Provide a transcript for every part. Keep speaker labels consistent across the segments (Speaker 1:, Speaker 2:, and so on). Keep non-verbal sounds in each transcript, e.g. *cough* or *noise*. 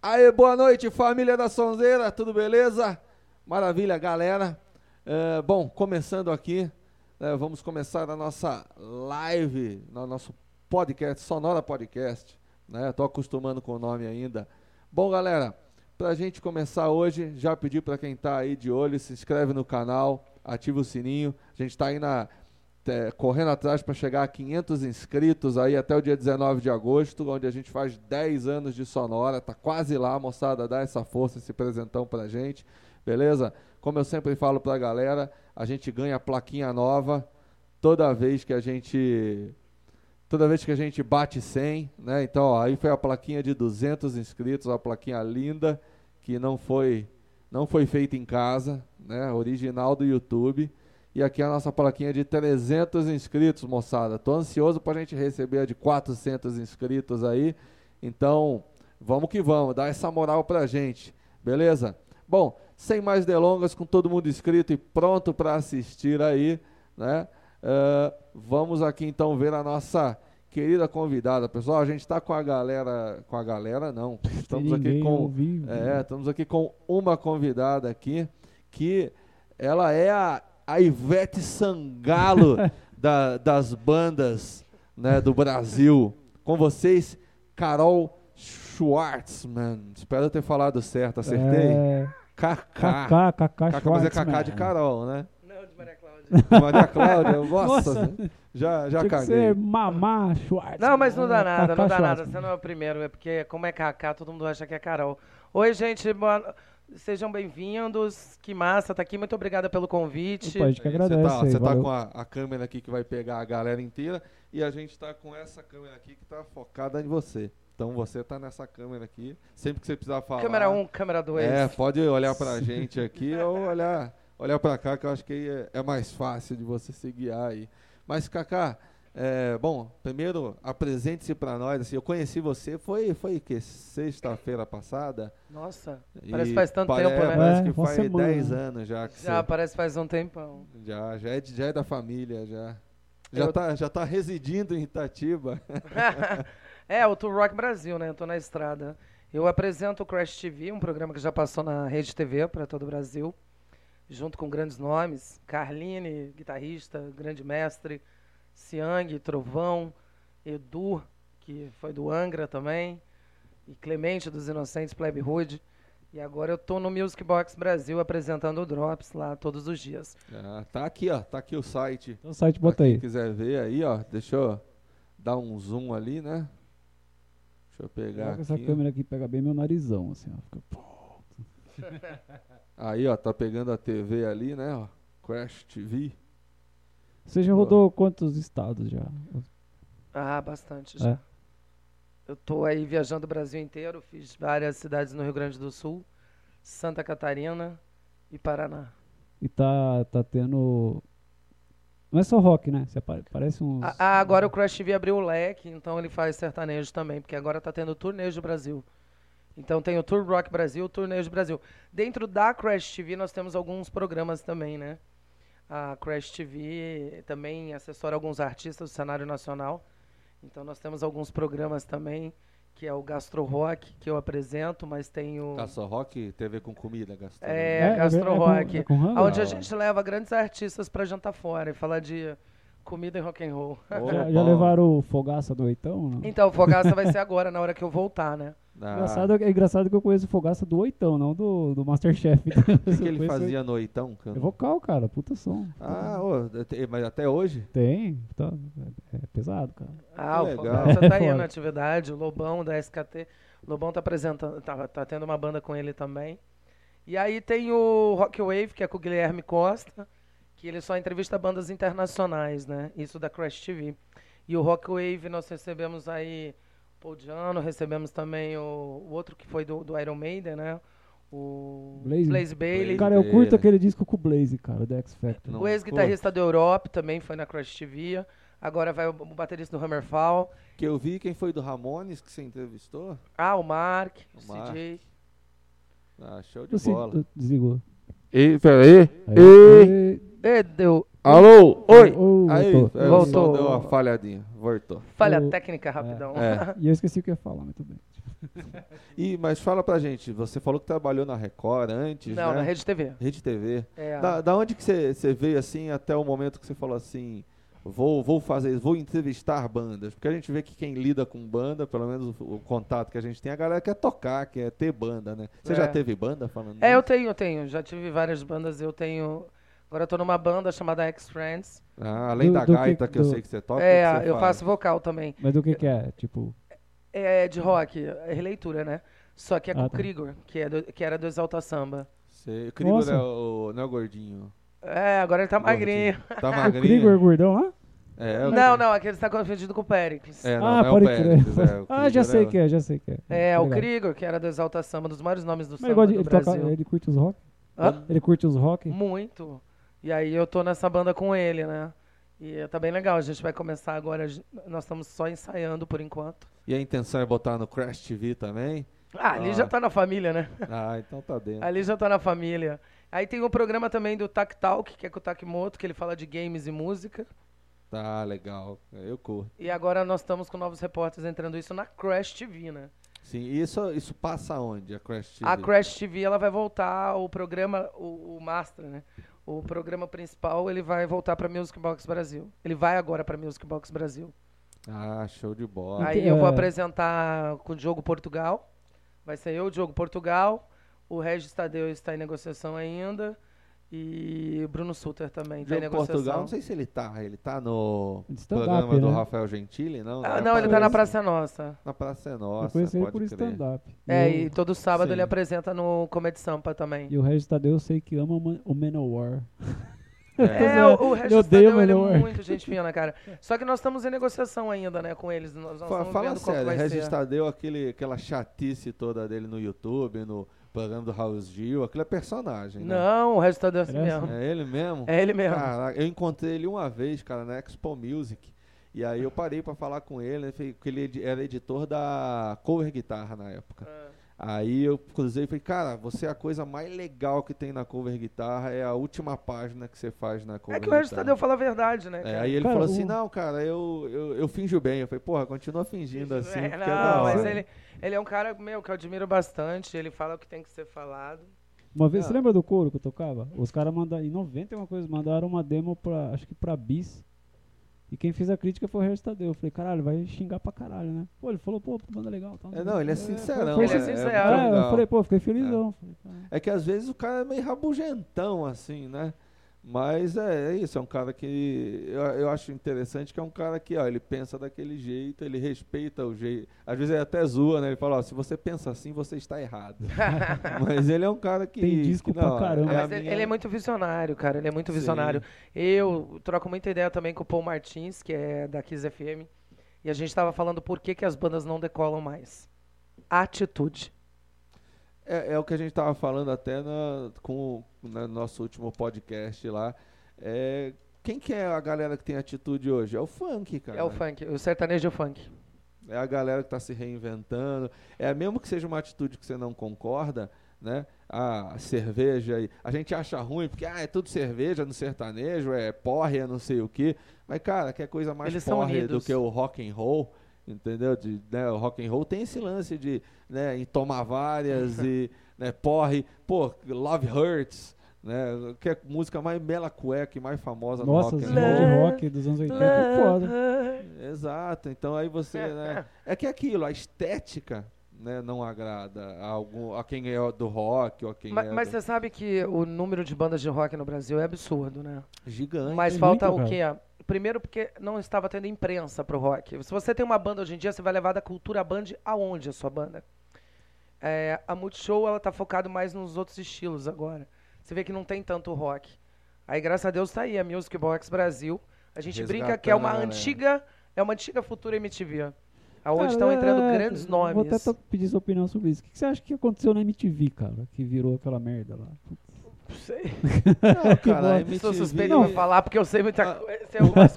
Speaker 1: Aí, boa noite, família da Sonzeira, tudo beleza? Maravilha, galera. É, bom, começando aqui, né, vamos começar a nossa live, no nosso podcast, Sonora Podcast. Né? Tô acostumando com o nome ainda. Bom, galera, pra gente começar hoje, já pedi para quem tá aí de olho, se inscreve no canal, ativa o sininho. A gente tá aí na, é, correndo atrás para chegar a 500 inscritos aí até o dia 19 de agosto, onde a gente faz 10 anos de Sonora, tá quase lá, moçada, dá essa força, esse presentão pra gente, beleza? Como eu sempre falo pra galera, a gente ganha plaquinha nova toda vez que a gente toda vez que a gente bate 100, né? Então, ó, aí foi a plaquinha de 200 inscritos, uma plaquinha linda que não foi não foi feita em casa, né? Original do YouTube. E aqui é a nossa plaquinha de 300 inscritos, moçada. Tô ansioso pra gente receber a de 400 inscritos aí. Então, vamos que vamos, dá essa moral pra gente, beleza? Bom, sem mais delongas, com todo mundo inscrito e pronto para assistir aí, né? Ah, vamos aqui então ver a nossa querida convidada, pessoal. A gente está com a galera, com a galera não. Estamos aqui
Speaker 2: Ninguém
Speaker 1: com,
Speaker 2: ao vivo.
Speaker 1: é, estamos aqui com uma convidada aqui que ela é a, a Ivete
Speaker 2: *laughs*
Speaker 1: Sangalo da- das bandas né, do Brasil. Com vocês, Carol Schwartzman. Espero ter falado certo, acertei.
Speaker 2: É,
Speaker 1: Kaká.
Speaker 2: Kaká, Kaká,
Speaker 1: Kaká, mas é Kaká
Speaker 2: Schwartzman.
Speaker 1: de Carol, né?
Speaker 3: Não, de Maria
Speaker 1: *laughs*
Speaker 3: Cláudia.
Speaker 1: Maria
Speaker 2: *laughs*
Speaker 1: Cláudia, nossa,
Speaker 2: Nossa,
Speaker 1: já, já
Speaker 2: tinha que ser
Speaker 1: caguei.
Speaker 2: Mamá Schwartz.
Speaker 3: Não, mas não dá nada, não dá nada. Você não é o primeiro, é porque como é Kaká, todo mundo acha que é Carol. Oi, gente, boa no- sejam bem-vindos. Que massa, tá aqui. Muito obrigada pelo convite.
Speaker 2: Pode
Speaker 1: Você
Speaker 2: que agradece.
Speaker 1: tá,
Speaker 2: aí,
Speaker 1: você tá
Speaker 2: valeu.
Speaker 1: com a, a câmera aqui que vai pegar a galera inteira e a gente tá com essa câmera aqui que tá focada em você. Então você tá nessa câmera aqui. Sempre que você precisar falar.
Speaker 3: Câmera 1, câmera 2.
Speaker 1: É, pode olhar
Speaker 3: *laughs*
Speaker 1: pra gente aqui ou olhar, olhar pra cá, que eu acho que aí é, é mais fácil de você se guiar aí. Mas, Kaká, é, bom, primeiro apresente-se pra nós. Assim, eu conheci você, foi, foi que? Sexta-feira passada?
Speaker 3: Nossa,
Speaker 1: E
Speaker 3: Parece que faz tanto
Speaker 1: pare-
Speaker 3: tempo, né?
Speaker 1: Parece
Speaker 2: É,
Speaker 1: que
Speaker 2: uma
Speaker 1: faz
Speaker 2: semana.
Speaker 1: 10 anos já que
Speaker 3: já
Speaker 1: você.
Speaker 3: parece faz um tempão.
Speaker 1: Já, já, é, de- já é da família, já.
Speaker 2: É
Speaker 1: Já,
Speaker 3: Eu-
Speaker 1: tá, já tá residindo em
Speaker 2: *laughs*
Speaker 1: Itatiba.
Speaker 3: é, o Tour Rock Brasil, né? Eu tô na estrada. Eu apresento o Crash TV, um programa que já passou na Rede TV para todo o Brasil, junto com grandes nomes. Carline, guitarrista, grande mestre. Siang, Trovão. Edu, que foi do Angra também. E Clemente dos Inocentes, Plebe Hood. E agora eu tô no Music Box Brasil apresentando o Drops lá todos os dias.
Speaker 1: Já, tá aqui, ó. Tá aqui o site.
Speaker 2: Então, site,
Speaker 1: Pra
Speaker 2: bota
Speaker 1: Quem
Speaker 2: aí.
Speaker 1: quiser ver aí, ó, deixa eu dar um zoom ali, né? Deixa eu pegar
Speaker 2: Coloca essa
Speaker 1: aqui.
Speaker 2: câmera aqui, pega bem meu narizão, assim, ó. Fica...
Speaker 1: Aí, ó, tá pegando a TV ali, né, ó. Crash TV.
Speaker 2: Você já rodou quantos estados já?
Speaker 3: Ah, bastante
Speaker 2: É.
Speaker 3: já. Eu tô aí viajando o Brasil inteiro, fiz várias cidades no Rio Grande do Sul, Santa Catarina e Paraná.
Speaker 2: E tá, tá tendo... Não é só rock, né? Você pare- parece uns...
Speaker 3: Ah, ah, agora o Crash TV abriu o leque, então ele faz sertanejo também, porque agora tá tendo turnês do Brasil. Então tem o Tour Rock Brasil, o Turnês do Brasil. Dentro da Crash TV nós temos alguns programas também, né? A Crash TV também assessora alguns artistas do cenário nacional. Então nós temos alguns programas também, que é o Gastro Rock, que eu apresento, mas tem o...
Speaker 1: Tá só rock, TV com comida, gastando.
Speaker 3: É,
Speaker 2: é,
Speaker 3: Gastro
Speaker 2: com-
Speaker 3: Rock.
Speaker 2: é com rango?
Speaker 3: Onde a
Speaker 1: Ah.
Speaker 3: gente leva grandes artistas pra jantar fora e falar de comida e rock and roll.
Speaker 1: Ah,
Speaker 2: Já, já levaram o Fogaça do Oitão? Não?
Speaker 3: Então, o Fogaça vai ser agora, na hora que eu voltar, né?
Speaker 2: Engraçado, é engraçado que eu conheço o Fogaça do Oitão, não do, do Masterchef.
Speaker 1: *laughs* O que, que ele fazia noitão? Que eu
Speaker 2: É
Speaker 1: não-
Speaker 2: vocal, cara, puta som.
Speaker 1: Ah, ô, te- mas até hoje?
Speaker 2: Tem, tá, é pesado, cara.
Speaker 3: Ah,
Speaker 1: Que
Speaker 3: o
Speaker 1: legal.
Speaker 3: Fogaça tá aí
Speaker 2: *laughs* Foda.
Speaker 3: na atividade, o Lobão da SKT. O Lobão tá apresentando, tá, tá tendo uma banda com ele também. E aí tem o Rock Wave, que é com o Guilherme Costa, que ele só entrevista bandas internacionais, né? Isso da Crash TV. E o Rock Wave nós recebemos aí o Paul Diano, recebemos também o, o outro que foi do, do Iron Maiden, né? O
Speaker 2: Blaze.
Speaker 3: Blaze Bailey.
Speaker 2: Cara, eu
Speaker 1: Ele- né?
Speaker 2: curto aquele disco com o Blaze, cara, do X Factor.
Speaker 1: Não,
Speaker 3: O ex-guitarrista da Europa também foi na Crash TV. Agora vai o o baterista do Hammerfall.
Speaker 1: Que eu vi quem foi do Ramones que você entrevistou.
Speaker 3: Ah, o Mark, o,
Speaker 1: O
Speaker 3: CJ.
Speaker 1: Ah, show de
Speaker 2: Eu sei-
Speaker 1: bola.
Speaker 2: Tipo assim, eu desligou.
Speaker 4: E, peraí.
Speaker 2: Aí,
Speaker 3: Ê, Deu
Speaker 4: Alô? Oi?
Speaker 2: Ô,
Speaker 1: Aí,
Speaker 2: voltou.
Speaker 1: é,
Speaker 3: Voltou.
Speaker 1: só deu uma falhadinha. Voltou.
Speaker 3: falha
Speaker 2: O-
Speaker 3: técnica rapidão.
Speaker 1: É.
Speaker 2: E eu esqueci o que eu ia falar, mas tudo bem.
Speaker 1: E, mas fala pra gente, você falou que trabalhou na Record antes,
Speaker 3: *laughs* Não,
Speaker 1: né?
Speaker 3: na Rede TV.
Speaker 1: Rede TV.
Speaker 3: É.
Speaker 1: Da, da onde que você você veio assim até o momento que você falou assim, vou, vou fazer, isso, vou entrevistar bandas? Porque a gente vê que quem lida com banda, pelo menos o, o contato que a gente tem, a galera quer tocar, quer ter banda, né? Você já
Speaker 3: É.
Speaker 1: teve banda falando?
Speaker 3: É, eu
Speaker 1: nisso?
Speaker 3: tenho, eu tenho. Já tive várias bandas. Eu tenho. Agora eu tô numa banda chamada X-Friends.
Speaker 1: Ah, além
Speaker 2: Do-
Speaker 1: da
Speaker 2: do que-
Speaker 1: gaita que, eu
Speaker 2: do-
Speaker 1: sei que você toca. o
Speaker 3: É,
Speaker 1: que que você
Speaker 3: eu
Speaker 1: faz?
Speaker 3: faço vocal também.
Speaker 2: Mas o que que é? Tipo,
Speaker 3: É de rock, é releitura, né? Só que é com
Speaker 2: Ah,
Speaker 3: o
Speaker 2: tá.
Speaker 3: Krigor, que, é do- que era do Exalta Samba.
Speaker 1: Você, o Krigor
Speaker 2: Nossa.
Speaker 1: é o, não é o gordinho.
Speaker 3: É, agora ele tá magrinho.
Speaker 1: Gordinho.
Speaker 3: *laughs*
Speaker 1: Tá
Speaker 2: o
Speaker 1: magrinho?
Speaker 2: Grigor Gordão lá?
Speaker 1: É, é o-
Speaker 3: Não, não, aquele está tá confundido com o Pericles. É,
Speaker 1: É, não,
Speaker 2: ah,
Speaker 1: não é o
Speaker 2: pode crer.
Speaker 1: Pérez,
Speaker 3: *laughs*
Speaker 1: é, o
Speaker 2: *laughs* ah, já
Speaker 1: Krieger
Speaker 2: sei
Speaker 1: é-
Speaker 2: que é, já sei que é. Tá
Speaker 3: o
Speaker 2: ligado.
Speaker 3: Krigor, que era do Exalta Samba, um dos maiores nomes do
Speaker 2: Mas ele,
Speaker 3: samba
Speaker 2: gosta
Speaker 3: do
Speaker 2: de, ele,
Speaker 3: Brasil.
Speaker 2: toca, ele curte os rock?
Speaker 3: Hã?
Speaker 2: Ele curte os rock?
Speaker 3: Muito. E aí eu tô nessa banda com ele, né? E tá bem legal, a gente vai começar agora. a gen- Nós estamos só ensaiando por enquanto.
Speaker 1: E a intenção é botar no Crash TV também?
Speaker 3: Ah, ali
Speaker 1: Ah.
Speaker 3: já tá na família, né?
Speaker 1: Ah, então tá dentro.
Speaker 3: Ali já tá na família. Aí tem um programa também do Tak Talk, que é com o Takimoto, que ele fala de games e música.
Speaker 1: Tá legal. Eu curto.
Speaker 3: E agora nós estamos com novos repórteres entrando isso na Crash TV, né?
Speaker 1: Sim, e isso, isso passa onde, a Crash TV?
Speaker 3: A Crash TV ela vai voltar o programa, o, o Master, né? O programa principal ele vai voltar pra Music Box Brasil. Ele vai agora pra Music Box Brasil.
Speaker 1: Ah, show de bola.
Speaker 3: Aí
Speaker 2: Ente-
Speaker 3: eu vou
Speaker 2: é.
Speaker 3: apresentar com o Diogo Portugal. Vai ser eu, Diogo Portugal. O Regis Tadeu está em negociação ainda. E o Bruno Suter também está em
Speaker 1: Diogo
Speaker 3: negociação.
Speaker 1: Portugal, não sei se ele tá. Ele tá no
Speaker 2: De stand-up,
Speaker 1: programa do
Speaker 2: né?
Speaker 1: Rafael Gentili, não?
Speaker 3: Ah,
Speaker 1: né?
Speaker 3: não, ele está na
Speaker 2: Parece.
Speaker 3: Praça Nossa.
Speaker 1: Na Praça é
Speaker 2: eu
Speaker 1: Nossa,
Speaker 2: conheci ele
Speaker 1: pode
Speaker 2: por
Speaker 1: crer.
Speaker 2: stand-up.
Speaker 3: É,
Speaker 2: e,
Speaker 3: e
Speaker 2: o-
Speaker 3: todo sábado
Speaker 1: Sim.
Speaker 3: ele apresenta no Comedy Sampa também.
Speaker 2: e o Regis Tadeu eu sei que ama o Man- o Manowar.
Speaker 3: É,
Speaker 2: Eu
Speaker 3: o, o Regis
Speaker 2: odeio
Speaker 3: Tadeu, ele é
Speaker 2: Manowar.
Speaker 3: muito gente fina, cara. Só que nós estamos em negociação ainda, né, com eles. Nós, nós
Speaker 1: Fa-
Speaker 3: estamos
Speaker 1: Fala
Speaker 3: vendo qual que
Speaker 1: sério, é
Speaker 3: vai
Speaker 1: Regis
Speaker 3: ser.
Speaker 1: Tadeu, aquele, aquela chatice toda dele no YouTube, no programa do Raul Gil, aquilo é personagem, né?
Speaker 3: Não, o Regis Tadeu é assim
Speaker 2: Ele é
Speaker 3: mesmo.
Speaker 1: É ele mesmo?
Speaker 3: É ele mesmo.
Speaker 1: Caraca, eu encontrei ele uma vez, cara, na Expo Music. E aí eu parei pra falar com ele, né, falei, porque ele edi- era editor da Cover Guitarra na época. Aí eu cruzei e falei, cara, você é a coisa mais legal que tem na Cover Guitarra, é a última página que você faz na Cover
Speaker 3: é que o Regis
Speaker 1: Guitarra.
Speaker 3: Tadeu fala a verdade, né,
Speaker 1: É,
Speaker 3: cara?
Speaker 1: aí ele
Speaker 2: Cara,
Speaker 1: falou assim,
Speaker 2: o-
Speaker 1: não, cara, eu, eu, eu finjo bem. Eu falei, porra, continua fingindo assim,
Speaker 3: É,
Speaker 1: porque
Speaker 3: não,
Speaker 1: é da hora.
Speaker 3: mas ele, ele é um cara, meu, que eu admiro bastante. Ele fala o que tem que ser falado.
Speaker 2: Uma vez,
Speaker 1: Ah.
Speaker 2: você lembra do couro que eu tocava? Os caras mandaram, em 90 e uma coisa, mandaram uma demo pra, acho que pra Bis. E quem fez a crítica foi o Regis Tadeu. Eu falei, caralho, vai xingar pra caralho, né? Pô, ele falou, pô, que banda legal. Tá,
Speaker 1: É, não, ele é sincerão.
Speaker 2: foi-
Speaker 1: né?
Speaker 3: Ele é sincero.
Speaker 1: muito
Speaker 2: É, eu
Speaker 1: legal.
Speaker 2: falei, pô, fiquei felizão. Falei, "Caralho."
Speaker 1: É que às vezes o cara é meio rabugentão, assim, né? Mas é, é isso, é um cara que eu, eu acho interessante que é um cara que, ó, ele pensa daquele jeito, ele respeita o jeito. Às vezes ele até zoa, né? Ele fala, ó, se você pensa assim, você está
Speaker 3: *laughs*
Speaker 1: errado. Mas ele é um cara que.
Speaker 2: Tem disco
Speaker 1: que,
Speaker 2: pra
Speaker 1: ó,
Speaker 2: caramba.
Speaker 1: a
Speaker 3: Mas ele,
Speaker 1: minha-
Speaker 3: ele é muito visionário, cara. Ele é muito
Speaker 1: Sim.
Speaker 3: visionário. Eu troco muita ideia também com o Paul Martins, que é da Kiss FM. E a gente tava falando por que, que as bandas não decolam mais. Atitude.
Speaker 1: É, é o que a gente estava falando até na- com o na- nosso último podcast lá. É, quem que é a galera que tem atitude hoje? É o funk, cara.
Speaker 3: É o funk, o sertanejo é o funk.
Speaker 1: É a galera que está se reinventando. É mesmo que seja uma atitude que você não concorda, né? A cerveja aí. A gente acha ruim, porque ah, é tudo cerveja no sertanejo, é porre, é não sei o quê. Mas, cara, que é coisa mais
Speaker 3: Eles são
Speaker 1: porre do
Speaker 3: unidos.
Speaker 1: que o rock and roll. Entendeu? De, né, o rock and roll tem esse lance de né, em tomar
Speaker 3: *laughs*
Speaker 1: várias e né, porre. Pô, Love Hurts, né? Que é a música mais bela cueca e mais famosa
Speaker 2: Nossa,
Speaker 1: no
Speaker 2: os
Speaker 1: rock né? and
Speaker 3: Love-
Speaker 1: roll.
Speaker 2: de rock dos anos 80,
Speaker 3: É.
Speaker 2: que foda.
Speaker 1: Exato, então aí
Speaker 3: *laughs*
Speaker 1: você, né? É que é aquilo, a estética, né, não agrada a, algum, a quem é do rock ou a quem
Speaker 3: Ma-
Speaker 1: é
Speaker 3: Mas
Speaker 1: do...
Speaker 3: você sabe que o número de bandas de rock no Brasil é absurdo, né?
Speaker 1: gigante.
Speaker 3: Mas
Speaker 2: tem
Speaker 3: falta
Speaker 2: muito,
Speaker 3: o quê? Primeiro porque não estava tendo imprensa pro rock. Se você tem uma banda hoje em dia, você vai levar da cultura band aonde a sua banda? É, a Multishow, ela tá focado mais nos outros estilos agora. Você vê que não tem tanto rock. Aí, graças a Deus, tá aí a Music Box Brasil. A gente brinca que
Speaker 1: Resgatando né?
Speaker 3: é
Speaker 1: a
Speaker 3: uma
Speaker 1: galera.
Speaker 3: antiga, é uma antiga futura MTV. Aonde
Speaker 2: Cara,
Speaker 3: estão Ah, entrando
Speaker 2: é,
Speaker 3: grandes
Speaker 2: Vou até
Speaker 3: nomes.
Speaker 2: to- pedir sua opinião sobre isso. O que que você acha que aconteceu na MTV, cara? Que virou aquela merda lá.
Speaker 3: *laughs*
Speaker 1: Não,
Speaker 2: que
Speaker 1: cara, a
Speaker 2: bom.
Speaker 1: MTV,
Speaker 3: Sou suspeito pra falar porque eu sei muita
Speaker 1: Ah,
Speaker 3: coisa, sei algumas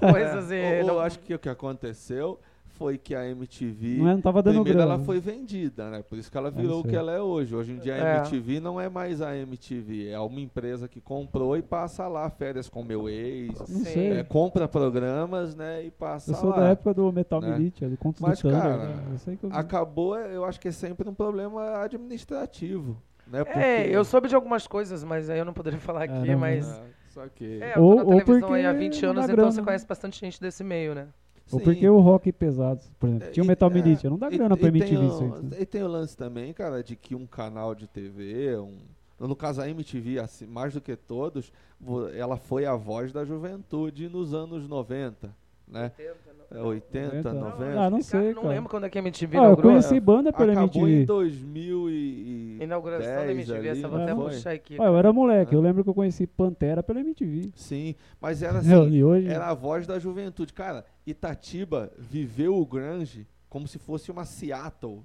Speaker 1: *laughs*
Speaker 3: coisas
Speaker 1: É,
Speaker 3: e
Speaker 1: ou- ou
Speaker 3: não-
Speaker 1: acho que o que aconteceu foi que a MTV.
Speaker 2: Não, é, não tava dando
Speaker 1: Primeiro
Speaker 2: grana.
Speaker 1: ela foi vendida, né? Por isso que ela
Speaker 2: não
Speaker 1: virou o que
Speaker 2: sei.
Speaker 1: ela é hoje. Hoje em dia a
Speaker 3: É.
Speaker 1: MTV não é mais a MTV, é uma empresa que comprou e passa lá férias com meu ex,
Speaker 2: Não
Speaker 3: Sim.
Speaker 2: sei.
Speaker 1: é, compra programas, né? E passa
Speaker 2: Eu sou
Speaker 1: lá.
Speaker 2: da época do Metal
Speaker 1: né?
Speaker 2: Militia, do Conto
Speaker 1: Mas,
Speaker 2: do Thunder.
Speaker 1: cara,
Speaker 2: né? Eu sei
Speaker 3: Uhum.
Speaker 2: que eu vi.
Speaker 1: Acabou, é, eu acho que é sempre um problema administrativo, né? Porque,
Speaker 3: É, eu soube de algumas coisas, mas aí eu não poderia falar aqui,
Speaker 2: não,
Speaker 3: mas.
Speaker 1: Ah, só que.
Speaker 3: É, eu tô
Speaker 2: Ou-
Speaker 3: na
Speaker 2: ou
Speaker 3: televisão
Speaker 2: porque
Speaker 3: aí há 20
Speaker 2: não
Speaker 3: anos,
Speaker 2: dá
Speaker 3: então
Speaker 2: grana,
Speaker 3: você
Speaker 2: né?
Speaker 3: conhece bastante gente desse meio, né?
Speaker 2: Ou
Speaker 1: Sim.
Speaker 2: porque o rock pesado, por exemplo. Tinha o
Speaker 1: E- então,
Speaker 2: Metal
Speaker 1: é,
Speaker 2: Militia, não dá grana pra
Speaker 1: tem
Speaker 2: MTV isso aí. Ah,
Speaker 1: o- E tem o lance também, cara, de que um canal de TV, um- no caso a MTV, assim, mais do que todos, vo- ela foi a voz da juventude nos anos 90, né? É, 80,
Speaker 2: 90.
Speaker 1: 90.
Speaker 2: Ah, não sei,
Speaker 3: não
Speaker 2: cara.
Speaker 3: lembro quando é que a MTV
Speaker 2: Ah, eu
Speaker 3: inaugurou.
Speaker 2: conheci banda pela
Speaker 1: Acabou em
Speaker 2: MTV.
Speaker 1: 2000 e... e-
Speaker 3: Inauguração da
Speaker 1: 10
Speaker 3: MTV,
Speaker 1: ali,
Speaker 3: essa eu vou
Speaker 2: né?
Speaker 3: até
Speaker 2: Foi.
Speaker 3: puxar aqui.
Speaker 2: Ah, eu era moleque, eu lembro que eu conheci Pantera pela MTV.
Speaker 1: Sim, mas era
Speaker 2: Meu,
Speaker 1: assim,
Speaker 2: e hoje,
Speaker 1: era a voz da juventude. Cara, Itatiba viveu o grunge como se fosse uma Seattle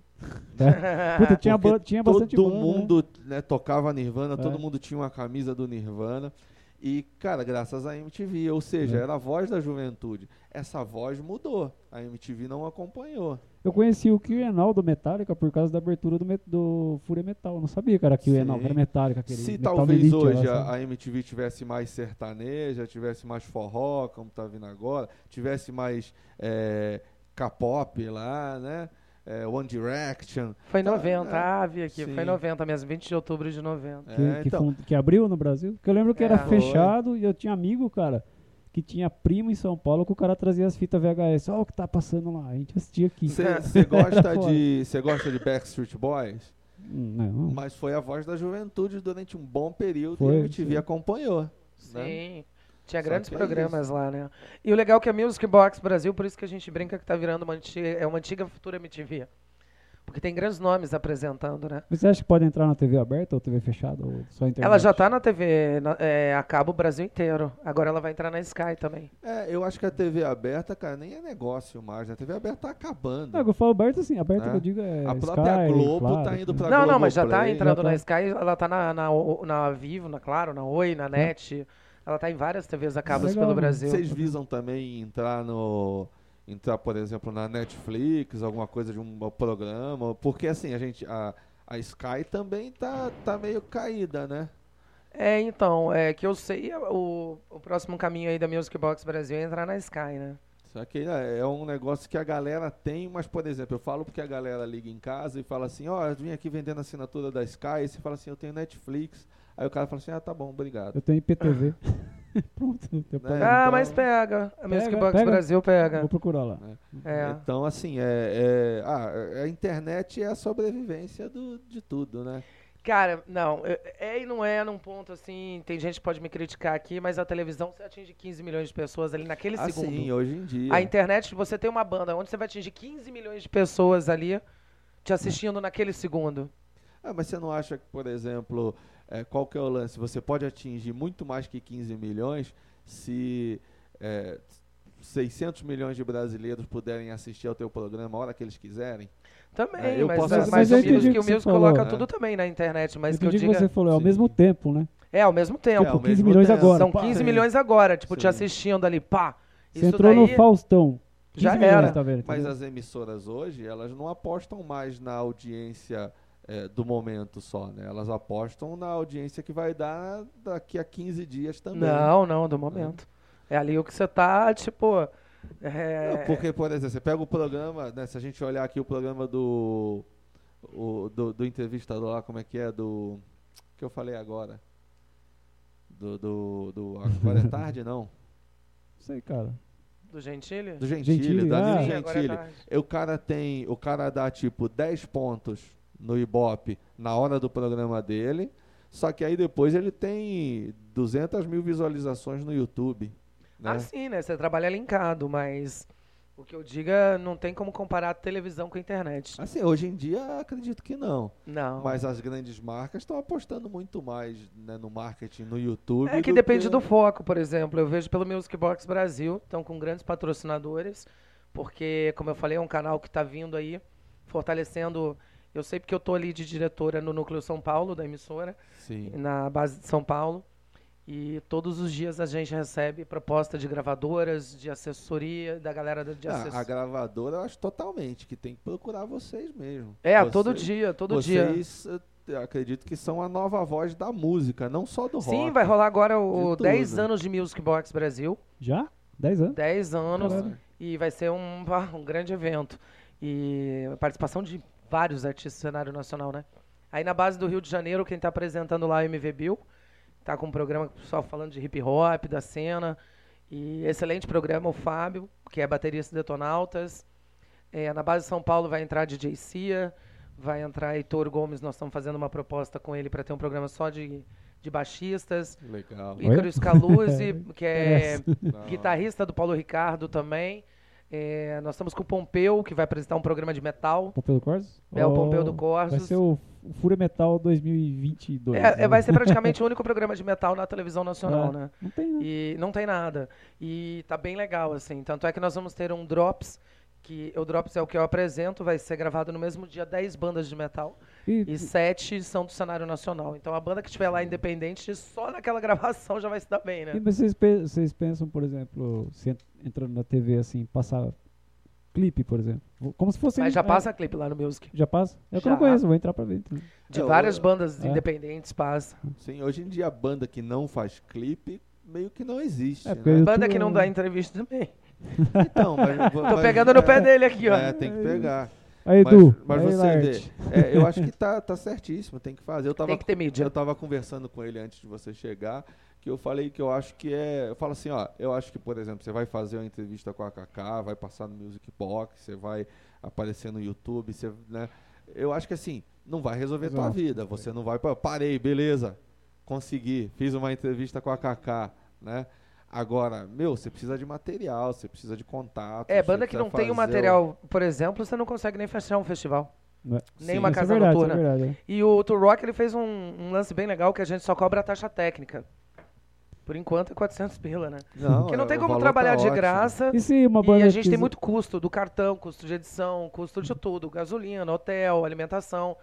Speaker 2: puta, tinha,
Speaker 1: porque
Speaker 2: ba- tinha bastante
Speaker 1: todo
Speaker 2: banda, né?
Speaker 1: mundo né, tocava Nirvana, todo
Speaker 2: É.
Speaker 1: mundo tinha uma camisa do Nirvana. E, cara, graças à MTV, ou seja,
Speaker 2: É.
Speaker 1: era a voz da juventude. Essa voz mudou, a MTV não acompanhou.
Speaker 2: Eu conheci o Kirenal do Metallica por causa da abertura do, met- do Fúria Metal. Eu não sabia que era Kirenal,
Speaker 1: Sim.
Speaker 2: que era Metallica. Aquele
Speaker 1: Se
Speaker 2: Metal
Speaker 1: talvez
Speaker 2: Militia lá,
Speaker 1: hoje
Speaker 2: sabe?
Speaker 1: a, a MTV tivesse mais sertaneja, tivesse mais forró, como tá vindo agora, tivesse mais é, K-pop lá, né? É, One Direction.
Speaker 3: *laughs* Foi em
Speaker 1: Tá,
Speaker 3: 90,
Speaker 1: é.
Speaker 3: ah, vi aqui, foi
Speaker 1: Sim.
Speaker 3: em 90 mesmo, 20 de outubro de 90.
Speaker 1: É,
Speaker 2: Que, que
Speaker 1: então,
Speaker 2: foi um- que abriu no Brasil. Porque eu lembro que
Speaker 3: É.
Speaker 2: era
Speaker 1: Foi.
Speaker 2: fechado e eu tinha amigo, cara, que tinha primo em São Paulo que o cara trazia as fitas VHS. Ó, o que tá passando lá. A gente assistia aqui.
Speaker 1: você gosta
Speaker 2: Era
Speaker 1: *laughs*
Speaker 2: foda.
Speaker 1: de, você gosta de Backstreet Boys?
Speaker 2: Hum, Não,
Speaker 1: Mas foi a voz da juventude durante um bom período
Speaker 2: Foi,
Speaker 1: e a MTV
Speaker 2: sim.
Speaker 1: acompanhou. Né?
Speaker 3: Sim. Tinha
Speaker 1: Só
Speaker 3: grandes
Speaker 1: que é
Speaker 3: programas lá, né? E o legal é que a Music Box Brasil, por isso que a gente brinca que tá virando uma antiga, é uma antiga futura MTV. Porque tem grandes nomes apresentando, né?
Speaker 2: Você acha que pode entrar na TV aberta ou TV fechada? Ou só internet?
Speaker 3: Ela já tá na TV na- é, a cabo o Brasil inteiro. Agora ela vai entrar na Sky também.
Speaker 1: É, eu acho que a TV aberta, cara, nem é negócio mais. né? A TV aberta tá acabando.
Speaker 2: Não, eu falo aberta assim, aberta
Speaker 1: Né?
Speaker 2: que eu digo é
Speaker 1: a própria
Speaker 2: Sky,
Speaker 1: Globo
Speaker 2: claro,
Speaker 1: tá indo
Speaker 2: né?
Speaker 1: pra
Speaker 3: não, não, mas já tá
Speaker 1: Globoplay.
Speaker 3: entrando
Speaker 2: Já tá.
Speaker 3: na Sky, ela tá na, na, O- na Vivo, na Claro, na Oi, na NET. Ela tá em várias TVs a cabo
Speaker 2: Uhum. Legal,
Speaker 3: pelo
Speaker 2: né?
Speaker 3: Brasil.
Speaker 1: Vocês visam também entrar no. Entrar, por exemplo, na Netflix, alguma coisa de um programa. Porque assim, a gente. A, a Sky também tá, tá meio caída, né?
Speaker 3: É, então, é que eu sei, o, o próximo caminho aí da Music Box Brasil é entrar na Sky, né?
Speaker 1: Só que é é um negócio que a galera tem, mas, por exemplo, eu falo porque a galera liga em casa e fala assim, ó, eu vim aqui vendendo assinatura da Sky, e você fala assim, eu tenho Netflix. Aí o cara fala assim, ah, tá bom, obrigado.
Speaker 2: Eu tenho
Speaker 3: *laughs*
Speaker 2: IPTV. Pronto, não tem problema.
Speaker 3: ah,
Speaker 1: então-
Speaker 3: mas pega. A Music
Speaker 2: Pega,
Speaker 3: Box
Speaker 2: pega.
Speaker 3: Brasil pega.
Speaker 2: Vou procurar lá.
Speaker 3: É.
Speaker 1: Então, assim, é, é- ah, a internet é a sobrevivência do, de tudo, né?
Speaker 3: Cara, não, é- é e não é num ponto assim, tem gente que pode me criticar aqui, mas a televisão você atinge 15 milhões de pessoas ali naquele segundo.
Speaker 1: Assim, hoje em dia.
Speaker 3: A internet, você tem uma banda onde você vai atingir 15 milhões de pessoas ali te assistindo naquele segundo.
Speaker 1: Ah, mas você não acha que, por exemplo, é, qual que é o lance? Você pode atingir muito mais que 15 milhões se é, 600 milhões de brasileiros puderem assistir ao teu programa a hora que eles quiserem?
Speaker 3: Também,
Speaker 1: É, eu
Speaker 3: mas,
Speaker 1: posso
Speaker 3: ah,
Speaker 1: assistir.
Speaker 3: mas
Speaker 1: Mas
Speaker 3: o
Speaker 1: eu entendi
Speaker 3: Music-
Speaker 1: o
Speaker 3: que
Speaker 1: que
Speaker 3: o
Speaker 2: você
Speaker 3: Music
Speaker 2: falou.
Speaker 3: coloca
Speaker 1: É.
Speaker 3: tudo também na internet, mas
Speaker 2: eu
Speaker 3: que eu
Speaker 2: entendi
Speaker 3: diga...
Speaker 2: que você falou, é ao
Speaker 1: Sim.
Speaker 2: mesmo tempo, né?
Speaker 3: É, ao mesmo tempo.
Speaker 1: É, ao
Speaker 2: 15
Speaker 1: mesmo
Speaker 2: milhões
Speaker 1: tempo.
Speaker 2: agora.
Speaker 3: São
Speaker 2: pá.
Speaker 3: 15
Speaker 1: Sim.
Speaker 3: milhões agora, tipo, te
Speaker 1: Sim.
Speaker 3: assistindo ali, pá.
Speaker 2: Você entrou no Faustão. 15
Speaker 3: já
Speaker 2: milhões,
Speaker 3: era.
Speaker 2: Tá vendo,
Speaker 1: Mas
Speaker 2: entendeu?
Speaker 1: as emissoras hoje, elas não apostam mais na audiência eh, do momento só, né? Elas apostam na audiência que vai dar daqui a 15 dias também.
Speaker 3: Não, não, do momento. É ali o que você tá, tipo. é,
Speaker 1: Não, Porque, por exemplo, você pega o programa, né? Se a gente olhar aqui o programa do, o- do, do entrevistador lá, como é que é, do... que eu falei agora? Do... do, do agora
Speaker 2: *laughs*
Speaker 1: é tarde, não?
Speaker 2: Não sei, cara.
Speaker 3: Do Gentili?
Speaker 1: Do Gentili,
Speaker 2: Gentili,
Speaker 1: Danilo
Speaker 2: ah.
Speaker 3: Sim, agora é
Speaker 1: Gentili.
Speaker 3: tarde.
Speaker 1: o cara tem, o cara dá tipo 10 pontos no Ibope na hora do programa dele, só que aí depois ele tem 200 mil visualizações no YouTube, né?
Speaker 3: Ah, sim, né? Você trabalha linkado, mas o que eu diga, não tem como comparar a televisão com a internet.
Speaker 1: Assim, hoje em dia acredito que não,
Speaker 3: Não.
Speaker 1: mas as grandes marcas estão apostando muito mais né, no marketing no YouTube.
Speaker 3: É que
Speaker 1: do
Speaker 3: depende do foco, por exemplo. Eu vejo pelo Music Box Brasil, estão com grandes patrocinadores, porque, como eu falei, é um canal que está vindo aí, fortalecendo. Eu sei porque eu tô ali de diretora no Núcleo São Paulo, da emissora,
Speaker 1: Sim.
Speaker 3: na base de São Paulo. E todos os dias a gente recebe proposta de gravadoras, de assessoria, da galera da- de
Speaker 1: Ah,
Speaker 3: assessoria.
Speaker 1: a gravadora, eu acho totalmente que tem que procurar vocês mesmo.
Speaker 3: É,
Speaker 1: Vocês-
Speaker 3: todo dia, todo dia.
Speaker 1: vocês, eh, acredito que são a nova voz da música, não só do rock.
Speaker 3: Sim, vai rolar agora o
Speaker 1: De
Speaker 3: 10
Speaker 1: tudo.
Speaker 3: anos de Music Box Brasil.
Speaker 2: Já? 10 anos?
Speaker 3: 10 anos.
Speaker 1: Caralho.
Speaker 3: E vai ser um, *laughs* um grande evento. E a participação de vários artistas do cenário nacional, né? Aí na base do Rio de Janeiro, quem tá apresentando lá é o MV Bill. Tá com um programa com o pessoal falando de hip hop, da cena. E excelente programa, o Fábio, que é baterista do Detonautas. É, na base de São Paulo vai entrar DJ Cia, vai entrar Heitor Gomes. Nós estamos fazendo uma proposta com ele para ter um programa só de, de baixistas.
Speaker 1: Legal.
Speaker 2: Oi?
Speaker 3: Ícaro Scaluzzi, que é
Speaker 2: Essa.
Speaker 3: guitarrista do Paulo Ricardo também. É, nós estamos com o Pompeu, que vai apresentar um programa de metal.
Speaker 2: Pompeu do Corsos?
Speaker 3: É o
Speaker 2: Ou
Speaker 3: Pompeu do
Speaker 2: Oh, Vai
Speaker 3: Corsos.
Speaker 2: ser o o Fúria Metal 2022.
Speaker 3: É, é,
Speaker 2: né?
Speaker 3: vai
Speaker 2: *laughs*
Speaker 3: ser praticamente o único programa de metal na televisão nacional,
Speaker 2: É.
Speaker 3: né?
Speaker 2: Não tem, né?
Speaker 3: E não tem nada. E tá bem legal, assim. Tanto é que nós vamos ter um Drops, que o Drops é o que eu apresento, vai ser gravado no mesmo dia 10 bandas de metal.
Speaker 2: E-
Speaker 3: E sete são do cenário nacional. Então a banda que estiver lá independente, só naquela gravação já vai se dar bem, né?
Speaker 2: E vocês, pe- vocês pensam, por exemplo, se en- entrando na TV assim, passar clipe, por exemplo? Vo- Como se fosse.
Speaker 3: Mas já
Speaker 2: é,
Speaker 3: passa clipe lá no Music.
Speaker 2: Já passa? É que eu
Speaker 3: Já.
Speaker 2: não conheço, vou entrar pra ver. Então.
Speaker 3: De
Speaker 1: É, o-
Speaker 3: várias bandas
Speaker 2: É.
Speaker 3: independentes passa.
Speaker 1: Sim, hoje em dia a banda que não faz clipe meio que não existe.
Speaker 2: É,
Speaker 1: né?
Speaker 2: porque eu-
Speaker 3: Banda
Speaker 2: tô-
Speaker 3: que não dá entrevista também.
Speaker 1: Então,
Speaker 3: *laughs*
Speaker 1: mas,
Speaker 3: Tô pegando no pé dele aqui, ó.
Speaker 1: É, tem que pegar.
Speaker 2: Aí,
Speaker 1: Mas-
Speaker 2: Edu,
Speaker 1: mas,
Speaker 2: aí,
Speaker 1: você
Speaker 2: Laerte.
Speaker 1: vê. é, eu acho que tá, tá certíssimo, tem que fazer. Eu tava,
Speaker 3: Tem que ter mídia.
Speaker 1: eu tava conversando com ele antes de você chegar, que eu falei que eu acho que é. Eu falo assim, ó, eu acho que, por exemplo, você vai fazer uma entrevista com a Kaká, vai passar no Music Box, você vai aparecer no YouTube, você. Né? Eu acho que assim, não vai resolver a tua
Speaker 2: Exato.
Speaker 1: vida. Você não vai. pra- Parei, beleza. Consegui, fiz uma entrevista com a Kaká, né? Agora, meu, você precisa de material, você precisa de contato.
Speaker 3: É, banda que não
Speaker 2: tá
Speaker 3: tem o material, por exemplo, você não consegue nem fechar um festival.
Speaker 2: Não é-
Speaker 3: Nem
Speaker 1: Sim.
Speaker 3: uma
Speaker 2: Isso é
Speaker 3: casa
Speaker 2: verdade, isso
Speaker 3: noturna.
Speaker 2: É verdade, é.
Speaker 3: E o To Rock ele fez um, um lance bem legal que a gente só cobra a taxa técnica. Por enquanto é 400 pila, né? Porque não tem
Speaker 2: tá
Speaker 3: como trabalhar de graça.
Speaker 2: E se é uma
Speaker 3: E
Speaker 2: banda.
Speaker 3: a gente tem
Speaker 2: quiser-
Speaker 3: muito custo do cartão, custo de edição, custo de tudo, gasolina, hotel, alimentação.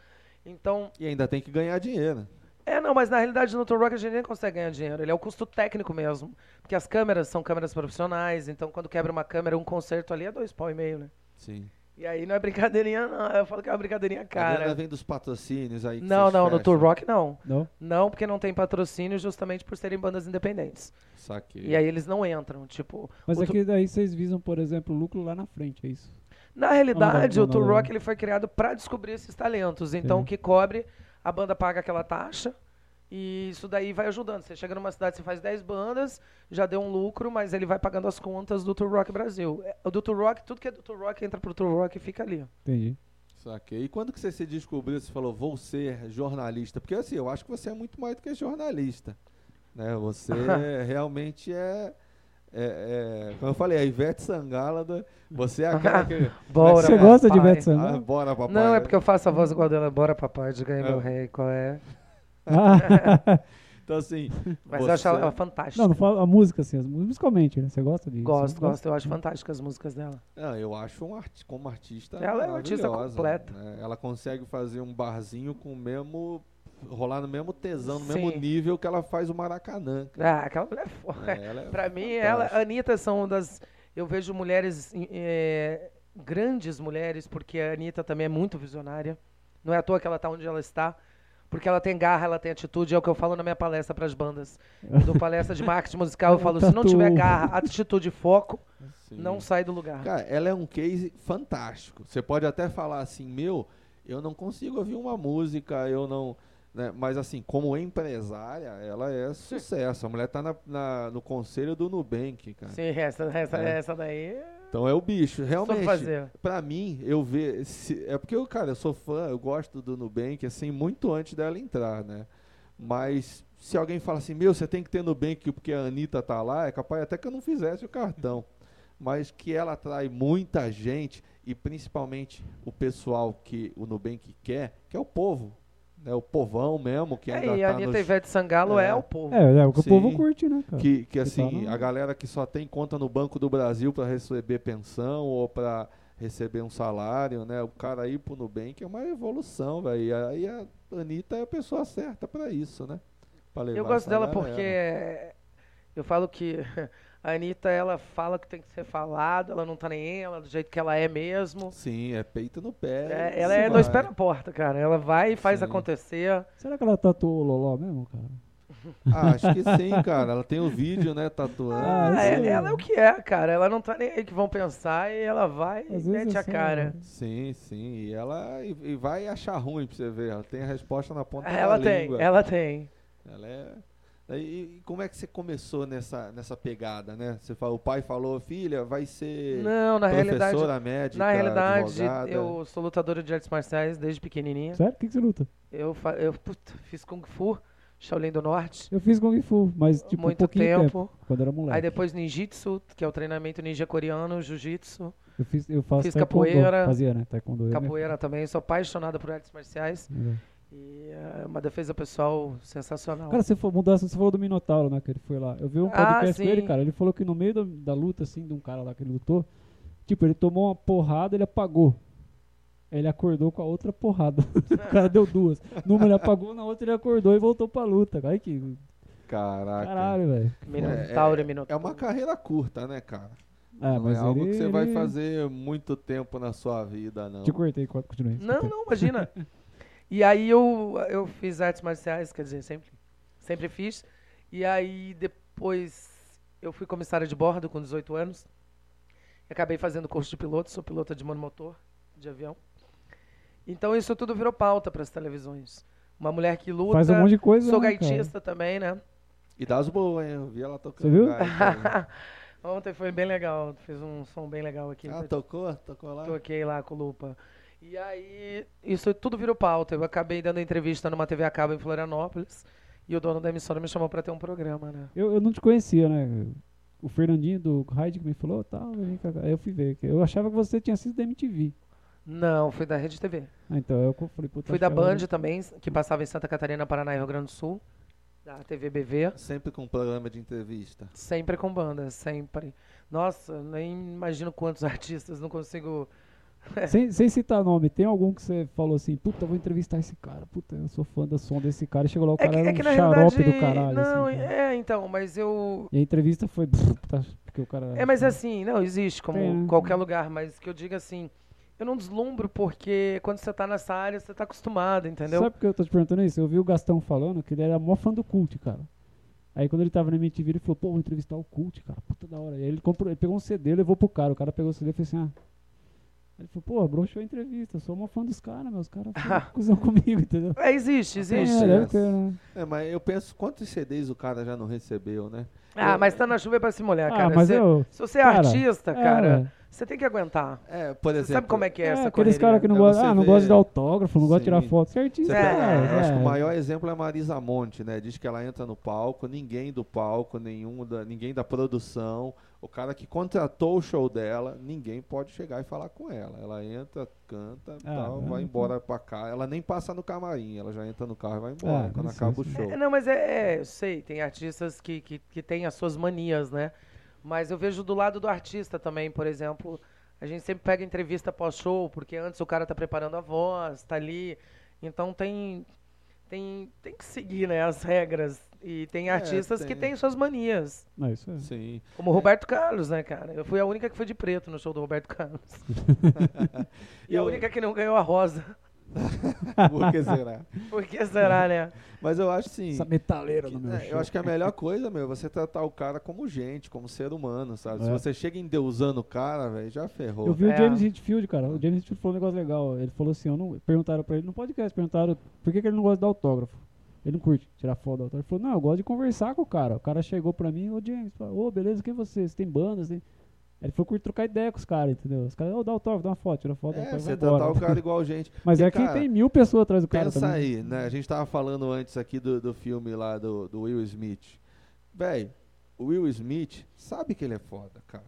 Speaker 3: Então,
Speaker 1: E ainda tem que ganhar dinheiro.
Speaker 3: é não, mas na realidade no Tour Rock a gente nem consegue ganhar dinheiro, ele é o custo técnico mesmo. Porque as câmeras são câmeras profissionais, então quando quebra uma câmera, um concerto ali é dois pau e meio, né?
Speaker 1: Sim.
Speaker 3: E aí não é brincadeirinha, não. Eu falo que é uma brincadeirinha
Speaker 1: Cara,
Speaker 3: cara.
Speaker 1: vem dos patrocínios aí. que
Speaker 3: Não,
Speaker 1: vocês
Speaker 3: não, no
Speaker 1: fecham.
Speaker 3: Tour Rock não.
Speaker 2: Não?
Speaker 3: Não, porque não tem patrocínio justamente por serem bandas independentes.
Speaker 1: Saquei.
Speaker 3: E aí eles não entram, tipo...
Speaker 2: Mas
Speaker 3: o
Speaker 2: é que daí vocês visam, por exemplo, o lucro lá na frente, é isso.
Speaker 3: Na realidade,
Speaker 2: Não, não,
Speaker 3: o Tour
Speaker 2: não, não.
Speaker 3: Rock ele foi criado para descobrir esses talentos. Então, o
Speaker 2: Entendi.
Speaker 3: que cobre, a banda paga aquela taxa e isso daí vai ajudando. Você chega numa cidade, você faz 10 bandas, já deu um lucro, mas ele vai pagando as contas do Tour Rock Brasil. É, O do Tour Rock, tudo que é do Tour Rock entra pro Tour Rock e fica ali.
Speaker 2: Entendi.
Speaker 1: Saquei. E quando que você se descobriu, você falou, vou ser jornalista? Porque assim, eu acho que você é muito mais do que jornalista. Né?
Speaker 3: *laughs*
Speaker 1: Você realmente é, é, é- Como eu falei, a Ivete Sangala. da- Você é aquela
Speaker 3: *laughs*
Speaker 1: que.
Speaker 3: Bora,
Speaker 2: Você gosta de
Speaker 3: papai.
Speaker 2: Ivete
Speaker 1: Ah,
Speaker 2: Sangalo?
Speaker 1: bora, papai.
Speaker 3: Não, é porque eu faço a voz igual dela. Bora, papai, diga aí,
Speaker 1: É.
Speaker 3: meu rei, qual é?
Speaker 2: Ah, *laughs*
Speaker 1: Então, assim.
Speaker 3: Mas
Speaker 1: você...
Speaker 3: eu acho ela, ela fantástica.
Speaker 2: não, não fala a música, assim, as músicas, musicalmente, né? Você gosta de.
Speaker 3: Gosto,
Speaker 2: você
Speaker 3: gosto.
Speaker 2: gosta?
Speaker 3: Eu acho fantástica as músicas dela.
Speaker 1: Não, eu acho um arti... como artista.
Speaker 3: Ela é uma artista
Speaker 1: maravilhosa,
Speaker 3: completa.
Speaker 1: né? Ela consegue fazer um barzinho com o mesmo. rolar no mesmo tesão, no mesmo
Speaker 3: Sim.
Speaker 1: nível que ela faz o Maracanã. cara.
Speaker 3: Ah, aquela mulher é forte.
Speaker 1: Né? Ela é
Speaker 3: Pra mim, ela,
Speaker 1: fantástica.
Speaker 3: a Anitta são uma das. Eu vejo mulheres, em- eh, grandes mulheres, porque a Anitta também é muito visionária. Não é à toa que ela tá onde ela está. Porque ela tem garra, ela tem atitude, é o que eu falo na minha palestra pras bandas. Eu dou palestra de marketing musical, *laughs* eu falo, se não tiver
Speaker 2: Tatu.
Speaker 3: garra, atitude e foco,
Speaker 1: Sim.
Speaker 3: não sai do lugar.
Speaker 1: assim, Cara, ela é um case fantástico. Você pode até falar assim, meu, eu não consigo ouvir uma música, eu não. né? Mas assim, como empresária, ela é sucesso. A mulher tá na- na- no conselho do Nubank, cara.
Speaker 3: Sim, essa, essa,
Speaker 1: É.
Speaker 3: essa daí é
Speaker 1: Então é o bicho,
Speaker 3: sobre
Speaker 1: realmente.
Speaker 3: fazer.
Speaker 1: Pra mim, eu ver. se- é porque eu, cara, eu sou fã, eu gosto do Nubank, assim, muito antes dela entrar, né? Mas se alguém fala assim, meu, você tem que ter Nubank porque a Anitta tá lá, é capaz até que eu não fizesse o cartão. Mas que ela atrai muita gente e principalmente o pessoal que o Nubank quer, que é o povo. Né? O povão mesmo, que ainda
Speaker 3: É, e a
Speaker 1: tá
Speaker 3: Anitta
Speaker 1: nos-
Speaker 3: Ivete Sangalo é.
Speaker 1: É.
Speaker 3: o povo.
Speaker 2: É, é o que
Speaker 1: Sim.
Speaker 2: o povo curte, né, cara?
Speaker 1: que, que
Speaker 2: tá
Speaker 1: assim,
Speaker 2: no-
Speaker 1: a galera que só tem conta no Banco do Brasil para receber pensão ou para receber um salário, né? O cara ir pro Nubank é uma evolução, velho. E aí a Anitta é a pessoa certa para isso, né? pra levar
Speaker 3: Eu gosto
Speaker 1: essa
Speaker 3: dela
Speaker 1: galera.
Speaker 3: porque eu falo que *laughs* a Anitta, ela fala o que tem que ser falado, ela não tá nem aí, ela é do jeito que ela é mesmo.
Speaker 1: Sim, é peito no pé.
Speaker 3: É, ela
Speaker 1: se
Speaker 3: é dois
Speaker 1: vai.
Speaker 3: pés na porta, cara. Ela vai e faz
Speaker 1: Sim.
Speaker 3: acontecer.
Speaker 2: Será que ela tatuou o Loló mesmo, cara?
Speaker 1: Ah, acho que sim, cara. Ela tem o vídeo, né, tatuando.
Speaker 2: Ah,
Speaker 3: Ah,
Speaker 2: isso
Speaker 3: ela,
Speaker 2: aí.
Speaker 3: ela é o que é, cara. Ela não tá nem aí que vão pensar e ela vai
Speaker 2: Às
Speaker 3: e
Speaker 2: vezes
Speaker 3: mete a
Speaker 2: assim,
Speaker 3: cara.
Speaker 2: né?
Speaker 1: Sim, sim. E ela e, e vai achar ruim pra você ver. Ela tem a resposta na ponta
Speaker 3: Ah, Ela
Speaker 1: da
Speaker 3: tem,
Speaker 1: língua.
Speaker 3: ela tem.
Speaker 1: Ela é. E, e como é que você começou nessa, nessa pegada, né? Você falou, o pai falou, filha, vai ser
Speaker 3: Não, na realidade,
Speaker 1: professora médica,
Speaker 3: na realidade,
Speaker 1: advogada.
Speaker 3: eu sou lutadora de artes marciais desde pequenininha.
Speaker 2: Sério? O que, que você luta?
Speaker 3: Eu, fa- eu puta, fiz Kung Fu, Shaolin do Norte,
Speaker 2: Eu fiz Kung Fu, mas tipo um
Speaker 3: muito
Speaker 2: pouquinho tempo.
Speaker 3: tempo.
Speaker 2: quando era
Speaker 3: Aí
Speaker 2: moleque.
Speaker 3: depois ninjitsu, que é o treinamento ninja coreano, jiu-jitsu,
Speaker 2: Eu fiz, eu faço
Speaker 3: fiz
Speaker 2: taekwondo,
Speaker 3: capoeira,
Speaker 2: Fazia, né? Taekwondo. eu mesmo.
Speaker 3: capoeira também. Sou apaixonada por artes marciais.
Speaker 2: Legal.
Speaker 3: E é uma defesa pessoal sensacional.
Speaker 2: Cara, você falou, mudança, você falou do Minotauro, né? Que ele foi lá. Eu vi um
Speaker 3: Ah,
Speaker 2: podcast com ele,
Speaker 3: sim.
Speaker 2: cara. Ele falou que no meio da, da luta, assim, de um cara lá que ele lutou, tipo, ele tomou uma porrada, ele apagou. Aí Ele acordou com a outra porrada. *laughs* o cara deu duas. Numa ele apagou, na outra ele acordou e voltou pra luta. Cara, que
Speaker 1: Caraca.
Speaker 2: caralho, velho.
Speaker 3: Minotauro,
Speaker 1: É-
Speaker 3: e Minotauro.
Speaker 1: É uma carreira curta, né, cara?
Speaker 2: É,
Speaker 1: Não é
Speaker 2: mas
Speaker 1: algo
Speaker 2: ele-
Speaker 1: que você vai
Speaker 2: ele- Tipo-
Speaker 1: fazer muito tempo na sua vida, não.
Speaker 2: Te cortei, co- continuei.
Speaker 3: Não,
Speaker 2: Desculpa.
Speaker 3: não, imagina. E aí eu, eu fiz artes marciais, quer dizer, sempre, sempre fiz. E aí depois eu fui comissária de bordo com 18 anos. Acabei fazendo curso de piloto, sou pilota de monomotor, de avião. Então isso tudo virou pauta para as televisões. Uma mulher que luta,
Speaker 2: Faz um monte de coisa.
Speaker 3: sou
Speaker 2: né, cara?
Speaker 3: gaitista também, né?
Speaker 1: E das boas, hein? Eu vi ela tocando. então. Ah,
Speaker 2: Você viu?
Speaker 3: *laughs*
Speaker 1: gaita.
Speaker 3: Ontem foi bem legal, fiz um som bem legal aqui.
Speaker 1: Ah,
Speaker 2: tá.
Speaker 1: tocou? Tocou lá?
Speaker 3: Toquei lá com o Lupa. E aí, isso tudo virou pauta. Eu acabei dando entrevista numa TV a cabo em Florianópolis. E o dono da emissora me chamou pra ter um programa, né?
Speaker 2: Eu, eu não te conhecia, né? O Fernandinho do Raid que me falou, tal, vem cá. Aí eu fui ver. que Eu achava que você tinha sido da MTV.
Speaker 3: Não, fui da Rede TV.
Speaker 2: Ah, então eu co- falei, puta.
Speaker 3: Fui
Speaker 2: acho
Speaker 3: da
Speaker 2: que
Speaker 3: Band também, que passava em Santa Catarina, Paraná e Rio Grande do Sul. Da TV BV.
Speaker 1: Sempre com um programa de entrevista.
Speaker 3: Sempre com banda, sempre. Nossa, nem imagino quantos *laughs* artistas, não consigo. né?
Speaker 2: ela- Sem, sem citar nome, tem algum que você falou assim, puta, eu vou entrevistar esse cara, puta, eu sou fã do som desse cara. E Chegou lá, o
Speaker 3: É
Speaker 2: cara
Speaker 3: que,
Speaker 2: era
Speaker 3: é
Speaker 2: um
Speaker 3: que na
Speaker 2: xarope
Speaker 3: realidade.
Speaker 2: do caralho.
Speaker 3: não,
Speaker 2: assim, cara.
Speaker 3: é, então, mas eu.
Speaker 2: E a entrevista foi. *laughs* puta, porque o cara.
Speaker 3: É, mas assim, não, existe como
Speaker 2: Tem, né?
Speaker 3: qualquer lugar, mas que eu diga assim, eu não deslumbro porque quando você tá nessa área, você tá acostumado, entendeu?
Speaker 2: Sabe por que eu tô te perguntando isso? Eu vi o Gastão falando que ele era mó fã do Cult, cara. Aí quando ele tava na MTV, ele falou, pô, vou entrevistar o Cult, cara, puta da hora. E aí ele, comprou, ele pegou um CD, levou pro cara. O cara pegou o CD e fez assim, ah. Aí Ele falou, pô, broxou a entrevista, eu sou mó fã dos caras, meus caras
Speaker 1: *laughs*
Speaker 2: foram cuzão comigo, entendeu?
Speaker 3: É, existe, existe.
Speaker 2: É, deve ter, né?
Speaker 1: É, mas eu penso quantos CDs o cara já não recebeu, né?
Speaker 3: Ah, mas tá na chuva é pra se molhar,
Speaker 2: Ah,
Speaker 3: cara.
Speaker 2: mas
Speaker 3: Você-
Speaker 2: eu...
Speaker 3: Se você é
Speaker 2: cara,
Speaker 3: artista,
Speaker 2: é,
Speaker 3: cara,
Speaker 2: ué.
Speaker 3: você tem que aguentar.
Speaker 1: É, por
Speaker 3: Você
Speaker 1: exemplo.
Speaker 3: sabe como é que é,
Speaker 2: É,
Speaker 3: essa
Speaker 2: aqueles
Speaker 3: correria.
Speaker 2: caras que não
Speaker 1: Aí
Speaker 2: gostam
Speaker 1: você
Speaker 2: ah, não
Speaker 1: vê-
Speaker 2: gosta de dar autógrafo, não gosta de tirar
Speaker 1: Sim.
Speaker 2: foto. Você é artista,
Speaker 1: Você
Speaker 3: É,
Speaker 2: cara.
Speaker 1: pega- eu acho que
Speaker 2: é.
Speaker 1: o maior exemplo é a Marisa Monte, né? Diz que ela entra no palco, ninguém do palco, nenhum da, ninguém da produção, o cara que contratou o show dela, ninguém pode chegar e falar com ela. Ela entra, canta,
Speaker 2: Ah,
Speaker 1: tal,
Speaker 2: mas-
Speaker 1: vai embora pra cá. Ela nem passa no camarim, ela já entra no carro e vai embora
Speaker 2: Ah,
Speaker 1: quando
Speaker 2: isso,
Speaker 1: acaba o
Speaker 2: isso.
Speaker 1: show.
Speaker 3: É, não, mas é, é, eu sei, tem artistas que, que, que têm as suas manias, né? Mas eu vejo do lado do artista também, por exemplo, a gente sempre pega entrevista pós-show, porque antes o cara tá preparando a voz, tá ali. Então tem, tem, tem que seguir, né, as regras. E tem
Speaker 1: É,
Speaker 3: artistas que
Speaker 1: tem.
Speaker 3: têm suas manias.
Speaker 2: Não, isso é.
Speaker 1: Sim.
Speaker 3: Como o Roberto Carlos, né, cara? Eu fui a única que foi de preto no show do Roberto
Speaker 1: *laughs*
Speaker 3: Carlos. e a
Speaker 1: Eu-
Speaker 3: única que não ganhou a rosa.
Speaker 1: Por que será?
Speaker 3: Por
Speaker 1: *laughs*
Speaker 3: que será, né?
Speaker 1: Mas eu acho sim.
Speaker 2: Essa metaleira no
Speaker 1: que-
Speaker 2: meu
Speaker 1: é,
Speaker 2: show.
Speaker 1: eu acho que a melhor coisa, meu, é você tratar o cara como gente, como ser humano, sabe? Se
Speaker 2: É.
Speaker 1: você chega endeusando o cara, velho, já ferrou.
Speaker 2: Eu vi
Speaker 3: É.
Speaker 2: o James Hetfield, cara. O James Hetfield falou um negócio legal. Ele falou assim, eu não, perguntaram pra ele no podcast, perguntaram por que, que ele não gosta de dar autógrafo. Ele não curte tirar foto do autógrafo. Ele falou, não, eu gosto de conversar com o cara. O cara chegou pra mim, ô James, fala, ô, beleza, quem é você? Você tem bandas, tem... Aí Ele falou, curto trocar ideia com os caras, entendeu? Os caras, ô, dá autógrafo, dá uma foto, tira foto, dá
Speaker 1: É,
Speaker 2: autógrafo,
Speaker 1: você
Speaker 2: vai
Speaker 1: tratar
Speaker 2: embora.
Speaker 1: o cara igual gente.
Speaker 2: né? *laughs* Mas
Speaker 1: Porque,
Speaker 2: é que
Speaker 1: cara,
Speaker 2: tem mil pessoas atrás do cara
Speaker 1: Pensa
Speaker 2: também.
Speaker 1: aí, né? A gente tava falando antes aqui do, do filme lá do, do Will Smith. Véi, o Will Smith sabe que ele é foda,
Speaker 3: *laughs*
Speaker 1: cara.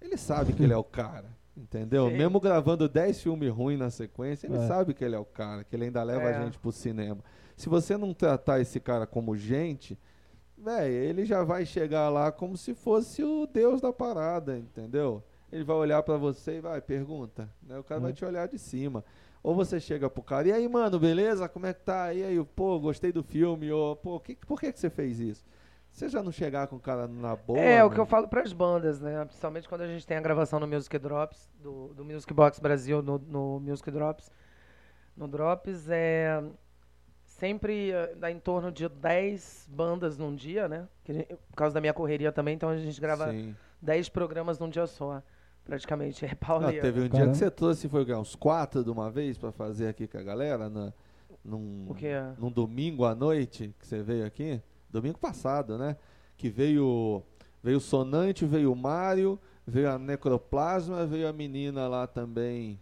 Speaker 1: Ele sabe que ele é o cara, entendeu?
Speaker 3: Sim.
Speaker 1: Mesmo gravando 10 filmes ruins na sequência, ele
Speaker 2: É.
Speaker 1: sabe que ele é o cara, que ele ainda leva
Speaker 3: É.
Speaker 1: a gente pro cinema. Se você não tratar esse cara como gente, véi, ele já vai chegar lá como se fosse o deus da parada, entendeu? ele vai olhar pra você e vai, pergunta. né? O cara vai te olhar de cima. Ou você chega pro cara, e aí, mano, beleza? Como é que tá? E aí, pô, gostei do filme, ou, pô, que, por que, que você fez isso? Você já não chegar com o cara na boa.
Speaker 3: É, o
Speaker 1: né?
Speaker 3: que eu falo pras bandas, né? Principalmente quando a gente tem a gravação no Music Drops, do, do Music Box Brasil, no, no Music Drops. No Drops, é. Sempre eh, dá em torno de 10 bandas num dia, né? Que a gente- por causa da minha correria também, então a gente grava
Speaker 1: Sim.
Speaker 3: 10 programas num dia só. Praticamente, *laughs* é
Speaker 1: Ah,
Speaker 3: pauleira.
Speaker 1: teve um dia
Speaker 2: Caramba.
Speaker 1: que você trouxe, foi o quê? uns quatro de uma vez pra fazer aqui com a galera, na, num,
Speaker 3: O quê?
Speaker 1: num domingo à noite que você veio aqui, domingo passado, né? Que veio veio o Sonante, veio o Mário, veio a Necroplasma, veio a menina lá também.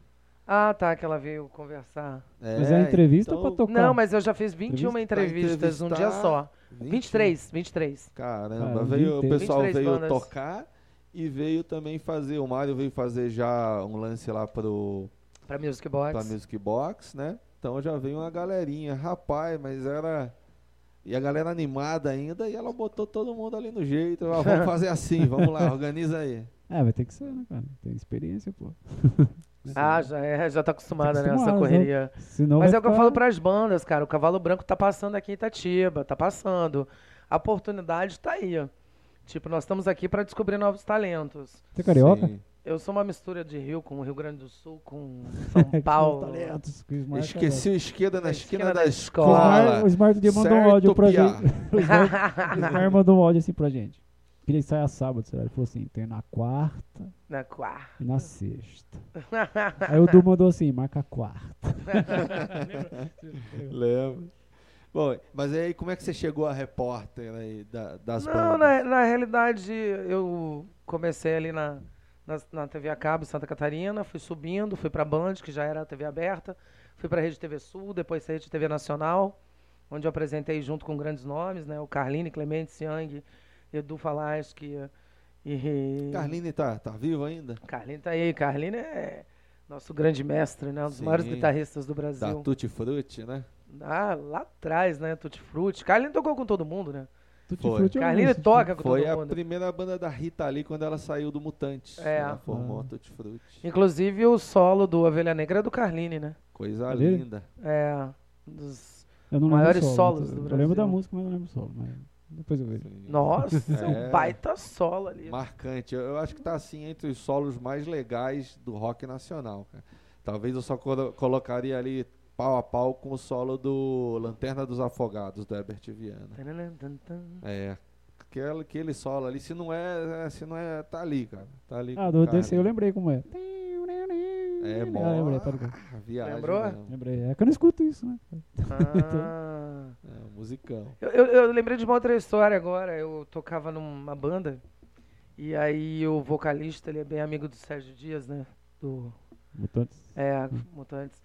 Speaker 3: Ah, tá, que ela veio conversar.
Speaker 2: Mas é, a entrevista
Speaker 1: então,
Speaker 2: pra tocar.
Speaker 3: Não, mas eu já fiz 21
Speaker 1: Entrevista-
Speaker 3: entrevistas num dia
Speaker 1: entrevistar-
Speaker 3: só.
Speaker 1: 20.
Speaker 3: 23, 23.
Speaker 1: Caramba,
Speaker 2: Ah,
Speaker 1: veio, o
Speaker 2: 23
Speaker 1: pessoal veio
Speaker 3: bandas.
Speaker 1: tocar e veio também fazer, o Mário veio fazer já um lance lá pro
Speaker 3: Pra Music Box.
Speaker 1: pra Music Box, né? Então já veio uma galerinha, rapaz, mas era. E a galera animada ainda, e ela botou todo mundo ali no jeito. ó,
Speaker 2: *laughs*
Speaker 1: vamos fazer assim, vamos lá, organiza aí.
Speaker 2: É, vai ter que ser, né, cara? Tem experiência, pô.
Speaker 3: Ah, já, é, já tá acostumada, né? Essa
Speaker 2: Acostumada, né?
Speaker 3: correria.
Speaker 2: Senão
Speaker 3: Mas
Speaker 2: vai
Speaker 3: é o que eu
Speaker 2: ficar-
Speaker 3: falo pras bandas, cara. O Cavalo Branco tá passando aqui em Itatiba, tá passando. A oportunidade tá aí. Tipo, nós estamos aqui pra descobrir novos talentos.
Speaker 2: Você é carioca?
Speaker 1: Sim.
Speaker 3: Eu sou uma mistura de Rio com o Rio Grande do Sul, *laughs* com São Paulo.
Speaker 2: Talentos, que o Ismar é
Speaker 1: Esqueci o esquerda na
Speaker 3: Na
Speaker 1: esquina,
Speaker 3: esquina
Speaker 1: da
Speaker 3: da
Speaker 2: carioca. O
Speaker 1: escola.
Speaker 2: Ismar- O Ismar outro dia mandou um
Speaker 1: Certo,
Speaker 2: áudio pra
Speaker 1: piá.
Speaker 2: gente. O Ismar, o Ismar mandou um áudio assim pra gente. Que ele sai a sábado, será? Ele falou assim: tem na quarta
Speaker 3: *laughs* Na quarta.
Speaker 2: e na
Speaker 3: *laughs*
Speaker 2: sexta. Aí o Du mandou assim: marca a
Speaker 1: *laughs*
Speaker 2: quarta.
Speaker 1: Lembro. Bom, mas aí como é que você chegou a repórter aí da- das
Speaker 3: Não,
Speaker 1: bandas?
Speaker 3: na, na realidade, eu comecei ali na, na, na TV a cabo em Santa Catarina, fui subindo, fui pra Band, que já era a TV aberta, fui pra Rede TV Sul, depois a Rede TV Nacional, onde eu apresentei junto com grandes nomes, né? O Carline, Clemente Siang, Edu Falaschi e...
Speaker 1: Carline tá, tá vivo ainda?
Speaker 3: Carline tá aí, Carline é nosso grande mestre, né? Um dos
Speaker 1: Sim. Tá,
Speaker 3: maiores guitarristas do Brasil.
Speaker 1: Da Tutti Frutti, né?
Speaker 3: Ah, lá atrás, né? Tutti Frutti. Carline tocou com todo mundo, né?
Speaker 2: Tutti
Speaker 1: Foi.
Speaker 2: Frutti eu
Speaker 3: Carline
Speaker 2: ouço.
Speaker 3: toca com
Speaker 1: Foi
Speaker 3: todo
Speaker 1: a
Speaker 3: mundo.
Speaker 1: primeira banda da Rita ali quando ela saiu do Mutantes.
Speaker 3: É.
Speaker 1: Ela formou
Speaker 2: Ah.
Speaker 1: a Tutti Frutti.
Speaker 3: Inclusive o solo do Avelha Negra é do Carline, né?
Speaker 1: Coisa
Speaker 2: Dele?
Speaker 1: linda.
Speaker 3: É. Dos...
Speaker 2: Eu não
Speaker 3: Maiores
Speaker 2: lembro o solo,
Speaker 3: solos do
Speaker 2: eu
Speaker 3: Brasil.
Speaker 2: lembro da música, mas não lembro o solo. Mas depois eu vejo.
Speaker 1: Sim.
Speaker 3: Nossa,
Speaker 1: É.
Speaker 3: um baita solo ali.
Speaker 1: Marcante. Eu, eu acho que tá assim entre os solos mais legais do rock nacional, cara. Talvez eu só colo- colocaria ali pau a pau com o solo do Lanterna dos Afogados, do Herbert Viana.
Speaker 3: Tananã, tan, tan.
Speaker 1: É. Aquele, aquele solo ali, se não é, é, se não é, tá ali, cara. Tá ali.
Speaker 2: Ah,
Speaker 1: com o
Speaker 2: do
Speaker 1: cara.
Speaker 2: DC eu lembrei como é.
Speaker 1: É bom.
Speaker 2: Ah, lembrei, tá ligado.
Speaker 1: Ah, viagem
Speaker 3: Lembrou?
Speaker 1: mesmo.
Speaker 2: Lembrei. É que eu não escuto isso, né?
Speaker 3: Ah.
Speaker 1: É, um musicão.
Speaker 3: *laughs* Eu, eu- eu lembrei de uma outra história agora. Eu tocava numa banda e aí o vocalista, ele é bem amigo do Sérgio Dias, né? Do
Speaker 2: Mutantes.
Speaker 3: É, Mutantes.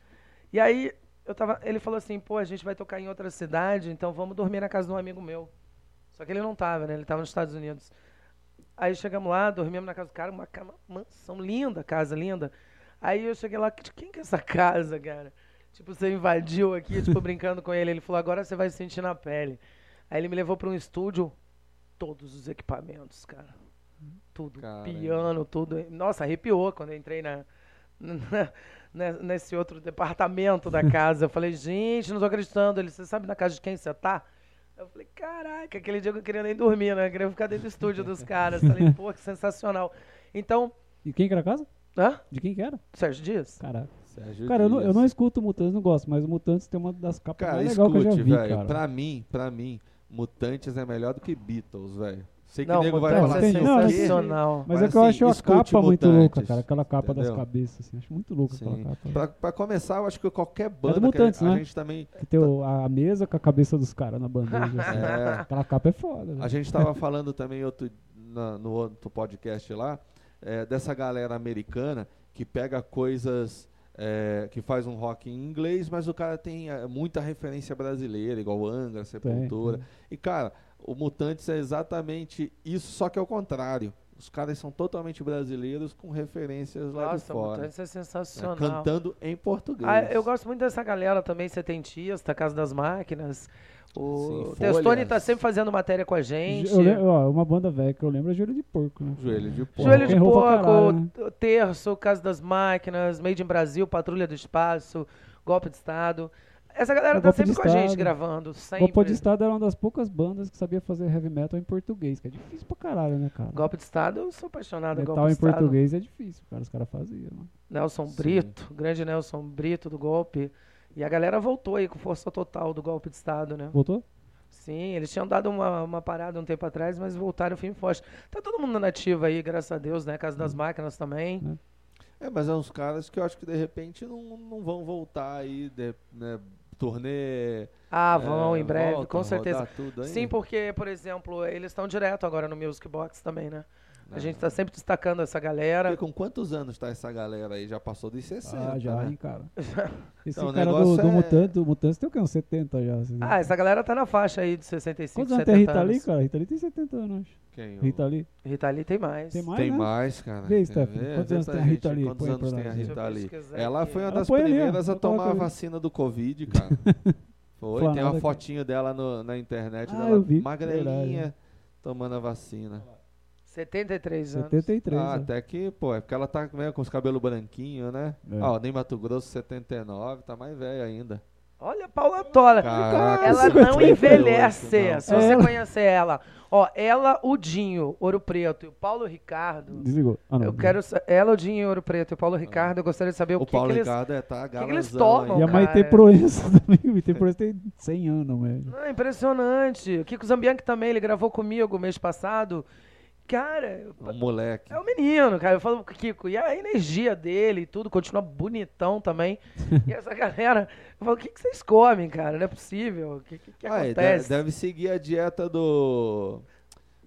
Speaker 3: E aí, eu tava, ele falou assim, pô, a gente vai tocar em outra cidade, então vamos dormir na casa de um amigo meu. Só que ele não tava, né? Ele tava nos Estados Unidos. Aí chegamos lá, dormimos na casa do cara, uma cama, mansão linda, casa linda. Aí eu cheguei lá, "De quem que é essa casa, cara? Tipo, você invadiu aqui, tipo, brincando com ele. Ele falou, agora você vai sentir na pele. Aí ele me levou pra um estúdio, todos os equipamentos, cara. Tudo,
Speaker 1: Caramba.
Speaker 3: piano, tudo. Nossa, arrepiou quando eu entrei na, né, nesse outro departamento da casa. Eu falei, gente, não tô acreditando. Ele, você sabe na casa de quem você tá? Eu falei, caraca, aquele dia que eu queria nem dormir, né? Eu queria ficar dentro do estúdio dos caras. Falei, pô, que sensacional. Então,
Speaker 2: E quem que era a casa?
Speaker 3: hã?
Speaker 2: De quem que era?
Speaker 3: Sérgio Dias?
Speaker 2: Caraca.
Speaker 1: Sérgio
Speaker 2: Cara, eu não,
Speaker 1: Dias.
Speaker 2: eu não escuto Mutantes, não gosto, mas o Mutantes tem uma das capas
Speaker 1: Cara,
Speaker 2: mais
Speaker 1: escute,
Speaker 2: legais que eu já vi,
Speaker 1: velho.
Speaker 2: cara.
Speaker 1: Pra mim, pra mim, Mutantes é melhor do que Beatles, velho. Sei que
Speaker 3: Não,
Speaker 1: o nego vai
Speaker 3: Mutantes
Speaker 1: falar
Speaker 2: é
Speaker 1: assim, o quê?
Speaker 3: sensacional.
Speaker 2: Mas
Speaker 1: Mas
Speaker 2: é que eu
Speaker 1: assim,
Speaker 2: acho a
Speaker 1: escute
Speaker 2: capa muito louca,
Speaker 1: Mutantes,
Speaker 2: cara. Aquela capa das
Speaker 1: entendeu?
Speaker 2: cabeças, assim. Acho muito louca
Speaker 1: Sim.
Speaker 2: aquela capa.
Speaker 1: Pra, pra começar, eu acho que qualquer banda
Speaker 2: Mutantes,
Speaker 1: que a, a
Speaker 2: né?
Speaker 1: gente também.
Speaker 2: Que tem o- a mesa com a cabeça dos caras na bandeja, assim.
Speaker 1: *laughs* É,
Speaker 2: Aquela capa é foda,
Speaker 1: a
Speaker 2: né?
Speaker 1: gente tava falando também outro, na- no outro podcast lá, é, dessa galera americana que pega coisas. é, que faz um rock em inglês, mas o cara tem é, muita referência brasileira, igual Angra, Sepultura. E, cara, o Mutantes é exatamente isso, só que é o contrário. Os caras são totalmente brasileiros com referências lá de
Speaker 3: Nossa,
Speaker 1: fora.
Speaker 3: mano, isso é
Speaker 1: né?
Speaker 3: sensacional.
Speaker 1: Cantando em português.
Speaker 3: Ah, eu gosto muito dessa galera também, Setentista, tá Casa das Máquinas. O
Speaker 1: Sim,
Speaker 3: Testoni
Speaker 1: Folhas.
Speaker 3: tá sempre fazendo matéria com a gente.
Speaker 2: Eu lem- ó, uma banda velha que eu lembro é Joelho de Porco, né?
Speaker 1: Joelho de porco.
Speaker 3: Joelho de
Speaker 2: Rock and roll pra né?
Speaker 3: Porco, Terço, Casa das Máquinas, Made in Brasil, Patrulha do Espaço, Golpe de Estado. Essa galera
Speaker 2: É,
Speaker 3: tá
Speaker 2: Golpe
Speaker 3: sempre
Speaker 2: de
Speaker 3: com a gente
Speaker 2: Estado.
Speaker 3: gravando, sempre.
Speaker 2: Copa de Estado era uma das poucas bandas que sabia fazer heavy metal em português, que é difícil pra caralho, né, cara?
Speaker 3: Golpe de Estado, eu sou apaixonado por
Speaker 2: Metal
Speaker 3: Golpe
Speaker 2: em
Speaker 3: de Estado.
Speaker 2: português é difícil, cara. Os caras faziam, né?
Speaker 3: Nelson
Speaker 1: Sim.
Speaker 3: Brito, grande Nelson Brito do Golpe. E a galera voltou aí com força total do Golpe de Estado, né?
Speaker 2: Voltou?
Speaker 3: Sim, eles tinham dado uma, uma parada um tempo atrás, mas voltaram firme e forte. Tá todo mundo na ativa aí, graças a Deus, né? Casa das Máquinas também.
Speaker 1: É, mas é uns caras que eu acho que de repente não, não vão voltar aí, de, né, turnê.
Speaker 3: Ah, vão
Speaker 1: é,
Speaker 3: em breve,
Speaker 1: volta,
Speaker 3: com
Speaker 1: rodar
Speaker 3: certeza.
Speaker 1: tudo aí.
Speaker 3: Sim, porque, por exemplo, eles estão direto agora no Music Box também, né?
Speaker 1: Ah.
Speaker 3: A gente tá sempre destacando essa
Speaker 1: Porque
Speaker 3: galera.
Speaker 1: com quantos anos tá essa galera aí? Já passou dos 60,
Speaker 2: Ah, já,
Speaker 1: né? *laughs*
Speaker 2: hein, cara. Esse
Speaker 1: Então, o
Speaker 2: cara do,
Speaker 1: negócio
Speaker 2: do
Speaker 1: é-
Speaker 2: Mutante, o Mutante tem o quê? Uns 70 já. assim, né?
Speaker 3: Ah, essa galera tá na faixa aí de 65,
Speaker 2: Quantos anos tem a
Speaker 3: 70
Speaker 2: Rita
Speaker 3: anos.
Speaker 2: Lee, cara? Rita Lee tem 70 anos, eu acho.
Speaker 1: Quem? O-
Speaker 2: Rita Lee.
Speaker 3: Rita Lee tem mais.
Speaker 2: Tem mais,
Speaker 1: um- Tem
Speaker 2: né?
Speaker 1: mais, cara.
Speaker 2: Vê,
Speaker 1: Quer
Speaker 2: Stephanie,
Speaker 1: ver?
Speaker 2: quantos
Speaker 1: Vê
Speaker 2: anos
Speaker 1: pra
Speaker 2: tem a Rita
Speaker 1: gente
Speaker 2: ali?
Speaker 1: Quantos
Speaker 2: Põe
Speaker 1: anos
Speaker 2: pra
Speaker 1: tem a
Speaker 2: nós,
Speaker 3: Deixa eu
Speaker 1: Rita ali?
Speaker 3: pesquisar
Speaker 1: Ela
Speaker 3: aqui.
Speaker 1: foi uma
Speaker 2: Ela
Speaker 1: das
Speaker 2: põe ali, ó.
Speaker 1: primeiras a
Speaker 2: Ela coloca
Speaker 1: tomar a
Speaker 2: ali.
Speaker 1: vacina do
Speaker 2: *laughs*
Speaker 1: Covid, cara. Foi,
Speaker 2: Fala
Speaker 1: tem uma
Speaker 2: nada, cara.
Speaker 1: fotinho dela no- na internet,
Speaker 2: Ah,
Speaker 1: dela
Speaker 2: eu vi,
Speaker 1: magrelinha
Speaker 2: verdade.
Speaker 1: tomando a vacina.
Speaker 3: 73 anos.
Speaker 2: 73.
Speaker 1: ah,
Speaker 2: né?
Speaker 1: até que, pô, é porque ela tá meio com os cabelos branquinhos, né?
Speaker 2: É.
Speaker 1: Ó, nem Mato Grosso 79, tá mais velha ainda.
Speaker 3: Olha a Paula Tola.
Speaker 1: Caraca,
Speaker 3: Ela não
Speaker 2: 58,
Speaker 3: envelhece.
Speaker 1: é não. É.
Speaker 3: Se você
Speaker 2: Ela-
Speaker 3: conhecer ela. Ó, ela, o Dinho, Ouro Preto e o Paulo Ricardo.
Speaker 2: Desligou. Ah, não.
Speaker 3: Eu quero. sa- Ela, o Dinho, Ouro Preto e o Paulo Ricardo. Eu gostaria de saber o,
Speaker 1: O
Speaker 3: que, que
Speaker 1: Paulo
Speaker 3: eles.
Speaker 1: Ricardo é, tá
Speaker 3: que
Speaker 1: galãzão
Speaker 3: eles
Speaker 1: aí.
Speaker 2: E
Speaker 3: tomam?
Speaker 2: a
Speaker 3: Não,
Speaker 2: Maitê
Speaker 3: cara.
Speaker 2: Proença *laughs* também. A Maitê Proença tem 100 anos, velho.
Speaker 3: Ah, impressionante. O Kiko Zambianchi também, ele gravou comigo mês passado. Cara,
Speaker 1: Um moleque.
Speaker 3: é um menino, cara. Eu falo pro Kiko. E a energia dele e tudo, continua bonitão
Speaker 1: *laughs*
Speaker 3: também. E essa galera, eu falo, o que, que vocês comem, cara? Não é possível. O que, que, que
Speaker 1: Ah, e de-
Speaker 3: acontece?
Speaker 1: deve seguir a dieta do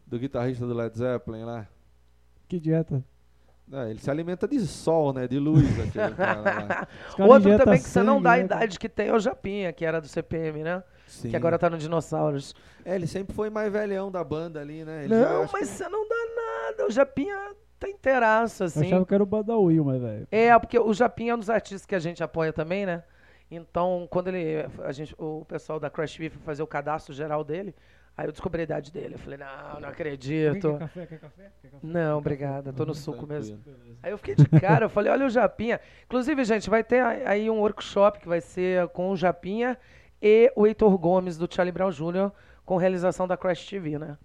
Speaker 1: do guitarrista do Led Zeppelin lá.
Speaker 2: Que dieta.
Speaker 1: Ah, ele se alimenta de sol, né? De
Speaker 3: *laughs*
Speaker 1: luz, aquele cara lá.
Speaker 2: Os caras
Speaker 3: Outro
Speaker 2: injetam
Speaker 3: também que você não
Speaker 2: sangue,
Speaker 3: dá a
Speaker 2: né, cara?
Speaker 3: idade que tem é o Japinha, que era do CPM, né?
Speaker 1: Sim.
Speaker 3: Que agora tá no Dinossauros.
Speaker 1: É, ele sempre foi mais velhão da banda ali, né? Ele já-
Speaker 3: não,
Speaker 1: acho
Speaker 3: mas você não dá nada. O Japinha tá inteiraço,
Speaker 2: Eu
Speaker 3: assim.
Speaker 2: achava que era o Badawi, mas, velho.
Speaker 3: É, porque o Japinha é um dos artistas que a gente apoia também, né? Então, quando ele. A gente, o pessoal da Crash Beef foi fazer o cadastro geral dele, aí eu descobri a idade dele. Eu falei, não, não acredito.
Speaker 2: café? Quer café?
Speaker 3: Não, obrigada, tô no
Speaker 1: que
Speaker 3: suco
Speaker 1: tranquilo.
Speaker 3: mesmo. Aí eu fiquei de cara, eu falei, olha o Japinha. Inclusive, gente, vai ter a- aí um workshop que vai ser com o Japinha e o Heitor Gomes do Charlie Brown Jr. com realização da Crash TV, né?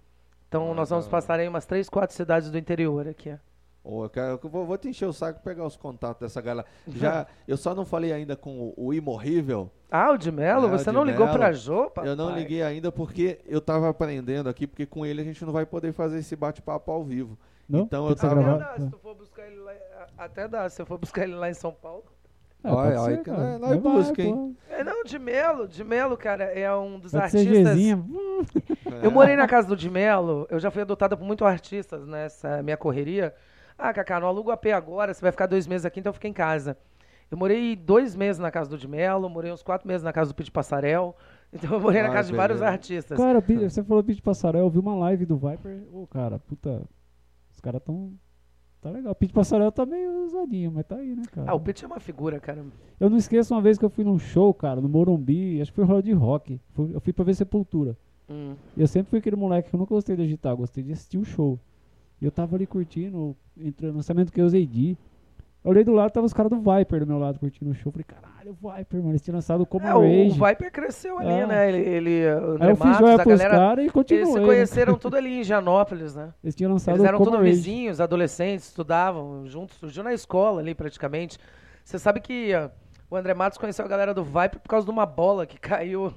Speaker 3: Então
Speaker 1: Ah,
Speaker 3: nós vamos
Speaker 1: legal.
Speaker 3: passar aí umas três, quatro cidades do interior aqui.
Speaker 1: Ô, eu quero- eu vou, vou te encher o saco e pegar os contatos dessa galera. Já, eu só não falei ainda com o, o Imorrível.
Speaker 3: Ah, o de Mello,
Speaker 1: É, o
Speaker 3: você
Speaker 1: de
Speaker 3: não ligou
Speaker 1: Mello.
Speaker 3: pra Jô, papai?
Speaker 1: Eu não liguei ainda porque eu tava aprendendo aqui, porque com ele a gente não vai poder fazer esse bate-papo ao vivo.
Speaker 2: Não?
Speaker 1: Então
Speaker 2: Tem
Speaker 1: eu
Speaker 2: que ser
Speaker 1: tava-
Speaker 3: Até
Speaker 2: gravado?
Speaker 3: dá, Tá se tu for buscar ele lá, até dá, se eu for buscar ele lá em São Paulo.
Speaker 2: É,
Speaker 1: Olha,
Speaker 2: pode
Speaker 1: olha
Speaker 2: ser,
Speaker 1: que
Speaker 2: cara.
Speaker 1: nós- nós
Speaker 2: Vai,
Speaker 1: busca,
Speaker 2: pô.
Speaker 1: hein?
Speaker 3: É, não, o de Melo, de Melo, cara, é um dos
Speaker 2: Vai ser
Speaker 3: artistas...
Speaker 2: Gzinha.
Speaker 1: É.
Speaker 3: Eu morei na casa do de Mello, eu já fui adotada por muitos artistas nessa minha correria. Ah, Cacá, não alugo AP agora, você vai ficar dois meses aqui, então eu fiquei em casa. Eu morei dois meses na casa do de Mello, morei uns quatro meses na casa do Pete Passarel. Então eu morei na
Speaker 2: Ah,
Speaker 1: Ai,
Speaker 3: casa de vários
Speaker 1: beleza.
Speaker 3: artistas.
Speaker 2: Cara, Bi- você falou Beat Passarel, eu vi uma live do Viper. Ô, cara, puta. Os caras tão. Tá legal. Pete Passarel tá meio ousadinho, mas tá aí, né, cara?
Speaker 3: Ah, o Pete é uma figura, cara.
Speaker 2: Eu não esqueço uma vez que eu fui num show, cara, no Morumbi, acho que foi o Royal de Rock. Fui- eu fui pra ver Sepultura.
Speaker 3: Hum.
Speaker 2: E eu sempre fui aquele moleque que eu nunca gostei de agitar, eu gostei de assistir o show. E eu tava ali curtindo, entrando no lançamento que eu usei de. Eu olhei do lado, tava os caras do Viper do meu lado curtindo o show. Eu Falei, caralho, Viper, mano, eles tinham lançado como
Speaker 3: É, o, o
Speaker 2: Rage.
Speaker 3: Viper cresceu ali,
Speaker 2: Ah.
Speaker 3: né? Ele, ele o
Speaker 2: Aí
Speaker 3: André
Speaker 2: eu fiz
Speaker 3: Matos,
Speaker 2: joia
Speaker 3: a
Speaker 2: pros
Speaker 3: galera...
Speaker 2: caras e
Speaker 3: Eles
Speaker 2: continuei.
Speaker 3: se
Speaker 2: né?
Speaker 3: conheceram tudo ali em Gianópolis, né?
Speaker 2: Eles tinham lançado
Speaker 3: Eles eram
Speaker 2: como
Speaker 3: todos
Speaker 2: Rage.
Speaker 3: vizinhos, adolescentes, estudavam juntos, surgiu na escola ali praticamente. Você sabe que ah, o André Matos conheceu a galera do Viper por causa de uma bola que *laughs* caiu.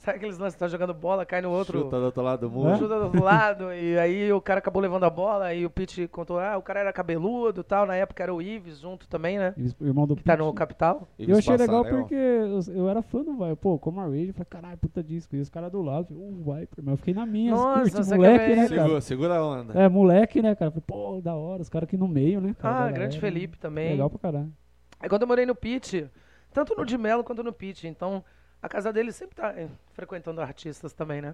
Speaker 3: Sabe aqueles lances que tá jogando bola, cai no outro,
Speaker 1: Chuta do outro lado do
Speaker 2: Hã?
Speaker 1: mundo.
Speaker 3: chuta do outro lado, e aí o cara acabou levando a bola, e o Pete contou, ah, o cara era cabeludo e tal, na época era o Ives junto também, né?
Speaker 2: Eles- o irmão do
Speaker 3: Que tá
Speaker 2: Pete.
Speaker 3: no Capital.
Speaker 1: E
Speaker 2: Eu achei
Speaker 1: passar,
Speaker 2: legal
Speaker 1: né, ó.
Speaker 2: porque eu, eu era fã do Viper. Pô, como a Rage, eu falei, caralho, puta disco. E os caras do lado, eu falei, uh, Viper. Mas eu fiquei na minha,
Speaker 3: Nossa,
Speaker 2: curte,
Speaker 3: você
Speaker 2: moleque, né,
Speaker 3: quer ver
Speaker 2: cara?
Speaker 1: Segura, segura a onda.
Speaker 2: É, moleque, né, cara? Falei, pô, da hora, os caras aqui no meio, né? cara,
Speaker 3: Ah,
Speaker 2: da
Speaker 3: grande
Speaker 2: galera.
Speaker 3: Felipe também.
Speaker 2: Legal pra caralho.
Speaker 3: Aí quando eu morei no Pit, tanto no de Melo quanto no Pit, então a casa dele sempre tá eh, frequentando artistas também, né?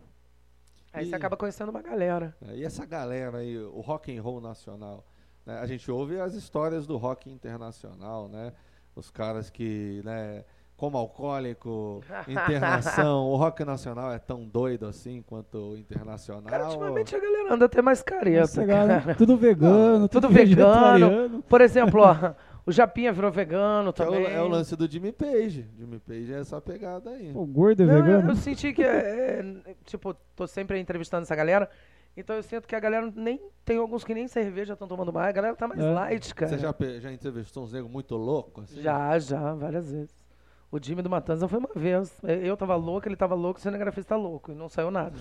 Speaker 3: Aí
Speaker 1: E-
Speaker 3: você acaba conhecendo uma galera.
Speaker 1: É, E essa galera aí, o rock and roll nacional, né, a gente ouve as histórias do rock internacional, né? Os caras que, né, como alcoólico, internação, o rock nacional é tão doido assim quanto o internacional.
Speaker 3: Cara, ultimamente a galera anda até mais careta, cara.
Speaker 2: Cegado, né? Tudo vegano, tudo,
Speaker 1: *laughs*
Speaker 2: *laughs*
Speaker 3: Tudo vegano.
Speaker 2: vegetariano.
Speaker 3: Por exemplo, ó, *laughs* o Japinha virou vegano
Speaker 1: Que é, o,
Speaker 3: também.
Speaker 1: é o lance do Jimmy Page. Jimmy Page é essa pegada aí.
Speaker 2: Pô, gordo é
Speaker 3: Não, eu,
Speaker 2: vegano.
Speaker 3: eu senti que, é, é, tipo, tô sempre entrevistando essa galera, então eu sinto que a galera nem, tem alguns que nem cerveja estão tomando mais, a galera tá mais
Speaker 2: É.
Speaker 3: light, cara.
Speaker 1: Você já, pe- já entrevistou uns negros muito loucos? assim?
Speaker 3: Já, já, várias vezes. O Jimmy do Matanza foi uma vez. É, Eu tava louco, ele tava louco, o cinegrafista tá louco. E não saiu nada.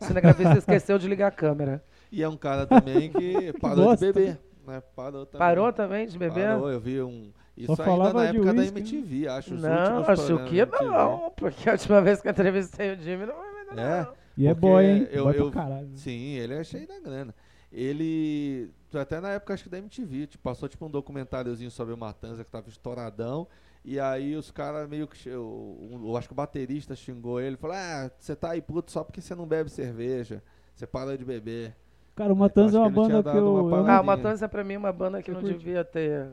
Speaker 3: O
Speaker 1: *laughs*
Speaker 3: cinegrafista esqueceu de ligar a câmera.
Speaker 1: E é um cara também
Speaker 3: *laughs*
Speaker 1: que parou de
Speaker 2: bosta.
Speaker 1: beber. Né? Parou também.
Speaker 3: Parou também de beber?
Speaker 1: Parou, eu vi um. Isso ainda
Speaker 2: falava
Speaker 1: na
Speaker 2: de
Speaker 1: época da
Speaker 2: uísque, né?
Speaker 1: MTV, acho. Os
Speaker 3: Não,
Speaker 1: últimos
Speaker 3: acho
Speaker 1: programas
Speaker 3: que
Speaker 1: da MTV.
Speaker 3: não, porque a última vez que eu entrevistei o Jimmy não foi muito, não.
Speaker 1: É?
Speaker 2: E é
Speaker 1: Porque
Speaker 2: boy, hein?
Speaker 1: eu-
Speaker 2: boy
Speaker 1: eu-
Speaker 2: pra caralho. né?
Speaker 1: Sim, ele é cheio da grana. Ele. Até na época, acho que da MTV, tipo, passou tipo um documentáriozinho sobre o Matanza que tava estouradão. E aí os caras meio que. che- o- o- Eu acho que o baterista xingou ele, falou: Ah, você tá aí puto só porque você não bebe cerveja. Você parou de beber.
Speaker 2: Cara, o Matanza é
Speaker 1: Eu
Speaker 2: uma
Speaker 1: acho que ele tinha
Speaker 2: banda que
Speaker 1: dado
Speaker 2: eu,
Speaker 1: uma
Speaker 2: eu
Speaker 1: parada.
Speaker 2: não
Speaker 3: Ah,
Speaker 1: Maneiro.
Speaker 3: o Matanza pra mim é uma banda que
Speaker 2: Eu
Speaker 3: não
Speaker 2: curti.
Speaker 3: devia ter.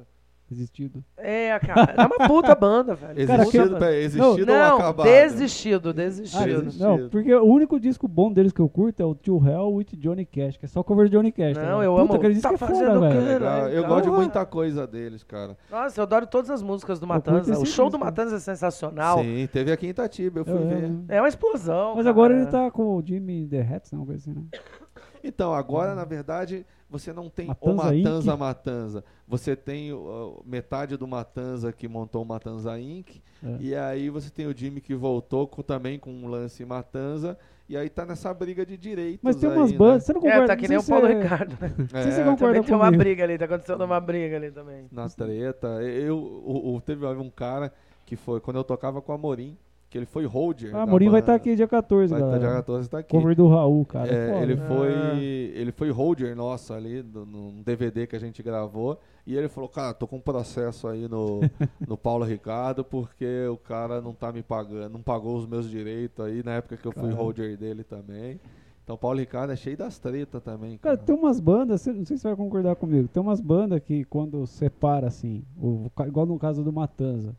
Speaker 2: desistido.
Speaker 3: É, cara, é uma puta banda, velho.
Speaker 2: Cara,
Speaker 1: Existido,
Speaker 3: Puta
Speaker 1: pera,
Speaker 3: banda.
Speaker 1: existido ou
Speaker 3: Não,
Speaker 1: é acabado?
Speaker 3: desistido,
Speaker 2: Ah,
Speaker 3: desistido.
Speaker 1: Desistido.
Speaker 2: não, porque o único disco bom deles que eu curto é o Two Hell with Johnny Cash, que é só cover de Johnny Cash. tá
Speaker 3: Não,
Speaker 2: ligado?
Speaker 3: eu
Speaker 2: Puta,
Speaker 3: amo-
Speaker 2: Aquele disco
Speaker 3: tá
Speaker 2: é foda,
Speaker 3: fazendo
Speaker 1: É
Speaker 2: velho.
Speaker 3: cano.
Speaker 1: legal. Eu
Speaker 3: Caralho,
Speaker 1: gosto de
Speaker 3: cara.
Speaker 1: muita coisa deles, cara.
Speaker 3: Nossa, eu adoro todas as músicas do
Speaker 2: Eu curto
Speaker 3: Matanza. O
Speaker 2: esse
Speaker 3: show do
Speaker 2: disco.
Speaker 3: Matanza é sensacional.
Speaker 1: Sim, teve aqui em Itatiba, eu fui
Speaker 2: Eu
Speaker 1: ver.
Speaker 2: amo.
Speaker 3: É uma explosão.
Speaker 2: Mas
Speaker 3: cara.
Speaker 2: agora ele tá com o Jimmy The Hats, não, coisa assim, né?
Speaker 1: Então, agora, na verdade, você não tem o
Speaker 2: É. Matanza Inc.
Speaker 1: Matanza Matanza. Você tem ó, metade do Matanza que montou o Matanza Inc.
Speaker 2: É.
Speaker 1: E aí você tem o Jimmy que voltou co- também com um lance Matanza. E aí tá nessa briga de direitos.
Speaker 2: Mas tem
Speaker 1: aí,
Speaker 2: umas
Speaker 1: né?
Speaker 2: bandas, você não concorda?
Speaker 3: É, tá que
Speaker 2: não
Speaker 3: nem o
Speaker 2: sei
Speaker 3: Paulo
Speaker 2: se você-
Speaker 3: Ricardo, né?
Speaker 2: Não sei se você
Speaker 1: É,
Speaker 2: concorda
Speaker 3: Também tem uma
Speaker 2: comigo.
Speaker 3: briga ali, tá acontecendo uma briga ali também.
Speaker 1: na treta. Eu, o, o- teve um cara que foi, quando eu tocava com a Morim, que ele foi holder.
Speaker 3: tá
Speaker 2: Ah,
Speaker 1: da
Speaker 2: Morim vai estar
Speaker 1: banda.
Speaker 2: aqui dia 14,
Speaker 1: Vai estar
Speaker 2: galera.
Speaker 1: dia 14, tá aqui.
Speaker 2: Cover do Raul, cara.
Speaker 1: É,
Speaker 2: foda. né?
Speaker 1: ele foi
Speaker 3: Ah.
Speaker 1: ele foi holder nosso ali do- num DVD que a gente gravou e ele falou cara tô com um processo aí
Speaker 2: *laughs*
Speaker 1: no, no Paulo Ricardo porque o cara não tá me pagando não pagou os meus direitos aí na época que eu fui
Speaker 2: Caralho.
Speaker 1: holder dele também então o Paulo Ricardo é cheio das tretas também
Speaker 2: Cara,
Speaker 1: cara,
Speaker 2: tem umas bandas, cê- não sei se você vai concordar comigo, tem umas bandas que quando separa, assim, o, ca- igual no caso do Matanza.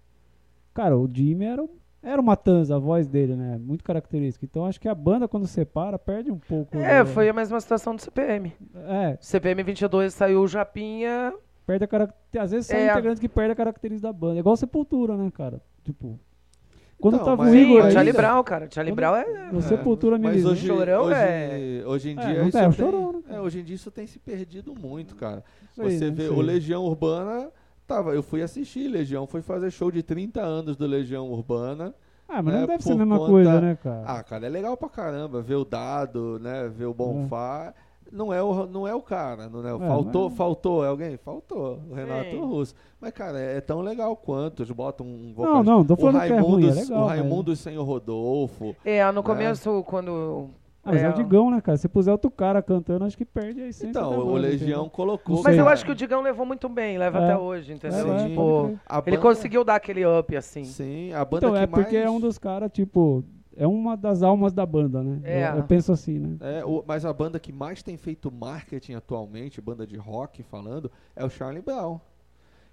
Speaker 2: Cara, o Jimmy era, o- era o Matanza, a voz dele, né? Muito característica. Então acho que a banda, quando separa, perde um pouco.
Speaker 3: É,
Speaker 2: do-
Speaker 3: foi a mesma situação do CPM.
Speaker 2: É,
Speaker 3: CPM 22 saiu o Japinha.
Speaker 2: perde a característica. Às vezes são
Speaker 3: É.
Speaker 2: integrantes que perdem a característica da banda. É igual Sepultura, né, cara? Tipo. Quando
Speaker 1: Então,
Speaker 2: tava
Speaker 1: mas-
Speaker 2: o
Speaker 3: Sim,
Speaker 2: Igor.
Speaker 3: o
Speaker 1: mas-
Speaker 3: Charlie
Speaker 2: ainda,
Speaker 3: Brown, cara. O Charlie
Speaker 2: é Quando-
Speaker 3: Brown é.
Speaker 2: O Sepultura me
Speaker 1: né? mas
Speaker 2: diz.
Speaker 1: hoje,
Speaker 3: Chorão
Speaker 1: hoje,
Speaker 3: é-
Speaker 1: hoje em
Speaker 2: É,
Speaker 1: dia
Speaker 2: não
Speaker 1: isso
Speaker 2: tá, é o
Speaker 1: tem-
Speaker 2: Chorão, né, cara?
Speaker 1: é, hoje em dia isso tem se perdido muito cara
Speaker 2: isso aí,
Speaker 1: Você
Speaker 2: né,
Speaker 1: vê,
Speaker 2: isso
Speaker 1: o
Speaker 2: aí.
Speaker 1: Legião Urbana tava, eu fui assistir Legião, fui fazer show de 30 anos do Legião Urbana.
Speaker 2: Ah, mas
Speaker 1: é,
Speaker 2: não deve ser a
Speaker 1: por
Speaker 2: mesma
Speaker 1: conta-
Speaker 2: coisa, né, cara?
Speaker 1: Ah, cara, é legal pra caramba ver o Dado, né, ver o Bonfá. Não é o não é o cara, não é o
Speaker 2: É,
Speaker 1: faltou,
Speaker 2: mas-
Speaker 1: faltou alguém, faltou, o Renato
Speaker 3: Sim.
Speaker 1: Russo. Mas cara, é tão legal quanto, eles botam um
Speaker 2: não, não, tô
Speaker 1: o
Speaker 2: falando que é ruim, é
Speaker 1: Raimundos,
Speaker 2: legal.
Speaker 1: o
Speaker 2: mas-
Speaker 1: Raimundo sem o Rodolfo.
Speaker 3: É, no
Speaker 1: Né?
Speaker 3: começo, quando.
Speaker 2: Ah, mas é,
Speaker 3: É,
Speaker 2: o Digão, né, cara? Se puser outro cara cantando, acho que perde a essência.
Speaker 1: Então,
Speaker 2: da
Speaker 1: o
Speaker 2: banda,
Speaker 1: Legião
Speaker 2: entendeu?
Speaker 1: colocou.
Speaker 3: Mas eu
Speaker 1: cara,
Speaker 3: acho que o Digão levou muito bem, leva
Speaker 2: É.
Speaker 3: até hoje, entendeu?
Speaker 1: Sim.
Speaker 3: Tipo,
Speaker 1: a
Speaker 3: ele
Speaker 1: banda-
Speaker 3: conseguiu dar aquele up, assim.
Speaker 1: Sim, a banda
Speaker 2: Então,
Speaker 1: que
Speaker 2: é porque
Speaker 1: mais...
Speaker 2: é um dos caras, tipo. É uma das almas da banda, né?
Speaker 3: É.
Speaker 2: Eu, eu penso assim, né?
Speaker 1: É, o- mas a banda que mais tem feito marketing atualmente, banda de rock falando, é o Charlie Brown.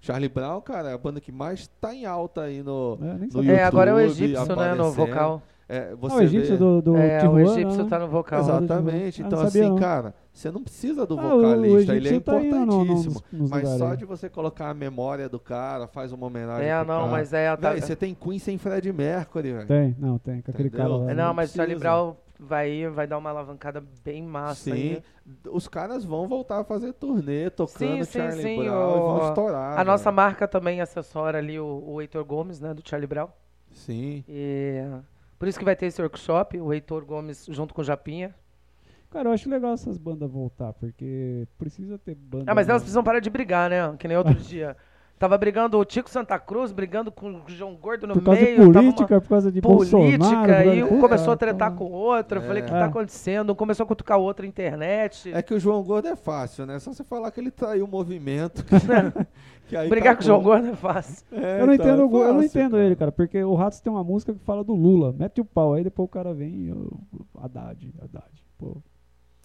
Speaker 1: Charlie Brown, cara, é a banda que mais tá em alta aí no.
Speaker 2: É, nem
Speaker 1: No
Speaker 2: sei.
Speaker 1: YouTube,
Speaker 3: é, agora é o egípcio, né? No
Speaker 1: aparecendo.
Speaker 3: vocal.
Speaker 1: É,
Speaker 2: Ah,
Speaker 1: você
Speaker 2: o egípcio
Speaker 1: vê-
Speaker 2: do, do
Speaker 3: é,
Speaker 2: Tijuana,
Speaker 3: o egípcio
Speaker 2: né?
Speaker 3: tá no vocal.
Speaker 2: Exato.
Speaker 1: Exatamente.
Speaker 2: Ah, não
Speaker 1: Então,
Speaker 2: sabia,
Speaker 1: assim,
Speaker 2: não.
Speaker 1: cara, você não precisa do
Speaker 2: Ah, o- o
Speaker 1: vocalista, ele é
Speaker 2: egípcio tá indo no-
Speaker 1: importantíssimo.
Speaker 2: nos- nos
Speaker 1: mas
Speaker 2: lugares né?
Speaker 1: só
Speaker 2: aí.
Speaker 1: de você colocar a memória do cara, faz uma homenagem.
Speaker 3: É,
Speaker 1: pro
Speaker 3: não,
Speaker 1: cara.
Speaker 3: mas é. Tá...
Speaker 1: Véi, você tem Queen sem Fred Mercury, velho.
Speaker 2: Tem, não, tem, com aquele
Speaker 1: Entendeu?
Speaker 2: cara lá. né?
Speaker 3: É,
Speaker 1: não
Speaker 3: Não, mas o Charlie
Speaker 1: precisa.
Speaker 3: Brown vai, vai dar uma alavancada bem massa.
Speaker 1: Sim,
Speaker 3: ainda.
Speaker 1: os caras vão voltar a fazer turnê tocando
Speaker 3: Sim, sim,
Speaker 1: Charlie
Speaker 3: sim,
Speaker 1: Brown e vão
Speaker 3: o-
Speaker 1: estourar.
Speaker 3: A
Speaker 1: velho.
Speaker 3: nossa marca também assessora ali o, o Heitor Gomes, né? Do Charlie Brown.
Speaker 1: Sim.
Speaker 3: E por isso que vai ter esse workshop, o Heitor Gomes junto com o Japinha.
Speaker 2: Cara, eu acho legal essas bandas voltar, porque precisa ter banda.
Speaker 3: Ah, mas elas
Speaker 2: né?
Speaker 3: precisam parar de brigar, né? Que nem outro dia. Tava brigando o Tico Santa Cruz, brigando com o João Gordo no
Speaker 2: Por causa
Speaker 3: meio.
Speaker 2: de
Speaker 3: tava uma-
Speaker 2: política, por causa de Bolsonaro.
Speaker 3: política, aí
Speaker 2: por
Speaker 3: um
Speaker 2: causa-
Speaker 3: começou a
Speaker 2: Puta,
Speaker 3: tretar
Speaker 2: tá-
Speaker 3: com o outro, eu falei, o que
Speaker 2: É.
Speaker 3: tá acontecendo? Um começou a cutucar o outro na internet.
Speaker 1: É que o João Gordo é fácil, né? Só você falar que ele traiu o movimento.
Speaker 2: *laughs* É.
Speaker 1: *laughs* que aí
Speaker 3: Brigar
Speaker 1: tá
Speaker 3: com o João
Speaker 1: bom.
Speaker 3: Gordo é fácil.
Speaker 1: É,
Speaker 2: Eu não
Speaker 1: então,
Speaker 2: entendo,
Speaker 1: é
Speaker 2: o Gu- eu não
Speaker 1: fácil,
Speaker 2: entendo ele, cara, porque o Ratos tem uma música que fala do Lula, mete o pau, aí depois o cara vem e eu, Haddad, Haddad. pô.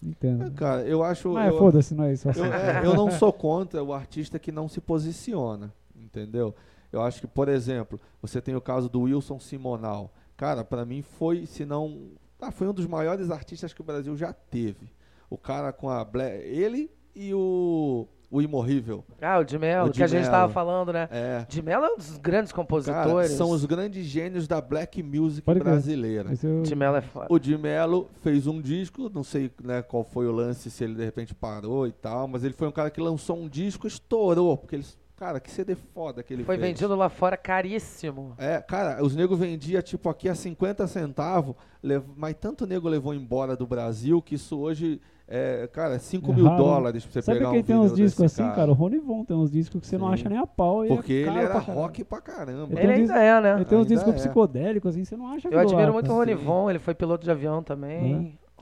Speaker 2: Entendo.
Speaker 1: É,
Speaker 2: né?
Speaker 1: cara, eu acho.
Speaker 2: Mas
Speaker 1: eu-
Speaker 2: foda-se, não é isso.
Speaker 1: Eu, é, eu não sou contra o artista que não se posiciona, entendeu? Eu acho que, por exemplo, você tem o caso do Wilson Simonal. Cara, pra mim foi, se não. Ah, foi um dos maiores artistas que o Brasil já teve. O cara com a. Bla- ele e o. O Imorrível.
Speaker 3: Ah, o de Mello,
Speaker 1: O
Speaker 3: que
Speaker 1: Di
Speaker 3: a gente
Speaker 1: Mello.
Speaker 3: tava falando, né?
Speaker 1: É.
Speaker 3: De Mello é um dos grandes compositores.
Speaker 1: Cara, são os grandes gênios da black music
Speaker 2: Pode crer.
Speaker 1: brasileira.
Speaker 2: Mas eu-
Speaker 3: De Mello é foda.
Speaker 1: O Di Mello fez um disco, não sei né, qual foi o lance, se ele de repente parou e tal, mas ele foi um cara que lançou um disco, estourou, porque eles. Cara, que CD foda que ele
Speaker 3: Foi
Speaker 1: fez.
Speaker 3: vendido lá fora caríssimo.
Speaker 1: É, cara, os negros vendiam tipo aqui a 50 centavos, lev- mas tanto nego levou embora do Brasil que isso hoje é, cara, 5
Speaker 2: É
Speaker 1: mil
Speaker 2: raro, né?
Speaker 1: dólares pra você
Speaker 2: Sabe
Speaker 1: pegar
Speaker 2: quem
Speaker 1: um
Speaker 2: tem uns
Speaker 1: vinil desse
Speaker 2: discos assim, cara? O Rony Von tem uns discos que você não
Speaker 1: Sim.
Speaker 2: acha nem a pau. e é
Speaker 1: Porque ele
Speaker 2: caro
Speaker 1: era
Speaker 2: pra caralho.
Speaker 1: rock pra caramba.
Speaker 2: Ele
Speaker 3: Ele
Speaker 2: tem um
Speaker 3: ainda é,
Speaker 2: Ele
Speaker 3: né?
Speaker 2: tem uns
Speaker 1: Ainda
Speaker 2: discos
Speaker 1: é.
Speaker 2: psicodélicos, assim, você não acha
Speaker 3: Eu
Speaker 2: aquilo lá,
Speaker 3: admiro muito o
Speaker 2: cara.
Speaker 3: Rony
Speaker 1: Sim.
Speaker 3: Von, ele foi piloto de avião também,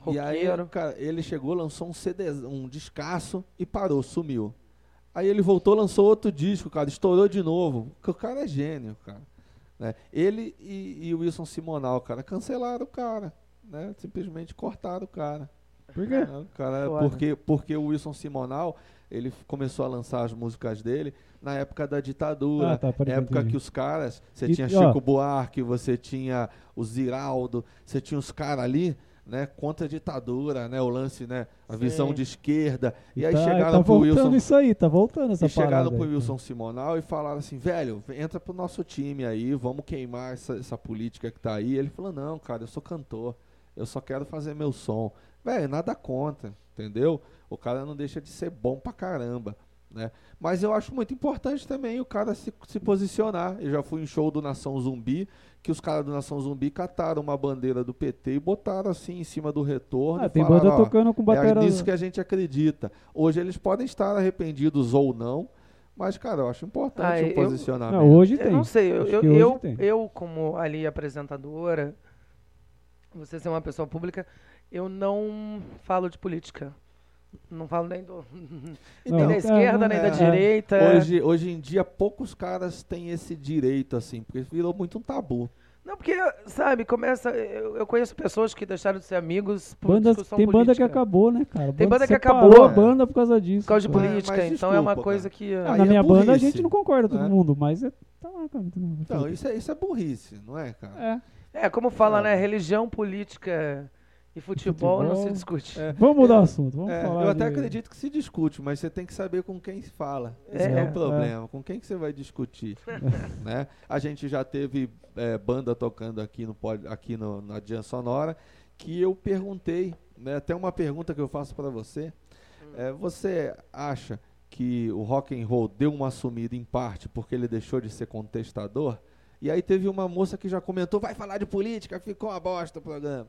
Speaker 2: Uhum.
Speaker 1: E aí,
Speaker 3: roqueiro.
Speaker 1: cara, ele chegou, lançou um CD, um descasso e parou, sumiu. Aí ele voltou, lançou outro disco, cara, estourou de novo. Porque o cara é gênio, cara. né? Ele e, e o Wilson Simonal, cara, cancelaram o cara. Né? Simplesmente cortaram o cara.
Speaker 2: Por quê?
Speaker 1: né? O cara-
Speaker 3: Foda.
Speaker 1: porque, porque o Wilson Simonal, ele f- começou a lançar as músicas dele na época da ditadura.
Speaker 2: Ah, tá, pode crer,
Speaker 1: época
Speaker 2: entendi.
Speaker 1: que os caras, você
Speaker 2: E-
Speaker 1: tinha
Speaker 2: ó.
Speaker 1: Chico Buarque, você tinha o Ziraldo, você tinha os caras ali, né, contra a ditadura, né, o lance, né, a
Speaker 3: Sim.
Speaker 1: visão de esquerda. E, aí
Speaker 2: tá,
Speaker 1: chegaram
Speaker 2: tá
Speaker 1: pro
Speaker 2: voltando
Speaker 1: Wilson,
Speaker 2: isso aí, tá voltando essa
Speaker 1: e chegaram
Speaker 2: parada
Speaker 1: pro
Speaker 2: aí.
Speaker 1: Wilson Simonal e falaram assim, velho, entra pro nosso time aí, vamos queimar essa, essa política que tá aí. Ele falou, não, cara, eu sou cantor, eu só quero fazer meu som. Velho, nada contra, entendeu? O cara não deixa de ser bom pra caramba, né? Mas eu acho muito importante também o cara se, se posicionar. Eu já fui em show do Nação Zumbi, que os caras do Nação Zumbi cataram uma bandeira do PT e botaram assim em cima do retorno.
Speaker 2: Ah,
Speaker 1: e
Speaker 2: tem
Speaker 1: falaram,
Speaker 2: banda
Speaker 1: "Ó,
Speaker 2: tocando com batera.
Speaker 1: é nisso que a gente acredita. Hoje eles podem estar arrependidos ou não, mas, cara, eu acho
Speaker 3: Ah,
Speaker 1: importante
Speaker 3: eu-
Speaker 1: o posicionamento.
Speaker 2: Não, hoje tem.
Speaker 3: Eu não sei, eu,
Speaker 2: Acho
Speaker 3: eu,
Speaker 2: que hoje
Speaker 3: eu,
Speaker 2: tem.
Speaker 3: eu, como ali apresentadora, você ser uma pessoa pública, eu não falo de política. Não falo nem do.
Speaker 2: Não,
Speaker 3: nem da
Speaker 2: é,
Speaker 3: esquerda,
Speaker 2: não,
Speaker 3: nem
Speaker 1: é,
Speaker 3: da
Speaker 1: é.
Speaker 3: direita.
Speaker 1: Hoje, hoje em dia, poucos caras têm esse direito, assim, porque virou muito um tabu.
Speaker 3: Não, porque, sabe, começa. Eu, eu conheço pessoas que deixaram de ser amigos por
Speaker 2: Bandas-
Speaker 3: discussão
Speaker 2: tem banda que
Speaker 3: política.
Speaker 2: acabou, né, cara?
Speaker 3: Tem banda que
Speaker 2: separou
Speaker 3: acabou.
Speaker 2: a banda por causa disso.
Speaker 3: Por causa de
Speaker 2: cara.
Speaker 1: É, mas
Speaker 3: política, então é uma
Speaker 1: desculpa,
Speaker 3: coisa que.
Speaker 2: Ah,
Speaker 1: Aí
Speaker 2: Na
Speaker 1: é
Speaker 2: minha banda a
Speaker 1: burrice,
Speaker 2: gente não concorda, todo
Speaker 1: né?
Speaker 2: mundo, mas é, tá lá, cara. todo mundo.
Speaker 1: Então, isso é, isso é burrice, não é, cara?
Speaker 2: É.
Speaker 3: É, como fala,
Speaker 1: Sabe?
Speaker 3: né? Religião, política e futebol, não se
Speaker 2: Futebol.
Speaker 3: discute.
Speaker 1: É,
Speaker 2: Vamos mudar o assunto, vamos
Speaker 1: é,
Speaker 2: falar.
Speaker 1: eu até
Speaker 2: de-
Speaker 1: acredito que se discute, mas você tem que saber com quem se fala. Esse
Speaker 3: É,
Speaker 1: é,
Speaker 3: é.
Speaker 1: o problema. Com quem que você vai discutir?
Speaker 2: *laughs*
Speaker 1: né? A gente já teve é, banda tocando aqui no pod- aqui no, na Dian Sonora que eu perguntei, né, até uma pergunta que eu faço para você. É, você acha que o rock and roll deu uma sumida em parte porque ele deixou de ser contestador? E aí teve uma moça que já comentou, vai falar de política, ficou uma bosta o
Speaker 2: *laughs*
Speaker 1: programa.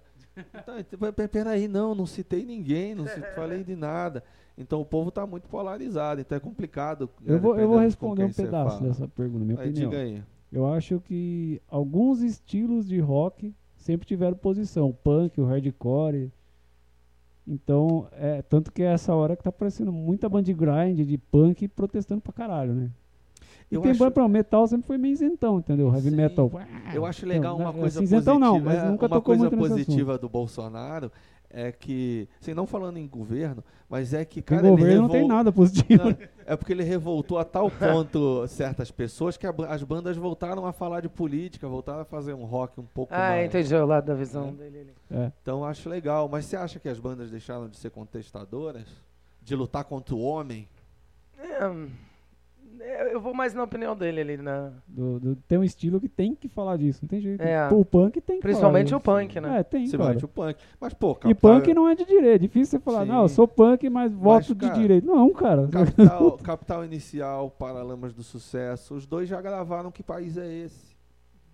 Speaker 1: Então, tipo, pe- peraí, não, não citei ninguém, não citei, falei de nada. Então o povo está muito polarizado, então é complicado. né,
Speaker 2: Eu vou, eu vou
Speaker 1: dependendo de com
Speaker 2: responder
Speaker 1: quem
Speaker 2: um
Speaker 1: você
Speaker 2: pedaço
Speaker 1: fala.
Speaker 2: dessa pergunta, minha
Speaker 1: Aí,
Speaker 2: opinião.
Speaker 1: diga aí.
Speaker 2: Eu acho que alguns estilos de rock sempre tiveram posição. O punk, o hardcore. Então, é, tanto que é essa hora que tá aparecendo muita band grind de punk protestando pra caralho, né? E
Speaker 1: Eu
Speaker 2: tem
Speaker 1: acho-
Speaker 2: banda pra metal sempre foi meio isentão, entendeu? Heavy
Speaker 1: Sim.
Speaker 2: metal.
Speaker 1: Eu acho legal
Speaker 2: Ah, Não,
Speaker 1: uma
Speaker 2: não,
Speaker 1: coisa
Speaker 2: assim, isentão
Speaker 1: positiva.
Speaker 2: não, mas
Speaker 1: é,
Speaker 2: nunca
Speaker 1: uma
Speaker 2: tocou
Speaker 1: coisa
Speaker 2: muito nesse
Speaker 1: positiva do Bolsonaro é que, assim, não falando em governo, mas é que,
Speaker 2: Que
Speaker 1: cara, ele
Speaker 2: governo não tem
Speaker 1: revol-
Speaker 2: nada positivo.
Speaker 1: Não, é porque ele revoltou a tal ponto *laughs* certas pessoas que a ba- as bandas voltaram a falar de política, voltaram a fazer um rock um pouco
Speaker 3: Ah,
Speaker 1: mais.
Speaker 3: entendi o lado da visão dele. ali.
Speaker 2: É.
Speaker 1: Então eu acho legal. Mas você acha que as bandas deixaram de ser contestadoras? De lutar contra o homem?
Speaker 3: É, hum, é, eu vou mais na opinião dele ali, na...
Speaker 2: Do- do- tem um estilo que tem que falar disso, não tem jeito.
Speaker 3: É.
Speaker 2: O punk tem que
Speaker 3: principalmente o
Speaker 2: falar
Speaker 3: punk, né?
Speaker 2: É, tem,
Speaker 1: você
Speaker 2: cara.
Speaker 1: mete o punk. Mas, pô,
Speaker 2: E
Speaker 1: capital,
Speaker 2: punk não é de direita. Difícil você falar,
Speaker 1: Sim.
Speaker 2: não, eu sou punk, mas voto de
Speaker 1: cara,
Speaker 2: direita. Não, cara.
Speaker 1: capital, capital Inicial, Paralamas do Sucesso, os dois já gravaram Que País é Esse?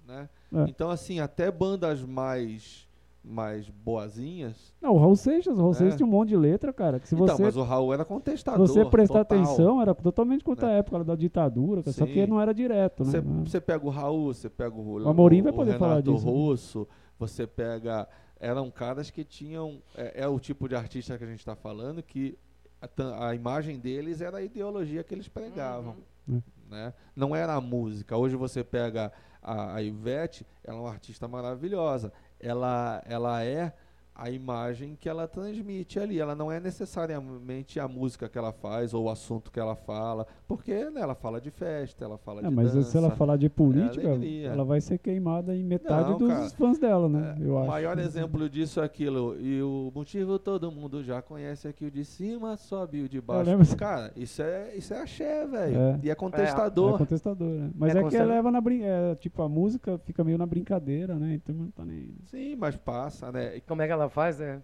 Speaker 1: Né?
Speaker 2: É.
Speaker 1: Então, assim, até bandas mais, mais boazinhas.
Speaker 2: *laughs* Não, o Raul Seixas, o Raul
Speaker 1: É.
Speaker 2: Seixas tinha um monte de letra, cara. Que se
Speaker 1: então,
Speaker 2: você,
Speaker 1: mas o Raul era
Speaker 2: se
Speaker 1: contestador.
Speaker 2: você prestar
Speaker 1: total. É.
Speaker 2: atenção, era totalmente contra a época da ditadura, cara, só
Speaker 1: Sim.
Speaker 2: que não era direto, né?
Speaker 1: Você,
Speaker 2: Não.
Speaker 1: você pega o Raul, você pega o,
Speaker 2: O Amorim
Speaker 1: o-
Speaker 2: vai poder
Speaker 1: o
Speaker 2: falar
Speaker 1: Renato
Speaker 2: disso, né?
Speaker 1: Russo, você pega. Eram caras que tinham. É, é o tipo de artista que a gente está falando que a, ta- a imagem deles era a ideologia que eles pregavam.
Speaker 2: Uhum.
Speaker 1: Né? Não era a música. Hoje você pega a, a Ivete, ela é uma artista maravilhosa. Ela, ela é a imagem que ela transmite ali. Ela não é necessariamente a música que ela faz ou o assunto que ela fala, porque né, ela fala de festa, ela fala
Speaker 2: É,
Speaker 1: de
Speaker 2: mas
Speaker 1: dança.
Speaker 2: se ela falar de política,
Speaker 1: alegria.
Speaker 2: ela vai ser queimada em metade
Speaker 1: Não,
Speaker 2: dos
Speaker 1: cara.
Speaker 2: fãs dela, né?
Speaker 1: É,
Speaker 2: eu
Speaker 1: o
Speaker 2: acho.
Speaker 1: maior exemplo disso é aquilo. E o motivo todo mundo já conhece aqui. O de cima sobe o de baixo.
Speaker 2: lembro.
Speaker 1: Cara, isso é, isso é axé, velho.
Speaker 2: É.
Speaker 1: E é
Speaker 2: É
Speaker 1: contestador.
Speaker 2: contestadora. né? Mas
Speaker 3: É
Speaker 2: é, que
Speaker 3: conserva-
Speaker 2: ela leva na brincadeira. tipo, a música fica meio na brincadeira, né? Então não tá nem.
Speaker 1: Sim, mas passa, né? E-
Speaker 3: Como é que ela faz, né?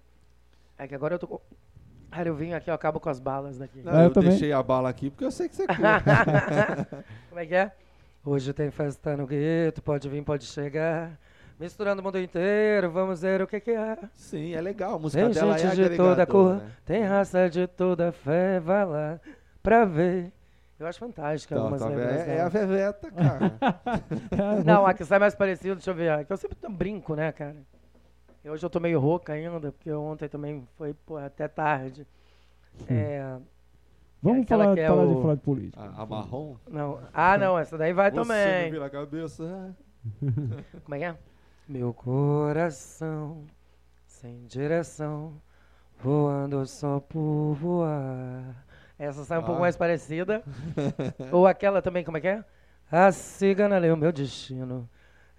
Speaker 3: É que agora eu tô com. Cara, eu vim aqui, eu acabo com as balas daqui.
Speaker 1: Não,
Speaker 2: É, eu
Speaker 1: eu
Speaker 2: também.
Speaker 1: deixei a bala aqui porque eu sei que você curte.
Speaker 3: Como é que é? Hoje tem festa no gueto, pode vir, pode chegar. Misturando o mundo inteiro, vamos ver o que que é.
Speaker 1: Sim, é legal. A música
Speaker 3: Tem
Speaker 1: dela
Speaker 3: gente
Speaker 1: é
Speaker 3: de toda
Speaker 1: agregador,
Speaker 3: cor,
Speaker 1: né?
Speaker 3: tem raça de toda fé, vai lá pra ver. Eu acho fantástica
Speaker 1: Então,
Speaker 3: algumas
Speaker 1: tá vendo?
Speaker 3: lembranças
Speaker 1: é, é a
Speaker 3: dela.
Speaker 1: Veveta,
Speaker 3: *laughs*
Speaker 1: cara.
Speaker 3: Não, a que sai mais parecida, deixa eu ver. a que Eu sempre tô- brinco, né, cara? E hoje eu tô meio rouca ainda, porque ontem também foi porra, até tarde.
Speaker 1: Hum.
Speaker 3: É,
Speaker 2: Vamos
Speaker 3: aquela
Speaker 2: falar,
Speaker 3: que é
Speaker 2: parar
Speaker 3: o-
Speaker 2: de falar de política.
Speaker 1: Ah, a, a marrom.
Speaker 3: não. Ah, não, essa daí vai
Speaker 1: Você me
Speaker 3: também.
Speaker 1: vira a cabeça.
Speaker 3: Como é que é? Meu coração sem direção, voando só por voar. Essa sai um pouco
Speaker 1: Ah.
Speaker 3: mais
Speaker 1: *laughs*
Speaker 3: parecida. Ou aquela também, como é que é? A cigana leu meu destino.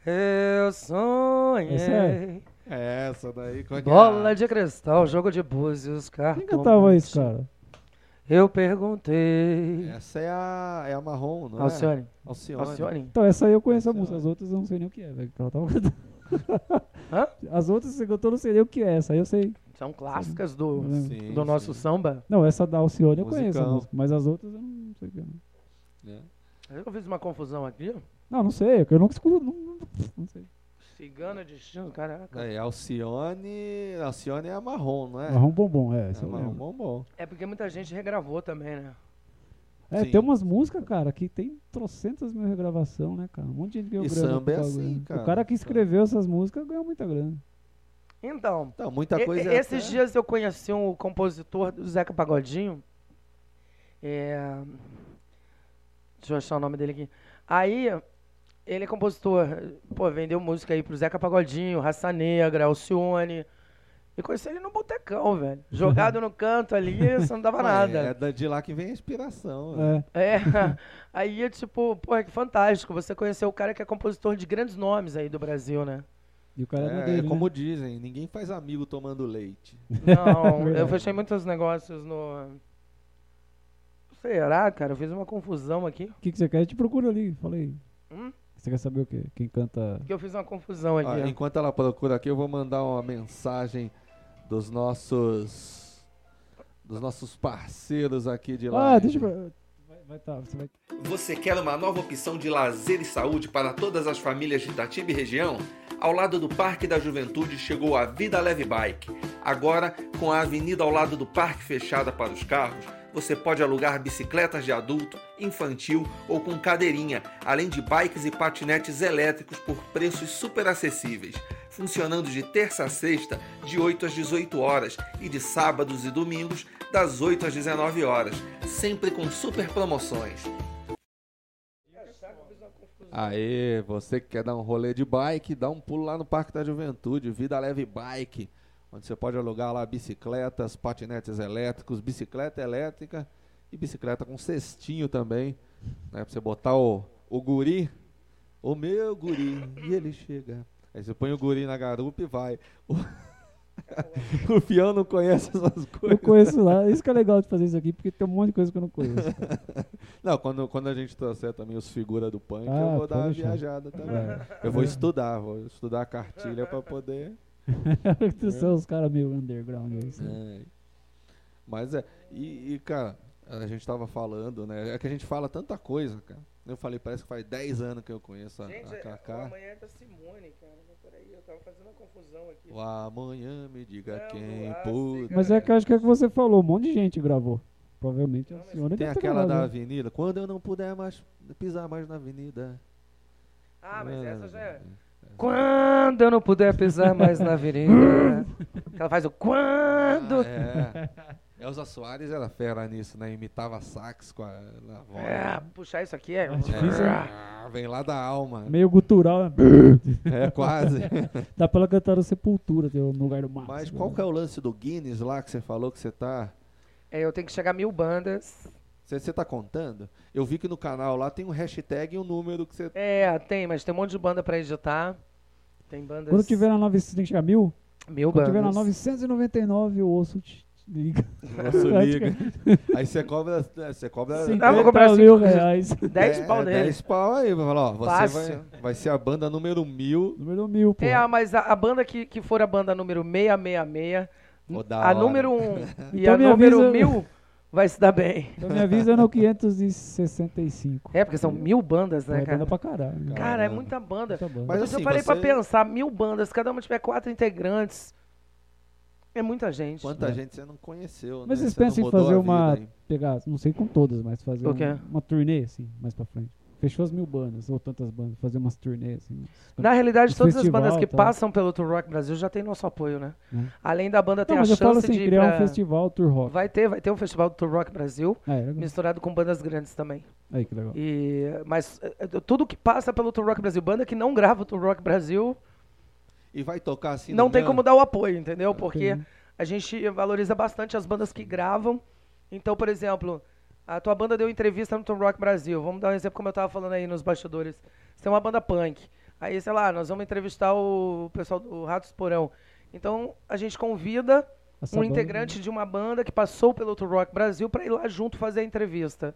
Speaker 3: Eu sonhei.
Speaker 1: É essa daí. qual é que é?
Speaker 3: Bola de cristal, jogo de búzios, carro.
Speaker 2: Quem cantava isso,
Speaker 1: assim.
Speaker 2: cara?
Speaker 3: Eu perguntei.
Speaker 1: Essa é a, é a marrom, não é?
Speaker 3: Alcione.
Speaker 1: Alcione.
Speaker 3: Alcione?
Speaker 2: Então, essa aí eu conheço a
Speaker 1: Essa é
Speaker 2: música, as outras eu não sei nem o que é, velho. que
Speaker 1: *laughs*
Speaker 2: ela tava cantando.
Speaker 3: Hã?
Speaker 2: As outras você cantou, eu não sei nem o que é, essa aí eu sei.
Speaker 3: São clássicas do,
Speaker 2: Sim,
Speaker 1: Sim,
Speaker 3: do nosso
Speaker 1: sim.
Speaker 3: samba.
Speaker 2: Não, essa da Alcione eu conheço a
Speaker 1: Musicão.
Speaker 2: música, mas as outras eu não sei o que é. não.
Speaker 1: né?
Speaker 3: Eu fiz uma confusão aqui.
Speaker 2: Não, não sei, é eu nunca escuto, não, não, não sei.
Speaker 3: Cigana de destino, caraca.
Speaker 1: Aí, É, Alcione. Alcione é a marrom, não é?
Speaker 2: Marrom Bombom, é, essa
Speaker 1: É
Speaker 2: eu
Speaker 1: marrom
Speaker 2: lembro.
Speaker 1: bom, bom.
Speaker 3: É porque muita gente regravou também, né?
Speaker 2: É,
Speaker 1: Sim.
Speaker 2: tem umas músicas, cara, que tem trocentas mil regravação, né, cara? Um monte de gente ganhou
Speaker 1: E
Speaker 2: grana.
Speaker 1: samba é
Speaker 2: com o bagulho. né?
Speaker 1: assim, cara.
Speaker 2: O cara que escreveu essas músicas ganhou muita grana.
Speaker 3: Então,
Speaker 1: Então, muita
Speaker 3: e-
Speaker 1: coisa.
Speaker 3: e-
Speaker 1: é
Speaker 3: esses
Speaker 1: até-
Speaker 3: dias eu conheci um compositor do Zeca Pagodinho. É, Deixa eu achar o nome dele aqui. Aí, ele é compositor. Pô, vendeu música aí pro Zeca Pagodinho, Raça Negra, Alcione. E conheci ele no botecão, velho. Jogado no canto ali, você
Speaker 1: *laughs*
Speaker 3: não dava
Speaker 1: Ué, É
Speaker 3: nada.
Speaker 1: da- de lá que vem a inspiração. né?
Speaker 2: É.
Speaker 3: É. *laughs* Aí é tipo, pô, é que fantástico. Você conheceu o cara que é compositor de grandes nomes aí do Brasil, né?
Speaker 2: E o cara é,
Speaker 1: É,
Speaker 2: dele,
Speaker 1: como
Speaker 2: né?
Speaker 1: dizem, ninguém faz amigo tomando leite.
Speaker 2: *laughs*
Speaker 3: Não, eu
Speaker 2: É Verdade.
Speaker 3: fechei muitos negócios no. Será, cara? Eu fiz uma confusão aqui.
Speaker 2: O que, que você quer? Eu te procura ali, falei.
Speaker 3: Hum?
Speaker 2: Você quer saber o quê? Quem canta.
Speaker 3: Porque eu fiz uma confusão aqui.
Speaker 1: Ó,
Speaker 3: ó.
Speaker 1: enquanto ela procura aqui, eu vou mandar uma mensagem dos nossos dos nossos parceiros aqui de lá.
Speaker 2: Ah, deixa eu. Vai, vai tá, você vai.
Speaker 5: Você quer uma nova opção de lazer e saúde para todas as famílias de Itatiba e região? Ao lado do Parque da Juventude chegou a Vida Leve Bike. Agora, com a avenida ao lado do parque fechada para os carros, você pode alugar bicicletas de adulto, infantil ou com cadeirinha, além de bikes e patinetes elétricos por preços super acessíveis. Funcionando de terça a sexta, de 8 às 18 horas, e de sábados e domingos, das 8 às 19 horas, sempre com super promoções.
Speaker 1: Aê, você que quer dar um rolê de bike, dá um pulo lá no Parque da Juventude, Vida Leve Bike, onde você pode alugar lá bicicletas, patinetes elétricos, bicicleta elétrica e bicicleta com cestinho também, né, pra você botar o, o guri, o meu guri, e ele chega. Aí você põe o guri na garupa e vai. O, *laughs* o peão não conhece essas
Speaker 2: Eu
Speaker 1: coisas.
Speaker 2: conheço lá. Isso que é legal de fazer isso aqui, porque tem um monte de coisa que eu não conheço. cara.
Speaker 1: Não, quando, quando a gente trouxer também os figuras do punk,
Speaker 2: Ah, É.
Speaker 1: eu vou dar uma
Speaker 2: pode deixar.
Speaker 1: viajada também.
Speaker 2: Vai.
Speaker 1: *laughs* Eu
Speaker 3: É.
Speaker 1: vou estudar, vou estudar a
Speaker 3: *laughs*
Speaker 1: cartilha pra poder.
Speaker 2: Tu são *laughs* os caras meio underground aí. assim. sabe?
Speaker 1: É. Mas é. E, e, cara, a gente tava falando, né? É que a gente fala tanta coisa, cara. Eu falei, parece que faz 10 anos que eu conheço a,
Speaker 3: Gente,
Speaker 1: a
Speaker 3: a
Speaker 1: Cacá.
Speaker 3: amanhã é da Simone, cara. Mas peraí, eu tava fazendo uma confusão aqui.
Speaker 1: O amanhã me diga
Speaker 3: Não,
Speaker 1: quem
Speaker 3: ah,
Speaker 1: puder.
Speaker 3: sei,
Speaker 2: Mas é que eu acho que é o que você falou, um monte de gente gravou. Provavelmente a
Speaker 3: Não, mas
Speaker 2: senhora
Speaker 1: Tem
Speaker 2: deve ter
Speaker 1: aquela da
Speaker 2: gravado, né?
Speaker 1: avenida. Quando eu não puder mais pisar mais na avenida.
Speaker 3: Ah, mas essa já é.
Speaker 1: é.
Speaker 3: Quando eu não *laughs* Ah, puder pisar mais na avenida. Que Ela faz o quando.
Speaker 1: É. Elza Soares era fera nisso, né? Imitava sax com a na voz.
Speaker 3: É, puxar isso aqui é.
Speaker 2: difícil, né?
Speaker 1: Ah, Vem lá da alma.
Speaker 2: Meio gutural, né?
Speaker 1: É, quase.
Speaker 3: *laughs*
Speaker 2: Dá pra ela cantar o Sepultura, teu, no lugar do Max.
Speaker 1: Mas qual que é o lance do Guinness lá que você falou que você tá.
Speaker 3: É, eu tenho que chegar a mil bandas.
Speaker 1: Você, você tá contando? Eu vi que no canal lá tem um hashtag e um número que
Speaker 2: *laughs*
Speaker 1: você.
Speaker 3: É, tem, mas tem um monte de banda pra editar. Tem bandas.
Speaker 2: Quando tiver na 900, tem que chegar a mil?
Speaker 3: Mil
Speaker 2: Quando
Speaker 3: bandas.
Speaker 2: tiver na 999, eu ouço. *laughs* te- te liga.
Speaker 1: Nossa, liga. *laughs* Aí você cobra. né, Você cobra.
Speaker 3: Ah, eu vou
Speaker 2: 50
Speaker 3: cobrar
Speaker 2: mil
Speaker 1: assim.
Speaker 3: cinco.
Speaker 1: *laughs*
Speaker 2: reais.
Speaker 3: Dez
Speaker 1: é,
Speaker 3: pau dele.
Speaker 1: 10 pau aí, vai falar, ó, você
Speaker 3: Fácil.
Speaker 1: vai, vai ser a banda número mil.
Speaker 2: Número mil, pô.
Speaker 3: É, ah, mas a, a banda que, que for a banda número 666,
Speaker 1: Ô, da
Speaker 3: a
Speaker 1: hora.
Speaker 3: número
Speaker 2: *laughs*
Speaker 3: 1 e
Speaker 2: Então
Speaker 3: a
Speaker 2: me
Speaker 3: número
Speaker 2: avisa.
Speaker 3: 1000 vai se dar bem.
Speaker 2: Então me avisa no 565.
Speaker 3: É, porque são mil bandas,
Speaker 2: Pô,
Speaker 3: né,
Speaker 2: é
Speaker 3: cara?
Speaker 2: banda pra caralho. né?
Speaker 3: Cara, é
Speaker 1: Caramba.
Speaker 3: muita banda.
Speaker 2: Tá bom.
Speaker 1: Mas
Speaker 3: Mas eu
Speaker 1: assim,
Speaker 3: parei pra
Speaker 1: você-
Speaker 3: pensar, mil bandas, se cada uma tiver quatro integrantes, é muita gente.
Speaker 1: Quanta
Speaker 2: É.
Speaker 1: gente você não conheceu,
Speaker 2: Mas
Speaker 1: né?
Speaker 2: vocês
Speaker 1: Você não
Speaker 2: pensam em
Speaker 1: mudou a
Speaker 2: fazer uma.
Speaker 1: vida, hein?
Speaker 2: Pegar, não sei com todas, mas fazer
Speaker 3: O quê?
Speaker 2: um- uma turnê, assim, mais pra frente. Fechou as mil bandas, ou tantas bandas, fazer umas turnês, assim. uns-
Speaker 3: Na realidade,
Speaker 2: O
Speaker 3: todas as
Speaker 2: festival,
Speaker 3: bandas que
Speaker 2: tá.
Speaker 3: passam pelo Tour Rock Brasil já tem nosso apoio, né?
Speaker 2: Hum.
Speaker 3: Além da banda tem
Speaker 2: Não,
Speaker 3: a
Speaker 2: mas eu
Speaker 3: chance
Speaker 2: falo assim,
Speaker 3: de ir
Speaker 2: criar
Speaker 3: pra-
Speaker 2: um festival tour rock.
Speaker 3: Vai ter, vai ter um festival do Tour Rock Brasil,
Speaker 2: Ah, é, legal.
Speaker 3: misturado com bandas grandes também.
Speaker 2: Aí, que
Speaker 3: Um
Speaker 2: legal.
Speaker 3: E, mas eh, eh, tudo que passa pelo Tour Rock Brasil, banda que não grava o Tour Rock Brasil,
Speaker 1: E vai tocar assim.
Speaker 3: não
Speaker 1: no
Speaker 3: tem
Speaker 1: mesmo-
Speaker 3: como dar o apoio, entendeu? Porque
Speaker 2: Entendi.
Speaker 3: a gente valoriza bastante as bandas que gravam. Então, por exemplo, a tua banda deu entrevista no Tour Rock Brasil. Vamos dar um exemplo como eu tava falando aí nos bastidores. Você tem uma banda punk. Aí, sei lá, nós vamos entrevistar o pessoal do Ratos Porão. Então, a gente convida
Speaker 2: Essa
Speaker 3: um
Speaker 2: banda- é
Speaker 3: integrante de uma banda que passou pelo Tour Rock Brasil para ir lá junto fazer a entrevista.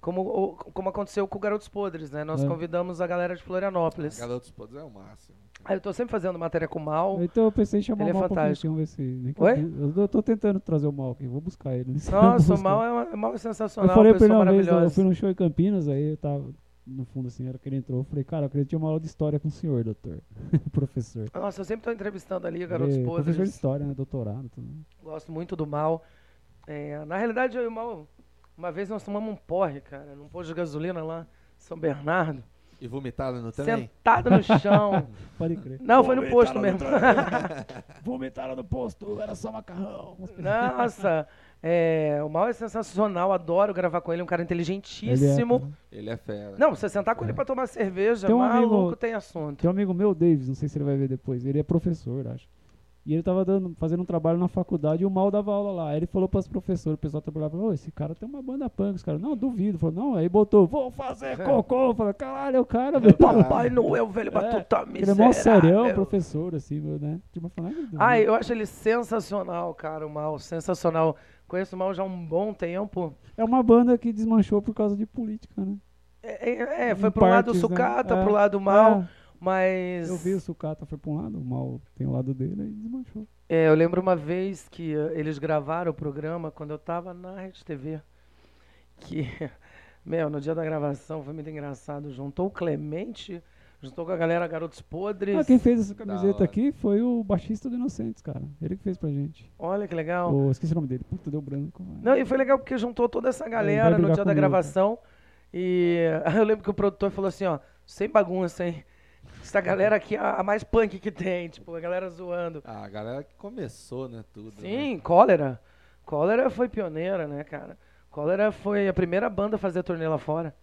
Speaker 3: Como, o- como aconteceu com o Garotos Podres, né? Nós
Speaker 2: É.
Speaker 3: convidamos a galera de Florianópolis.
Speaker 1: Garotos Podres é o máximo.
Speaker 3: Aí eu tô sempre fazendo matéria com o Mal.
Speaker 2: Então eu pensei em chamar
Speaker 3: Ele é
Speaker 2: o Mal pra
Speaker 3: fantástico.
Speaker 2: aqui, vamos ver se... nem que
Speaker 3: Oi?
Speaker 2: Eu, eu tô tentando trazer o Mal aqui, vou buscar ele.
Speaker 3: Nossa,
Speaker 2: *laughs* Vou
Speaker 3: o
Speaker 2: buscar.
Speaker 3: Mal é, uma- o Mal é sensacional,
Speaker 2: Eu falei
Speaker 3: uma
Speaker 2: pra ele
Speaker 3: pessoa
Speaker 2: uma vez, eu
Speaker 3: maravilhosa.
Speaker 2: fui num show em Campinas, aí eu tava no fundo assim, era que ele entrou, eu falei, cara, eu queria ter uma aula de história com o senhor, doutor, *laughs* professor.
Speaker 3: Nossa, eu sempre tô entrevistando ali garotos
Speaker 2: Ele é
Speaker 3: podres.
Speaker 2: Professor de história, né, doutorado, tudo.
Speaker 3: Gosto muito do Mal. É, na realidade, eu e o Mal, uma vez nós tomamos um porre, cara, num posto de gasolina lá em São Bernardo.
Speaker 1: E né, vomitaram no trem?
Speaker 3: Sentado no *laughs* chão.
Speaker 2: Pode crer.
Speaker 3: Não, foi no posto mesmo.
Speaker 2: *laughs* Vomitaram no posto, era só macarrão.
Speaker 3: Nossa, é, o Mal é sensacional, adoro gravar com ele, é um cara inteligentíssimo.
Speaker 1: Ele é fera.
Speaker 3: Não, você sentar com ele pra tomar cerveja,
Speaker 2: É. Tem um amigo-
Speaker 3: maluco tem assunto.
Speaker 2: Tem um amigo meu, Davis, não sei se ele vai ver depois, ele é professor, acho. E ele tava dando, fazendo um trabalho na faculdade e o mal dava aula lá. Aí ele falou pros professores, o pessoal trabalhava, falou, "Ô, esse cara tem uma banda punk, os caras, não, duvido. Falou, não, aí botou, vou fazer cocô. Falou, caralho, é o cara, velho.
Speaker 3: Papai Noel, velho, batuta
Speaker 2: Ele é mó serião,
Speaker 3: miserável.
Speaker 2: professor, assim, meu, né? Tipo, falar, "Ai, meu Deus".
Speaker 3: Ah, eu acho ele sensacional, cara, o Mal, sensacional. Conheço o Mal já há um bom tempo.
Speaker 2: É uma banda que desmanchou por causa de política, né?
Speaker 3: É, é- é, foi
Speaker 2: Em
Speaker 3: pro lado
Speaker 2: partes, né?
Speaker 3: sucata,
Speaker 2: É,
Speaker 3: pro lado mal,
Speaker 2: É,
Speaker 3: mas.
Speaker 2: eu vi o Sucata foi pra um lado, o mal tem o lado dele, aí desmanchou.
Speaker 3: É, eu lembro uma vez que eh, eles gravaram o programa quando eu tava na Rede TV. Que, *laughs* meu, no dia da gravação foi muito engraçado. Juntou o Clemente, juntou com a galera Garotos Podres.
Speaker 2: Ah, quem fez essa
Speaker 1: Da hora.
Speaker 2: camiseta aqui foi o baixista do Inocentes, cara. Ele que fez pra gente.
Speaker 3: Olha que legal.
Speaker 2: Oh, esqueci o nome dele. Puta, deu branco. velho.
Speaker 3: Não, e foi legal porque juntou toda essa
Speaker 2: vai
Speaker 3: galera no
Speaker 2: brigar
Speaker 3: dia da
Speaker 2: comigo,
Speaker 3: gravação. E *laughs* aí eu lembro que o produtor falou assim, ó, sem bagunça, hein? Essa galera aqui é a a mais punk que tem, tipo, a galera zoando.
Speaker 1: Ah, a galera que começou, né? Tudo. né?
Speaker 2: Uhum.
Speaker 3: Sim, Cólera. Cólera foi pioneira, né, cara? Cólera foi a primeira banda a fazer turnê lá fora.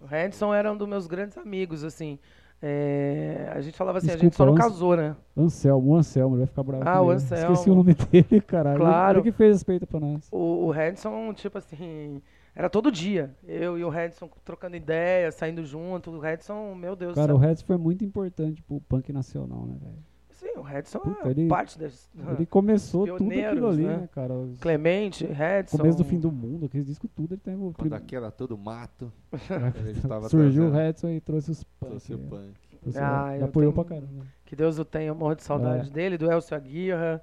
Speaker 3: O Hanson era um dos meus grandes amigos, assim. É, a gente falava assim, a gente só não
Speaker 2: Desculpa,
Speaker 3: casou, né?
Speaker 2: Anselmo, o Anselmo, ele vai ficar bravo.
Speaker 3: Ah,
Speaker 2: comigo.
Speaker 3: o Anselmo.
Speaker 2: Esqueci o nome *laughs* dele, caralho.
Speaker 3: Claro.
Speaker 2: Ele que fez respeito pra nós.
Speaker 3: O, o Hanson, tipo assim, era todo dia. Eu e o Hanson trocando ideia, saindo junto. O Hanson, meu Deus do
Speaker 2: Cara,
Speaker 3: céu.
Speaker 2: o Reds foi muito importante pro punk nacional, né, velho?
Speaker 3: Sim, o Hanson
Speaker 2: Puta,
Speaker 3: é
Speaker 2: ele-
Speaker 3: parte desse.
Speaker 2: Ele começou tudo aquilo
Speaker 3: Ah. Pioneiros,
Speaker 2: ali,
Speaker 3: né?
Speaker 2: né, cara? Os-
Speaker 3: *laughs* Clemente, Hanson.
Speaker 2: Começo do fim do mundo, aqueles discos tudo ele tá envolvido.
Speaker 1: Quando aqui era todo
Speaker 2: *laughs*
Speaker 1: mato, ele tava
Speaker 2: Surgiu o
Speaker 1: trazendo-
Speaker 2: Redson e trouxe os punk.
Speaker 1: trouxe o
Speaker 2: né?
Speaker 1: punk.
Speaker 2: Trouxe-
Speaker 3: Ah,
Speaker 2: ele
Speaker 3: eu
Speaker 2: apoiou
Speaker 3: tenho-
Speaker 2: pra caramba.
Speaker 3: Que Deus o tenha, eu morro de saudade
Speaker 2: É.
Speaker 3: dele, do Elcio Aguirra.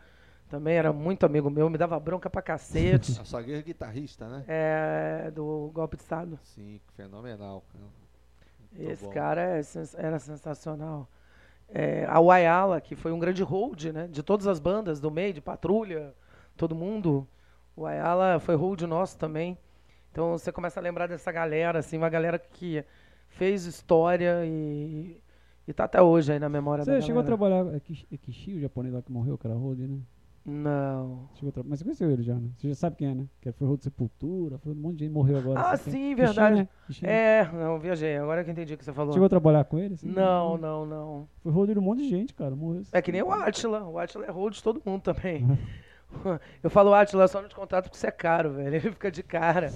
Speaker 3: Também era muito amigo meu, me dava bronca
Speaker 2: *laughs*
Speaker 3: pra cacete.
Speaker 1: A sua guerra é guitarrista, né?
Speaker 3: é, do golpe de Estado.
Speaker 1: Sim, fenomenal. cara. Muito
Speaker 3: Esse
Speaker 1: bom.
Speaker 3: cara é sens- era sensacional. É, a Wayala, que foi um grande hold, né? De todas as bandas do meio, de patrulha, todo mundo. O Ayala foi hold nosso também. Então você começa a lembrar dessa galera, assim, uma galera que fez história e, e tá até hoje aí na memória da
Speaker 2: Você chegou a
Speaker 3: galera.
Speaker 2: trabalhar. É Kishi, é Kishi, o japonês lá que morreu, que era Rode, né?
Speaker 3: Não.
Speaker 2: Chegou a trabalhar. Mas você conheceu ele já, né? Você já sabe quem é, né? Que foi Rô de Sepultura, foi um monte de gente morreu agora.
Speaker 3: Ah,
Speaker 2: sabe quem?
Speaker 3: sim,
Speaker 2: Bichinho,
Speaker 3: verdade.
Speaker 2: né? Bichinho.
Speaker 3: É, não, viajei. Agora que eu entendi o que você falou.
Speaker 2: Chegou a trabalhar com ele? assim?
Speaker 3: Não, não, não.
Speaker 2: Foi Rô de um monte de gente, cara. Morreu. assim.
Speaker 3: É que nem o Atila. O Atila é hold de todo mundo também.
Speaker 2: Uhum.
Speaker 3: *laughs* Eu falo Atila só no de contato porque você é caro, velho. *laughs* Ele fica
Speaker 2: *laughs*
Speaker 3: de cara.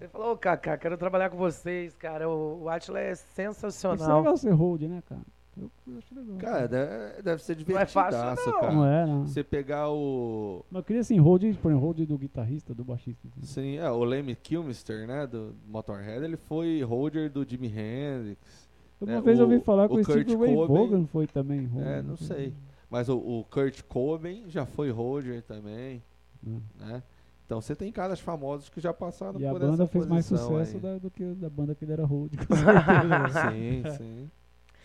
Speaker 3: Ele falou, ô Kaká, quero trabalhar com vocês, cara. O o Atila é
Speaker 2: Deve ser
Speaker 3: sensacional.
Speaker 2: legal ser hold, né, cara? Eu, eu acho legal.
Speaker 1: Cara, deve, deve ser
Speaker 3: Não é
Speaker 1: divertidaço,
Speaker 3: fácil, não.
Speaker 1: cara.
Speaker 2: Não é, não.
Speaker 1: Você pegar o.
Speaker 2: Mas eu queria assim, hold, por exemplo, hold do guitarrista, do baixista. entendeu?
Speaker 1: Sim, é, o Lemmy Kilmister, né? Do Motorhead, ele foi holder do Jimi Hendrix.
Speaker 2: Uma
Speaker 1: É,
Speaker 2: vez eu
Speaker 1: o-
Speaker 2: ouvi falar
Speaker 1: o
Speaker 2: que o
Speaker 1: Kurt
Speaker 2: Steve Ray
Speaker 1: Cobain-
Speaker 2: Vaughan foi também né? hold.
Speaker 1: É, não sei. Mas o, o Kurt Cobain já foi holder também,
Speaker 2: Hum.
Speaker 1: né? Então você tem caras famosos que já passaram
Speaker 2: E a
Speaker 1: por
Speaker 2: banda
Speaker 1: essa
Speaker 2: fez mais
Speaker 1: posição
Speaker 2: sucesso né?
Speaker 1: aí.
Speaker 2: da- do que a da banda que ele era hold.
Speaker 1: *laughs* Sim, sim.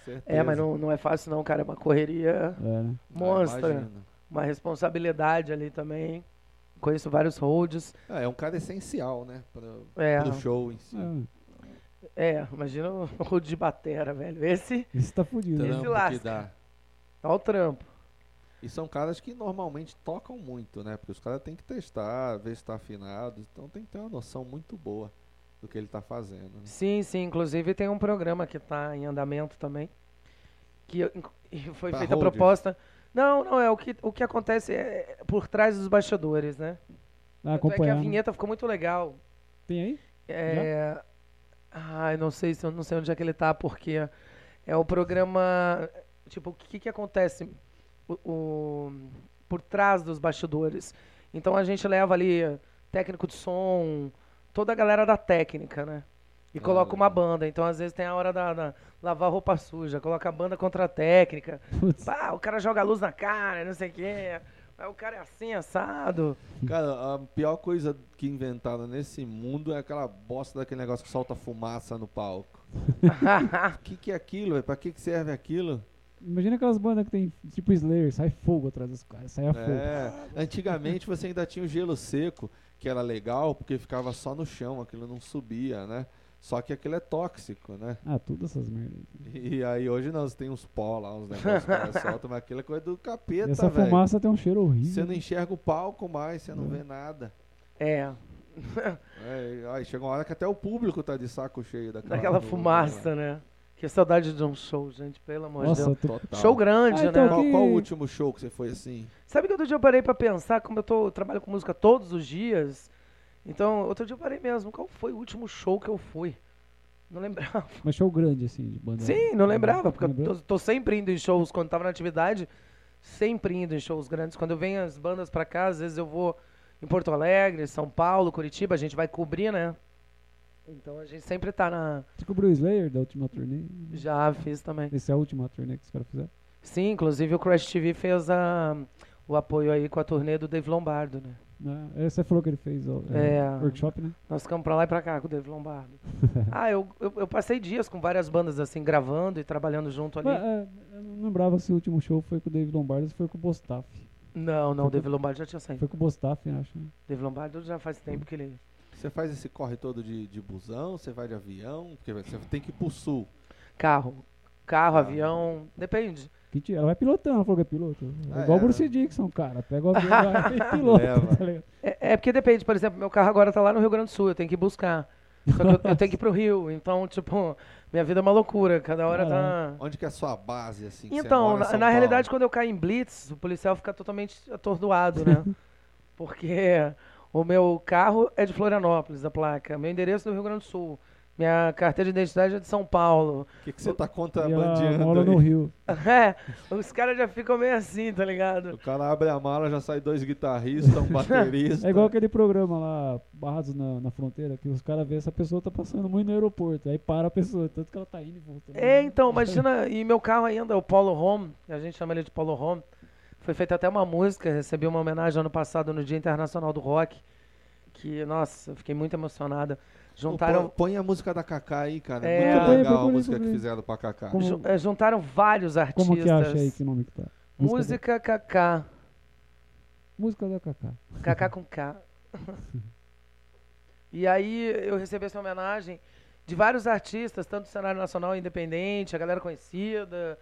Speaker 1: Certeza.
Speaker 3: É, mas não, não é fácil não, cara. É uma correria
Speaker 2: É, né?
Speaker 1: Ah,
Speaker 3: monstra.
Speaker 1: imagino.
Speaker 3: Uma responsabilidade ali também. Conheço vários holds.
Speaker 1: Ah, é um cara essencial, né? Pro,
Speaker 3: É,
Speaker 1: pro show em si.
Speaker 2: É,
Speaker 3: é imagina o *laughs* hold de batera, velho. Esse,
Speaker 2: isso tá fudido. né?
Speaker 1: Trampo que
Speaker 3: lasca.
Speaker 1: dá.
Speaker 3: olha o trampo.
Speaker 1: E são caras que normalmente tocam muito, né? Porque os caras têm que testar, ver se tá afinado. Então tem que ter uma noção muito boa do que ele tá fazendo. né?
Speaker 3: Sim, sim. Inclusive tem um programa que está em andamento também. Que eu- inc- e foi
Speaker 1: Pra
Speaker 3: feita a
Speaker 1: holders.
Speaker 3: proposta. Não, não, é o que, o que acontece é, é por trás dos bastidores, né?
Speaker 2: Ah,
Speaker 3: Tanto é que a
Speaker 2: acompanhar. né?
Speaker 3: vinheta ficou muito legal.
Speaker 2: Tem
Speaker 3: *laughs*
Speaker 2: aí?
Speaker 3: É. Ai, não sei se eu não sei onde é que ele tá, porque é o programa. Tipo, o que que acontece o, o- por trás dos bastidores? Então a gente leva ali técnico de som, toda a galera da técnica, né? E
Speaker 1: Ah,
Speaker 3: coloca uma
Speaker 1: legal.
Speaker 3: banda. Então às vezes tem a hora da, da lavar roupa suja, coloca a banda contra a técnica.
Speaker 2: Putz,
Speaker 3: Pá, o cara joga a luz na cara, não sei o quê. Aí o cara é assim, assado. *laughs*
Speaker 1: Cara, a pior coisa que inventaram nesse mundo é aquela bosta daquele negócio que solta fumaça no palco. O que, que é aquilo? velho? Pra que, que serve aquilo?
Speaker 2: imagina aquelas bandas que tem tipo Slayer, sai fogo atrás dos caras, sai a fogo.
Speaker 1: É, antigamente você ainda tinha o gelo seco, que era legal porque ficava só no chão, aquilo não subia, né? Só que aquilo é tóxico, né?
Speaker 2: Ah, tudo essas merdas.
Speaker 1: E aí hoje não, você tem uns pó lá, uns negócios que ela solta, mas aquilo é coisa do
Speaker 2: E
Speaker 1: capeta,
Speaker 2: essa
Speaker 1: velho.
Speaker 2: fumaça tem um cheiro horrível.
Speaker 1: Você não enxerga o palco mais, você não vê nada.
Speaker 3: É,
Speaker 1: É, e- aí chega uma hora que até o público tá de saco cheio daquela,
Speaker 3: Daquela
Speaker 1: nuvem lá.
Speaker 3: fumaça, né? Que saudade de um show, gente, pelo amor de
Speaker 2: Nossa,
Speaker 3: Deus.
Speaker 2: tu-
Speaker 1: Total.
Speaker 3: Show grande,
Speaker 2: Ah, então
Speaker 3: né?
Speaker 1: Qual,
Speaker 2: que-
Speaker 1: qual o último show que você foi assim?
Speaker 3: Sabe que outro dia eu parei pra pensar, como eu tô, eu trabalho com música todos os dias. Então, outro dia eu parei mesmo, qual foi o último show que eu fui? Não lembrava.
Speaker 2: mas show grande, assim, de banda.
Speaker 3: Sim, não lembrava, porque eu
Speaker 2: Lembrou?
Speaker 3: tô, tô sempre indo em shows quando tava na atividade, sempre indo em shows grandes. Quando eu venho as bandas pra cá, às vezes eu vou em Porto Alegre, São Paulo, Curitiba, a gente vai cobrir, né? Então a gente sempre tá na.
Speaker 2: Você cobriu Tipo o Slayer da última turnê?
Speaker 3: Já fiz também.
Speaker 2: Essa é a última turnê que os caras fizeram?
Speaker 3: Sim, inclusive o Crash TV fez a- o apoio aí com a turnê do Dave Lombardo, né?
Speaker 2: Não, Ah, você falou que ele fez ó,
Speaker 3: É.
Speaker 2: workshop, né?
Speaker 3: Nós ficamos pra lá e pra cá com o Dave Lombardo. ah, eu, eu, eu passei dias com várias bandas assim, gravando e trabalhando junto ali.
Speaker 2: Mas, é, eu não lembrava se o último show foi com o David Lombardo ou se foi com o Bostaff.
Speaker 3: Não, não, o Dave Lombardo já tinha saído.
Speaker 2: Foi com o Bostaff, eu acho. né?
Speaker 3: Dave Lombardo já faz tempo que ele.
Speaker 1: Você faz esse corre todo de, de busão, você vai de avião, porque você tem que ir pro sul.
Speaker 3: Carro. Carro,
Speaker 1: Ah.
Speaker 3: avião. Depende.
Speaker 2: Que ti- Ela vai pilotando, ela falou que é piloto. É
Speaker 1: Ah,
Speaker 2: igual o
Speaker 1: é,
Speaker 2: Bruce
Speaker 1: né?
Speaker 2: Dixon, cara. Pega o avião
Speaker 1: *laughs*
Speaker 2: vai e pilota,
Speaker 1: Leva.
Speaker 2: tá ligado?
Speaker 3: É, é porque depende, por exemplo, meu carro agora tá lá no Rio Grande do Sul, eu tenho que ir buscar. Só que eu, eu tenho que ir pro Rio. Então, tipo, minha vida é uma loucura. Cada hora tá.
Speaker 2: Caralho.
Speaker 1: Onde que é a sua base, assim? que você
Speaker 3: Então,
Speaker 1: mora em
Speaker 3: na,
Speaker 1: São
Speaker 3: na
Speaker 1: Paulo?
Speaker 3: realidade, quando eu caio em blitz, o policial fica totalmente atordoado,
Speaker 1: *laughs*
Speaker 3: né? Porque o meu carro é de Florianópolis, a placa. Meu endereço é do Rio Grande do Sul. Minha carteira de identidade é de São Paulo. *laughs*
Speaker 1: O que, que você tá
Speaker 2: E ela
Speaker 1: contrabandeando?
Speaker 2: mora no
Speaker 1: aí?
Speaker 2: Rio.
Speaker 3: É, os caras já ficam meio assim, tá ligado?
Speaker 1: O cara abre a mala, já sai dois guitarristas,
Speaker 3: *laughs*
Speaker 1: um baterista.
Speaker 2: É igual aquele programa lá, Barrados na, na Fronteira, que os caras vêem essa pessoa tá passando muito no aeroporto. Aí para a pessoa, tanto que ela tá indo e voltando.
Speaker 3: É, então, imagina, e meu carro ainda, o Polo Home, a gente chama ele de Polo Home. Foi feita até uma música, recebi uma homenagem ano passado no Dia Internacional do Rock. Que, nossa, eu fiquei muito emocionada.
Speaker 1: Pô,
Speaker 3: *laughs* Juntaram.
Speaker 1: Põe, põe a música da Kaká aí, cara. É,
Speaker 3: É.
Speaker 1: muito
Speaker 3: Põe,
Speaker 1: legal a
Speaker 2: procura,
Speaker 1: música que
Speaker 2: procura.
Speaker 1: fizeram pra Kaká.
Speaker 2: Como-
Speaker 3: Ju- eh, juntaram vários artistas.
Speaker 2: Como que acha aí que nome que tá?
Speaker 3: Música KK.
Speaker 2: da- música da Kaká.
Speaker 3: KK com K.
Speaker 2: *laughs*
Speaker 3: E aí eu recebi essa homenagem de vários artistas, tanto do cenário nacional independente, a galera conhecida.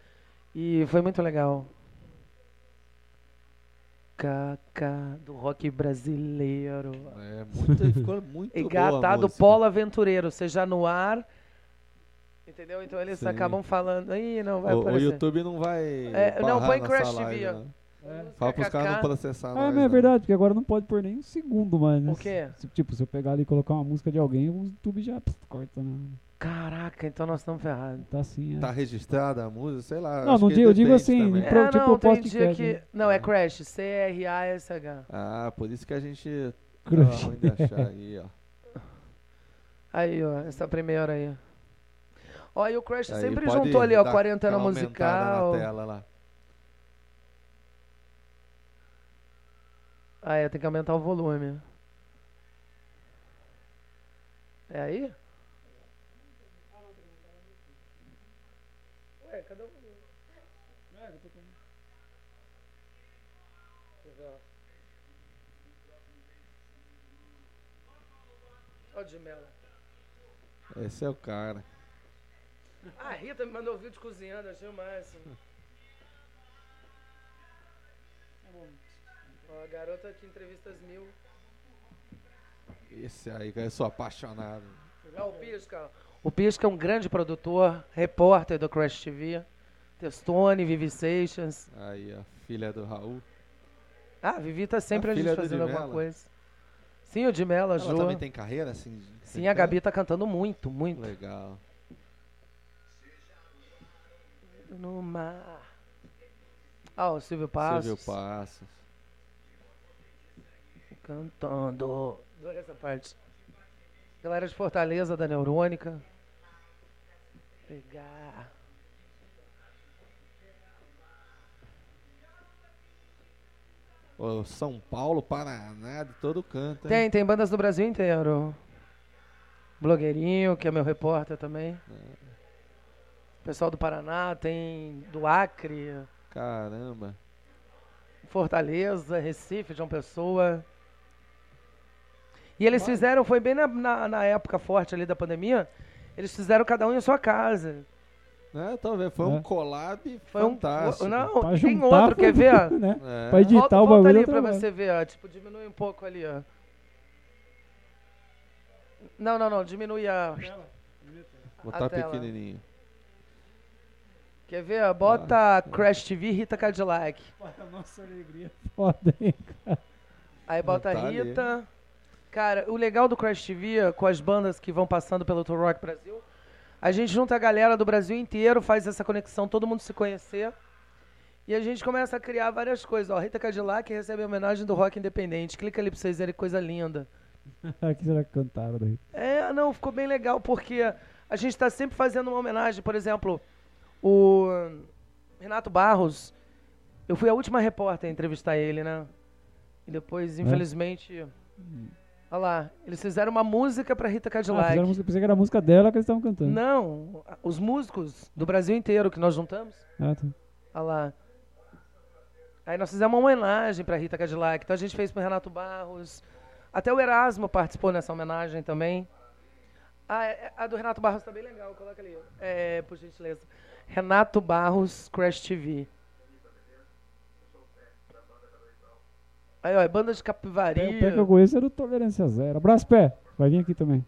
Speaker 3: E foi muito legal. kkk do rock brasileiro.
Speaker 1: É, muito, ficou muito
Speaker 3: E
Speaker 1: boa
Speaker 3: gata
Speaker 1: a
Speaker 3: do
Speaker 1: música.
Speaker 3: Polo Aventureiro, seja no ar. Entendeu? Então eles
Speaker 1: Sim.
Speaker 3: acabam falando. Ih, não vai
Speaker 1: O, o
Speaker 3: aparecer.
Speaker 1: YouTube não vai.
Speaker 3: É, não,
Speaker 1: barrar
Speaker 3: põe
Speaker 1: nossa
Speaker 3: Crash
Speaker 1: live,
Speaker 3: TV, ó.
Speaker 1: não.
Speaker 2: É.
Speaker 1: Fala pros caras não
Speaker 3: KKK.
Speaker 1: processar
Speaker 2: Ah,
Speaker 1: nós, né?
Speaker 2: mas é
Speaker 1: não.
Speaker 2: verdade, porque agora não pode pôr nem um segundo mais, né?
Speaker 3: O quê?
Speaker 2: Se- tipo, se eu pegar ali e colocar uma música de alguém, o YouTube já pss, corta, né?
Speaker 3: Caraca, então nós estamos ferrados.
Speaker 2: Tá assim, é.
Speaker 1: Tá registrada a música, sei lá.
Speaker 2: Não,
Speaker 1: acho
Speaker 2: não
Speaker 1: que
Speaker 2: digo- eu digo
Speaker 1: depende
Speaker 2: assim,
Speaker 1: também.
Speaker 2: Pro-
Speaker 3: é,
Speaker 2: tipo,
Speaker 3: não, tem
Speaker 2: podcast,
Speaker 3: dia
Speaker 2: né?
Speaker 3: que. Não, é Crash. C-R-A-S-H.
Speaker 1: Ah, por isso que a gente tá
Speaker 2: Crush.
Speaker 1: ruim de achar aí, ó.
Speaker 3: Aí, ó, essa primeira aí. Ó, e o Crash
Speaker 1: Aí
Speaker 3: sempre
Speaker 1: pode
Speaker 3: juntou ali, ó,
Speaker 1: dar aquela
Speaker 3: quarentena
Speaker 1: aumentada
Speaker 3: musical.
Speaker 1: Na tela, lá.
Speaker 3: Ah, é, tem que aumentar o volume. É aí? Ué, cadê o volume? é, Ó, de mela.
Speaker 1: Esse é o cara.
Speaker 3: Ah, a Rita me mandou vídeo cozinhando, achei o máximo. Hum. Ó, a garota que entrevistas mil.
Speaker 1: Esse aí, cara, eu sou apaixonado.
Speaker 3: É o Pisca. O Pisca é um grande produtor, repórter do Crash TV. Testone, Vivi Seixas.
Speaker 1: Aí, ó, filha do Raul.
Speaker 3: Ah, Vivi tá sempre
Speaker 1: A
Speaker 3: a, gente
Speaker 1: filha do
Speaker 3: fazendo
Speaker 1: Di
Speaker 3: alguma
Speaker 1: Mello.
Speaker 3: coisa. Sim, o de Mello, a
Speaker 1: Ela também
Speaker 3: Jô.
Speaker 1: tem carreira, assim?
Speaker 3: Sim, a Gabi tá cantando muito, muito.
Speaker 1: Legal.
Speaker 3: No mar. Ah, o Silvio Passos.
Speaker 1: Silvio Passos.
Speaker 3: Cantando. Adorei essa parte. Galera de Fortaleza, da Neurônica. Pegar.
Speaker 1: Ô, São Paulo, Paraná, de todo canto. hein?
Speaker 3: Tem, tem bandas do Brasil inteiro. Blogueirinho, que é meu repórter também. Pessoal do Paraná, tem do Acre,
Speaker 1: Caramba.
Speaker 3: Fortaleza, Recife, João Pessoa. E eles fizeram, foi bem na, na, na época forte ali da pandemia, eles fizeram cada um em sua casa.
Speaker 1: Né, tô vendo, foi um
Speaker 2: É.
Speaker 1: collab
Speaker 3: Foi
Speaker 1: fantástico.
Speaker 3: um. Não,
Speaker 2: Pra
Speaker 3: tem
Speaker 2: juntar, *laughs*
Speaker 3: outro, quer ver? ó?
Speaker 2: né?
Speaker 1: É.
Speaker 2: Pra editar
Speaker 3: Volta,
Speaker 2: o
Speaker 3: volta
Speaker 2: bagulho
Speaker 3: ali
Speaker 2: eu *laughs*
Speaker 3: pra
Speaker 2: trabalho.
Speaker 3: você ver, ó. Tipo, diminui um pouco ali, ó. Não, não, não. Diminui a.
Speaker 1: Botar
Speaker 3: a tela.
Speaker 1: pequenininho.
Speaker 3: Quer ver? ó? Bota
Speaker 1: Ah, tá.
Speaker 3: Crash TV Rita Cadillac.
Speaker 2: Nossa alegria. Foda, hein? *laughs*
Speaker 3: Aí bota
Speaker 1: tá ali.
Speaker 3: Rita. Cara, o legal do Crash TV, ó, com as bandas que vão passando pelo Tour Rock Brasil, a gente junta a galera do Brasil inteiro, faz essa conexão, todo mundo se conhecer. E a gente começa a criar várias coisas. Ó, Rita Cadillac recebe a homenagem do rock independente. Clica ali pra vocês verem que coisa linda.
Speaker 2: O que será que cantaram daí? Ah,
Speaker 3: É, não, ficou bem legal, porque a gente está sempre fazendo uma homenagem. Por exemplo, o Renato Barros, eu fui a última repórter a entrevistar ele, né? E depois,
Speaker 2: É?
Speaker 3: infelizmente. Olha lá, eles fizeram uma música para Rita
Speaker 2: Ah,
Speaker 3: Cadillac.
Speaker 2: fizeram música, pensei que era a música dela que eles estavam cantando.
Speaker 3: Não, os músicos do Brasil inteiro que nós juntamos.
Speaker 2: Ah, tá.
Speaker 3: Olha lá. Aí nós fizemos uma homenagem para Rita Cadillac. Então a gente fez para Renato Barros. Até o Erasmo participou nessa homenagem também. Ah, é- é- a do Renato Barros tá bem legal. Coloca ali. É, por gentileza. Renato Barros Crash TV. Aí, ó, é banda de
Speaker 2: Pé-
Speaker 3: capivari.
Speaker 2: O pé que eu conheço era o Tolerância Zero. Abraço, pé. Vai vir aqui também.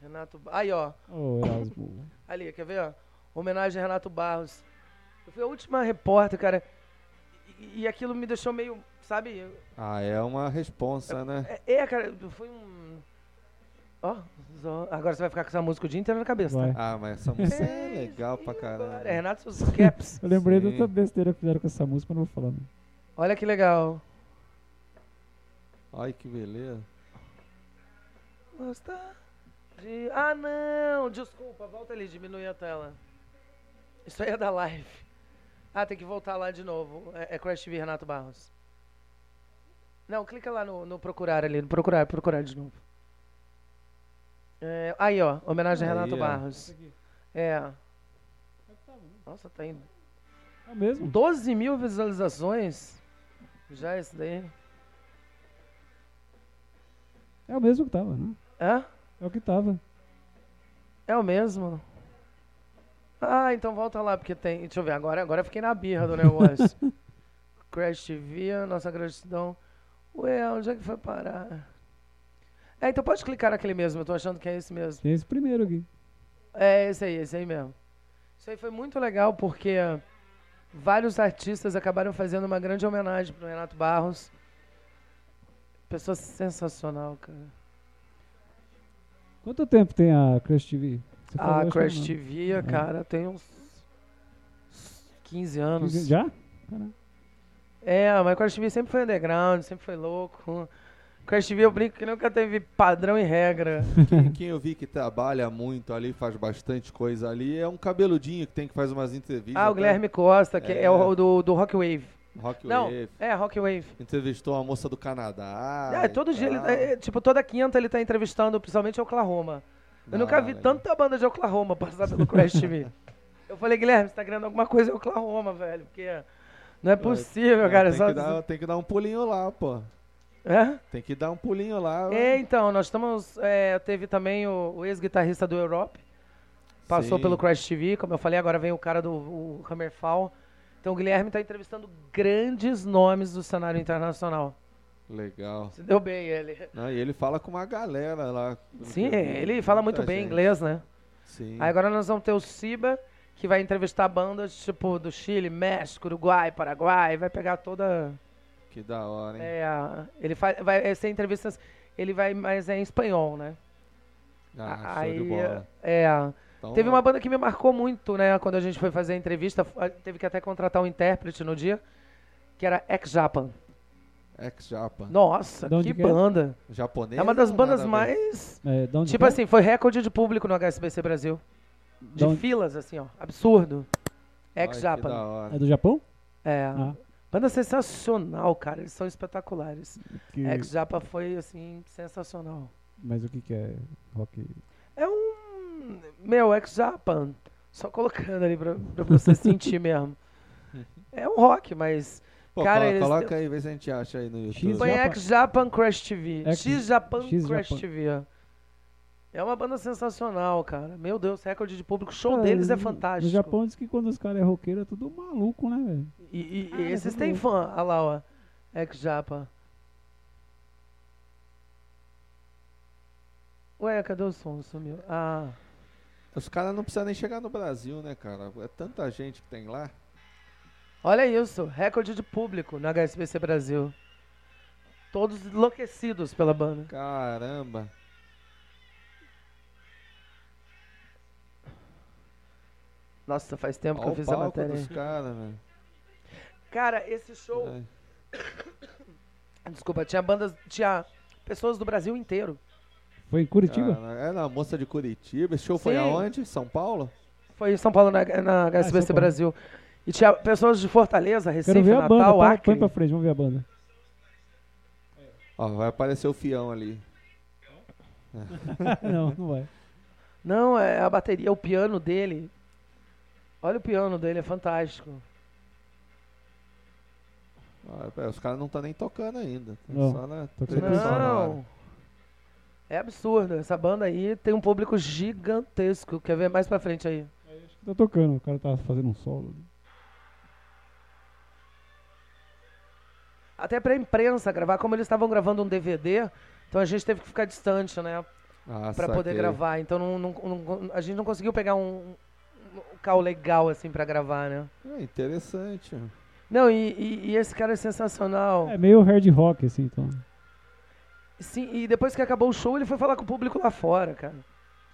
Speaker 3: Renato. Ba- Aí, ó. *laughs*
Speaker 2: Ô, Erasmo.
Speaker 3: Ali, quer ver? ó? Homenagem a Renato Barros. Eu fui a última repórter, cara. E, e aquilo me deixou meio, sabe?
Speaker 1: Ah, é uma responsa, né?
Speaker 3: É, é, cara, foi um. Ó, zo- agora você vai ficar com essa música o dia inteiro na cabeça.
Speaker 2: Vai.
Speaker 3: Tá?
Speaker 1: Ah, mas essa música é
Speaker 3: Fez
Speaker 1: legal pra
Speaker 3: É
Speaker 1: caramba.
Speaker 3: Renato e seus caps.
Speaker 2: Eu lembrei
Speaker 1: Sim.
Speaker 2: da outra besteira que fizeram com essa música, mas não vou falar. Não.
Speaker 3: *laughs* Olha que legal.
Speaker 1: Ai, que beleza.
Speaker 3: Gosta de. Ah, não! Desculpa, volta ali, diminui a tela. Isso aí é da live. Ah, tem que voltar lá de novo. É, é Crash TV Renato Barros. Não, clica lá no, no procurar ali, no procurar, procurar de novo. É, aí, ó, homenagem a
Speaker 1: Aí,
Speaker 3: Renato
Speaker 1: ó.
Speaker 3: Barros. É. Nossa, tá indo.
Speaker 2: É mesmo?
Speaker 3: 12 mil visualizações. Já isso daí.
Speaker 2: É o mesmo que tava, né?
Speaker 3: Hã?
Speaker 2: É o que tava.
Speaker 3: É o mesmo. Ah, então volta lá, porque tem. Deixa eu ver, agora, agora eu fiquei na birra do negócio. Crash TV, nossa gratidão. Ué, onde é que foi parar? É, então pode clicar naquele mesmo, eu tô achando que é esse mesmo.
Speaker 2: Tem esse primeiro aqui.
Speaker 3: É, esse aí, esse aí mesmo. Isso aí foi muito legal porque vários artistas acabaram fazendo uma grande homenagem pro Renato Barros. Pessoa sensacional, cara.
Speaker 2: Quanto tempo tem a Crash TV? Você falou,
Speaker 3: A
Speaker 2: acho que
Speaker 3: Crash
Speaker 2: não.
Speaker 3: TV, cara, tem uns 15 anos.
Speaker 2: Já?
Speaker 3: É, mas Crash TV sempre foi underground, sempre foi louco. Crash TV eu brinco que nunca teve padrão e regra.
Speaker 1: Quem, quem eu vi que trabalha muito ali, faz bastante coisa ali, é um cabeludinho que tem que faz umas entrevistas.
Speaker 3: Ah, o
Speaker 1: né?
Speaker 3: Guilherme Costa, que é,
Speaker 1: É.
Speaker 3: o do, do Rock Wave.
Speaker 1: Rock
Speaker 3: Não,
Speaker 1: Wave.
Speaker 3: é, Rock Wave.
Speaker 1: Entrevistou uma moça do Canadá. então.
Speaker 3: Ah,
Speaker 1: e
Speaker 3: todo dia, ele,
Speaker 1: tal.
Speaker 3: é, é, tipo, toda quinta ele tá entrevistando, principalmente Oklahoma. Eu nunca
Speaker 1: Ah,
Speaker 3: vi
Speaker 1: legal.
Speaker 3: tanta banda de Oklahoma *laughs* passar pelo Crash TV. Eu falei, Guilherme, você tá criando alguma coisa em Oklahoma, velho, porque não é possível,
Speaker 1: Ah,
Speaker 3: cara.
Speaker 1: tem,
Speaker 3: só-
Speaker 1: que dar, tem que dar um pulinho lá, pô.
Speaker 3: É?
Speaker 1: Tem que dar um pulinho lá.
Speaker 3: É, então, nós estamos. é, teve também o, o ex-guitarrista do Europe, passou
Speaker 1: Sim.
Speaker 3: pelo Crash TV, como eu falei, agora vem o cara do o Hammerfall. Então o Guilherme está entrevistando grandes nomes do cenário internacional.
Speaker 1: Legal.
Speaker 3: Se deu bem ele.
Speaker 1: Ah, e ele fala com uma galera lá. pelo
Speaker 3: Sim,
Speaker 1: que eu vi.
Speaker 3: ele fala
Speaker 1: Muita
Speaker 3: muito bem
Speaker 1: gente.
Speaker 3: inglês, né?
Speaker 1: Sim.
Speaker 3: Aí agora nós vamos ter o Siba, que vai entrevistar bandas tipo do Chile, México, Uruguai, Paraguai, vai pegar toda.
Speaker 1: Que da hora, hein?
Speaker 3: é, a- ele faz, vai ser entrevistas. Ele vai, mas é em espanhol, né?
Speaker 1: Ah, show de
Speaker 3: Aí,
Speaker 1: bola.
Speaker 3: É.
Speaker 1: Então,
Speaker 3: Teve uma banda que me marcou muito, né? Quando a gente foi fazer a entrevista, f- a- teve que até contratar um intérprete no dia, que era Ex Japan.
Speaker 1: Ex-japa.
Speaker 3: Nossa,
Speaker 2: De onde
Speaker 3: que
Speaker 2: que é?
Speaker 3: banda!
Speaker 1: Japonês.
Speaker 3: É uma das
Speaker 1: não,
Speaker 3: bandas
Speaker 1: nada a ver.
Speaker 3: mais.
Speaker 2: É, da onde que
Speaker 3: Tipo
Speaker 2: é?
Speaker 3: assim, foi recorde de público no HSBC Brasil. De
Speaker 2: Da onde-
Speaker 3: filas, assim, ó. Absurdo.
Speaker 1: Ai, que
Speaker 3: Ex
Speaker 1: da
Speaker 3: Japan.
Speaker 1: hora.
Speaker 2: É do Japão?
Speaker 3: É.
Speaker 2: Ah.
Speaker 3: Banda sensacional, cara. Eles são espetaculares.
Speaker 2: Que-
Speaker 3: Ex Japan foi, assim, sensacional.
Speaker 2: Mas o que, que é rock?
Speaker 3: É um. Meu, ex-Japan. Só colocando ali pra, pra você sentir mesmo. É um rock, mas.
Speaker 1: Pô,
Speaker 3: Cara,
Speaker 1: colo-
Speaker 3: eles-
Speaker 1: coloca aí, vê se a gente acha aí no YouTube.
Speaker 3: Põe
Speaker 2: Japa-
Speaker 3: ex-Japan Crash TV.
Speaker 2: Ex-
Speaker 3: X-Japan
Speaker 2: X
Speaker 3: Crash
Speaker 2: Japan.
Speaker 3: TV. É uma banda sensacional, cara. Meu Deus, recorde de público. O show
Speaker 2: Cara,
Speaker 3: deles é
Speaker 2: Ah, no-
Speaker 3: fantástico.
Speaker 2: No Japão diz que quando os caras é roqueiro é tudo maluco, né, velho?
Speaker 3: E, e- e
Speaker 2: Cara,
Speaker 3: esses
Speaker 2: vamos
Speaker 3: têm
Speaker 2: ver.
Speaker 3: fã. Olha lá, ó. Ex-Japan. Ué, cadê o som? Sumiu. Ah.
Speaker 1: Os caras não precisam nem chegar no Brasil, né, cara? É tanta gente que tem lá.
Speaker 3: Olha isso, recorde de público na HSBC Brasil. Todos enlouquecidos pela banda.
Speaker 1: Caramba.
Speaker 3: Nossa, faz tempo que
Speaker 1: Olha
Speaker 3: eu
Speaker 1: o
Speaker 3: fiz a
Speaker 1: palco
Speaker 3: matéria.
Speaker 1: dos
Speaker 3: aí.
Speaker 1: caras, velho.
Speaker 3: Cara, esse show.
Speaker 1: É.
Speaker 3: Desculpa, tinha bandas. Tinha pessoas do Brasil inteiro.
Speaker 2: Foi em
Speaker 3: Ah,
Speaker 2: Curitiba?
Speaker 1: Cara, é na moça de Curitiba. Esse show foi
Speaker 3: Sim.
Speaker 1: aonde? São Paulo?
Speaker 3: Foi em São Paulo, na, na
Speaker 2: Ah, São
Speaker 3: HSBC
Speaker 2: Paulo.
Speaker 3: Brasil. E tinha pessoas de Fortaleza, Recife,
Speaker 2: Quero ver a banda. tá?
Speaker 3: Natal,
Speaker 2: Põe,
Speaker 3: Acre.
Speaker 2: põe pra frente, vamos ver a banda. *laughs*
Speaker 1: Ó, vai aparecer o fião ali.
Speaker 2: não, não vai.
Speaker 3: Não, é a bateria, o piano dele. Olha o piano dele, é fantástico.
Speaker 1: Ó, pera, os caras não estão nem tocando ainda. Tá
Speaker 2: Não.
Speaker 1: Só na
Speaker 2: Tô com
Speaker 1: trilha
Speaker 2: certeza.
Speaker 1: sonora.
Speaker 3: Não. É absurdo. Essa banda aí tem um público gigantesco. Quer ver mais pra frente aí?
Speaker 2: Tá tocando, o cara tá fazendo um solo.
Speaker 3: Até pra imprensa gravar, como eles estavam gravando um DVD, então a gente teve que ficar distante, né?
Speaker 1: Ah,
Speaker 3: Pra poder
Speaker 1: saquei.
Speaker 3: gravar. Então não- não- não- a gente não conseguiu pegar um, um local legal, assim, pra gravar, né?
Speaker 1: É interessante. ó.
Speaker 3: Não, e, e- e esse cara é sensacional.
Speaker 2: É meio hard rock, assim, então.
Speaker 3: Sim, e depois que acabou o show, ele foi falar com o público lá fora, cara.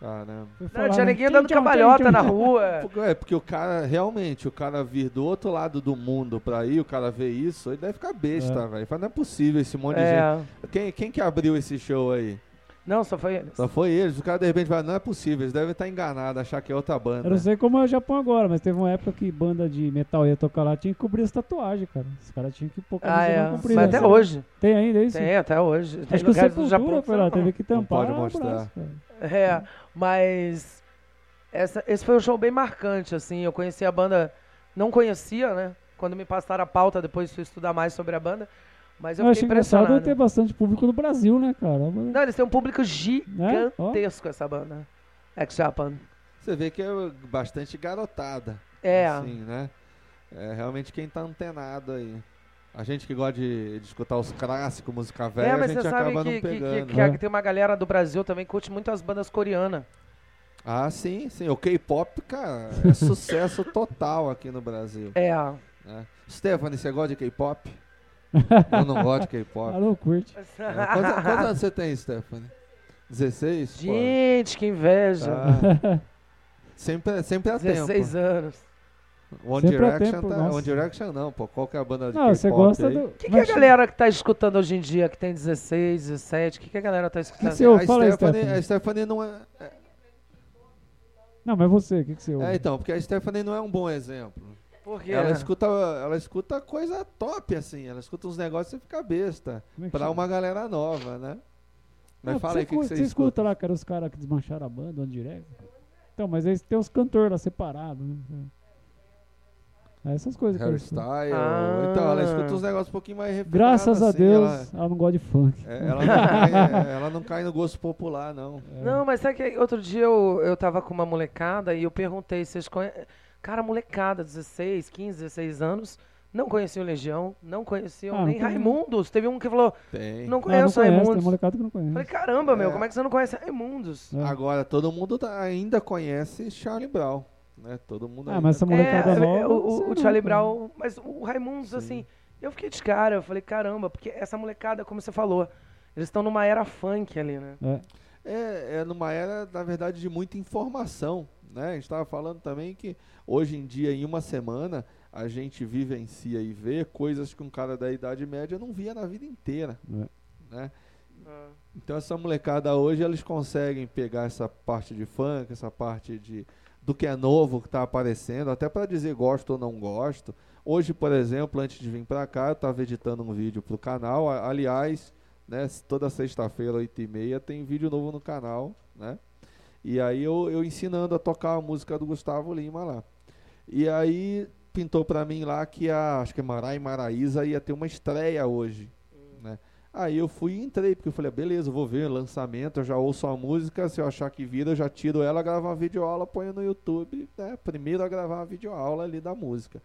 Speaker 1: Caramba.
Speaker 2: Foi
Speaker 3: Não,
Speaker 2: falar,
Speaker 3: tinha
Speaker 2: né?
Speaker 3: ninguém
Speaker 2: Tchau,
Speaker 3: dando
Speaker 2: tchau, tchau,
Speaker 3: cambalhota
Speaker 2: tchau,
Speaker 3: na
Speaker 2: tchau. um
Speaker 3: rua.
Speaker 1: Porque- É, porque o cara, realmente, o cara vir do outro lado do mundo pra ir, o cara ver isso, ele deve ficar besta, velho. Fala, Não é possível esse monte de gente.
Speaker 3: É.
Speaker 1: Quem, quem que abriu esse show aí?
Speaker 3: Não, só foi eles.
Speaker 1: Só foi eles. O cara de repente vai, não é possível, eles devem estar enganados, achar que é outra banda.
Speaker 2: Eu
Speaker 3: né?
Speaker 2: não sei como é o Japão agora, mas teve uma época que banda de metal ia tocar lá, tinha que cobrir as tatuagens, cara. Os caras tinham que pôr
Speaker 3: Ah,
Speaker 2: camisa né?
Speaker 3: é.
Speaker 2: não comprida.
Speaker 3: Mas até
Speaker 2: Sabe?
Speaker 3: hoje.
Speaker 2: Tem ainda isso?
Speaker 3: Tem, até hoje. Tem
Speaker 2: Acho que o
Speaker 3: lugares do
Speaker 2: Sepultura
Speaker 3: Japão que
Speaker 2: foi
Speaker 3: você
Speaker 2: lá,
Speaker 3: não-
Speaker 2: teve que tampar
Speaker 1: pode
Speaker 2: o braço,
Speaker 1: mostrar.
Speaker 2: cara.
Speaker 3: É, mas essa- esse foi um show bem marcante, assim. Eu conheci a banda, não conhecia, né? Quando me passaram a pauta, depois fui estudar mais sobre a banda. Mas eu
Speaker 2: Eu achei
Speaker 3: fiquei impressionado.
Speaker 2: engraçado ter bastante público no Brasil, né, cara? Uma-
Speaker 3: Não, eles têm um público gigantesco, essa banda. Ex-Japan.
Speaker 1: Você vê que é bastante garotada.
Speaker 3: É.
Speaker 1: Assim, né? É realmente quem tá antenado aí. A gente que gosta de, de escutar os clássicos, música velha,
Speaker 3: é,
Speaker 1: a
Speaker 3: mas
Speaker 1: gente
Speaker 3: você sabe
Speaker 1: acaba
Speaker 3: que,
Speaker 1: não
Speaker 3: que- que-
Speaker 1: pegando. né?
Speaker 3: que a- tem uma galera do Brasil também que curte muito as bandas coreanas.
Speaker 1: Ah, sim, sim. O K-pop, cara, é sucesso total aqui no Brasil. *laughs*
Speaker 3: É.
Speaker 1: Né? Stephanie, você gosta de
Speaker 2: *laughs*
Speaker 1: K-pop? Eu não gosto de K-pop.
Speaker 2: Ah, não curte.
Speaker 1: É, Quantos quantos anos você tem, Stephanie? 16? Pô,
Speaker 3: Gente, que inveja.
Speaker 1: tá. Sempre, sempre há tempo.
Speaker 3: 16 anos.
Speaker 1: One
Speaker 2: Sempre há
Speaker 1: Direction,
Speaker 2: tempo,
Speaker 1: tá,
Speaker 2: nossa.
Speaker 1: One Direction não, pô. Qual que é a banda de
Speaker 2: Não, você
Speaker 1: K-pop
Speaker 2: gosta
Speaker 1: aí?
Speaker 2: do.
Speaker 3: O que, que a galera que tá escutando hoje em dia, que tem 16, 17, o que, que a galera tá escutando?
Speaker 2: Esse é o- Pô,
Speaker 1: a,
Speaker 2: fala aí,
Speaker 1: Stephanie,
Speaker 2: Stephanie.
Speaker 1: a Stephanie não é,
Speaker 2: Não, mas você, o que, que você ouve?
Speaker 1: é... então, porque a Stephanie não é um bom exemplo.
Speaker 3: Por quê?
Speaker 1: Ela, escuta, ela escuta coisa top, assim. Ela escuta uns negócios e fica besta.
Speaker 2: Como é que
Speaker 1: Pra
Speaker 2: chama?
Speaker 1: uma galera nova, né? Mas
Speaker 2: Não,
Speaker 1: fala aí o que, que
Speaker 2: curte-
Speaker 1: você
Speaker 2: você
Speaker 1: escuta.
Speaker 2: escuta lá, cara, os caras que desmancharam a banda, onde direto. Então, mas aí tem os cantores lá separados, né? É, essas coisas. que eu escuto.
Speaker 1: Hairstyle.
Speaker 3: Ah.
Speaker 1: Então, ela escuta uns negócios um pouquinho mais refinados.
Speaker 2: Graças a
Speaker 1: assim,
Speaker 2: Deus,
Speaker 1: Ela,
Speaker 2: ela não gosta de funk.
Speaker 1: é, ela não cai,
Speaker 2: *laughs*
Speaker 1: é, ela não cai no gosto popular, não.
Speaker 3: Não, mas sabe que outro dia eu, eu tava com uma molecada e eu perguntei, vocês conhecem. Cara, molecada, 16, 15, 16 anos, não conheciam Legião, não conheciam
Speaker 2: Ah, não
Speaker 3: nem
Speaker 2: tem-
Speaker 3: Raimundos. Teve um que falou,
Speaker 1: Tem.
Speaker 3: não
Speaker 2: Ah, não
Speaker 3: conheço
Speaker 2: conhece, tem
Speaker 3: Raimundos.
Speaker 2: molecada que não conhece.
Speaker 3: Falei, caramba, meu,
Speaker 1: É.
Speaker 3: como é que você não conhece Raimundos?
Speaker 2: É.
Speaker 1: Agora, todo mundo tá- ainda conhece Charlie Brown, né? Todo mundo
Speaker 2: Ah,
Speaker 1: ainda
Speaker 2: mas essa molecada
Speaker 3: é,
Speaker 2: nova.
Speaker 3: eu-
Speaker 2: não sei
Speaker 3: o, o
Speaker 2: não, cara.
Speaker 3: Charlie Brown, mas o Raimundos, assim, eu fiquei de cara, eu falei, caramba, porque essa molecada, como você falou, eles estão numa era funk ali, né?
Speaker 2: É.
Speaker 1: É, é numa era, na verdade, de muita informação. Né? A gente estava falando também que hoje em dia, em uma semana, a gente vivencia e vê coisas que um cara da Idade Média não via na vida inteira.
Speaker 2: É.
Speaker 1: Né? Então essa molecada hoje, eles conseguem pegar essa parte de funk, essa parte de do que é novo que está aparecendo, até para dizer gosto ou não gosto. Hoje, por exemplo, antes de vir para cá, eu estava editando um vídeo para o canal. A- Aliás, né? s- Toda sexta-feira, 8h30, tem vídeo novo no canal, né? E aí eu, eu ensinando a tocar a música do Gustavo Lima lá. E aí pintou pra mim lá que a, acho que é Marai Maraísa ia ter uma estreia hoje, né? Aí eu fui e entrei, porque eu falei, ah, beleza, eu vou ver o lançamento, eu já ouço a música, se eu achar que vira, eu já tiro ela, gravo uma videoaula, ponho no YouTube, né? Primeiro a gravar uma videoaula ali da música.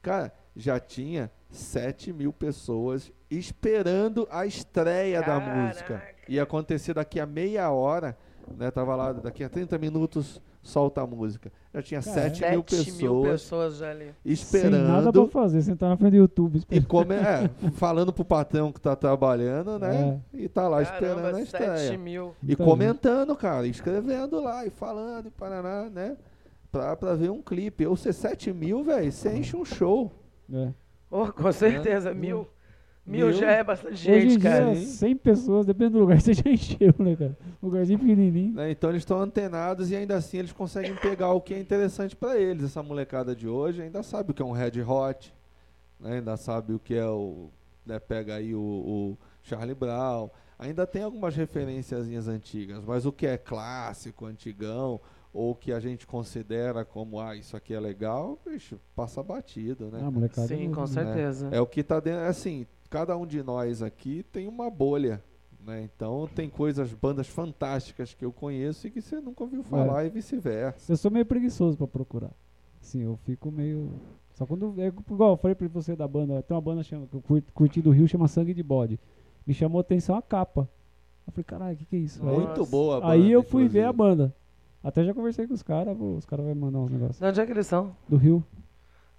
Speaker 1: Cara, já tinha 7 mil pessoas esperando a estreia da
Speaker 3: Caraca.
Speaker 1: música. Ia acontecer daqui a meia hora, né? Tava lá, daqui a 30 minutos solta a música. Já tinha
Speaker 2: Cara,
Speaker 1: 7 mil
Speaker 3: Sete
Speaker 1: pessoas
Speaker 3: mil pessoas já ali.
Speaker 2: Sem nada pra
Speaker 1: esperando
Speaker 2: fazer, sentar na frente do YouTube.
Speaker 1: e
Speaker 2: esperando.
Speaker 1: come, é, falando pro patrão que tá trabalhando, né? E tá lá esperando a
Speaker 3: Caramba, sete
Speaker 1: estreia.
Speaker 3: mil.
Speaker 1: E
Speaker 2: É. Então,
Speaker 1: comentando, cara, e escrevendo lá, e falando, e paraná, né? Pra, pra ver um clipe. Ou ser 7 mil, velho, você enche um show.
Speaker 2: é.
Speaker 3: Oh, com certeza, mil. Mil
Speaker 1: Mil.
Speaker 3: já é bastante
Speaker 2: Né? Hoje
Speaker 3: gente,
Speaker 2: em
Speaker 3: cara.
Speaker 2: dia, 100 pessoas, depende do lugar, *laughs* você já encheu, né, cara? Lugarzinho pequenininho.
Speaker 1: né? Então eles estão antenados e ainda assim eles conseguem pegar o que é interessante pra eles. Essa molecada de hoje ainda sabe o que é um Red Hot, né? ainda sabe o que é o. né, Pega aí o, o Charlie Brown. Ainda tem algumas referenciazinhas antigas, mas o que é clássico, antigão, ou que a gente considera como, ah, isso aqui é legal, bicho, passa batido, né?
Speaker 2: Ah, molecada.
Speaker 3: Sim,
Speaker 2: não-
Speaker 3: com certeza.
Speaker 1: É o que tá dentro. é Assim, cada um de nós aqui tem uma bolha. Né? Então tem coisas, bandas fantásticas que eu conheço e que você nunca
Speaker 2: É.
Speaker 1: ouviu falar e vice-versa.
Speaker 2: Eu sou meio preguiçoso pra procurar. Assim, eu fico meio. Só quando. É, igual eu falei pra você da banda, tem uma banda chama, que eu curti, curti do Rio, chama Sangue de Bode. Me chamou a atenção a capa. Eu falei, caralho, o que, que é isso? Aí-
Speaker 3: Nossa.
Speaker 1: Muito boa a banda.
Speaker 2: Aí, eu fui
Speaker 1: inclusive.
Speaker 2: ver a banda. Até já conversei com os caras, pô, os caras vão mandar uns negócios.
Speaker 3: De onde é que eles são?
Speaker 2: Do Rio.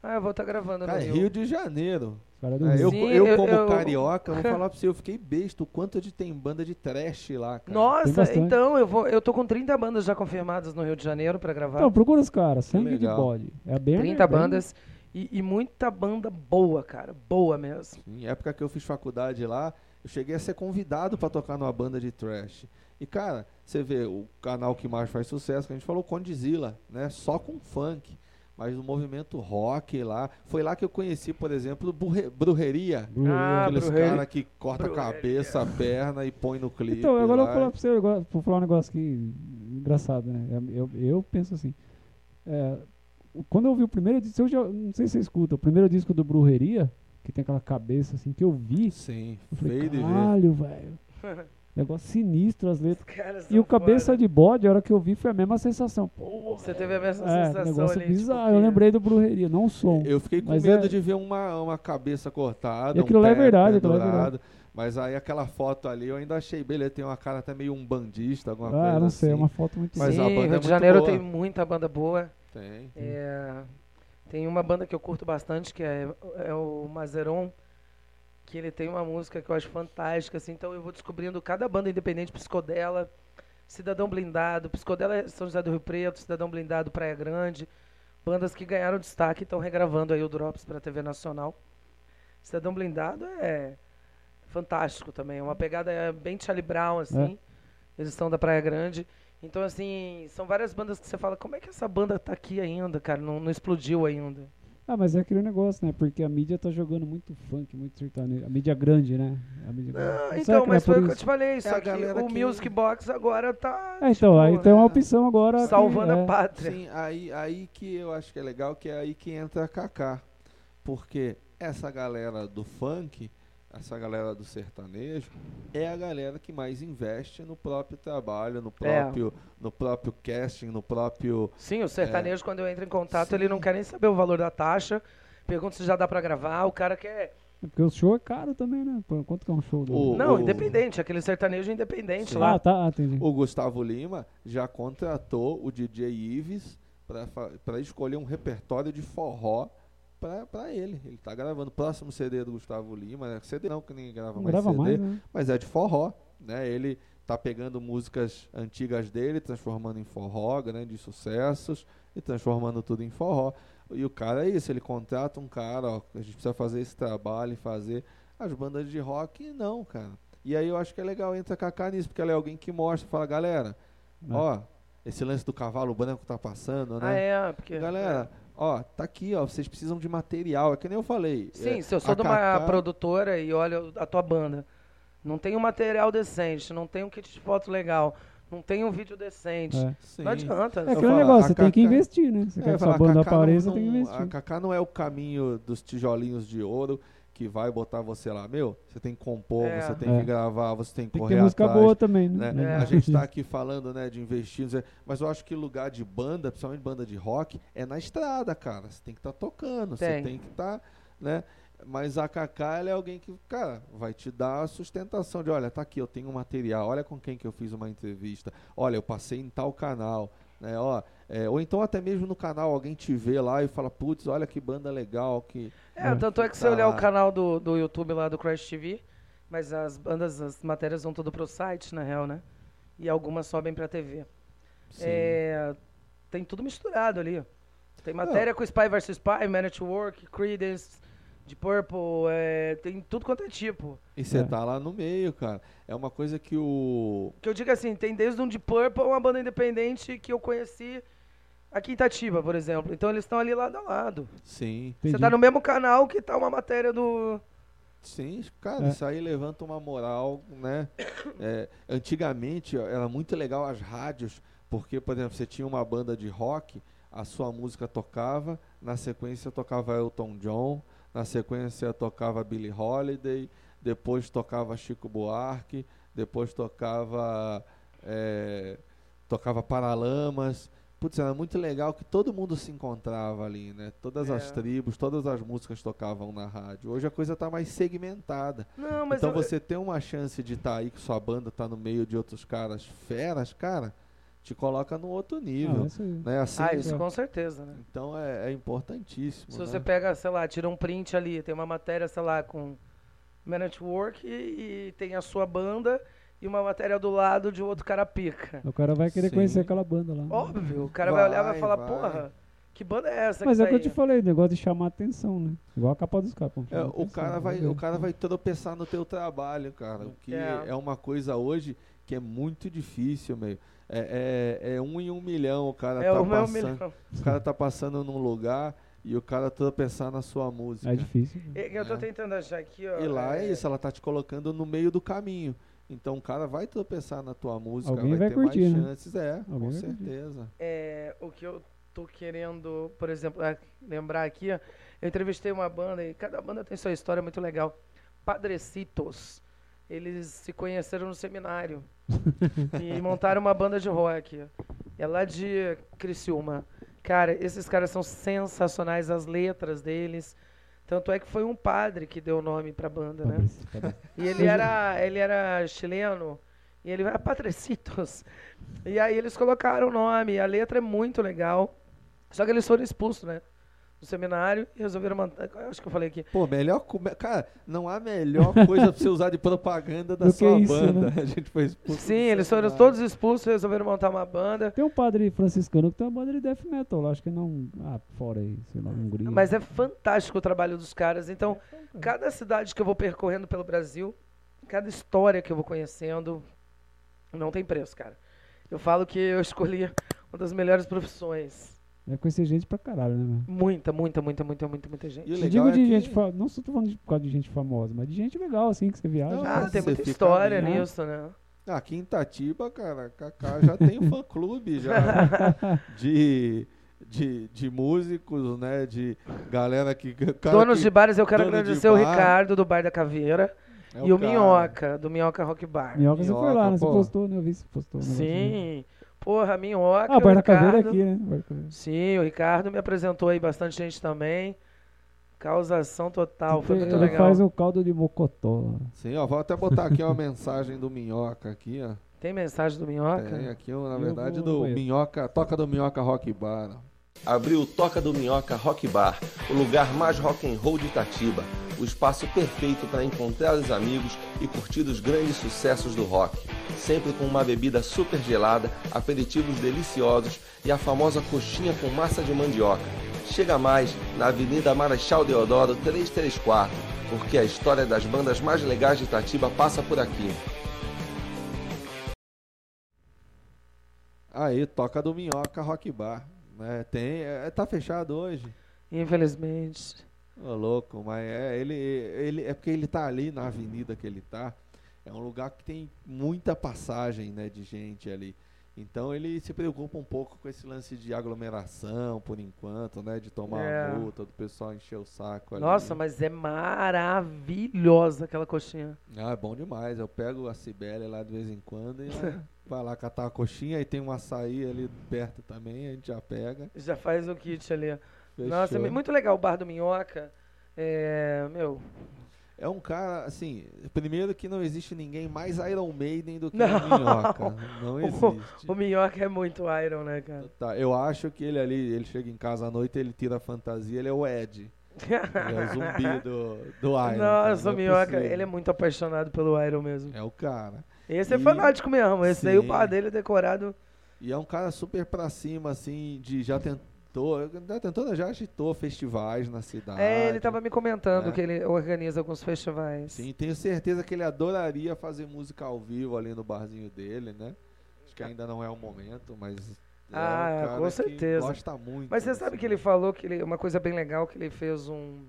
Speaker 3: Ah, eu vou estar gravando
Speaker 1: Cara,
Speaker 2: é
Speaker 3: no Rio.
Speaker 1: Rio de Janeiro.
Speaker 2: Os caras do
Speaker 1: É,
Speaker 2: Rio.
Speaker 1: eu,
Speaker 3: Sim,
Speaker 1: eu,
Speaker 3: eu-
Speaker 1: como
Speaker 3: eu-
Speaker 1: carioca, vou falar pra você, eu fiquei besta o quanto de tem banda de trash lá. Cara.
Speaker 2: Tem
Speaker 3: Nossa,
Speaker 2: bastante.
Speaker 3: então eu vou, eu tô com 30 bandas já confirmadas no Rio de Janeiro pra gravar.
Speaker 2: Então, procura os caras, Sangue de
Speaker 1: legal.
Speaker 2: Bode. É bem
Speaker 3: 30
Speaker 2: bem-
Speaker 3: bandas e, e muita banda boa, cara, boa mesmo.
Speaker 1: Em época que eu fiz faculdade lá, eu cheguei a ser convidado pra tocar numa banda de trash. E cara, você vê o canal que mais faz sucesso, que a gente falou Condizila, né? Só com funk, mas no movimento rock lá. Foi lá que eu conheci, por exemplo, Burre- Brujeria.
Speaker 3: Ah,
Speaker 1: Aqueles
Speaker 3: Brujeria.
Speaker 1: caras que corta a
Speaker 3: Brujeria.
Speaker 1: cabeça, a perna e põe no clipe.
Speaker 2: Então, agora eu
Speaker 1: lá.
Speaker 2: vou falar pra você, agora, vou falar um negócio que engraçado, né? Eu, eu penso assim. é, o- quando eu vi o primeiro disco, eu já, não sei se você escuta, o primeiro disco do Brujeria, que tem aquela cabeça assim, que eu vi,
Speaker 1: Sim,
Speaker 2: eu
Speaker 1: feio
Speaker 2: falei,
Speaker 1: de ver.
Speaker 3: *laughs*
Speaker 2: caralho, velho. Negócio sinistro as letras.
Speaker 3: Cara,
Speaker 2: E
Speaker 3: são
Speaker 2: o cabeça
Speaker 3: foda.
Speaker 2: de bode, a hora que eu vi, foi a mesma sensação. Pô,
Speaker 3: Você teve a mesma
Speaker 2: é,
Speaker 3: sensação
Speaker 2: negócio
Speaker 3: ali.
Speaker 2: bizarro.
Speaker 3: tipo,
Speaker 2: eu
Speaker 3: que-
Speaker 2: lembrei do Brujeria, não o som.
Speaker 1: Eu fiquei com
Speaker 2: Mas
Speaker 1: medo
Speaker 2: é-
Speaker 1: de ver uma, uma cabeça cortada.
Speaker 2: E aquilo
Speaker 1: um
Speaker 2: lá é
Speaker 1: pé
Speaker 2: verdade, aquilo lá é
Speaker 1: pendurado,
Speaker 2: verdade.
Speaker 1: Mas aí aquela foto ali eu ainda achei, beleza, tem uma cara até meio um bandista, alguma coisa.
Speaker 2: ah, não sei, é
Speaker 1: assim.
Speaker 2: uma foto muito
Speaker 1: Mas
Speaker 3: Sim,
Speaker 1: a banda é
Speaker 3: Rio de
Speaker 1: muito
Speaker 3: Janeiro
Speaker 1: boa.
Speaker 3: tem muita banda boa.
Speaker 1: Tem.
Speaker 3: É, tem uma banda que eu curto bastante, que é, é o Mazeron, que ele tem uma música que eu acho fantástica, assim, então eu vou descobrindo cada banda independente, Psicodela, Cidadão Blindado, Psicodela é São José do Rio Preto, Cidadão Blindado, Praia Grande, bandas que ganharam destaque e estão regravando aí o Drops para a TV Nacional. Cidadão Blindado é fantástico também, é uma pegada é, bem Charlie Brown, assim, eles são da Praia Grande. Então, assim, são várias bandas que você fala, como é que essa banda tá aqui ainda, cara? Não, não explodiu ainda.
Speaker 2: Ah, mas é aquele negócio, né? Porque a mídia tá jogando muito funk, muito sertanejo. A mídia grande, né? A mídia grande. Será
Speaker 3: então,
Speaker 2: que não é
Speaker 3: mas foi
Speaker 2: por
Speaker 3: o que eu
Speaker 2: isso?
Speaker 3: te falei, só
Speaker 1: a
Speaker 3: que
Speaker 1: galera
Speaker 3: o
Speaker 1: que-
Speaker 3: Music Box agora tá
Speaker 2: É, então, aí
Speaker 3: tipo,
Speaker 2: tem uma opção agora. que-
Speaker 3: salvando
Speaker 2: é.
Speaker 3: a pátria.
Speaker 1: Sim, aí, aí que eu acho que é legal, que é aí que entra a Kaká. Porque essa galera do funk, essa galera do sertanejo, é a galera que mais investe no próprio trabalho, no próprio, no próprio casting, no próprio.
Speaker 3: Sim, o sertanejo, quando eu entro em contato,
Speaker 1: É. Sim.
Speaker 3: ele não quer nem saber o valor da taxa, pergunta se já dá pra gravar, o cara quer...
Speaker 2: É Porque o show é caro também, né? Pô, Quanto que é um show? do-
Speaker 1: O-
Speaker 3: Não,
Speaker 1: o-
Speaker 3: independente, aquele sertanejo independente
Speaker 1: Sim.
Speaker 3: lá.
Speaker 2: Ah, tá, ah, entendi.
Speaker 1: O Gustavo Lima já contratou o DJ Ives para escolher um repertório de forró para ele. Ele tá gravando o próximo CD do Gustavo Lima, né? CD não que ninguém grava
Speaker 2: Não
Speaker 1: mais
Speaker 2: grava
Speaker 1: CD,
Speaker 2: mais, né?
Speaker 1: mas é de forró, né? Ele tá pegando músicas antigas dele, transformando em forró, grandes sucessos e transformando tudo em forró. E o cara é isso, ele contrata um cara, ó, a gente precisa fazer esse trabalho e fazer as bandas de rock não, cara. E aí eu acho que é legal entra a Cacá nisso, porque ela é alguém que mostra, fala, galera, ó, esse lance do cavalo branco tá passando,
Speaker 3: Ah,
Speaker 1: né?
Speaker 3: é, porque...
Speaker 1: Galera, ó, tá aqui, ó, vocês precisam de material, é que nem eu falei.
Speaker 3: Sim,
Speaker 1: é,
Speaker 3: se eu
Speaker 1: a
Speaker 3: sou de uma
Speaker 1: Cacá-
Speaker 3: produtora e olho a tua banda, não tem um material decente, não tem um kit de foto legal, não tem um vídeo decente,
Speaker 2: É.
Speaker 1: Sim.
Speaker 3: não adianta.
Speaker 2: É
Speaker 1: Eu
Speaker 2: aquele
Speaker 1: falo,
Speaker 2: negócio,
Speaker 1: a
Speaker 2: você tem que
Speaker 1: Cacá-
Speaker 2: investir, né? Você
Speaker 1: É,
Speaker 2: quer que
Speaker 1: falar,
Speaker 2: sua banda
Speaker 1: Kaká não-
Speaker 2: apareça,
Speaker 1: não-
Speaker 2: tem que
Speaker 1: A
Speaker 2: investir.
Speaker 1: Kaká não é o caminho dos tijolinhos de ouro que vai botar você lá. Meu, você tem que compor,
Speaker 3: É.
Speaker 1: você tem
Speaker 2: É.
Speaker 1: que gravar, você tem que
Speaker 2: Tem que
Speaker 1: correr
Speaker 2: ter música
Speaker 1: atrás.
Speaker 2: boa também, né?
Speaker 1: né?
Speaker 3: É.
Speaker 1: A gente está aqui falando né, de investir, não sei- mas eu acho que lugar de banda, principalmente banda de rock, é na estrada, cara. Você tem que estar tocando, você
Speaker 3: Tem.
Speaker 1: tem que estar, né? Mas a Kaká, ela é alguém que, cara, vai te dar a sustentação de, olha, tá aqui, eu tenho um material, olha com quem que eu fiz uma entrevista, olha, eu passei em tal canal, né, ó, é, ou então até mesmo no canal alguém te vê lá e fala, putz, olha que banda legal, que...
Speaker 3: É,
Speaker 2: É.
Speaker 3: tanto é que se
Speaker 1: Tá
Speaker 3: você olhar o
Speaker 1: lá.
Speaker 3: canal do, do YouTube lá do Crash TV, mas as bandas, as matérias vão tudo pro site, na real, né? E algumas sobem pra TV. É, tem tudo misturado ali. Tem matéria com Spy vs Spy, Man at Work, Creedence, de Purple, é, tem tudo quanto é tipo.
Speaker 1: E você
Speaker 2: É.
Speaker 1: tá lá no meio, cara. É uma coisa que o...
Speaker 3: Que eu digo assim, tem desde um de Purple, uma banda independente que eu conheci aqui em Itatiba, por exemplo. Então eles estão ali lado a lado.
Speaker 1: Sim...
Speaker 3: Você tá no mesmo canal que tá uma matéria do.
Speaker 1: Sim, cara,
Speaker 2: É.
Speaker 1: isso aí levanta uma moral, né? É, antigamente ó, era muito legal as rádios, porque, por exemplo, você tinha uma banda de rock, a sua música tocava, na sequência tocava Elton John, na sequência tocava Billie Holiday, depois tocava Chico Buarque, depois tocava é, tocava Paralamas. Putz, era muito legal que todo mundo se encontrava ali, né? Todas as
Speaker 3: É.
Speaker 1: tribos, todas as músicas tocavam na rádio. Hoje a coisa tá mais segmentada.
Speaker 3: Não, mas
Speaker 1: então
Speaker 3: eu-
Speaker 1: você tem uma chance de estar aí que sua banda tá no meio de outros caras feras, cara, te coloca num outro nível,
Speaker 2: Ah, isso aí.
Speaker 1: né? Assim,
Speaker 3: Ah, isso
Speaker 2: é.
Speaker 3: com certeza, né?
Speaker 1: então é, é importantíssimo,
Speaker 3: Se
Speaker 1: né?
Speaker 3: você pega, sei lá, tira um print ali, tem uma matéria, sei lá, com Man at Work e, e tem a sua banda e uma matéria do lado de um outro cara pica.
Speaker 2: O cara vai querer
Speaker 1: Sim.
Speaker 2: conhecer aquela banda lá.
Speaker 3: Óbvio, o cara vai,
Speaker 1: Vai,
Speaker 3: olhar e vai falar,
Speaker 1: vai.
Speaker 3: porra, que banda é essa
Speaker 2: Mas
Speaker 3: que
Speaker 2: é o
Speaker 3: tá
Speaker 2: que eu te
Speaker 3: aí?
Speaker 2: falei, negócio de chamar atenção, né? Igual a capa dos caras.
Speaker 1: É, o
Speaker 2: tá
Speaker 1: cara vai, o cara vai tropeçar no teu trabalho, cara. O que é.
Speaker 3: É.
Speaker 1: uma coisa hoje que é muito difícil, meio. É, é, é um em um milhão, o cara
Speaker 3: É
Speaker 1: tá
Speaker 3: o meu
Speaker 1: passando.
Speaker 3: milhão.
Speaker 1: O cara tá passando num lugar e o cara tropeçar na sua música.
Speaker 2: É difícil. né?
Speaker 3: É que Eu tô
Speaker 1: É.
Speaker 3: tentando achar aqui, ó.
Speaker 1: E lá é isso, ela tá te colocando no meio do caminho. Então o cara vai tropeçar na tua música,
Speaker 2: Alguém
Speaker 1: vai,
Speaker 2: vai
Speaker 1: ter
Speaker 2: curtir,
Speaker 1: mais
Speaker 2: né?
Speaker 1: chances, é,
Speaker 2: Alguém
Speaker 1: com
Speaker 2: vai curtir.
Speaker 1: certeza.
Speaker 3: é, o que eu tô querendo, por exemplo, é, lembrar aqui, ó, eu entrevistei uma banda e cada banda tem sua história muito legal. Padrecitos. eles se conheceram no seminário e montaram uma banda de rock. É lá de Criciúma. Cara, esses caras são sensacionais, as letras deles. Tanto é que foi um padre que deu o nome pra banda, né?
Speaker 2: Fabrício, Fabrício.
Speaker 3: E ele era, ele era chileno. E ele vai, Patrecitos. E aí eles colocaram o nome. A letra é muito legal. Só que eles foram expulsos, né? Do seminário e resolveram mandar. eu Acho que eu falei aqui.
Speaker 1: Pô, melhor. co- me- Cara, não há
Speaker 2: *laughs*
Speaker 1: melhor coisa pra você usar de propaganda da
Speaker 2: Do que
Speaker 1: sua
Speaker 2: isso, né?
Speaker 1: banda. *laughs* A gente foi expulso.
Speaker 3: Sim, eles foram todos expulsos e resolveram montar uma banda.
Speaker 2: Tem um padre franciscano que tem uma banda de death metal lá, acho que não. Ah, fora aí, sei lá, um Hungria.
Speaker 3: Mas é fantástico o trabalho dos caras. Então, cada cidade que eu vou percorrendo pelo Brasil, cada história que eu vou conhecendo, não tem preço, cara. Eu falo que eu escolhi uma das melhores profissões.
Speaker 2: Deve É conhecer gente pra caralho, né, mano?
Speaker 3: Muita, muita, muita, muita, muita, muita gente.
Speaker 1: E o
Speaker 2: Não
Speaker 1: legal
Speaker 2: digo de
Speaker 1: é que-
Speaker 2: gente fa- Não só tô falando de, por causa de gente famosa, mas de gente legal, assim, que você viaja.
Speaker 1: Não,
Speaker 3: Ah,
Speaker 1: Nossa,
Speaker 3: tem muita
Speaker 1: fica
Speaker 3: história
Speaker 1: bem,
Speaker 2: né?
Speaker 3: nisso, né?
Speaker 1: Ah, Aqui em Itatiba, cara, Kaká já tem um fã clube já né?
Speaker 2: *laughs*
Speaker 1: de, de, de músicos, né? De galera que. Cara
Speaker 3: Donos
Speaker 1: que
Speaker 3: de bares, eu quero
Speaker 1: dono de
Speaker 3: agradecer o
Speaker 1: bar.
Speaker 3: Ricardo, do Bar da Caveira,
Speaker 1: é
Speaker 3: e o
Speaker 1: cara.
Speaker 3: Minhoca, do Minhoca Rock Bar.
Speaker 2: Minhoca, você foi
Speaker 1: Minhoca,
Speaker 2: lá, né? Você
Speaker 1: é pô.
Speaker 2: postou, né? Eu vi que você postou. um negócio, né?
Speaker 3: Sim. Porra, Minhoca,
Speaker 2: Ah, o Bar da
Speaker 3: Ricardo.
Speaker 2: Caveira é aqui, né? Bar da Caveira.
Speaker 3: Sim, o Ricardo me apresentou aí bastante gente também. Causação total, foi muito
Speaker 2: Ele
Speaker 3: é legal.
Speaker 2: faz um- o caldo de mocotó lá.
Speaker 1: Sim, ó, vou até botar aqui uma mensagem do Minhoca aqui, ó.
Speaker 3: Tem mensagem do Minhoca?
Speaker 1: Tem aqui, ó, na
Speaker 2: Eu
Speaker 1: verdade,
Speaker 2: vou-
Speaker 1: do
Speaker 2: conheço.
Speaker 1: Minhoca, toca do Minhoca Rock Bar.
Speaker 5: abriu o Toca do Minhoca Rock Bar, o lugar mais rock and roll de Itatiba, o espaço perfeito para encontrar os amigos e curtir os grandes sucessos do rock, sempre com uma bebida super gelada, aperitivos deliciosos e a famosa coxinha com massa de mandioca. Chega mais na Avenida Marechal Deodoro 334, porque a história das bandas mais legais de Itatiba passa por aqui.
Speaker 1: Aí, toca do Minhoca Rock Bar. né? tem, é, tá fechado hoje.
Speaker 3: Infelizmente.
Speaker 1: Ô, louco, mas é, ele, ele, é porque ele tá ali na avenida que ele tá. É um lugar que tem muita passagem, né, de gente ali. Então ele se preocupa um pouco com esse lance de aglomeração, por enquanto, né, de tomar
Speaker 3: É.
Speaker 1: a multa, do pessoal encher o saco ali.
Speaker 3: Nossa, mas é maravilhosa aquela coxinha.
Speaker 1: Ah, é bom demais. Eu pego a Sibélia lá de vez em quando e ela
Speaker 3: *laughs*
Speaker 1: vai lá catar a coxinha. E tem um açaí ali perto também, a gente já pega.
Speaker 3: Já faz o kit ali. Nossa,
Speaker 1: Fechou.
Speaker 3: é muito legal o bar do Minhoca. É, meu,
Speaker 1: É um cara, assim, primeiro que não existe ninguém mais Iron Maiden do que
Speaker 3: Não.
Speaker 1: o Minhoca. Não existe.
Speaker 3: *laughs* o Minhoca é muito Iron, né, cara?
Speaker 1: Tá, eu acho que ele ali, ele chega em casa à noite, ele tira a fantasia, ele é o Ed. Ele é o zumbi do,
Speaker 3: *laughs*
Speaker 1: do Iron. cara,
Speaker 3: Nossa,
Speaker 1: não
Speaker 3: o Minhoca,
Speaker 1: possível.
Speaker 3: ele é muito apaixonado pelo Iron mesmo.
Speaker 1: É o cara.
Speaker 3: Esse é
Speaker 1: E-
Speaker 3: fanático mesmo. Esse daí, o
Speaker 1: Sim.
Speaker 3: par dele é decorado.
Speaker 1: E é um cara super pra cima, assim, de já tentou, já tentou, não, já agitou festivais na cidade.
Speaker 3: É, ele tava me comentando
Speaker 1: né?
Speaker 3: que ele organiza alguns festivais.
Speaker 1: Sim, tenho certeza que ele adoraria fazer música ao vivo ali no barzinho dele, né? Acho que ainda não é o momento, mas é um
Speaker 3: Ah,
Speaker 1: cara
Speaker 3: com
Speaker 1: que
Speaker 3: certeza.
Speaker 1: gosta muito.
Speaker 3: Mas você sabe
Speaker 1: assim,
Speaker 3: que ele
Speaker 1: né?
Speaker 3: falou que ele, uma coisa bem legal que ele fez um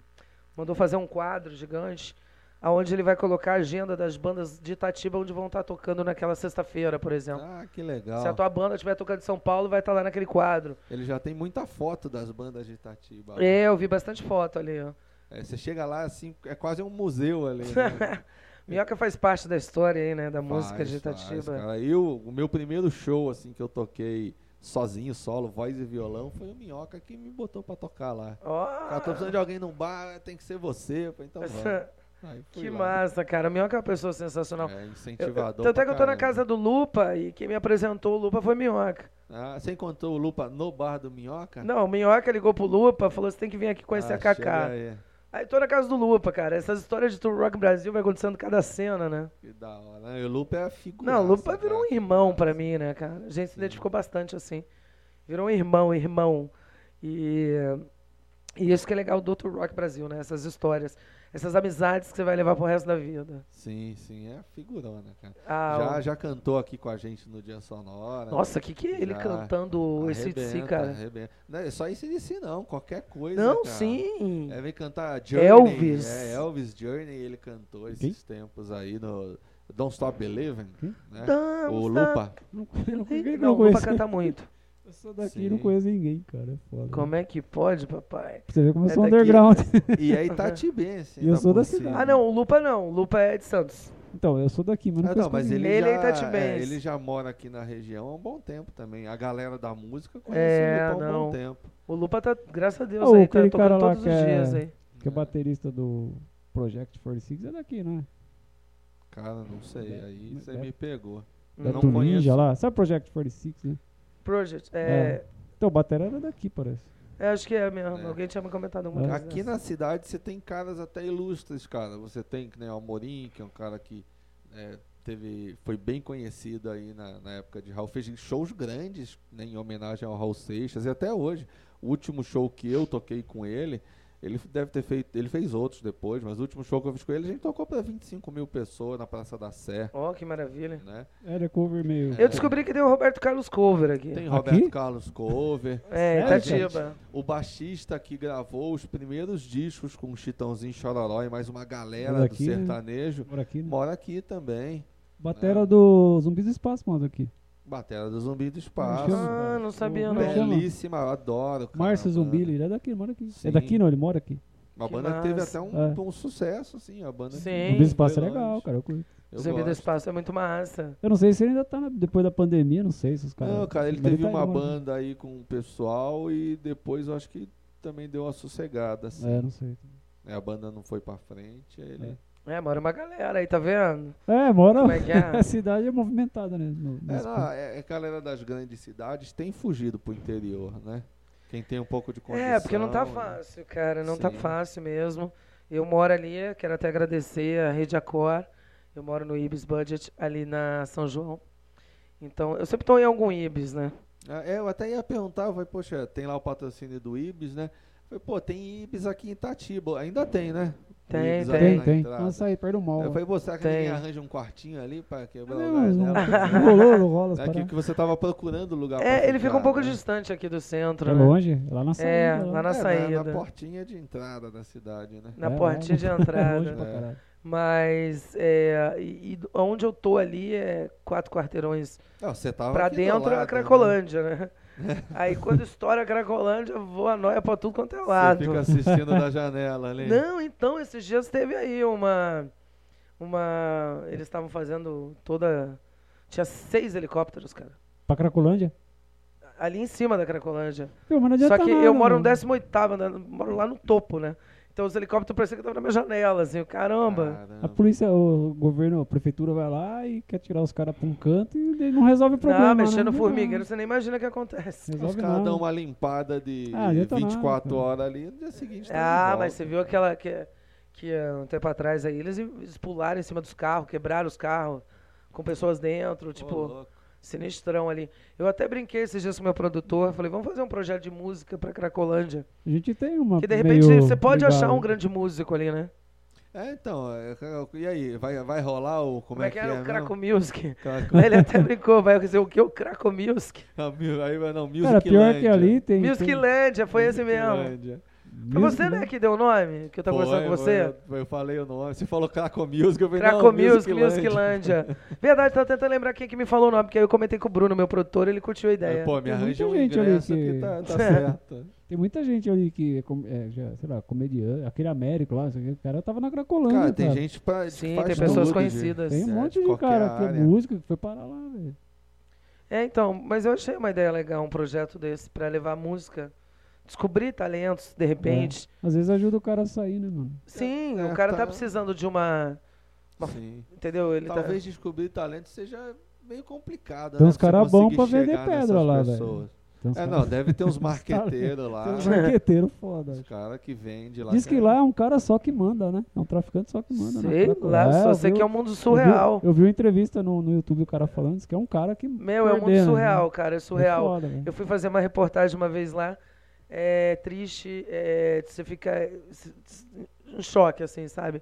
Speaker 3: mandou fazer um quadro gigante aonde ele vai colocar a agenda das bandas de Itatiba onde vão estar tocando naquela sexta-feira, por exemplo.
Speaker 1: Ah, que legal.
Speaker 3: Se a tua banda estiver tocando em São Paulo, vai estar lá naquele quadro.
Speaker 1: Ele já tem muita foto das bandas de Itatiba. lá.
Speaker 3: É, eu vi bastante foto ali. ó.
Speaker 1: É, você chega lá assim, é quase um museu ali.
Speaker 3: *laughs*
Speaker 1: Né?
Speaker 3: Minhoca faz parte da história aí, né, da música
Speaker 1: Faz,
Speaker 3: de
Speaker 1: faz,
Speaker 3: Itatiba.
Speaker 1: cara. Eu, o meu primeiro show assim que eu toquei sozinho, solo, voz e violão, foi o Minhoca que me botou pra tocar lá. Cara, tô
Speaker 3: Ó,
Speaker 1: precisando de alguém num bar, tem que ser você. Eu falei, então vai. Aí fui
Speaker 3: é que
Speaker 1: lá.
Speaker 3: massa, cara. Minhoca é uma pessoa sensacional.
Speaker 1: É,
Speaker 3: Eu- eu-
Speaker 1: incentivador.
Speaker 3: tanto é
Speaker 1: pra
Speaker 3: que eu tô
Speaker 1: caramba.
Speaker 3: na casa do Lupa e quem me apresentou o Lupa
Speaker 1: *laughs*
Speaker 3: foi Minhoca.
Speaker 1: Ah, você encontrou o Lupa no bar do Minhoca? Ah,
Speaker 3: Não, o Minhoca ligou pro Lupa, falou: você tem que vir aqui conhecer a Cacá. Aí.
Speaker 1: Aí.
Speaker 3: tô na casa do Lupa, cara. Essas histórias de Tour Rock Brasil vai acontecendo cada cena, né?
Speaker 1: Que da hora. E o Lupa é a figura.
Speaker 3: Não, o Lupa virou um irmão pra mim, né, cara? A gente se identificou bastante assim. Virou um irmão, irmão. E, e isso que é legal do Tour Rock Brasil, né? Essas histórias. Essas amizades que você vai levar pro resto da vida.
Speaker 1: Sim, sim, é a figurona, cara.
Speaker 3: Ah,
Speaker 1: já,
Speaker 3: o-
Speaker 1: já cantou aqui com a gente no Dia Sonora.
Speaker 3: Nossa, o que, que é ele
Speaker 1: Já.
Speaker 3: cantando esse
Speaker 1: Arrebenta,
Speaker 3: DC, cara?
Speaker 1: Arrebenta. Não é só esse DC não, qualquer coisa.
Speaker 3: Não,
Speaker 1: cara.
Speaker 3: sim.
Speaker 1: É, vem cantar Journey.
Speaker 3: Elvis.
Speaker 1: É, Elvis Journey, ele cantou esses
Speaker 2: Quem?
Speaker 1: tempos aí no Don't Stop Believing. Né?
Speaker 3: Dança.
Speaker 1: O Lupa.
Speaker 2: Não, não,
Speaker 3: Ih,
Speaker 2: ninguém que
Speaker 3: Não,
Speaker 2: não
Speaker 3: o Lupa
Speaker 2: conhece. *laughs*
Speaker 3: canta muito.
Speaker 2: Eu sou daqui
Speaker 1: Sim.
Speaker 2: e não conheço ninguém, cara. É foda.
Speaker 3: Como é que pode, papai?
Speaker 2: Pra Você vê como eu
Speaker 1: É
Speaker 2: sou
Speaker 1: daqui.
Speaker 2: underground.
Speaker 3: *laughs*
Speaker 1: E aí tá Itatibense.
Speaker 2: E eu
Speaker 1: ainda
Speaker 2: sou
Speaker 1: por
Speaker 2: da cidade.
Speaker 1: cima.
Speaker 3: Ah, não, o Lupa não. O Lupa é de Santos.
Speaker 2: Então, eu sou daqui, mas não
Speaker 1: Ah,
Speaker 2: conheço
Speaker 1: não, mas
Speaker 2: ninguém.
Speaker 1: ele,
Speaker 3: Ele é
Speaker 1: já,
Speaker 3: itatibense.
Speaker 1: ele já mora aqui na região há um bom tempo também. A galera da música conhece
Speaker 3: É,
Speaker 1: ele há um
Speaker 3: não.
Speaker 1: bom tempo.
Speaker 3: O Lupa tá, graças a Deus,
Speaker 2: Ah, o
Speaker 3: aí, tá
Speaker 2: aquele cara
Speaker 3: tocando
Speaker 2: lá
Speaker 3: todos
Speaker 2: que
Speaker 3: os
Speaker 2: é-
Speaker 3: dias aí.
Speaker 2: Que é baterista do Project 46 é daqui, né?
Speaker 1: Cara, não sei,
Speaker 3: Né,
Speaker 1: aí você me pegou.
Speaker 2: Da
Speaker 1: Eu não
Speaker 2: do
Speaker 1: conheço.
Speaker 2: Ninja lá. Sabe Project 46, né?
Speaker 3: Project, é,
Speaker 2: Então, o batera era daqui, parece.
Speaker 3: é, acho que é mesmo.
Speaker 1: É.
Speaker 3: Alguém tinha me comentado alguma coisa.
Speaker 1: Aqui na cidade você tem caras até ilustres, cara. Você tem que nem o Amorim, que é um cara que é, teve, foi bem conhecido aí na, na época de Raul. Fez shows grandes né, em homenagem ao Raul Seixas. E até hoje, o último show que eu toquei com ele, ele deve ter feito. Ele fez outros depois, mas o último show que eu fiz com ele, a gente tocou para 25 mil pessoas na Praça da Sé.
Speaker 3: Ó, que maravilha.
Speaker 1: Né?
Speaker 2: Era cover meio.
Speaker 3: Eu descobri que tem o Roberto Carlos Cover aqui.
Speaker 1: Tem Roberto Carlos Cover.
Speaker 3: É,
Speaker 2: Sério,
Speaker 3: Itatiba.
Speaker 1: O baixista que gravou os primeiros discos com o Chitãozinho Chororó e mais uma galera
Speaker 2: Mora
Speaker 1: do
Speaker 2: aqui, né?
Speaker 1: sertanejo.
Speaker 2: Por aqui, né?
Speaker 1: Mora aqui também.
Speaker 2: Batera do Zumbis do Espaço, mano, aqui.
Speaker 1: Batera do Zumbi do Espaço.
Speaker 2: Como chama?
Speaker 3: Ah, não sabia
Speaker 2: Como é que
Speaker 3: não.
Speaker 2: chama?
Speaker 1: Belíssima, eu adoro. cara,
Speaker 2: Márcio
Speaker 1: a
Speaker 2: Zumbi,
Speaker 1: banda.
Speaker 2: ele é daqui, ele mora aqui.
Speaker 1: Sim.
Speaker 2: É daqui não, ele mora aqui.
Speaker 1: A
Speaker 3: Que
Speaker 1: banda teve
Speaker 3: massa.
Speaker 1: até um,
Speaker 2: É.
Speaker 1: um sucesso, assim, a banda.
Speaker 3: Sim.
Speaker 2: Zumbis do Espaço é
Speaker 1: Veloz.
Speaker 2: legal, cara. Eu, curto.
Speaker 1: Eu
Speaker 3: Zumbi do
Speaker 1: gosto.
Speaker 3: Espaço é muito massa.
Speaker 2: eu não sei se ele ainda tá na- depois da pandemia, não sei se os caras.
Speaker 1: Não, cara, ele
Speaker 2: mas
Speaker 1: teve
Speaker 2: tá aí,
Speaker 1: uma
Speaker 2: mora aqui.
Speaker 1: banda aí com o pessoal e depois eu acho que também deu uma sossegada, assim.
Speaker 2: É, não sei.
Speaker 1: né? A banda não foi pra frente, aí ele...
Speaker 3: É, mora uma galera aí, tá vendo?
Speaker 2: É, mora.
Speaker 3: Como é
Speaker 2: *laughs*
Speaker 3: que é?
Speaker 1: *laughs*
Speaker 2: A cidade é movimentada, né? no-
Speaker 1: É,
Speaker 2: nesse
Speaker 1: não, é, é que a galera das grandes cidades tem fugido pro interior, né? Quem tem um pouco de condição.
Speaker 3: É, porque não tá
Speaker 1: né?
Speaker 3: fácil, cara. Não tá
Speaker 1: Sim.
Speaker 3: fácil mesmo. Eu moro ali, quero até agradecer a Rede Acor. Eu moro no Ibis Budget, ali na São João. Então, eu sempre tô em algum Ibis, né?
Speaker 1: Ah, é, eu até ia perguntar, vai, poxa, tem lá o patrocínio do Ibis, né? Falei, pô, tem Ibis aqui em Itatiba. Ainda tem, né? O
Speaker 3: Tem,
Speaker 1: Ibis ali
Speaker 2: Tem,
Speaker 1: na
Speaker 2: tem.
Speaker 1: entrada.
Speaker 2: Nossa, aí, perto do mall.
Speaker 1: Eu falei, pô, será que
Speaker 3: Tem.
Speaker 1: ninguém arranja um quartinho ali pra quebrar
Speaker 2: Cadê
Speaker 1: o gás
Speaker 2: os-
Speaker 3: *laughs*
Speaker 1: dela?
Speaker 2: um bololo, rola as
Speaker 1: É que,
Speaker 2: paradas.
Speaker 1: que você tava procurando o lugar pra
Speaker 3: É, ele fica um
Speaker 1: ficar,
Speaker 3: pouco
Speaker 1: né?
Speaker 3: distante aqui do centro,
Speaker 2: É
Speaker 3: né?
Speaker 2: longe, é lá na
Speaker 3: É,
Speaker 2: saída,
Speaker 3: lá na
Speaker 1: É,
Speaker 3: saída.
Speaker 1: Na, portinha de entrada da cidade, né?
Speaker 3: Na
Speaker 2: É,
Speaker 3: portinha
Speaker 1: *laughs*
Speaker 2: lá.
Speaker 3: de
Speaker 2: É longe
Speaker 3: entrada.
Speaker 2: pra caralho.
Speaker 3: Mas, é, e, e onde eu tô ali é quatro quarteirões
Speaker 1: Não, você tava
Speaker 3: pra
Speaker 1: Ah, aqui do
Speaker 3: dentro é
Speaker 1: lado,
Speaker 3: a Cracolândia, né? *laughs* Aí quando estoura a Cracolândia, voa a noia pra tudo quanto é
Speaker 1: Né? Você
Speaker 3: lado.
Speaker 1: fica assistindo da janela ali.
Speaker 3: Não, então, esses dias teve aí uma. Uma. Eles estavam fazendo toda. Tinha seis helicópteros, cara.
Speaker 2: Pra Cracolândia?
Speaker 3: Ali em cima da Cracolândia.
Speaker 2: Pô, mas não
Speaker 3: Só
Speaker 2: adianta
Speaker 3: que
Speaker 2: nada,
Speaker 3: eu moro
Speaker 2: mano.
Speaker 3: no 18, andar- moro lá no topo, né? Então os helicópteros pareciam que estavam na minha janela, assim, *laughs* caramba.
Speaker 2: A
Speaker 1: Caramba.
Speaker 2: polícia, o governo, a prefeitura vai lá e quer tirar os caras pra um canto e ele não resolve o problema.
Speaker 3: Ah,
Speaker 2: né?
Speaker 3: mexendo
Speaker 2: Não
Speaker 3: formigueiro,
Speaker 2: resolve.
Speaker 3: você nem imagina o que acontece.
Speaker 1: Os
Speaker 2: Resolve
Speaker 1: caras
Speaker 2: nada.
Speaker 1: dão uma limpada de
Speaker 2: Ah, adianta nada,
Speaker 1: 24
Speaker 2: cara.
Speaker 1: horas ali, no dia seguinte tá de
Speaker 3: tá então. Ah, mas
Speaker 1: volta.
Speaker 3: você viu aquela que, que eh, um tempo atrás aí, eles, eles pularam em cima dos carros, quebraram os carros, com pessoas dentro,
Speaker 1: Ô,
Speaker 3: tipo.
Speaker 1: louco.
Speaker 3: Sinistrão ali. Eu até brinquei esses dias com meu produtor. Falei, vamos fazer um projeto de música pra Cracolândia.
Speaker 2: A gente tem uma.
Speaker 3: Que de repente
Speaker 2: meio
Speaker 3: você pode
Speaker 2: ligada.
Speaker 3: achar um grande músico ali, né?
Speaker 1: É, então, é, e aí, vai, vai rolar o... Como,
Speaker 3: Como é que era o
Speaker 1: mesmo?
Speaker 3: Craco Music? *laughs*
Speaker 1: Craco-
Speaker 3: Ele até brincou, vai dizer o que? O Craco Music?
Speaker 1: Ah, *laughs* mil- Aí vai não,
Speaker 2: Cara, pior que
Speaker 1: Musiclândia.
Speaker 2: ali tem. tem...
Speaker 3: Musiclândia, foi esse mesmo.
Speaker 1: Musiclândia.
Speaker 3: Foi você, né, que deu o nome? Que eu tava
Speaker 1: Foi,
Speaker 3: conversando com
Speaker 1: foi,
Speaker 3: você?
Speaker 1: Eu, eu falei o nome. Você falou Craco Music, eu falei,
Speaker 3: Craco
Speaker 1: não,
Speaker 3: Music,
Speaker 1: Musiclândia.
Speaker 3: Musiclândia. *laughs* Verdade, tava tentando lembrar quem que me falou o nome, porque aí eu comentei com o Bruno, meu produtor, ele curtiu a
Speaker 1: É,
Speaker 3: ideia.
Speaker 1: Pô, me
Speaker 2: Tem
Speaker 1: arranja
Speaker 2: muita
Speaker 1: um
Speaker 2: gente ali
Speaker 1: ingresso
Speaker 2: que-
Speaker 1: que
Speaker 2: *laughs*
Speaker 1: tá, tá certo.
Speaker 2: Tem muita gente ali que é, com- é, já, sei lá, comediante, aquele Américo lá, não sei o quê, o cara tava na Cracolândia.
Speaker 1: Cara, tem gente pra... que
Speaker 3: Sim,
Speaker 1: faz
Speaker 3: tem
Speaker 1: tudo,
Speaker 3: pessoas
Speaker 1: gente.
Speaker 3: conhecidas.
Speaker 2: Tem
Speaker 1: É,
Speaker 2: um
Speaker 1: de
Speaker 2: monte de
Speaker 1: qualquer
Speaker 2: cara que é
Speaker 1: área.
Speaker 2: músico que foi parar lá, velho.
Speaker 3: É, então, mas eu achei uma ideia legal, um projeto desse, pra levar música, descobrir talentos, de repente.
Speaker 2: Às vezes ajuda o cara a sair, né, mano?
Speaker 3: Sim,
Speaker 1: É,
Speaker 3: o cara tá...
Speaker 1: tá-
Speaker 3: precisando de uma.
Speaker 1: Sim.
Speaker 3: Entendeu? Ele tá
Speaker 1: Talvez descobrir talento seja meio complicado,
Speaker 2: Tem
Speaker 1: né?
Speaker 2: uns
Speaker 1: Você
Speaker 2: cara bom
Speaker 1: conseguir
Speaker 2: pra vender
Speaker 1: chegar nessas
Speaker 2: pedra lá, velho.
Speaker 1: pessoas.
Speaker 2: Tem uns
Speaker 1: É,
Speaker 2: cara-
Speaker 1: não, deve ter uns
Speaker 2: *laughs*
Speaker 1: marqueteiros lá. né?
Speaker 2: tem uns marqueteiros
Speaker 3: *laughs*
Speaker 2: foda. né?
Speaker 1: Os caras que vendem lá.
Speaker 2: Diz que
Speaker 1: cara.
Speaker 2: lá é um cara só que manda, né? É um traficante só que manda. né?
Speaker 3: Sei
Speaker 2: Cracolândia.
Speaker 3: lá,
Speaker 2: É,
Speaker 3: só
Speaker 2: eu
Speaker 3: sei
Speaker 2: vi-
Speaker 3: que é um mundo
Speaker 2: eu vi-
Speaker 3: surreal.
Speaker 2: Eu vi uma entrevista no, no YouTube do cara falando, diz que é um cara que.
Speaker 3: Meu, é um mundo
Speaker 2: coordena,
Speaker 3: surreal,
Speaker 2: né?
Speaker 3: cara, é
Speaker 2: É
Speaker 3: surreal.
Speaker 2: foda, velho.
Speaker 3: Eu fui fazer uma reportagem uma vez lá, é triste, é, você fica s- s- em choque, assim, sabe?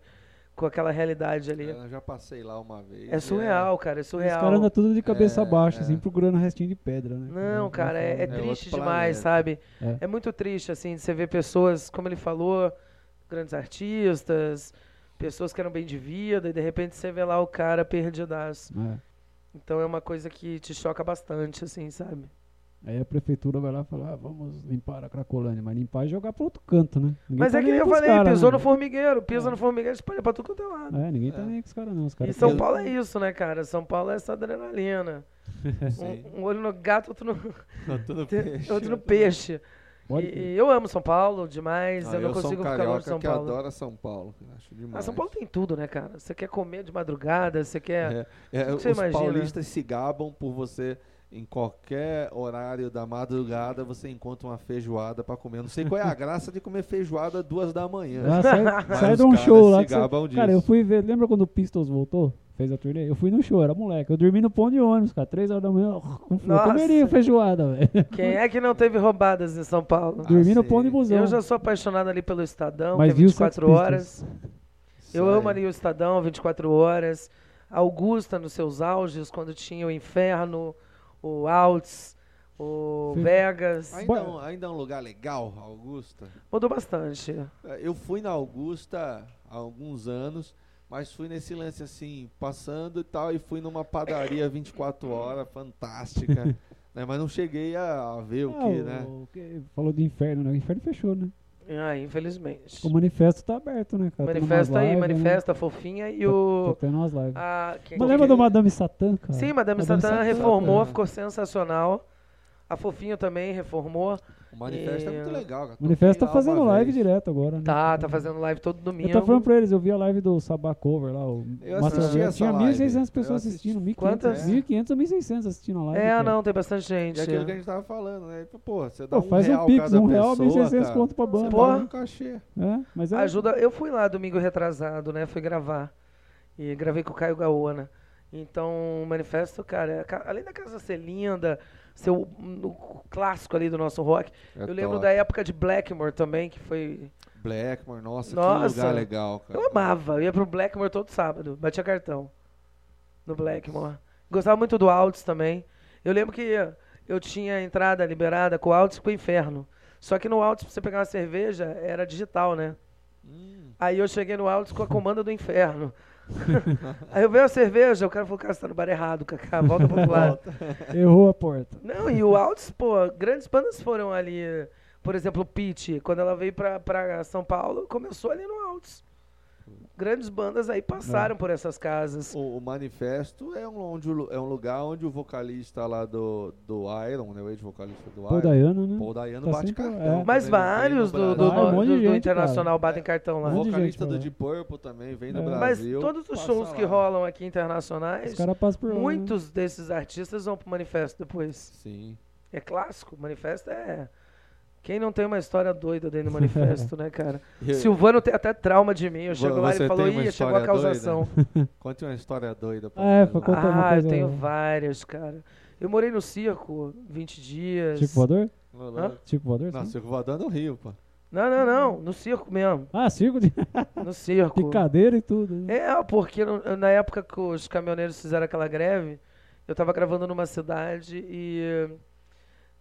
Speaker 3: Com aquela realidade ali.
Speaker 1: Eu já passei lá uma vez. É, e
Speaker 3: É surreal, cara, é
Speaker 2: Os caras andam
Speaker 3: surreal.
Speaker 2: tudo de cabeça
Speaker 1: É,
Speaker 2: baixa,
Speaker 1: é.
Speaker 2: assim, procurando restinho de pedra, né?
Speaker 3: Não, cara, é, é
Speaker 1: outro
Speaker 3: triste
Speaker 1: planeta.
Speaker 3: demais, sabe?
Speaker 2: É.
Speaker 3: É muito triste, assim, de você ver pessoas, como ele falou, grandes artistas, pessoas que eram bem de vida, e de repente você vê lá o cara perdidaço.
Speaker 2: É.
Speaker 3: Então é uma coisa que te choca bastante, assim, sabe?
Speaker 2: Aí a prefeitura vai lá e fala, ah, vamos limpar a Cracolândia. Mas limpar e jogar pro outro canto, né? Ninguém
Speaker 3: Mas
Speaker 2: tá
Speaker 3: é que
Speaker 2: nem
Speaker 3: nem eu
Speaker 2: pros
Speaker 3: falei,
Speaker 2: cara,
Speaker 3: pisou
Speaker 2: né?
Speaker 3: no formigueiro, pisa
Speaker 2: É.
Speaker 3: no formigueiro, espalha pra tudo quanto é lado.
Speaker 2: É, ninguém tá
Speaker 1: É.
Speaker 2: nem aí com os caras não. Os caras
Speaker 3: e São
Speaker 2: querem-
Speaker 3: Paulo é isso, né, cara? São Paulo é essa adrenalina.
Speaker 1: *laughs* Sim.
Speaker 3: Um, um olho no gato, outro no, *laughs*
Speaker 1: Tá tudo peixe.
Speaker 3: outro no peixe.
Speaker 2: Pode-
Speaker 3: E- e eu amo São Paulo demais,
Speaker 1: Ah,
Speaker 3: eu não consigo
Speaker 1: sou um
Speaker 3: ficar longe de
Speaker 1: carioca
Speaker 3: São
Speaker 1: que
Speaker 3: Paulo.
Speaker 1: adora São Paulo. cara, Acho demais.
Speaker 3: Ah, São Paulo tem tudo, né, cara? Você quer comer de madrugada, você quer.
Speaker 1: É, é,
Speaker 3: Tudo
Speaker 1: os
Speaker 3: que você imagina.
Speaker 1: paulistas se gabam por você em qualquer horário da madrugada você encontra uma feijoada pra comer. Não sei qual é
Speaker 3: *laughs*
Speaker 1: a graça de comer feijoada duas da manhã.
Speaker 2: Ah, sai,
Speaker 1: Mas
Speaker 2: sai
Speaker 1: os
Speaker 2: de um
Speaker 1: caras
Speaker 2: show
Speaker 1: se
Speaker 2: lá. que você-
Speaker 1: gabam disso.
Speaker 2: Cara, eu fui ver. Lembra quando o Pistols voltou? Fez a turnê? Eu fui no show, era moleque. Eu dormi no pão de ônibus, cara. Três horas da manhã. Com fome.
Speaker 3: Nossa.
Speaker 2: Comerinho, feijoada, velho.
Speaker 3: Quem é que não teve roubadas em São Paulo?
Speaker 1: Ah,
Speaker 2: Dormi no
Speaker 1: sim.
Speaker 2: pão de busão.
Speaker 3: Eu já sou apaixonado ali pelo Estadão,
Speaker 2: Mas
Speaker 3: que é
Speaker 2: vi os Sex
Speaker 3: 24 horas. Eu
Speaker 1: Sai.
Speaker 3: amo ali o Estadão, 24 horas. Augusta nos seus auges, quando tinha o Inferno, o Alts, o
Speaker 2: Sim.
Speaker 3: Vegas.
Speaker 1: Ainda, é um, ainda é um lugar legal, Augusta.
Speaker 3: Mudou bastante.
Speaker 1: Eh, Eu fui na Augusta há alguns anos, mas fui nesse lance assim, passando e tal, e fui numa padaria 24 horas,
Speaker 2: *laughs*
Speaker 1: fantástica. né? Mas não cheguei a, a ver o
Speaker 2: Ah,
Speaker 1: que, né?
Speaker 2: o que- Falou do inferno, né? O inferno fechou, né?
Speaker 3: Ah, infelizmente.
Speaker 2: O manifesto tá aberto, né, cara? Tá tendo
Speaker 3: Manifesta
Speaker 2: umas
Speaker 3: aí,
Speaker 2: lives,
Speaker 3: manifesta, a fofinha e
Speaker 2: Né? Tá,
Speaker 3: o.
Speaker 2: tá tendo umas lives.
Speaker 1: Ah,
Speaker 3: A, quem-
Speaker 2: Mas lembra do Madame Satã, cara?
Speaker 3: Sim, Madame Satã
Speaker 2: Satã,
Speaker 3: reformou,
Speaker 1: né?
Speaker 3: ficou sensacional. A Fofinho também
Speaker 2: Uhum.
Speaker 3: reformou.
Speaker 1: O manifesto é
Speaker 3: Eh,
Speaker 1: muito legal. cara.
Speaker 2: O manifesto
Speaker 1: Toquei
Speaker 2: tá
Speaker 1: lá uma
Speaker 2: fazendo live
Speaker 1: vez.
Speaker 2: direto agora, né?
Speaker 3: Tá, tá fazendo live todo
Speaker 2: Eu
Speaker 3: domingo.
Speaker 2: tava falando pra eles, eu vi a live do Sabá Cover lá, o
Speaker 1: Eu
Speaker 2: Master
Speaker 1: assisti
Speaker 2: Black.
Speaker 1: essa
Speaker 2: Tinha
Speaker 1: live.
Speaker 2: 1.600
Speaker 1: Eu
Speaker 2: pessoas
Speaker 1: assisti.
Speaker 2: assistindo, 1.500
Speaker 3: Quantas?
Speaker 2: 1.500 ou 1.600 assistindo a live.
Speaker 3: É,
Speaker 2: cara.
Speaker 3: não, tem bastante gente.
Speaker 1: É aquilo que a gente tava falando, né? Pô, você dá
Speaker 2: Pô,
Speaker 1: um
Speaker 2: faz
Speaker 1: real
Speaker 2: um pix,
Speaker 1: cada
Speaker 2: um real,
Speaker 1: pessoa,
Speaker 2: 1.600
Speaker 1: cara,
Speaker 2: conto pra
Speaker 1: você
Speaker 2: banda.
Speaker 1: paga
Speaker 3: Porra.
Speaker 1: um cachê.
Speaker 2: É, mas é,
Speaker 3: Ajuda. Eu fui lá domingo retrasado, né? Fui gravar. E gravei com o Caio Gaona. Então, o manifesto, cara, é ca- além da casa ser linda, ser o, o clássico ali do nosso rock,
Speaker 1: É
Speaker 3: eu lembro da época de Blackmore também, que foi.
Speaker 1: Blackmore, nossa,
Speaker 3: Nossa.
Speaker 1: que lugar legal, cara.
Speaker 3: Eu amava, eu ia pro Blackmore todo sábado, batia cartão no Blackmore. Gostava muito do Altos também. Eu lembro que eu tinha entrada liberada com o Altos e com o Inferno. Só que no Altos, pra você pegar uma cerveja, era digital, né?
Speaker 1: Hum,
Speaker 3: Aí eu cheguei no Altos com a comanda do Inferno. *laughs* Aí eu veio a cerveja, o cara falou, cara, você tá no bar errado, Cacá, volta pro outro
Speaker 2: *laughs*
Speaker 3: lado.
Speaker 2: errou a porta.
Speaker 3: Não, e o Altos, pô, grandes bandas foram ali. Por exemplo, o Pete, quando ela veio pra, pra São Paulo, começou ali no Altos. Grandes bandas aí
Speaker 1: É.
Speaker 3: passaram por essas casas.
Speaker 1: o, o manifesto é um, onde, o lu- é um lugar onde o vocalista lá do, do Iron, né? O ex-vocalista do
Speaker 2: Pô,
Speaker 1: Iron.
Speaker 2: Dayana, né?
Speaker 1: Paul Dayano
Speaker 2: Tá
Speaker 1: bate
Speaker 2: sempre-
Speaker 1: cartão.
Speaker 2: é.
Speaker 1: também,
Speaker 3: Mas
Speaker 1: ele veio no
Speaker 3: vários do, do,
Speaker 1: Brasil. é
Speaker 2: Ah, um
Speaker 3: do-
Speaker 2: monte de
Speaker 3: do
Speaker 2: gente,
Speaker 3: Internacional batem cartão
Speaker 1: O
Speaker 3: lá.
Speaker 2: Um monte de
Speaker 1: vocalista
Speaker 2: gente,
Speaker 1: do
Speaker 2: cara.
Speaker 1: Deep Purple também vem do
Speaker 2: É.
Speaker 3: Mas
Speaker 1: É. Brasil.
Speaker 3: todos os
Speaker 1: passa
Speaker 3: shows que
Speaker 1: lá.
Speaker 3: rolam aqui
Speaker 2: Os
Speaker 3: internacionais,
Speaker 2: caras passam por lá. né?
Speaker 3: muitos desses artistas vão pro manifesto depois.
Speaker 1: Sim.
Speaker 3: É clássico, manifesto é. Quem não tem uma história doida dentro
Speaker 1: *laughs*
Speaker 3: do manifesto, né, cara? Silvano tem até trauma de mim. Eu chego lá e
Speaker 1: Você
Speaker 3: ele falou,
Speaker 1: tem uma
Speaker 3: ih, chegou a
Speaker 1: história
Speaker 3: causação.
Speaker 1: Conte uma história doida pra
Speaker 2: Ah, é,
Speaker 1: nós.
Speaker 2: foi Conta uma
Speaker 3: ah, eu
Speaker 2: coisa-
Speaker 3: tenho várias, cara. Eu morei no circo 20 dias.
Speaker 2: Chico Voador?
Speaker 1: Ô, louco.
Speaker 2: Chico Voador? sim?
Speaker 1: Não, Circo Voador é no Rio, pô.
Speaker 3: Não, não, não. No circo mesmo.
Speaker 2: Ah, circo de *laughs*
Speaker 3: No circo.
Speaker 2: picadeira e tudo. né?
Speaker 3: É, porque no- na época que os caminhoneiros fizeram aquela greve, eu tava gravando numa cidade e eh,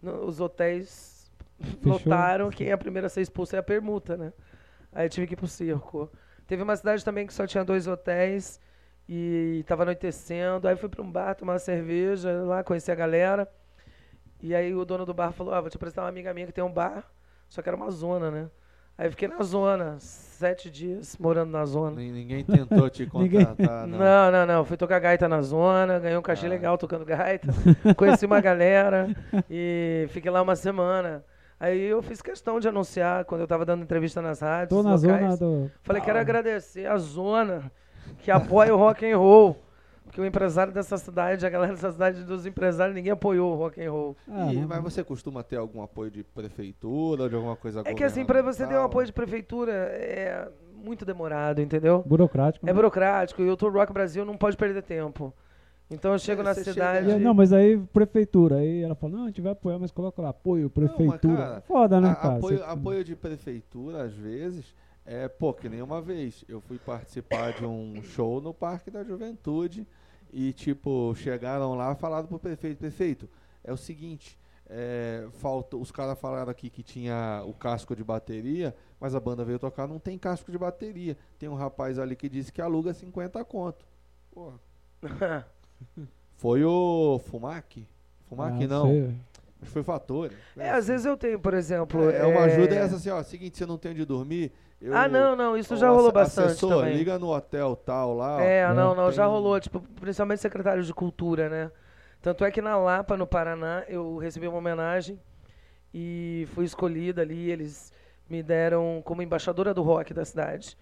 Speaker 3: no- os hotéis lotaram. Quem é a primeira a ser expulsa é a permuta, né? Aí eu tive que ir pro circo. Teve uma cidade também que só tinha dois hotéis e tava anoitecendo. Aí fui pra um bar tomar uma cerveja lá, conheci a galera. E aí o dono do bar falou: Ah, vou te apresentar uma amiga minha que tem um bar, só que era uma zona, né? Aí eu fiquei na zona, sete dias morando na zona.
Speaker 1: Nin- Ninguém tentou te
Speaker 2: *laughs* Ninguém-
Speaker 1: contratar, Ah, não.
Speaker 3: Não, não, não. Fui tocar gaita na zona, ganhei um cachê
Speaker 1: Ah.
Speaker 3: legal tocando gaita. *laughs* Conheci uma galera e fiquei lá uma semana. Aí eu fiz questão de anunciar quando eu tava dando entrevista nas rádios.
Speaker 2: Tô na
Speaker 3: É, locais.
Speaker 2: zona do...
Speaker 3: Falei,
Speaker 1: Ah.
Speaker 3: quero agradecer a zona que apoia o rock and roll. Porque o empresário dessa cidade, a galera dessa cidade dos empresários, ninguém apoiou o rock and roll.
Speaker 2: Ah,
Speaker 1: E-
Speaker 2: não.
Speaker 1: mas você costuma ter algum apoio de prefeitura ou de alguma coisa
Speaker 3: É que assim, pra
Speaker 1: tá
Speaker 3: você ter um apoio de prefeitura é muito demorado, entendeu?
Speaker 2: Burocrático.
Speaker 3: É
Speaker 2: né?
Speaker 3: burocrático e o Tour Rock Brasil não pode perder tempo. Então eu chego
Speaker 1: É,
Speaker 3: na
Speaker 1: você
Speaker 3: cidade.
Speaker 2: E aí, Não, mas aí prefeitura, aí ela fala, não, a gente vai apoiar, mas coloca lá, apoio, prefeitura.
Speaker 1: cara,
Speaker 2: Foda, né,
Speaker 1: A-
Speaker 2: cara?
Speaker 1: apoio,
Speaker 2: Você-
Speaker 1: apoio de prefeitura, às vezes, é, pô, que nem uma vez. Eu fui participar de um show no Parque da Juventude e, tipo, chegaram lá, falaram pro prefeito, prefeito, é o seguinte, é, falta, os caras falaram aqui que tinha o casco de bateria, mas a banda veio tocar, não tem casco de bateria. Tem um rapaz ali que disse que aluga 50 conto. Porra. Foi o Fumac? Fumac
Speaker 2: Ah,
Speaker 1: não.
Speaker 2: sei, velho.
Speaker 1: Acho que foi fator.
Speaker 3: É, às vezes eu tenho, por exemplo.
Speaker 1: É uma ajuda é essa assim, ó. Seguinte, você não tem onde dormir. eu-
Speaker 3: Ah, não, não, isso já
Speaker 1: o
Speaker 3: rolou
Speaker 1: asse-
Speaker 3: bastante
Speaker 1: assessor,
Speaker 3: também.
Speaker 1: liga no hotel tal lá. ó.
Speaker 3: É, não, não, já
Speaker 1: tem-
Speaker 3: rolou, tipo, principalmente secretários de cultura, né? Tanto é que na Lapa, no Paraná, eu recebi uma homenagem e fui escolhida ali, eles me deram como embaixadora do rock da cidade.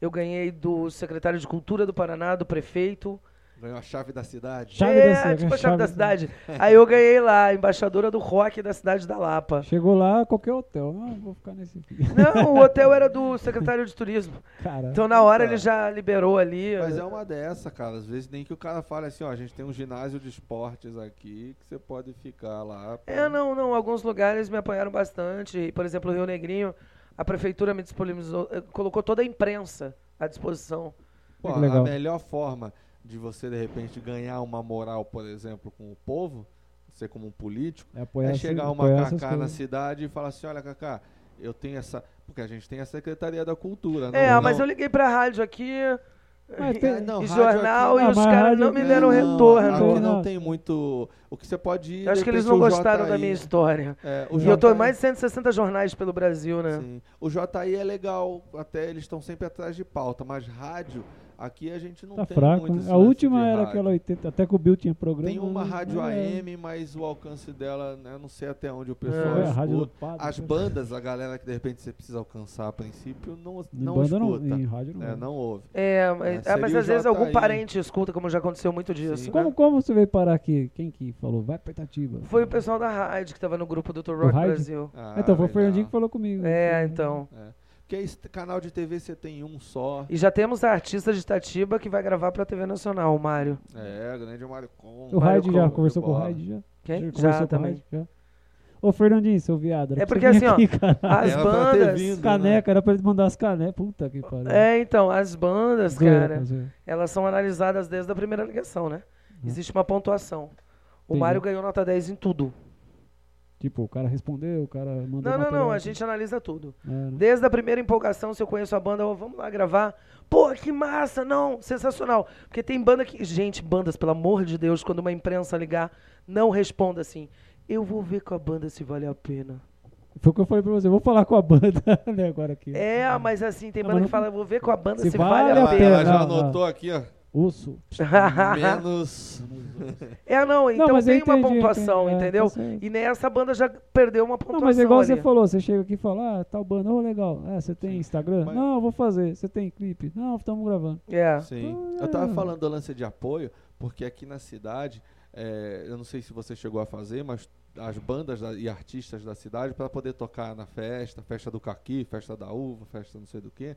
Speaker 3: Eu ganhei do secretário de cultura do Paraná, do prefeito.
Speaker 1: Ganhou a chave da cidade.
Speaker 2: Chave
Speaker 3: é,
Speaker 2: da cidade,
Speaker 3: tipo a chave
Speaker 2: chave
Speaker 3: da
Speaker 2: da-
Speaker 3: cidade. *laughs* Aí eu ganhei lá, embaixadora do rock da cidade da Lapa.
Speaker 2: Chegou lá, qualquer hotel. Não, vou ficar nesse *laughs* aqui.
Speaker 3: Não, o hotel era do secretário de turismo.
Speaker 2: Cara,
Speaker 3: Então na hora
Speaker 1: Tá.
Speaker 3: ele já liberou ali.
Speaker 1: Mas é uma dessa, cara. Às vezes nem que o cara fale assim, ó, a gente tem um ginásio de esportes aqui que você pode ficar lá.
Speaker 3: É, não, não. Alguns lugares me apoiaram bastante. Por exemplo, Rio Negrinho, a prefeitura me disponibilizou, eh, colocou toda a imprensa à disposição.
Speaker 1: Pô,
Speaker 2: Que legal.
Speaker 1: a melhor forma de você, de repente, ganhar uma moral, por exemplo, com o povo, você como um político,
Speaker 2: é apoiar
Speaker 1: é
Speaker 2: essas-
Speaker 1: chegar uma
Speaker 2: apoiar essas
Speaker 1: Cacá na
Speaker 2: coisas.
Speaker 1: cidade e falar assim, olha, Cacá, eu tenho essa. Porque a gente tem a Secretaria da Cultura,
Speaker 3: é,
Speaker 1: não,
Speaker 3: mas
Speaker 1: não-
Speaker 3: eu liguei pra rádio aqui,
Speaker 2: Mas
Speaker 3: e-
Speaker 2: tem-
Speaker 1: não,
Speaker 3: e
Speaker 1: rádio
Speaker 3: jornal,
Speaker 2: aqui-
Speaker 3: e
Speaker 2: Ah,
Speaker 3: os
Speaker 2: mas
Speaker 3: caras
Speaker 2: rádio-
Speaker 3: não me deram
Speaker 1: Não,
Speaker 3: retorno. né?
Speaker 1: Aqui não
Speaker 2: Não.
Speaker 1: tem muito. O que você pode ir.
Speaker 3: Eu acho
Speaker 1: de
Speaker 3: que eles
Speaker 1: repente,
Speaker 3: não
Speaker 1: o
Speaker 3: gostaram da
Speaker 1: JI,
Speaker 3: minha história.
Speaker 1: é, o
Speaker 3: E eu tô em
Speaker 1: JI
Speaker 3: mais de 160 jornais pelo Brasil, né?
Speaker 1: Sim. O JI é legal, até eles estão sempre atrás de pauta, mas rádio, aqui a gente não
Speaker 2: Tá
Speaker 1: tem
Speaker 2: fraco.
Speaker 1: muito.
Speaker 2: né?
Speaker 1: esse
Speaker 2: A
Speaker 1: lance
Speaker 2: última
Speaker 1: de
Speaker 2: era
Speaker 1: rádio.
Speaker 2: aquela 80, até que o Bill tinha programa.
Speaker 1: Tem uma
Speaker 2: né?
Speaker 1: rádio
Speaker 2: Mas é-
Speaker 1: AM, mas o alcance dela, né, não sei até onde o pessoal
Speaker 2: É, a rádio do
Speaker 1: escuta.
Speaker 2: padre.
Speaker 1: As
Speaker 2: né?
Speaker 1: bandas, a galera que de repente você precisa alcançar a princípio, não,
Speaker 2: Em
Speaker 1: não
Speaker 2: banda
Speaker 1: escuta.
Speaker 2: não, em rádio não.
Speaker 1: É, não ouve.
Speaker 3: É, mas,
Speaker 1: É,
Speaker 3: ah, mas
Speaker 1: seria o
Speaker 3: às vezes algum
Speaker 1: JI.
Speaker 3: parente escuta, como já aconteceu muito disso.
Speaker 1: Sim.
Speaker 2: Como, como você veio parar aqui? Quem que falou? Vai pra Itatiba.
Speaker 3: Foi o pessoal da rádio que tava no grupo do Tour Rock
Speaker 2: rádio?
Speaker 3: Brasil.
Speaker 1: Ah,
Speaker 2: então, foi o
Speaker 1: legal.
Speaker 2: Fernandinho que falou comigo.
Speaker 3: É, então.
Speaker 1: Porque esse canal de TV você tem um só.
Speaker 3: E já temos a artista de Itatiba que vai gravar pra TV Nacional, o Mário.
Speaker 1: É, grande Marcon.
Speaker 2: O Raid já
Speaker 1: Marcon,
Speaker 2: conversou com o
Speaker 1: bola.
Speaker 2: Raid já?
Speaker 3: então, Quem?
Speaker 2: conversou com
Speaker 3: Já
Speaker 2: o
Speaker 3: também.
Speaker 2: Raid, já? Ô, Fernandinho, seu viado. era
Speaker 3: É
Speaker 2: pra
Speaker 3: porque
Speaker 2: você vir
Speaker 3: assim, ó,
Speaker 2: aqui, cara.
Speaker 3: As
Speaker 1: Era pra ter
Speaker 3: bandas.
Speaker 1: vindo.
Speaker 2: Caneca, era pra ele mandar as canecas. Puta que pariu.
Speaker 3: É, então, as bandas,
Speaker 2: Zoeira,
Speaker 3: cara,
Speaker 2: zoeira.
Speaker 3: elas são analisadas desde a primeira ligação, né? Existe uma pontuação. O
Speaker 2: Hum. Entendi.
Speaker 3: Mário ganhou nota 10 em tudo.
Speaker 2: Tipo, o cara respondeu, o cara mandou.
Speaker 3: Não, não,
Speaker 2: material.
Speaker 3: não, a gente analisa tudo.
Speaker 2: É, né?
Speaker 3: Desde a primeira empolgação, se eu conheço a banda, ó, vamos lá gravar. Pô, que massa, não, sensacional. Porque tem banda que. Gente, bandas, pelo amor de Deus, quando uma imprensa ligar, não responda assim. Eu vou ver com a banda se vale a pena.
Speaker 2: Foi o que eu falei pra você. eu Vou falar com a banda *laughs* né, agora aqui.
Speaker 3: É, mas assim, tem
Speaker 2: Não,
Speaker 3: banda
Speaker 2: mas
Speaker 3: que fala, eu vou ver com a banda se,
Speaker 2: se
Speaker 3: vale,
Speaker 2: vale
Speaker 1: Ah,
Speaker 3: a
Speaker 2: a
Speaker 3: pena.
Speaker 1: ela
Speaker 2: pena,
Speaker 1: já
Speaker 2: não,
Speaker 1: anotou aqui,
Speaker 3: *laughs*
Speaker 1: ó.
Speaker 2: Osso.
Speaker 1: Menos.
Speaker 3: É, não, então
Speaker 2: mas eu
Speaker 3: tem uma
Speaker 2: entendi,
Speaker 3: pontuação,
Speaker 2: entendi, é,
Speaker 3: entendeu?
Speaker 2: tá certo.
Speaker 3: e nessa banda já perdeu uma pontuação.
Speaker 2: Não, mas é igual
Speaker 3: ali.
Speaker 2: você falou, você chega aqui e fala, ah, tal banda, ô legal. Ah, você tem Instagram?
Speaker 1: mas-
Speaker 2: Não, eu vou fazer. Você tem clipe? Não, estamos gravando.
Speaker 3: É.
Speaker 1: Sim. Eu tava falando do lance de apoio, porque aqui na cidade, é, eu não sei se você chegou a fazer, mas as bandas da- e artistas da cidade, para poder tocar na festa, festa do caqui, festa da uva, festa não sei do que,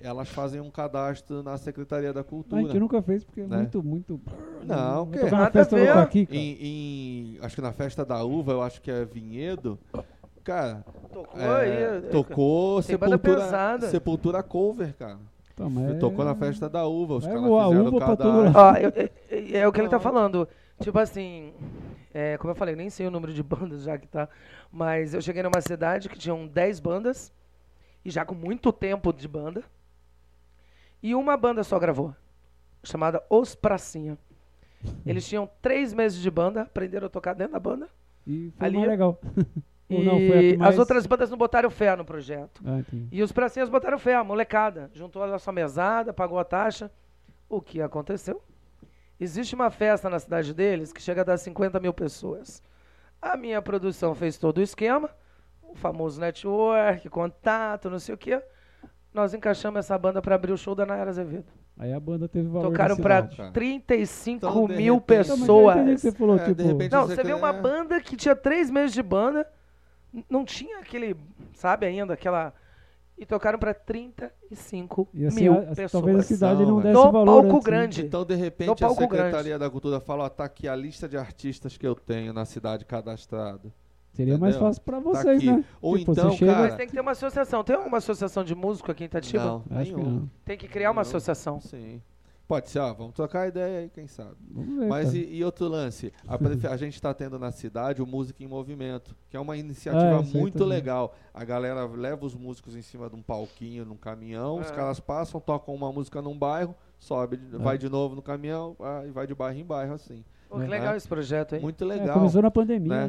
Speaker 1: elas fazem um cadastro na Secretaria da
Speaker 2: A gente
Speaker 1: Cultura.
Speaker 2: nunca fez porque é
Speaker 1: Né?
Speaker 2: muito, muito.
Speaker 1: Não,
Speaker 2: Vai
Speaker 1: que-
Speaker 2: tocar
Speaker 3: Nada
Speaker 2: uma festa
Speaker 3: a ver.
Speaker 2: no Caqui, cara.
Speaker 1: Em, em- acho que na festa da uva, eu acho que é Vinhedo. Cara,
Speaker 3: Tocou
Speaker 1: é,
Speaker 3: aí.
Speaker 1: tocou
Speaker 3: Tem banda
Speaker 1: sepultura,
Speaker 3: pesada.
Speaker 1: sepultura cover, cara.
Speaker 2: Tá, mas-
Speaker 1: Tocou na festa da uva, os
Speaker 2: É,
Speaker 1: caras
Speaker 2: voa a
Speaker 1: fizeram o
Speaker 2: uva pra todo
Speaker 1: cadastro.
Speaker 2: lado. *laughs*
Speaker 3: Ó, eu- é, é- é o que ele tá
Speaker 1: Não.
Speaker 3: falando. Tipo assim, é, como eu falei, nem sei o número de *laughs* bandas já que tá. Mas eu cheguei numa cidade que tinham 10 bandas, e já com muito tempo de banda. E uma banda só gravou, chamada Os Pracinha. Eles tinham três meses de banda, aprenderam a tocar dentro da banda.
Speaker 2: E foi
Speaker 3: Ali-
Speaker 2: mais legal. *laughs* Ou
Speaker 3: E
Speaker 2: não, foi a que mais-
Speaker 3: as outras bandas não botaram fé no projeto.
Speaker 2: Ah, entendi.
Speaker 3: E os pracinhas botaram fé, a molecada. Juntou a sua mesada, pagou a taxa. O que aconteceu? Existe uma festa na cidade deles que chega a dar 50 mil pessoas. A minha produção fez todo o esquema, o famoso network, contato, não sei o quê. Nós encaixamos essa banda para abrir o show da Nayara Azevedo.
Speaker 2: Aí a banda teve valor.
Speaker 3: Tocaram
Speaker 2: nesse
Speaker 3: para
Speaker 2: lado.
Speaker 1: cara.
Speaker 3: 35
Speaker 1: Então, de
Speaker 3: mil
Speaker 1: repente-
Speaker 2: Tá, mas eu entendi o que
Speaker 3: pessoas.
Speaker 2: você falou,
Speaker 1: É, de
Speaker 2: tipo.
Speaker 1: repente-
Speaker 3: Não,
Speaker 1: Você
Speaker 3: você vê uma
Speaker 1: quer-
Speaker 3: banda que tinha três meses de banda, n- não tinha aquele, sabe ainda, aquela. E tocaram pra 35
Speaker 2: E assim,
Speaker 3: mil
Speaker 2: a- a-
Speaker 3: pessoas.
Speaker 2: talvez a cidade
Speaker 1: Não,
Speaker 2: não
Speaker 1: velho.
Speaker 2: desse
Speaker 3: no
Speaker 2: valor.
Speaker 3: palco
Speaker 2: antes, né?
Speaker 3: grande.
Speaker 1: Então, de
Speaker 3: No
Speaker 1: repente, a
Speaker 3: palco
Speaker 1: Secretaria
Speaker 3: grande.
Speaker 1: da Cultura fala, ó, tá aqui a lista de artistas que eu tenho na cidade cadastrado.
Speaker 2: Seria mais
Speaker 1: Entendeu?
Speaker 2: fácil pra
Speaker 1: Tá
Speaker 2: vocês,
Speaker 1: aqui.
Speaker 2: né?
Speaker 1: Ou
Speaker 2: Tipo,
Speaker 1: então,
Speaker 2: você chega-
Speaker 1: cara...
Speaker 3: Mas tem que ter uma associação. Tem alguma associação de músico aqui em Itatiba?
Speaker 1: Não,
Speaker 2: Acho que
Speaker 1: nenhuma.
Speaker 2: não.
Speaker 3: Tem que criar uma
Speaker 1: Não.
Speaker 3: associação.
Speaker 1: Sim. Pode ser, ó, vamos trocar ideia aí, quem sabe.
Speaker 2: Vamos ver,
Speaker 1: Mas
Speaker 2: *laughs* cara.
Speaker 1: e, e outro lance? A, prefe- a gente está tendo na cidade o Música em Movimento, que é uma iniciativa
Speaker 2: Ah, isso aí
Speaker 1: muito
Speaker 2: também.
Speaker 1: legal. A galera leva os músicos em cima de um palquinho, num caminhão, os
Speaker 3: É.
Speaker 1: caras passam,
Speaker 2: É.
Speaker 1: tocam uma música num bairro, sobe, vai de novo no caminhão ah, e vai de bairro em bairro, assim.
Speaker 3: Pô, que legal esse projeto, hein?
Speaker 1: Muito
Speaker 2: É,
Speaker 1: legal.
Speaker 2: começou na pandemia,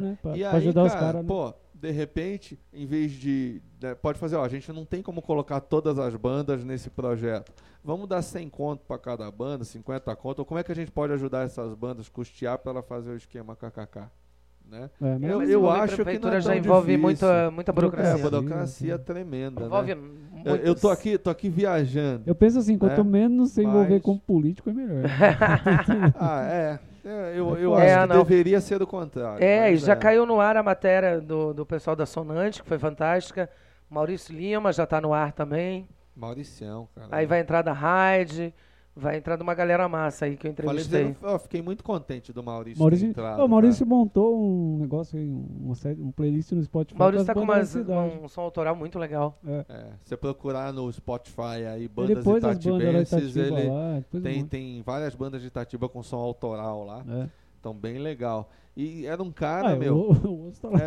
Speaker 1: né?
Speaker 2: né? Pra,
Speaker 1: e
Speaker 2: pra
Speaker 1: aí,
Speaker 2: ajudar
Speaker 1: cara,
Speaker 2: os caras. né?
Speaker 1: pô, de repente, em vez de. né, pode fazer, ó, a gente não tem como colocar todas as bandas nesse projeto. Vamos dar 100 conto pra cada banda, 50 conto. Ou como é que a gente pode ajudar essas bandas, custear pra ela fazer o esquema KKK? Né?
Speaker 2: É, mas-
Speaker 1: eu-
Speaker 3: Mas
Speaker 1: eu acho que
Speaker 3: envolver
Speaker 1: não é
Speaker 3: prefeitura já
Speaker 1: tão
Speaker 3: envolve
Speaker 1: difícil.
Speaker 3: muita, muita
Speaker 1: É,
Speaker 3: burocracia.
Speaker 2: Burocracia.
Speaker 1: burocracia tremenda. né?
Speaker 3: envolve
Speaker 1: Eu, eu tô aqui, tô aqui viajando.
Speaker 2: Eu penso assim, quanto
Speaker 1: É,
Speaker 2: menos se envolver
Speaker 1: mas-
Speaker 2: com político
Speaker 1: *laughs*
Speaker 2: é melhor.
Speaker 1: Ah, é. É, Eu, eu
Speaker 3: É,
Speaker 1: acho que
Speaker 3: não.
Speaker 1: deveria ser o contrário.
Speaker 3: É, e
Speaker 1: mas
Speaker 3: já caiu no ar a matéria do, do pessoal da Sonante, que foi fantástica. Maurício Lima já tá no ar também.
Speaker 1: Mauricião, cara.
Speaker 3: Aí vai entrar da Raid, vai entrar de uma galera massa aí que eu
Speaker 1: Falei,
Speaker 3: entrevistei.
Speaker 1: eu fiquei muito contente do Maurício. ter
Speaker 2: Maurício,
Speaker 1: entrado,
Speaker 2: Ô,
Speaker 1: cara.
Speaker 2: Maurício montou um negócio aí, um, uma série- um playlist no Spotify.
Speaker 3: Maurício
Speaker 2: das
Speaker 3: tá com
Speaker 2: bandas
Speaker 3: umas,
Speaker 2: da cidade.
Speaker 3: um som autoral muito legal.
Speaker 1: É, você procurar no Spotify aí
Speaker 2: E
Speaker 1: bandas
Speaker 2: depois as bandas da
Speaker 1: itatibenses,
Speaker 2: Itatiba
Speaker 1: ele
Speaker 2: lá, depois um
Speaker 1: tem,
Speaker 2: monte.
Speaker 1: tem várias bandas de Itatiba com som autoral lá,
Speaker 2: É.
Speaker 1: então bem legal. E era um
Speaker 2: Ah,
Speaker 1: cara,
Speaker 2: é,
Speaker 1: meu,
Speaker 2: O, *laughs* o osso tá lá.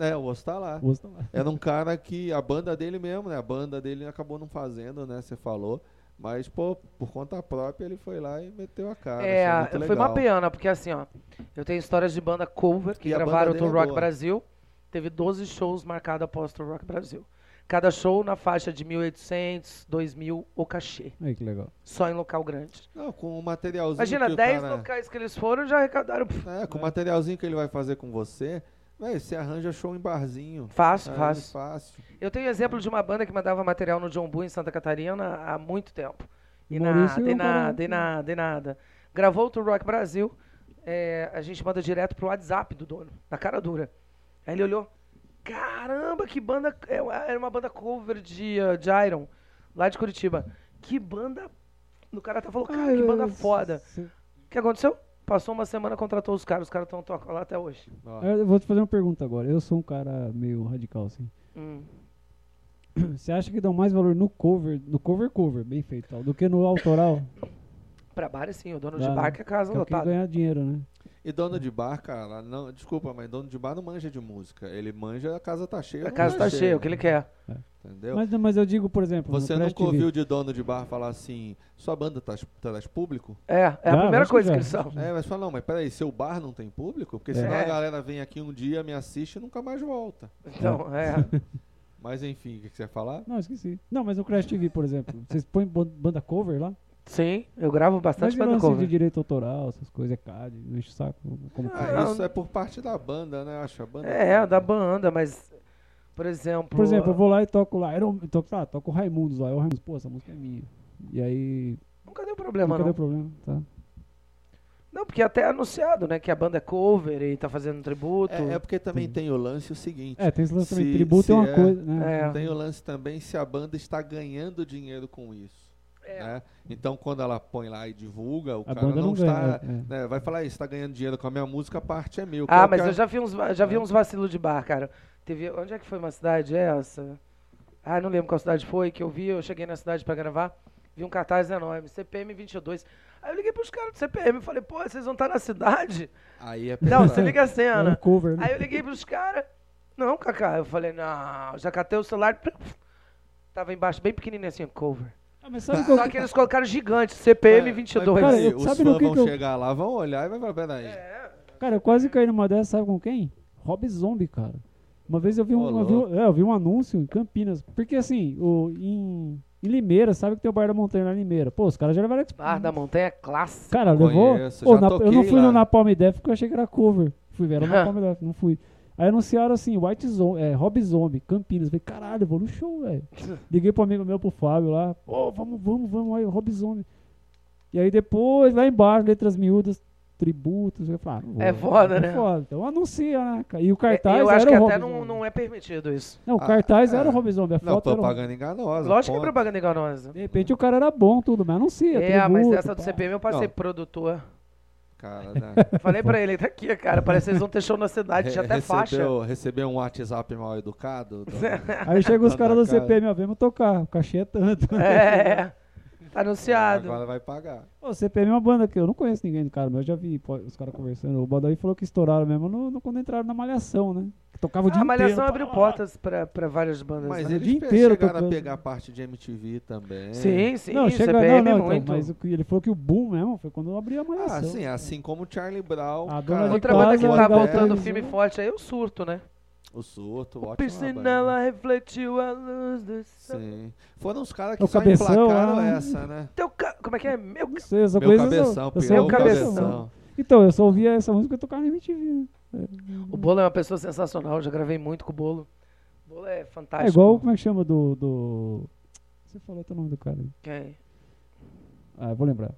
Speaker 1: é, é, o osso tá
Speaker 2: *laughs*
Speaker 1: lá.
Speaker 2: O osso tá lá.
Speaker 1: Era um cara que a banda dele mesmo, né? A banda dele acabou não fazendo, né? Você falou. Mas, pô, por conta própria, ele foi lá e meteu a cara.
Speaker 3: É,
Speaker 1: achei
Speaker 3: eu
Speaker 1: muito
Speaker 3: fui
Speaker 1: legal.
Speaker 3: mapeando, porque assim, ó, eu tenho histórias de banda cover que
Speaker 1: E a banda
Speaker 3: gravaram o
Speaker 1: dele
Speaker 3: Tour
Speaker 1: é
Speaker 3: Rock
Speaker 1: boa.
Speaker 3: Brasil. Teve 12 shows marcados após o Tour Rock Brasil. Cada show na faixa de 1.800, 2.000 o cachê.
Speaker 2: Aí que legal.
Speaker 3: Só em local grande.
Speaker 1: Não, com o materialzinho.
Speaker 3: Imagina,
Speaker 1: que o
Speaker 3: 10
Speaker 1: cara...
Speaker 3: locais que eles foram já arrecadaram. Pff,
Speaker 1: É, com o materialzinho que ele vai fazer com você, velho, você arranja show em barzinho.
Speaker 3: Fácil,
Speaker 1: É,
Speaker 3: fácil.
Speaker 1: fácil.
Speaker 3: Eu tenho exemplo de uma banda que mandava material no John Bull em Santa Catarina há muito tempo. E
Speaker 2: O Maurício
Speaker 3: nada,
Speaker 2: é
Speaker 3: e
Speaker 2: um cara-
Speaker 3: nada, e nada, e nada. Gravou o Tour Rock Brasil, é, a gente manda direto pro WhatsApp do dono, na cara dura. Aí ele olhou, caramba, que banda, é uma- era uma banda cover de, eh, de Iron, lá de Curitiba. Que banda, o cara até falou, cara, que
Speaker 2: É,
Speaker 3: banda foda. O que aconteceu? Passou uma semana, contratou os caras, os caras estão tocando lá até hoje.
Speaker 1: Ó.
Speaker 2: Eu vou te fazer uma pergunta agora. Eu sou um cara meio radical, assim.
Speaker 3: Hum.
Speaker 2: Você acha que dão mais valor no cover, no cover cover, bem feito, tal, do que no autoral?
Speaker 3: Pra bar, sim, o dono
Speaker 2: Dá,
Speaker 3: de
Speaker 2: né?
Speaker 3: bar que é casa
Speaker 2: Que é o que
Speaker 3: lotada.
Speaker 2: ganha dinheiro, né?
Speaker 1: E dono de bar, cara, não, desculpa, mas dono de bar não manja de música. Ele manja a casa tá cheia.
Speaker 3: A
Speaker 1: não
Speaker 3: casa tá
Speaker 2: é.
Speaker 3: cheia, o que ele quer.
Speaker 1: Entendeu?
Speaker 2: Mas, mas eu digo, por exemplo, no
Speaker 1: Você
Speaker 2: Crash
Speaker 1: nunca
Speaker 2: TV.
Speaker 1: ouviu de dono de bar falar assim, sua banda tá traz público?
Speaker 3: É, é a
Speaker 2: Já,
Speaker 3: primeira
Speaker 2: acho que
Speaker 3: coisa
Speaker 2: já.
Speaker 3: que eles são.
Speaker 1: É, mas fala, não, mas peraí, seu bar não tem público? Porque
Speaker 2: Uhum. É.
Speaker 1: senão a
Speaker 3: É.
Speaker 1: galera vem aqui um dia, me assiste e nunca mais volta.
Speaker 2: *laughs*
Speaker 3: Então, é.
Speaker 1: Mas enfim, o que que você ia falar?
Speaker 2: Não, esqueci. Não, mas no Crash TV, por exemplo, *laughs* vocês põem ban- banda cover lá?
Speaker 3: Sim, eu gravo
Speaker 2: Mas
Speaker 3: bastante
Speaker 2: e lance
Speaker 3: Tá banda
Speaker 2: um assim de
Speaker 3: cover.
Speaker 2: direito autoral, essas coisas, é CAD, não enche o saco. Como que é?
Speaker 1: Ah,
Speaker 3: não.
Speaker 1: isso é por parte da banda, né? Acho a banda.
Speaker 3: É, da banda, mas. Por exemplo.
Speaker 2: Por exemplo, eu vou lá e toco lá, Iron, toco, ah, toco Raimundos lá, eu Raimundos, pô, essa música é minha. E aí,
Speaker 3: Nunca deu problema,
Speaker 2: nunca
Speaker 3: não.
Speaker 2: deu problema, tá?
Speaker 3: Não, porque até é anunciado, né? Que a banda é cover e tá fazendo tributo.
Speaker 1: É, é porque também
Speaker 2: Sim.
Speaker 1: tem o lance o seguinte.
Speaker 2: É, tem esse lance também,
Speaker 1: Se-
Speaker 2: tributo
Speaker 1: se
Speaker 2: é uma
Speaker 1: é-
Speaker 2: coisa, né?
Speaker 3: É.
Speaker 1: Tem o lance também se a banda está ganhando dinheiro com isso.
Speaker 3: É.
Speaker 1: né? Então, quando ela põe lá e divulga, o
Speaker 2: A
Speaker 1: cara
Speaker 2: banda
Speaker 1: não,
Speaker 2: não ganha,
Speaker 1: está.
Speaker 2: é.
Speaker 1: né, vai falar isso, está ganhando dinheiro com a minha música, a parte é meu. que é
Speaker 3: Ah,
Speaker 1: o
Speaker 3: mas
Speaker 1: que
Speaker 3: eu já vi uns, va- já
Speaker 2: É.
Speaker 3: vi uns vacilos de bar, cara. Teve, onde é que foi uma cidade essa? Ah, não lembro qual cidade foi, que eu vi, eu cheguei na cidade pra gravar, vi um cartaz enorme, CPM 22. Aí eu liguei pros caras do CPM, falei, pô, vocês vão estar
Speaker 2: *laughs*
Speaker 3: na cidade?
Speaker 1: Aí é
Speaker 3: Não,
Speaker 1: pesado.
Speaker 3: você liga a
Speaker 2: É um
Speaker 3: cena.
Speaker 2: cover, né?
Speaker 3: Aí eu liguei pros caras. Não, Cacá. Eu falei, não, já catei o celular. Tava embaixo, bem pequenininho assim, cover.
Speaker 2: Ah, mas sabe qual
Speaker 3: Só que eles colocaram gigante, CPM
Speaker 1: É,
Speaker 3: 22.
Speaker 1: mas
Speaker 2: Cara,
Speaker 1: peraí,
Speaker 2: eu-
Speaker 1: os
Speaker 2: sabe no
Speaker 1: fãs
Speaker 2: que
Speaker 1: vão
Speaker 2: que eu-
Speaker 1: chegar lá, vão olhar e vai falar, peraí. É,
Speaker 2: Cara, eu quase caí numa dessas, sabe com quem? Rob Zombie, cara. Uma vez eu vi, um,
Speaker 1: Ô,
Speaker 2: eu vi- é, eu vi um anúncio em Campinas. Porque assim, o, em, em Limeira, sabe que tem o Bar da Montanha na Limeira. Pô, os caras já levaram.
Speaker 3: Bar da Montanha é clássico.
Speaker 2: Cara,
Speaker 1: Conheço,
Speaker 2: levou.
Speaker 1: já
Speaker 2: Pô, na- eu não
Speaker 1: toquei
Speaker 2: fui
Speaker 1: lá.
Speaker 2: no Napalm Death porque eu achei que era cover. Fui ver, era um
Speaker 3: *laughs*
Speaker 2: Napalm Death, não fui. Aí anunciaram assim, White Zombie, é, Rob Zombie, Campinas. Eu Falei, caralho, eu vou no show,
Speaker 3: *laughs*
Speaker 2: velho. Liguei pro amigo meu, pro Fábio lá. Pô, vamos, vamos, vamos, aí, Rob Zombie. E aí depois, lá embaixo, letras miúdas, tributos. Eu falei, ah, não vou,
Speaker 3: É foda,
Speaker 2: é
Speaker 3: né?
Speaker 2: Foda. Então anuncia, né? cara? E o cartaz
Speaker 3: É,
Speaker 2: era
Speaker 3: eu acho que
Speaker 2: o
Speaker 3: até
Speaker 2: Rob
Speaker 3: não,
Speaker 2: Zombie.
Speaker 3: não é permitido isso.
Speaker 2: Não, o
Speaker 1: Ah,
Speaker 2: cartaz
Speaker 1: é.
Speaker 2: era o Rob Zombie, a
Speaker 1: não,
Speaker 2: foto era o...
Speaker 1: propaganda enganosa.
Speaker 3: Lógico que é
Speaker 1: ponto.
Speaker 3: propaganda enganosa.
Speaker 2: De repente o cara era bom tudo, mas anuncia,
Speaker 3: É, mas
Speaker 2: tributo,
Speaker 3: essa do
Speaker 2: pá.
Speaker 3: CPM eu passei
Speaker 1: Não.
Speaker 3: produtor.
Speaker 2: *laughs*
Speaker 1: Cara, né?
Speaker 3: Falei pra ele, tá aqui, cara. Parece que eles vão ter show na cidade,
Speaker 1: Re-
Speaker 3: tinha até faixa.
Speaker 1: recebeu, recebeu um WhatsApp mal
Speaker 3: *laughs*
Speaker 1: educado? do-
Speaker 2: Aí chega os
Speaker 1: Tá
Speaker 2: caras
Speaker 1: na
Speaker 2: do
Speaker 1: cara.
Speaker 2: CPM, ó, vem me tocar, o cachê é tanto.
Speaker 3: É. Tá anunciado.
Speaker 1: Agora vai pagar.
Speaker 2: Ô, CPM é uma banda que eu não conheço ninguém do cara, mas eu já vi po- os caras conversando. O Badawi falou que estouraram mesmo no, no- quando entraram na Malhação, né? Que tocava o dia
Speaker 3: Ah, a
Speaker 2: inteiro. Ah,
Speaker 3: Malhação abriu
Speaker 2: pá,
Speaker 3: portas pra, pra várias bandas.
Speaker 1: Mas é.
Speaker 3: né?
Speaker 1: eles
Speaker 2: é dia
Speaker 1: pe-
Speaker 2: inteiro
Speaker 1: chegaram a
Speaker 2: tocando.
Speaker 1: pegar parte de MTV também.
Speaker 3: Sim, sim,
Speaker 2: Não, chega, não,
Speaker 3: CPM
Speaker 2: não,
Speaker 3: é
Speaker 2: então,
Speaker 3: muito.
Speaker 2: mas o que ele falou que o boom mesmo foi quando abriu a Malhação.
Speaker 1: Ah, sim, assim como o Charlie Brown. cara,
Speaker 2: A dona de né,
Speaker 3: Outra
Speaker 2: casa,
Speaker 3: banda que tá
Speaker 2: legal,
Speaker 3: voltando
Speaker 2: televisão.
Speaker 3: firme e forte aí é o Surto, né?
Speaker 1: O Soto, ótimo.
Speaker 3: Piscinela refletiu a luz do céu.
Speaker 1: Sim. Foram os caras
Speaker 2: É
Speaker 1: que
Speaker 2: o
Speaker 1: só
Speaker 2: Cabeção,
Speaker 1: emplacaram
Speaker 2: ah.
Speaker 1: essa, né?
Speaker 3: Teu ca... Como é que é? Meu...
Speaker 2: Não sei, eu só
Speaker 1: Meu
Speaker 2: conheço essa-
Speaker 1: cabeção,
Speaker 2: eu
Speaker 1: pior
Speaker 2: só-
Speaker 3: Meu
Speaker 1: o
Speaker 3: Cabeção.
Speaker 1: cabeção.
Speaker 2: Então, eu só ouvia essa música tocar na MTV, né?
Speaker 3: O Bolo é uma pessoa sensacional, eu já gravei muito com o Bolo. O Bolo é fantástico.
Speaker 2: é igual, como é que chama do... do... Você falou até o nome do cara. aí.
Speaker 3: Quem?
Speaker 2: Ah, eu vou lembrar.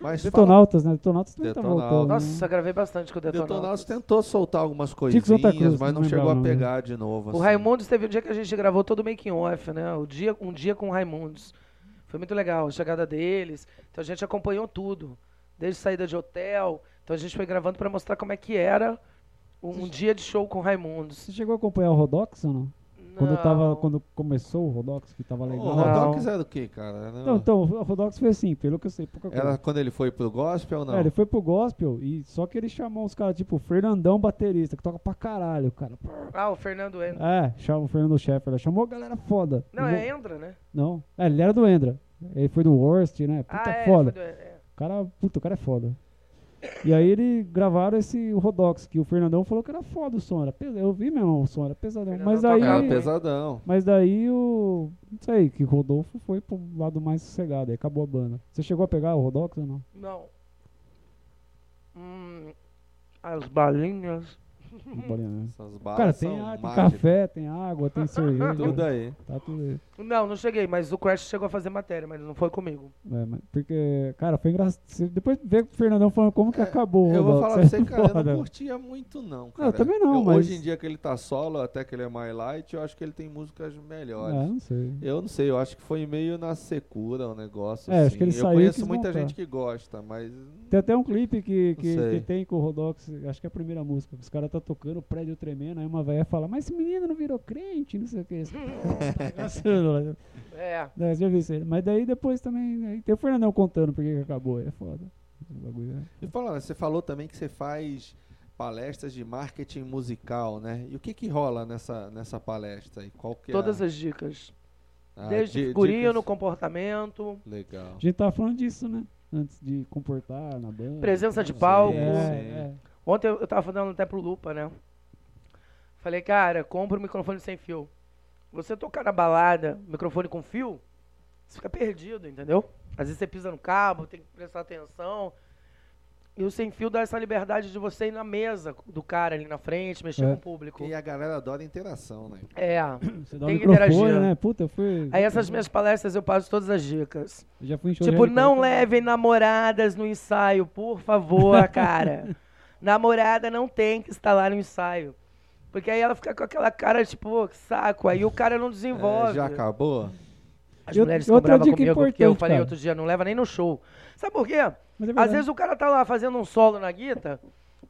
Speaker 1: Mas fala-
Speaker 2: Detonautas, né? Detonautas também tá
Speaker 1: Detonautas.
Speaker 2: voltando. né?
Speaker 3: Nossa, eu gravei bastante com o Detonautas.
Speaker 1: Detonautas tentou soltar algumas coisinhas,
Speaker 2: Tico Santa Cruz,
Speaker 1: mas não
Speaker 2: não né?
Speaker 1: chegou a
Speaker 2: lembrava,
Speaker 1: pegar de novo.
Speaker 3: O
Speaker 1: assim.
Speaker 3: Raimundos teve um dia que a gente gravou todo o making off, né? O dia, um dia com o Raimundos. Foi muito legal, a chegada deles. Então a gente acompanhou tudo. Desde saída de hotel. Então a gente foi gravando pra mostrar como é que era um, um dia de show com o Raimundos.
Speaker 2: Você chegou a acompanhar o Rodox ou não? Quando, tava,
Speaker 3: Não.
Speaker 2: quando começou o Rodox, que tava
Speaker 1: O
Speaker 2: legal.
Speaker 1: Rodox era o quê, cara? Era-
Speaker 2: Não, então, o Rodox foi assim, pelo que eu sei, pouca
Speaker 1: Era
Speaker 2: coisa.
Speaker 1: quando ele foi pro gospel ou não?
Speaker 2: É, ele foi pro gospel e só que ele chamou os caras, tipo, Fernandão baterista, que toca pra caralho, cara.
Speaker 3: Ah, o Fernando Endra.
Speaker 2: É, chama o Fernando Sheffer, chamou a galera foda.
Speaker 3: Não,
Speaker 2: Ele-
Speaker 3: é Endra, né?
Speaker 2: Não, é, ele era do Endra. Ele foi do Worst, né? Puta
Speaker 3: ah, é,
Speaker 2: foda.
Speaker 3: foi do é.
Speaker 2: O cara, puta, o cara é foda. E aí ele gravaram esse Rodox, que o Fernandão falou que era foda o som, era pes... eu vi mesmo o som, era pesadão.
Speaker 3: Fernandão
Speaker 2: mas
Speaker 3: tocava
Speaker 2: aí...
Speaker 1: Era
Speaker 3: Ih.
Speaker 1: pesadão.
Speaker 2: Mas daí o. Não sei, que Rodolfo foi pro lado mais sossegado, aí acabou a banda. Você chegou a pegar o Rodox ou não?
Speaker 3: Não. Hum, as balinhas.
Speaker 2: Não pode, né?
Speaker 1: Essas barras
Speaker 2: Cara, tem,
Speaker 1: são
Speaker 2: ar, tem
Speaker 1: mágicas.
Speaker 2: café, tem
Speaker 1: *laughs*
Speaker 2: água, tem cerveja.
Speaker 1: um Tudo aí.
Speaker 2: Tá tudo aí.
Speaker 3: Não, não cheguei, mas o Crash chegou a fazer matéria, mas não foi comigo.
Speaker 2: É, mas porque, cara, foi engraçado. Você Depois vê o Fernandão falando como que acabou o
Speaker 1: É, Eu vou
Speaker 2: Rodox.
Speaker 1: falar pra você,
Speaker 2: aí,
Speaker 1: cara, eu
Speaker 2: é foda.
Speaker 1: não curtia muito, não. Cara.
Speaker 2: também não,
Speaker 1: Eu-
Speaker 2: mas-
Speaker 1: Hoje em dia que ele tá solo, até que ele é mais light, eu acho que ele tem músicas melhores.
Speaker 2: É, não sei.
Speaker 1: Eu não sei, eu acho que foi meio na secura o negócio.
Speaker 2: É, acho
Speaker 1: assim.
Speaker 2: que ele
Speaker 1: eu
Speaker 2: saiu e
Speaker 1: conheço
Speaker 2: quis
Speaker 1: muita
Speaker 2: voltar.
Speaker 1: gente que gosta, mas.
Speaker 2: Tem até um clipe que, que,
Speaker 1: sei.
Speaker 2: que tem com o Rodox, acho que é a primeira música. que Os caras tá tocando, o prédio tremendo, aí uma velha fala, mas esse menino não virou crente, não sei o que. Esse tá
Speaker 1: *laughs*
Speaker 2: engraçado, né?
Speaker 3: É.
Speaker 2: Não, eu já vi isso aí. Mas daí depois também. Aí tem o Fernandão contando por que que acabou. É foda. O bagulho, né?
Speaker 1: E falando, você falou também que você faz palestras de marketing musical, né? E o que que rola nessa, nessa palestra aí? Qual que
Speaker 3: Todas
Speaker 1: é
Speaker 3: as dicas.
Speaker 1: a- a
Speaker 3: Desde
Speaker 1: Ah, di-
Speaker 3: figurino,
Speaker 1: dicas?
Speaker 3: comportamento,
Speaker 1: Legal.
Speaker 2: A gente tava falando disso, né? Antes de comportar na banda.
Speaker 3: presença de
Speaker 1: Sim.
Speaker 2: É,
Speaker 3: palco.
Speaker 2: é.
Speaker 3: Ontem eu eu tava falando até pro Lupa, né? Falei, cara, compra um microfone sem fio. Você tocar na balada, microfone com fio, você fica perdido, entendeu? Às vezes você pisa no cabo, tem que prestar atenção. E o sem fio dá essa liberdade de você ir na mesa do cara ali na frente, mexer
Speaker 2: É.
Speaker 3: com o público.
Speaker 1: E a galera adora interação, né?
Speaker 3: É.
Speaker 2: Você dá o
Speaker 3: Tem que
Speaker 2: microfone,
Speaker 3: interagir.
Speaker 2: né? Puta, eu fui.
Speaker 3: Aí essas minhas palestras eu passo todas as dicas.
Speaker 2: eu Já fui em show de
Speaker 3: Tipo, não
Speaker 2: helicóptero.
Speaker 3: levem namoradas no ensaio, por
Speaker 2: *laughs*
Speaker 3: favor, cara. Namorada não tem que estar lá no ensaio. Porque aí ela fica com aquela cara, tipo, "Ô, que saco. Aí o cara não
Speaker 1: É,
Speaker 3: desenvolve.
Speaker 1: já acabou?
Speaker 3: As
Speaker 2: E outra-
Speaker 3: mulheres
Speaker 2: outra
Speaker 3: ficam bravas
Speaker 2: dica
Speaker 3: comigo porque eu
Speaker 2: importante,
Speaker 3: falei
Speaker 2: cara.
Speaker 3: outro dia, não leva nem no show. Sabe por quê?
Speaker 2: Mas é
Speaker 3: Às
Speaker 2: verdade.
Speaker 3: vezes o cara tá lá fazendo um solo na guita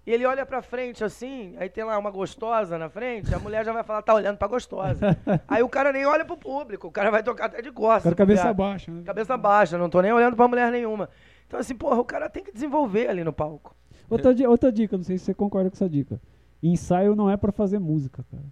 Speaker 3: e ele olha pra frente assim, aí tem lá uma gostosa na frente, a mulher já vai falar, tá olhando
Speaker 2: *laughs*
Speaker 3: pra gostosa. aí o cara nem olha pro público, o cara vai tocar até de costas.
Speaker 2: Cara,
Speaker 3: se
Speaker 2: cabeça
Speaker 3: bobear.
Speaker 2: baixa, né?
Speaker 3: Cabeça baixa, não tô nem olhando pra mulher nenhuma. Então, assim, porra, o cara tem que desenvolver ali no palco.
Speaker 2: Outra, di- outra dica, não sei se você concorda com essa dica. Ensaio não é pra fazer música, cara.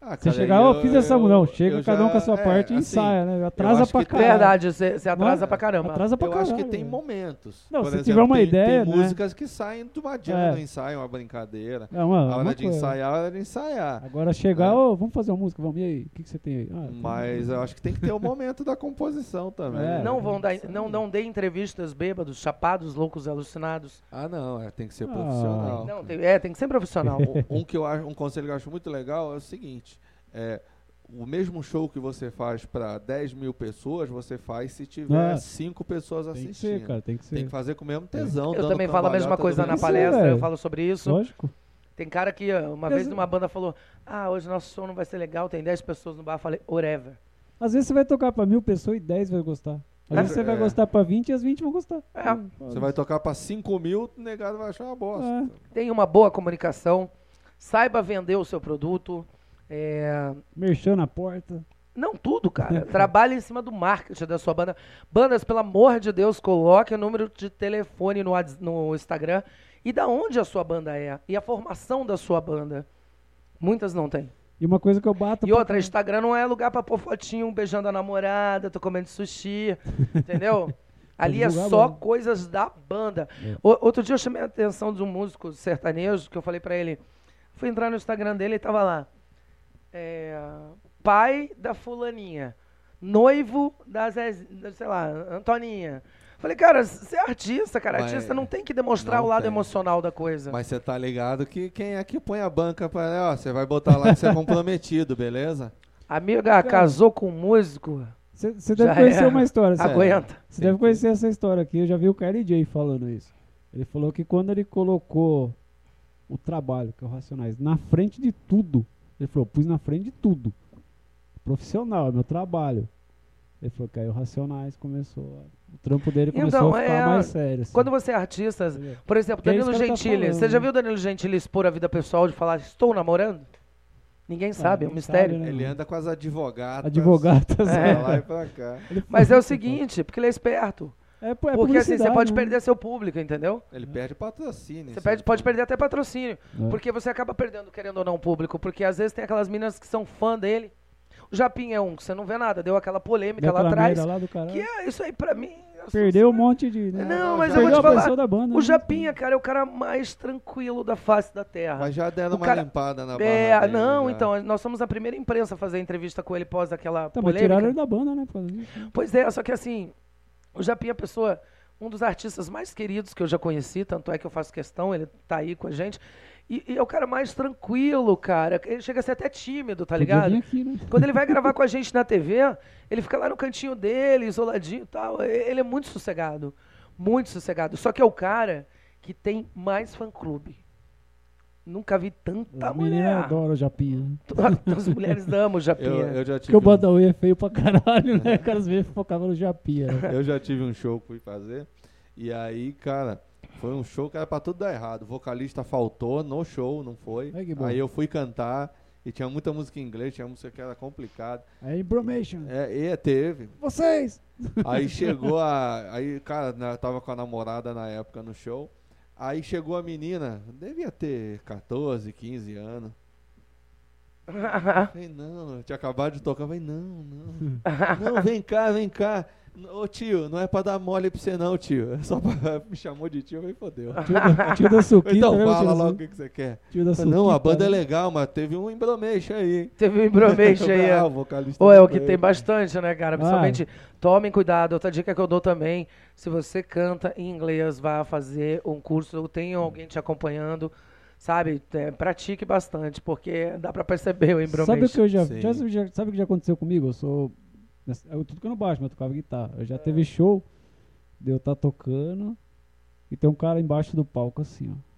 Speaker 1: Ah,
Speaker 2: Você
Speaker 1: cara,
Speaker 2: chegar, ó, fiz essa música. Não, chega
Speaker 1: eu
Speaker 2: cada um com a
Speaker 1: já-
Speaker 2: sua
Speaker 1: é,
Speaker 2: parte e
Speaker 1: assim,
Speaker 2: ensaia, né? Atrasa
Speaker 1: acho
Speaker 2: pra
Speaker 1: que tem- um
Speaker 2: caralho.
Speaker 3: Verdade, você você É. atrasa
Speaker 2: Não é?
Speaker 3: pra caramba.
Speaker 2: Atrasa pra
Speaker 1: Eu
Speaker 2: caralho. É,
Speaker 1: acho que tem
Speaker 2: velho.
Speaker 1: momentos.
Speaker 2: Não,
Speaker 1: Por
Speaker 2: se
Speaker 1: exemplo,
Speaker 2: tiver uma
Speaker 1: tem,
Speaker 2: ideia,
Speaker 1: Tem
Speaker 2: né?
Speaker 1: músicas que saem de uma jam,
Speaker 2: É.
Speaker 1: do ensaio, uma brincadeira.
Speaker 2: É uma,
Speaker 1: a hora
Speaker 2: uma
Speaker 1: de
Speaker 2: coisa. Ah,
Speaker 1: ensaiar, a hora de ensaiar.
Speaker 2: Agora chegar,
Speaker 1: É.
Speaker 2: ô, vamos fazer uma música, vamos. E aí, o que, que você tem aí? Ah, tem-
Speaker 1: Mas eu acho que tem que ter o momento da composição também. né?
Speaker 2: É.
Speaker 3: Não vão dar, não, não dê entrevistas bêbados, chapados, loucos, alucinados.
Speaker 1: Ah, não, é, tem que ser
Speaker 2: Ah.
Speaker 1: profissional.
Speaker 3: Não, tem- é, tem que ser *laughs* profissional.
Speaker 1: Um, que eu acho, um conselho que eu acho muito legal é o seguinte: é, o mesmo show que você faz para 10 mil pessoas, você faz se tiver
Speaker 2: Ah.
Speaker 1: 5 pessoas
Speaker 2: Tem que
Speaker 1: assistindo.
Speaker 2: ser, cara, tem que ser.
Speaker 1: Tem que fazer com o mesmo tesão.
Speaker 3: Eu
Speaker 1: dando
Speaker 3: também falo a mesma
Speaker 1: cambalhota
Speaker 3: coisa
Speaker 1: do
Speaker 3: na
Speaker 1: mesmo-
Speaker 2: Isso,
Speaker 3: palestra, eu
Speaker 2: velho.
Speaker 3: falo sobre isso.
Speaker 2: Lógico.
Speaker 3: Tem cara que, ó, uma
Speaker 2: Mas
Speaker 3: vez
Speaker 2: eu-
Speaker 3: numa banda falou, ah, hoje nosso show não vai ser legal, tem 10 pessoas no bar. Eu falei, whatever.
Speaker 2: Às vezes você vai tocar pra mil pessoas e dez vai gostar. Às vezes você vai
Speaker 1: É.
Speaker 2: gostar pra 20 e as 20 vão gostar.
Speaker 3: É.
Speaker 1: Você vai tocar para 5 mil, o negado vai achar uma bosta.
Speaker 2: É.
Speaker 3: Tenha uma boa comunicação, saiba vender o seu produto, é,
Speaker 2: Merchan na porta.
Speaker 3: Não, tudo, cara. Trabalhe em cima do marketing da sua banda. Bandas, pelo amor de Deus, coloque o número de telefone no, Whats- no Instagram e da onde a sua banda é. E a formação da sua banda. Muitas não têm.
Speaker 2: E uma coisa que eu bato.
Speaker 3: E
Speaker 2: pra
Speaker 3: outra, Instagram não é lugar pra pôr fotinho um beijando a namorada, tô
Speaker 1: *laughs*
Speaker 3: comendo sushi, entendeu? Ali é
Speaker 2: divulgar
Speaker 3: só
Speaker 2: logo.
Speaker 3: coisas da banda.
Speaker 1: É.
Speaker 3: O- outro dia eu chamei a atenção de um músico sertanejo, que eu falei pra ele, fui entrar no Instagram dele e tava lá, é, pai da fulaninha, noivo da Zez, da, sei lá, Antoninha. Falei, cara, você é artista, cara,
Speaker 1: Mas-
Speaker 3: artista não tem que demonstrar
Speaker 1: não
Speaker 3: o lado
Speaker 1: tem.
Speaker 3: emocional da coisa.
Speaker 1: Mas você tá ligado que quem é que põe a banca pra. né, Ó, você vai botar lá
Speaker 3: *laughs*
Speaker 1: que você é comprometido, beleza?
Speaker 3: Amiga, casou com um músico,
Speaker 2: Você você deve
Speaker 3: Já
Speaker 2: conhecer
Speaker 3: era. Ah,
Speaker 2: uma história.
Speaker 1: é.
Speaker 2: Você
Speaker 3: aguenta.
Speaker 2: você deve conhecer essa história aqui. Eu já vi o Kylie J falando isso. Ele falou que quando ele colocou o trabalho, que é o Racionais, na frente de tudo, ele falou: pus na frente de tudo. Profissional, é meu trabalho. Ele falou que aí o Racionais começou. a- O trampo dele começou
Speaker 3: Então,
Speaker 2: a ficar
Speaker 3: é,
Speaker 2: mais sério. assim.
Speaker 3: Quando você é artista,
Speaker 2: Entendeu?
Speaker 3: por exemplo,
Speaker 2: Que é isso
Speaker 3: Danilo
Speaker 2: que ela tá
Speaker 3: Gentili.
Speaker 2: falando,
Speaker 3: Você já
Speaker 2: né?
Speaker 3: viu Danilo Gentili expor a vida pessoal de falar, estou namorando? Ninguém sabe, é
Speaker 2: Ah,
Speaker 3: um
Speaker 2: ninguém
Speaker 3: mistério.
Speaker 2: sabe, né?
Speaker 1: Ele anda com as advogadas. *laughs*
Speaker 2: *laughs* Advogado, tá
Speaker 1: Pra
Speaker 3: é.
Speaker 2: certo.
Speaker 1: lá e pra cá.
Speaker 2: *laughs* Ele
Speaker 3: Mas é
Speaker 2: falou-
Speaker 3: o seguinte, porque ele é esperto.
Speaker 2: É, pô, é
Speaker 3: porque assim, você
Speaker 2: publicidade,
Speaker 3: pode
Speaker 2: né?
Speaker 3: perder seu público, entendeu?
Speaker 1: Ele perde patrocínio.
Speaker 3: Você
Speaker 1: isso
Speaker 3: perde-
Speaker 1: aí.
Speaker 3: pode perder até patrocínio.
Speaker 2: É.
Speaker 3: Porque você acaba perdendo, querendo ou não, o público. Porque às vezes tem aquelas minas que são fã dele. O Japim é um, que você não vê nada, deu aquela polêmica
Speaker 2: Deu
Speaker 3: lá
Speaker 2: aquela
Speaker 3: atrás.
Speaker 2: merda lá do caralho.
Speaker 3: Que é isso aí pra mim. eu sou-
Speaker 2: Perdeu um monte de. né?
Speaker 3: Não,
Speaker 1: Não,
Speaker 3: mas
Speaker 1: já-
Speaker 3: eu vou te
Speaker 2: Perdeu a
Speaker 3: falar.
Speaker 2: pessoa da banda.
Speaker 3: O
Speaker 2: né?
Speaker 3: Japinha, cara, é o cara mais tranquilo da face da terra.
Speaker 1: Mas já deram
Speaker 3: O
Speaker 1: uma
Speaker 3: cara-
Speaker 1: limpada na barra
Speaker 3: É,
Speaker 1: dele, né?
Speaker 3: não,
Speaker 1: já.
Speaker 3: então, nós somos a primeira imprensa a fazer entrevista com ele pós aquela
Speaker 2: Tá, mas
Speaker 3: polêmica.
Speaker 2: tiraram ele da banda, né? Por causa disso.
Speaker 3: Pois é, só que assim, o Japinha é a pessoa, um dos artistas mais queridos que eu já conheci, tanto é que eu faço questão, ele tá aí com a gente. E, e é o cara mais tranquilo, cara. Ele chega a ser até tímido, tá
Speaker 2: Podia
Speaker 3: ligado?
Speaker 2: vir aqui, né?
Speaker 3: Quando ele vai gravar com a gente na TV, ele fica lá no cantinho dele, isoladinho e tal. E- Ele é muito sossegado. Muito sossegado. Só que é o cara que tem mais fã-clube. Nunca vi tanta
Speaker 2: As meninas
Speaker 3: Tá, mulher. Uhum.
Speaker 2: adoram o Japinha. né?
Speaker 3: As mulheres amam o Japinha.
Speaker 1: Eu, eu já tive
Speaker 2: Porque o
Speaker 1: um-
Speaker 2: Badawi é feio pra caralho, né? Os caras veem focava no Japinha. né?
Speaker 1: Eu já tive um show que fui fazer. E aí, cara, foi um show que era pra tudo dar errado. O vocalista faltou no show, não foi.
Speaker 2: Ai, que bom.
Speaker 1: aí eu fui cantar. E tinha muita música em inglês, tinha música que era complicada.
Speaker 2: Aí, Bromation.
Speaker 1: É, e teve.
Speaker 2: Vocês!
Speaker 1: Aí chegou a. Aí, cara, né, eu tava com a namorada na época no show. Aí chegou a menina, devia ter 14, 15 anos. Falei, não, eu tinha acabado de tocar. Falei, não, não. Não, vem cá, vem cá. Ô tio, não é pra dar mole pra você não, tio. É só pra... *laughs* Me chamou de tio, falei, fodeu.
Speaker 2: Tio da,
Speaker 1: *laughs*
Speaker 2: tio da Suquita,
Speaker 1: Então
Speaker 2: né?
Speaker 1: fala
Speaker 2: tio da
Speaker 1: logo
Speaker 2: Su-
Speaker 1: o que, que você quer.
Speaker 2: Tio da
Speaker 1: Falei, não, a
Speaker 2: Suquita,
Speaker 1: banda é
Speaker 2: né?
Speaker 1: legal, mas teve um embromeixo aí. hein?
Speaker 3: Teve um
Speaker 1: *laughs*
Speaker 3: embromation aí.
Speaker 1: Ah,
Speaker 3: ó.
Speaker 1: o vocalista
Speaker 3: Ou é
Speaker 1: não
Speaker 3: o que
Speaker 1: veio.
Speaker 3: tem bastante, né, cara?
Speaker 2: Ah.
Speaker 3: Principalmente, tomem cuidado. Outra dica que eu dou também, se você canta em inglês, vá fazer um curso ou tem alguém te acompanhando, sabe? É, pratique bastante, porque dá pra perceber o
Speaker 2: Sabe o
Speaker 3: embromation.
Speaker 2: que eu já,
Speaker 1: Sim.
Speaker 2: já- já- Sabe o que já aconteceu comigo? Eu sou. né, Eu tô tocando baixo, mas eu tocava guitarra. Eu já
Speaker 3: É.
Speaker 2: teve show de eu estar tocando e tem um cara embaixo do palco assim, ó.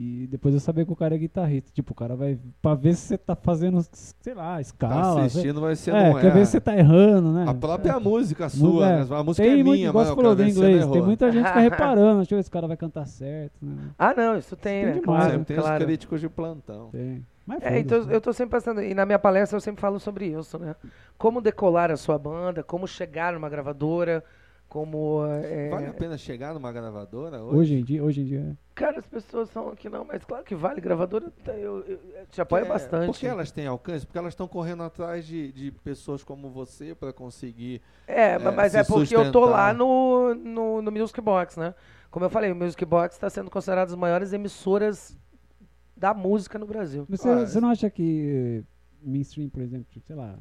Speaker 2: E depois eu saber que o cara é guitarrista. Tipo, o cara vai. Pra ver se você tá fazendo, sei lá,
Speaker 1: Tá
Speaker 2: escala. sei-
Speaker 1: assistindo, mas você
Speaker 2: é,
Speaker 1: não
Speaker 2: quer
Speaker 1: é.
Speaker 2: ver se você tá errando, né?
Speaker 1: A própria música
Speaker 2: Mu-
Speaker 1: sua,
Speaker 2: é.
Speaker 1: né? A música
Speaker 2: tem
Speaker 1: é minha,
Speaker 2: muito, igual
Speaker 1: mas
Speaker 2: você
Speaker 1: eu quero
Speaker 2: falou do
Speaker 1: ver se você
Speaker 2: inglês,
Speaker 1: não
Speaker 2: tem
Speaker 1: errou.
Speaker 2: muita gente que
Speaker 3: *laughs*
Speaker 2: fica reparando, deixa eu ver se o cara vai cantar certo, né?
Speaker 3: Ah, não, isso
Speaker 2: Tem
Speaker 3: tem, né?
Speaker 2: demais,
Speaker 3: Claro,
Speaker 1: Sempre tem os
Speaker 3: claro.
Speaker 1: críticos de plantão.
Speaker 2: Tem. Mas
Speaker 3: É, então
Speaker 2: foda-se, né?
Speaker 3: eu tô sempre pensando, e na minha palestra eu sempre falo sobre isso, né? Como decolar a sua banda, como chegar numa gravadora, como. é,
Speaker 1: Vale a pena chegar numa gravadora hoje?
Speaker 2: Hoje em dia, hoje em dia. é.
Speaker 3: Cara, as pessoas são aqui não, mas claro que vale. Gravadora tá, eu, eu- eu te apoia
Speaker 1: É,
Speaker 3: bastante.
Speaker 1: Porque elas têm alcance, porque elas estão correndo atrás de, de pessoas como você para conseguir.
Speaker 3: É,
Speaker 1: é,
Speaker 3: ma- mas
Speaker 1: se
Speaker 3: é porque eu tô lá
Speaker 1: sustentar.
Speaker 3: no, no, no Music Box, né? Como eu falei, o Music Box está sendo considerado as maiores emissoras da música no Brasil.
Speaker 2: Mas você,
Speaker 1: Ah,
Speaker 2: você
Speaker 3: é.
Speaker 2: não acha que eh, mainstream, por exemplo, tipo, sei lá,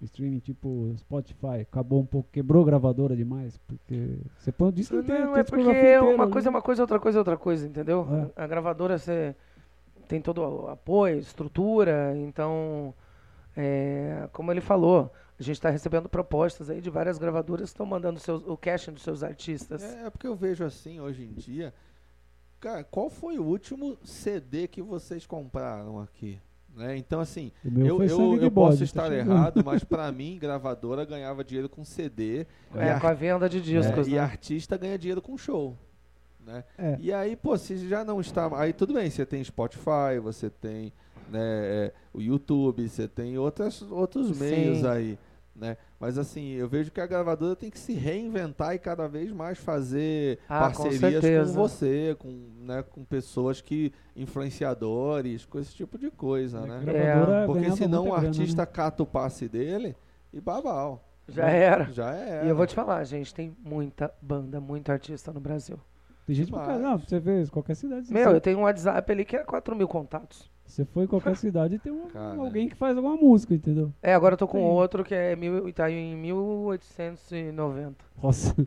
Speaker 2: streaming tipo Spotify, acabou um pouco, quebrou gravadora demais? Porque você põe o disco inteiro,
Speaker 3: Não,
Speaker 2: tem
Speaker 3: é
Speaker 2: a discografia
Speaker 3: porque
Speaker 2: inteira
Speaker 3: uma
Speaker 1: né?
Speaker 2: ali.
Speaker 3: coisa é uma coisa, outra coisa é outra coisa, entendeu?
Speaker 1: É.
Speaker 3: A gravadora você tem todo o apoio, estrutura, então, é, como ele falou, a gente está recebendo propostas aí de várias gravadoras que estão mandando seus, o casting dos seus artistas.
Speaker 1: É, é porque eu vejo assim hoje em dia. Cara, qual foi o último CD que vocês compraram aqui? Né? Então, assim,
Speaker 2: O meu
Speaker 1: eu,
Speaker 2: foi
Speaker 1: eu-
Speaker 2: Sangue de
Speaker 1: eu
Speaker 2: Bode,
Speaker 1: posso
Speaker 2: tá
Speaker 1: estar
Speaker 2: chegando.
Speaker 1: errado,
Speaker 2: *laughs*
Speaker 1: mas para mim, gravadora ganhava dinheiro com CD
Speaker 3: É,
Speaker 1: e, ar-
Speaker 3: com a venda de discos,
Speaker 1: é, e
Speaker 3: né?
Speaker 1: artista ganha dinheiro com show. né?
Speaker 2: É.
Speaker 1: E aí, pô, se já não está. Aí tudo bem, você tem Spotify, você tem né, é, o YouTube, você tem outras, outros
Speaker 3: Sim.
Speaker 1: meios aí, né? Mas assim, eu vejo que a gravadora tem que se reinventar e cada vez mais fazer
Speaker 3: Ah, com
Speaker 1: parcerias com,
Speaker 3: certeza.
Speaker 1: você, com, né, com pessoas que. influenciadores, com esse tipo de coisa,
Speaker 2: A
Speaker 1: né?
Speaker 3: É.
Speaker 2: gravadora
Speaker 1: Porque
Speaker 2: ganhava
Speaker 1: senão o
Speaker 2: É muita grana, né?
Speaker 1: artista cata o passe dele e babau.
Speaker 3: Já era.
Speaker 1: Já é.
Speaker 3: E eu vou te falar, gente, tem muita banda, muito artista no Brasil.
Speaker 2: né? Tem gente pra
Speaker 1: demais.
Speaker 2: caralho. Não, você vê qualquer cidade. Você,
Speaker 3: Meu, eu tenho um WhatsApp ali que é 4 mil contatos.
Speaker 2: você foi em
Speaker 3: *laughs*
Speaker 2: qualquer cidade e tem um-
Speaker 1: Cara.
Speaker 2: alguém que faz alguma música, entendeu?
Speaker 3: É, agora eu tô com
Speaker 2: Sim.
Speaker 3: outro que é mil, e tá em 1890.
Speaker 2: Nossa. *laughs*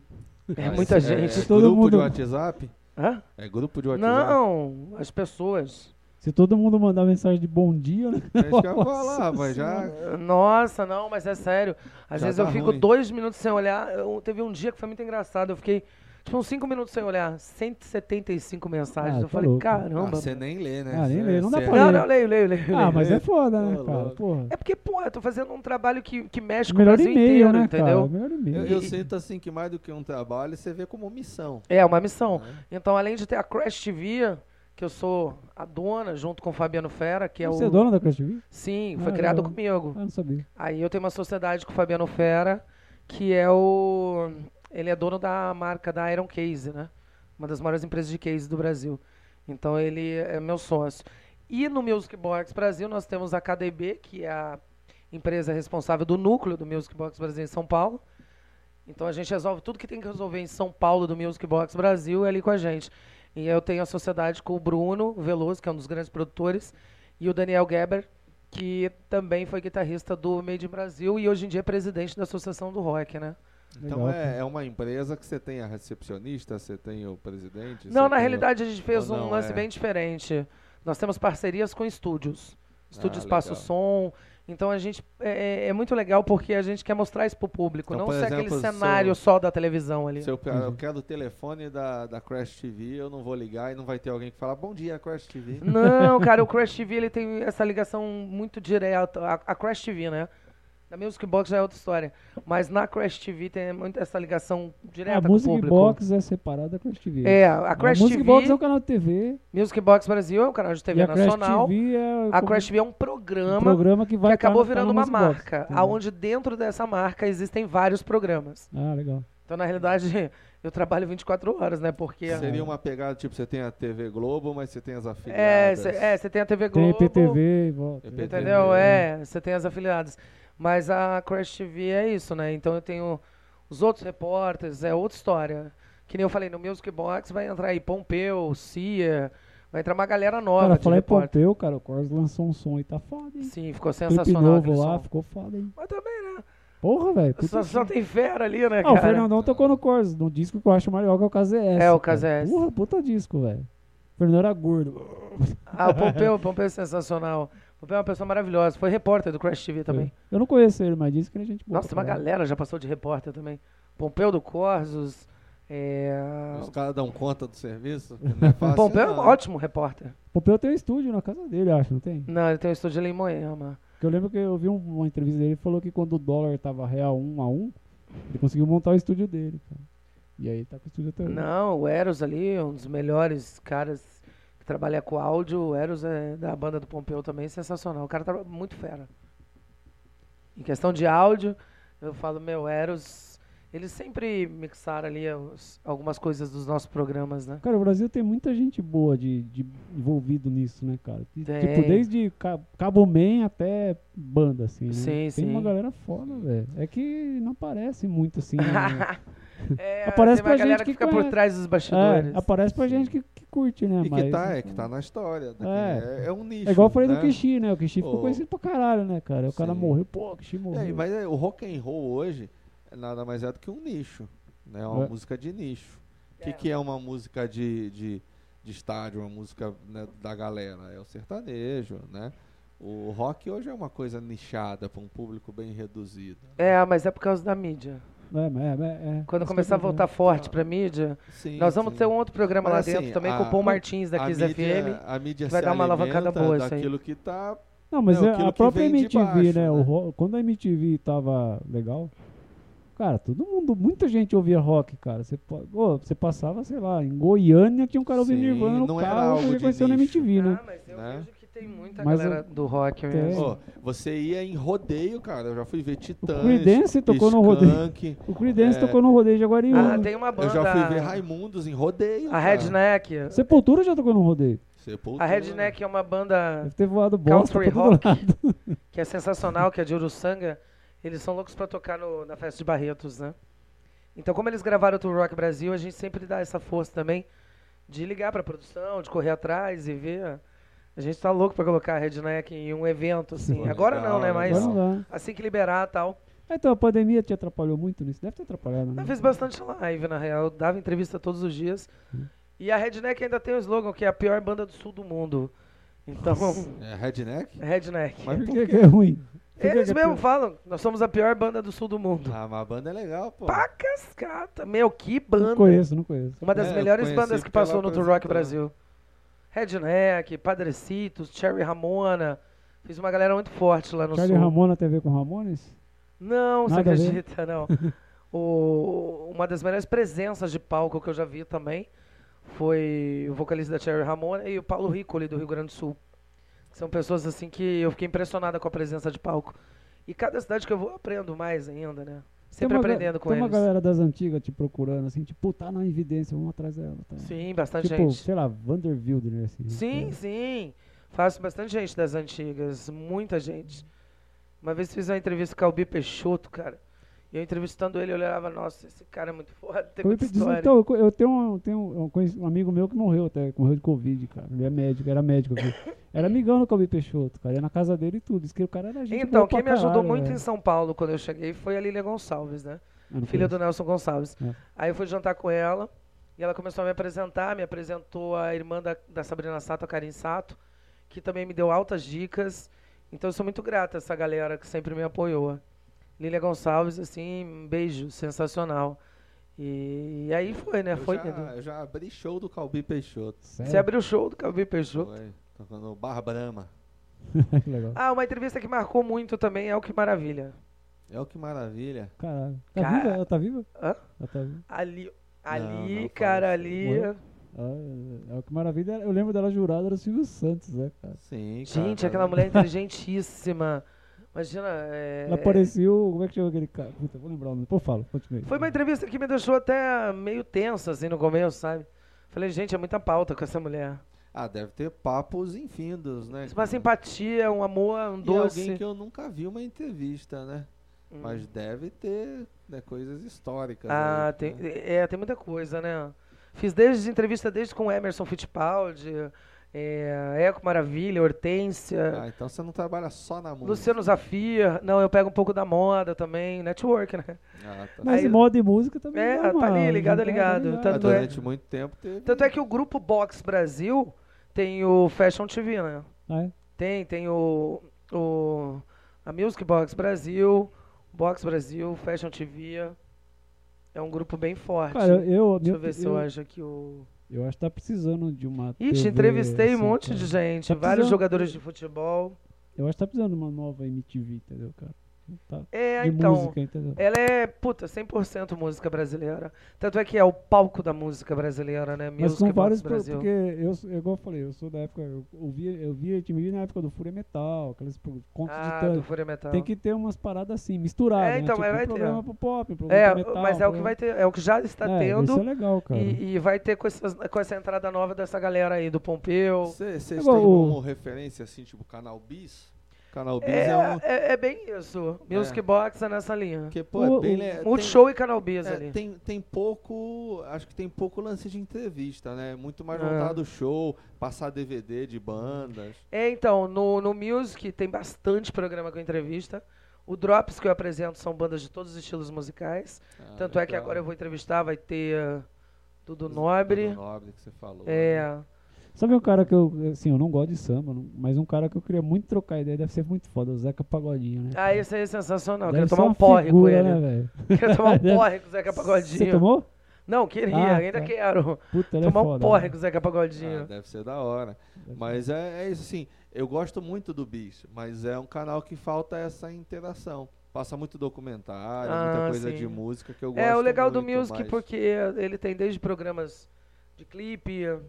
Speaker 3: É
Speaker 1: Mas
Speaker 3: muita gente.
Speaker 1: É
Speaker 2: Todo
Speaker 1: grupo de
Speaker 2: mundo-
Speaker 1: WhatsApp?
Speaker 3: Hã?
Speaker 1: É grupo de WhatsApp?
Speaker 3: Não, as pessoas.
Speaker 2: Se todo mundo mandar mensagem de bom dia,
Speaker 3: *laughs*
Speaker 2: né?
Speaker 1: É isso que eu ia falar,
Speaker 2: Nossa
Speaker 1: rapaz. Já,
Speaker 2: Senhora.
Speaker 3: Nossa, não, mas é sério. Às
Speaker 1: Já
Speaker 3: vezes
Speaker 1: tá
Speaker 3: eu fico
Speaker 1: ruim.
Speaker 3: dois minutos sem olhar. Eu- teve um dia que foi muito engraçado. Eu fiquei, tipo, uns cinco minutos sem olhar. 175 mensagens.
Speaker 2: Ah,
Speaker 3: eu
Speaker 2: tá
Speaker 3: falei,
Speaker 2: louco.
Speaker 1: Ah,
Speaker 3: caramba.
Speaker 1: você nem lê, né?
Speaker 2: Ah, nem
Speaker 1: Cê-
Speaker 2: lê, não dá
Speaker 1: cê-
Speaker 2: pra
Speaker 3: não,
Speaker 2: ler.
Speaker 3: não, eu leio, leio, leio. leio.
Speaker 2: Ah, mas é foda, né,
Speaker 1: Ô,
Speaker 2: cara?
Speaker 1: louco.
Speaker 2: Porra.
Speaker 3: É porque, pô, eu tô fazendo um trabalho que, que mexe com o
Speaker 2: Melhor
Speaker 3: Brasil
Speaker 2: e-mail,
Speaker 3: inteiro,
Speaker 2: né,
Speaker 3: entendeu?
Speaker 2: cara? Melhor e-mail.
Speaker 1: Eu, eu
Speaker 3: E-
Speaker 1: sinto assim que mais do que um trabalho, você vê como missão.
Speaker 3: É, uma missão.
Speaker 1: né?
Speaker 3: Então, além de ter a Crash TV, que eu sou a dona, junto com o Fabiano Fera, que é
Speaker 2: Você é
Speaker 3: o.
Speaker 2: dono da Crash TV?
Speaker 3: Sim,
Speaker 2: Ah,
Speaker 3: foi criado
Speaker 2: legal.
Speaker 3: comigo.
Speaker 2: Ah, não sabia.
Speaker 3: Aí eu tenho uma sociedade com o Fabiano Fera, que é o. Ele é dono da marca da Iron Case, né? Uma das maiores empresas de case do Brasil. Então ele é meu sócio. E no Music Box Brasil nós temos a KDB, que é a empresa responsável do núcleo do Music Box Brasil em São Paulo. Então a gente resolve tudo que tem que resolver em São Paulo do Music Box Brasil é ali com a gente. E eu tenho a sociedade com o Bruno Veloso, que é um dos grandes produtores, e o Daniel Geber, que também foi guitarrista do Made in Brasil e hoje em dia é presidente da Associação do Rock, né?
Speaker 1: Então
Speaker 2: Legal, Ah,
Speaker 1: é, é uma empresa que você tem a recepcionista, você tem o presidente.
Speaker 3: Não,
Speaker 1: você
Speaker 3: na
Speaker 1: tem o-
Speaker 3: realidade a gente fez
Speaker 1: ou
Speaker 3: um
Speaker 1: não,
Speaker 3: lance
Speaker 1: é.
Speaker 3: bem diferente. Nós temos parcerias com estúdios. Estúdio
Speaker 1: Ah,
Speaker 3: Espaço
Speaker 1: legal.
Speaker 3: Som. Então a gente. É, é- é muito legal porque a gente quer mostrar isso pro público.
Speaker 1: Então,
Speaker 3: não
Speaker 1: por
Speaker 3: ser aquele
Speaker 1: exemplo,
Speaker 3: cenário só da televisão ali.
Speaker 1: Se eu, pe-
Speaker 2: Uhum.
Speaker 1: eu quero o telefone da, da Crash TV, eu não vou ligar e não vai ter alguém que fala bom dia, Crash TV.
Speaker 3: Não,
Speaker 1: *laughs*
Speaker 3: cara, o Crash TV ele tem essa ligação muito direta. A, a Crash TV, né? Da Music Box já é outra história. Mas na Crash TV tem muito essa ligação direta
Speaker 2: a
Speaker 3: com o
Speaker 2: Ah, Music
Speaker 3: público.
Speaker 2: Box é separada da Crash TV.
Speaker 3: É, a
Speaker 2: a
Speaker 3: Crash
Speaker 2: Music
Speaker 3: TV.
Speaker 2: Box é o canal de TV.
Speaker 3: Music Box Brasil é um canal de
Speaker 2: e
Speaker 3: TV
Speaker 2: a
Speaker 3: nacional.
Speaker 2: Crash TV é
Speaker 3: a
Speaker 2: como
Speaker 3: Crash TV é um
Speaker 2: um
Speaker 3: programa,
Speaker 2: programa que
Speaker 3: que
Speaker 2: vai tá
Speaker 3: acabou
Speaker 2: no- tá na
Speaker 3: virando uma
Speaker 2: Music Box,
Speaker 3: marca,
Speaker 2: entendeu?
Speaker 3: aonde dentro dessa marca existem vários programas.
Speaker 2: Ah, legal.
Speaker 3: Então, na realidade, *laughs* eu trabalho 24 horas, né? Porque.
Speaker 1: Seria uma pegada, tipo, você tem a TV Globo, mas você tem as
Speaker 3: É,
Speaker 1: afiliadas.
Speaker 3: você é, você tem a TV
Speaker 2: Tem
Speaker 3: Globo.
Speaker 2: IPTV e volta.
Speaker 1: IPTV.
Speaker 3: Entendeu?
Speaker 1: né?
Speaker 3: É, você tem as afiliadas. Mas a Crash TV é isso, né? Então eu tenho os outros repórteres, é outra história. Que nem eu falei, no Music Box vai entrar aí Pompeu, Cia, vai entrar uma galera nova
Speaker 2: Cara,
Speaker 3: de
Speaker 2: falar em
Speaker 3: repórter.
Speaker 2: Pompeu, cara, o Corus lançou um som e tá foda, hein?
Speaker 3: Sim, ficou
Speaker 2: Clipe
Speaker 3: sensacional
Speaker 2: novo
Speaker 3: aquele
Speaker 2: lá,
Speaker 3: som.
Speaker 2: ficou foda, hein?
Speaker 3: Mas também né?
Speaker 2: Porra, velho. puta
Speaker 3: só,
Speaker 2: que-
Speaker 3: só tem fera ali, né,
Speaker 2: Ah, o
Speaker 3: cara?
Speaker 2: Fernandão tocou no Corus, no disco que eu acho maior que é o KZS.
Speaker 3: É, o
Speaker 2: cara.
Speaker 3: KZS.
Speaker 2: Porra, puta disco, velho. O Fernando era gordo.
Speaker 3: Ah, o Pompeu, o Pompeu é sensacional. O Pompeu é uma pessoa maravilhosa. Foi repórter do Crash TV também.
Speaker 2: Eu não conheço ele, mas disse que ele é gente boa.
Speaker 3: Nossa, tem uma
Speaker 2: cara.
Speaker 3: galera já passou de repórter também. Pompeu do Corzos. É...
Speaker 1: Os caras dão conta do
Speaker 2: *laughs*
Speaker 1: serviço? Não é fácil,
Speaker 3: Pompeu é um
Speaker 1: não.
Speaker 3: ótimo repórter.
Speaker 2: Pompeu tem um estúdio na casa dele, eu acho, não tem?
Speaker 3: Não, ele tem um estúdio ali em Moema.
Speaker 2: Porque eu lembro que eu vi um- uma entrevista dele, ele falou que quando o dólar tava real um a um, ele conseguiu montar o estúdio dele, cara. E aí tá com o estúdio até hoje.
Speaker 3: Não, o Eros ali é um dos melhores caras que trabalha com áudio. O Eros é da banda do Pompeu também, sensacional. O cara tá muito fera. Em questão de áudio, eu falo, meu, Eros. Eles sempre mixaram ali os- algumas coisas dos nossos
Speaker 2: *laughs*
Speaker 3: programas, né?
Speaker 2: Cara, o Brasil tem muita gente boa de, de envolvido nisso, né, cara? E,
Speaker 3: Tem.
Speaker 2: Tipo, desde Ca- Cabo Man até banda, assim, né?
Speaker 3: Sim,
Speaker 2: tem
Speaker 3: sim.
Speaker 2: uma galera foda, velho. É que não aparece muito, assim,
Speaker 3: *laughs*
Speaker 2: né?
Speaker 3: É,
Speaker 2: Aparece
Speaker 3: tem uma
Speaker 2: pra gente
Speaker 3: galera que
Speaker 2: que
Speaker 3: fica por
Speaker 2: conhece.
Speaker 3: trás dos
Speaker 2: É,
Speaker 3: bastidores.
Speaker 2: aparece pra gente que, que curte, né?
Speaker 1: E
Speaker 2: Mas,
Speaker 1: que tá, é que
Speaker 2: assim,
Speaker 1: tá na história. né? É,
Speaker 2: É.
Speaker 1: é um nicho.
Speaker 2: É igual eu falei
Speaker 1: né?
Speaker 2: do Kishi, né? O Kishi ficou
Speaker 1: Ô.
Speaker 2: conhecido pra caralho, né, cara? O cara
Speaker 1: Sim.
Speaker 2: morreu, pô, o Kishi
Speaker 1: É,
Speaker 2: morreu.
Speaker 1: mas é, o rock and roll hoje é nada mais é do que um nicho. Né? É uma
Speaker 2: É.
Speaker 1: música de nicho. O que,
Speaker 3: É.
Speaker 1: que é uma música de, de, de estádio, uma música né, da galera? É o sertanejo, né? O rock hoje é uma coisa nichada para um público bem reduzido.
Speaker 3: É, mas é por causa da mídia.
Speaker 2: É, mas- é, é.
Speaker 3: Quando
Speaker 2: Isso
Speaker 3: começar a
Speaker 2: que eu tô
Speaker 3: voltar forte pra mídia,
Speaker 1: Sim,
Speaker 3: nós vamos
Speaker 1: sim.
Speaker 3: ter um outro programa
Speaker 1: Mas,
Speaker 3: lá
Speaker 1: assim,
Speaker 3: dentro também com
Speaker 1: a-
Speaker 3: o Paul Martins da
Speaker 1: a
Speaker 3: Kiss
Speaker 1: mídia,
Speaker 3: FM.
Speaker 1: a mídia
Speaker 3: que vai
Speaker 1: se
Speaker 3: dar uma
Speaker 1: alimenta
Speaker 3: alavancada boa isso aí.
Speaker 1: daquilo que tá
Speaker 2: Não, mas
Speaker 1: Não,
Speaker 2: é-
Speaker 1: aquilo
Speaker 2: a
Speaker 1: que
Speaker 2: própria
Speaker 1: vem de
Speaker 2: MTV,
Speaker 1: baixo,
Speaker 2: né? o
Speaker 1: né?
Speaker 2: ro- quando a MTV tava legal, Cara, todo mundo, muita gente ouvia rock, cara. Você, po- ô, você passava, sei lá, em Goiânia tinha um cara ouvindo
Speaker 1: Sim,
Speaker 2: Nirvana no
Speaker 1: não era
Speaker 2: carro,
Speaker 1: algo
Speaker 2: você
Speaker 1: de
Speaker 2: conheceu na
Speaker 1: nicho.
Speaker 2: MTV, né?
Speaker 3: Ah, mas eu
Speaker 1: Né?
Speaker 3: vejo que tem muita
Speaker 2: Mas É.
Speaker 3: galera do rock
Speaker 2: Tem.
Speaker 3: mesmo.
Speaker 1: Ó, você ia em rodeio, cara. Eu já fui ver Titãs.
Speaker 2: Creedence tocou no
Speaker 1: Skank,
Speaker 2: O
Speaker 1: É.
Speaker 2: Creedence tocou no rodeio de Aguariúna.
Speaker 3: Ah, tem uma
Speaker 1: Eu
Speaker 3: banda.
Speaker 1: já fui ver Raimundos em rodeio.
Speaker 3: A
Speaker 1: cara.
Speaker 3: Redneck.
Speaker 2: Sepultura já tocou no rodeio.
Speaker 1: Sepultura.
Speaker 3: A Redneck é uma banda
Speaker 2: Deve ter voado bosta
Speaker 3: country
Speaker 2: pra todo
Speaker 3: rock
Speaker 2: lado.
Speaker 3: que é sensacional, que é de Uruçanga. Eles são loucos pra tocar no- na festa de Barretos, né? Então, como eles gravaram o Tour Rock Brasil, a gente sempre dá essa força também de ligar pra produção, de correr atrás e ver. A gente tá louco pra colocar a Redneck em um evento, assim.
Speaker 1: Pô,
Speaker 3: Agora
Speaker 1: legal,
Speaker 3: não, né?
Speaker 1: legal.
Speaker 2: Agora
Speaker 3: Mas
Speaker 2: não dá.
Speaker 3: assim que liberar tal.
Speaker 2: Ah, Então, a pandemia te atrapalhou muito nisso? Deve ter atrapalhado, né?
Speaker 3: Eu fiz bastante live, na real. Eu dava entrevista todos os dias. E a Redneck ainda tem o slogan que é a pior banda do sul do mundo. Então,
Speaker 1: É Redneck?
Speaker 3: *laughs* Redneck.
Speaker 1: Mas
Speaker 2: Por
Speaker 1: por
Speaker 2: que,
Speaker 1: quê?
Speaker 2: que é ruim? Por que
Speaker 3: Eles
Speaker 2: que é
Speaker 3: mesmo
Speaker 2: pior?
Speaker 3: falam, nós somos a pior banda do sul do mundo.
Speaker 1: Ah, mas a banda é legal, pô.
Speaker 3: Pá, cascata. Meu, que
Speaker 2: Não
Speaker 3: banda.
Speaker 2: conheço, não conheço.
Speaker 3: Uma das
Speaker 1: É, eu
Speaker 3: melhores
Speaker 1: conheci
Speaker 3: bandas que
Speaker 1: pela
Speaker 3: passou no Tour Rock
Speaker 1: apresentadora.
Speaker 3: Brasil. Redneck, Padrecitos, Cherry Ramona. Fiz uma galera muito forte lá no
Speaker 2: Charlie
Speaker 3: sul.
Speaker 2: Ramona tem a ver com Ramones?
Speaker 3: Não, você
Speaker 2: Nada a ver. *laughs*
Speaker 3: acredita, não. O- uma das melhores presenças de palco que eu já vi também foi o vocalista da Cherry Ramona e o Paulo Rico ali do Rio Grande do Sul. São pessoas assim que eu fiquei impressionada com a presença de palco. E cada cidade que eu vou eu aprendo mais ainda, né? Sempre
Speaker 2: Tem uma ga-
Speaker 3: aprendendo com
Speaker 2: Tem uma
Speaker 3: eles.
Speaker 2: galera das antigas te procurando, assim, tipo, tá na evidência, vamos atrás dela. Tá?
Speaker 3: Sim, bastante
Speaker 2: Tipo,
Speaker 3: gente.
Speaker 2: sei lá, Vander Wilder, assim.
Speaker 3: Sim, sim. Faço bastante gente das antigas, muita gente. Uma vez fiz uma entrevista com o Calbi Peixoto, cara. E eu entrevistando ele, eu olhava, nossa, esse cara é muito foda, tem
Speaker 2: Eu
Speaker 3: muita
Speaker 2: ia dizer,
Speaker 3: história.
Speaker 2: então, eu co- eu tenho, um, tenho um, eu conheci- um amigo meu que morreu até, que morreu de Covid, cara. Ele é médico, era médico aqui. Era amigão do Calbi Peixoto, cara. Ia na casa dele e tudo. Diz que o cara era gente.
Speaker 3: Então,
Speaker 2: boa pra
Speaker 3: quem me ajudou
Speaker 2: caralho,
Speaker 3: muito
Speaker 2: velho.
Speaker 3: em São Paulo quando eu cheguei foi a Lília Gonçalves, né?
Speaker 2: Ah, não
Speaker 3: Filha
Speaker 2: conheço.
Speaker 3: do Nelson Gonçalves.
Speaker 2: É.
Speaker 3: Aí eu fui jantar com ela e ela começou a me apresentar, me apresentou a irmã da, da Sabrina Sato, a Karin Sato, que também me deu altas dicas. Então eu sou muito grata a essa galera que sempre me apoiou. Lília Gonçalves, assim, um beijo, sensacional. E, e aí foi, né?
Speaker 1: Eu
Speaker 3: Foi.
Speaker 1: já, é.
Speaker 3: indo.
Speaker 1: eu já abri show do Calbi Peixoto.
Speaker 2: Sério?
Speaker 3: Você abriu o show do Calbi Peixoto.
Speaker 1: Foi. Tocando no Barra Brama.
Speaker 2: *laughs* que legal.
Speaker 3: Ah, uma entrevista que marcou muito também é o Que Maravilha.
Speaker 1: É o que maravilha.
Speaker 2: Caralho. Tá
Speaker 3: Cara-
Speaker 2: viva? Ela tá viva?
Speaker 3: Hã?
Speaker 2: Ela tá viva?
Speaker 3: Ali,
Speaker 1: não
Speaker 3: ali
Speaker 1: fala
Speaker 3: cara,
Speaker 1: isso.
Speaker 3: ali.
Speaker 2: Morreu? Ah, é, é o que maravilha. Eu lembro dela jurada, era o Silvio Santos, né, cara?
Speaker 1: Sim, cara.
Speaker 3: Gente, aquela mulher é inteligentíssima. Imagina. é-
Speaker 2: Ela parecia o. Como é que chama aquele cara? Puta, vou lembrar o nome. Depois eu falo, continue.
Speaker 3: Foi uma entrevista que me deixou até meio tenso, assim, no começo, sabe? Falei, gente, é muita pauta com essa mulher.
Speaker 1: Ah, deve ter papos infindos, né?
Speaker 3: Uma
Speaker 1: cara?
Speaker 3: simpatia, um amor, um
Speaker 1: E alguém
Speaker 3: doce.
Speaker 1: que eu nunca vi uma entrevista, né?
Speaker 3: Hum.
Speaker 1: Mas deve ter né, coisas históricas.
Speaker 3: Ah,
Speaker 1: aí,
Speaker 3: tem,
Speaker 1: né?
Speaker 3: é, tem muita coisa, né? Fiz desde entrevista desde com Emerson Fittipaldi, é, Eco Maravilha, Hortência,
Speaker 1: Ah, então você não trabalha só na música.
Speaker 3: Luciano Zafir. Não, eu pego um pouco da moda também, network, né?
Speaker 1: Ah, tá.
Speaker 2: Mas
Speaker 3: Aí-
Speaker 2: moda e música também. né?
Speaker 3: É,
Speaker 2: dá
Speaker 3: tá ali,
Speaker 2: uma-
Speaker 3: ligado,
Speaker 2: dá-
Speaker 3: ligado.
Speaker 2: dá-
Speaker 1: Mas
Speaker 3: tanto é-
Speaker 1: durante muito tempo teve.
Speaker 3: Tanto é que o grupo Box Brasil tem o Fashion TV, né?
Speaker 2: Ah, é?
Speaker 3: Tem, tem o, o a Music Box Brasil, Box Brasil, Fashion TV. É um grupo bem forte.
Speaker 2: Cara, eu. eu
Speaker 3: Deixa
Speaker 2: meu-
Speaker 3: eu ver se eu, acho aqui o.
Speaker 2: Eu acho que tá precisando de uma.
Speaker 3: Ih, te
Speaker 2: TV,
Speaker 3: entrevistei um
Speaker 2: assim,
Speaker 3: monte
Speaker 2: cara.
Speaker 3: de gente,
Speaker 2: Tá
Speaker 3: vários
Speaker 2: precisando-
Speaker 3: jogadores de futebol.
Speaker 2: Eu acho que tá precisando de uma nova MTV, entendeu, cara? Tá.
Speaker 3: É,
Speaker 2: de
Speaker 3: então.
Speaker 2: música, entendeu?
Speaker 3: Ela é, puta, 100% música brasileira. Tanto é que é o palco da música brasileira, né?
Speaker 2: Mas
Speaker 3: Music
Speaker 2: com
Speaker 3: Box
Speaker 2: vários. pro-
Speaker 3: Brasil.
Speaker 2: Porque eu, sou- igual eu falei, eu sou da época. Eu ouvia, eu via MTV na época do Fúria Metal, aqueles pro- contos
Speaker 3: Ah,
Speaker 2: é um de tanto.
Speaker 3: do Fúria Metal.
Speaker 2: Tem que ter umas paradas assim, misturadas.
Speaker 3: É,
Speaker 2: né?
Speaker 3: então,
Speaker 2: tipo,
Speaker 3: mas
Speaker 2: um
Speaker 3: vai ter,
Speaker 2: programa
Speaker 3: ó.
Speaker 2: pro pop, um programa
Speaker 3: É,
Speaker 2: pro metal.
Speaker 3: mas é o que vai ter, é o que já está
Speaker 2: é,
Speaker 3: tendo.
Speaker 2: Isso é legal, cara.
Speaker 3: E, e vai ter com, essas- com essa entrada nova dessa galera aí, do Pompeu.
Speaker 1: Cê- Vocês têm
Speaker 2: Igual o-
Speaker 1: como referência, assim, tipo, Canal Bis? Canal Bis é,
Speaker 3: É,
Speaker 1: um.
Speaker 3: é, é bem isso. Music
Speaker 1: É.
Speaker 3: Box é nessa linha.
Speaker 1: Porque, pô, é
Speaker 2: O-
Speaker 1: bem.
Speaker 2: o-
Speaker 1: le- tem-
Speaker 3: Multishow e Canal Bis
Speaker 1: É,
Speaker 3: ali.
Speaker 1: tem, tem pouco. Acho que tem pouco lance de entrevista, né? Muito mais
Speaker 3: É.
Speaker 1: voltado ao show, passar DVD de bandas.
Speaker 3: É, então, no, no Music tem bastante programa com entrevista. O Drops que eu apresento são bandas de todos os estilos musicais.
Speaker 1: Ah,
Speaker 3: Tanto é que
Speaker 1: legal.
Speaker 3: agora eu vou entrevistar, vai ter eh, Dudu
Speaker 1: Dudu
Speaker 3: Nobre.
Speaker 1: é Nobre que você falou. né?
Speaker 3: É,
Speaker 2: Sabe um cara que eu, assim, eu não gosto de samba, não- mas um cara que eu queria muito trocar ideia, deve ser muito foda, o Zeca Pagodinho, né?
Speaker 3: ah, esse aí é sensacional.
Speaker 2: Deve
Speaker 3: Quero
Speaker 2: ser
Speaker 3: tomar um
Speaker 2: uma
Speaker 3: porre com
Speaker 2: figura,
Speaker 3: ele.
Speaker 2: Né, velho? *laughs*
Speaker 3: Quero tomar um
Speaker 2: Deve-
Speaker 3: porre com o Zeca
Speaker 2: Você
Speaker 3: Pagodinho.
Speaker 2: tomou?
Speaker 3: Não, queria,
Speaker 2: Ah,
Speaker 3: ainda
Speaker 2: tá.
Speaker 3: quero.
Speaker 2: Puta, ele é
Speaker 3: Tomar um
Speaker 2: foda,
Speaker 3: porre
Speaker 2: né?
Speaker 3: com o Zeca
Speaker 1: Ah,
Speaker 3: Pagodinho.
Speaker 1: deve ser da hora. Mas é, é isso assim, eu gosto muito do Bis, mas é um canal que falta essa interação. Passa muito documentário,
Speaker 3: Ah,
Speaker 1: muita coisa
Speaker 3: sim.
Speaker 1: de música que eu gosto
Speaker 3: É, o legal do
Speaker 1: muito
Speaker 3: Music,
Speaker 1: mais.
Speaker 3: porque ele tem desde programas de clipe,
Speaker 1: É fa-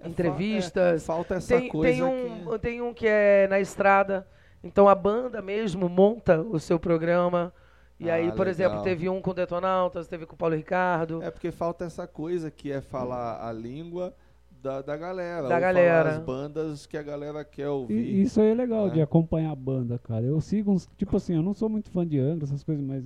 Speaker 1: é,
Speaker 3: entrevistas.
Speaker 1: falta essa
Speaker 3: tem,
Speaker 1: coisa
Speaker 3: tem, um,
Speaker 1: que...
Speaker 3: tem um que é na estrada. Então a banda mesmo monta o seu programa. E
Speaker 1: Ah,
Speaker 3: aí, por exemplo,
Speaker 1: legal.
Speaker 3: teve um com o Detonautas, teve com o Paulo Ricardo. Ah,
Speaker 1: É porque falta essa coisa que é falar a língua da, da galera.
Speaker 3: Da
Speaker 1: ou falar
Speaker 3: galera.
Speaker 1: as bandas que a galera quer
Speaker 2: E
Speaker 1: ouvir.
Speaker 2: isso aí é legal
Speaker 1: né?
Speaker 2: de acompanhar a banda, cara. Eu sigo uns. Tipo assim, eu não sou muito fã de Angra, essas coisas, mas.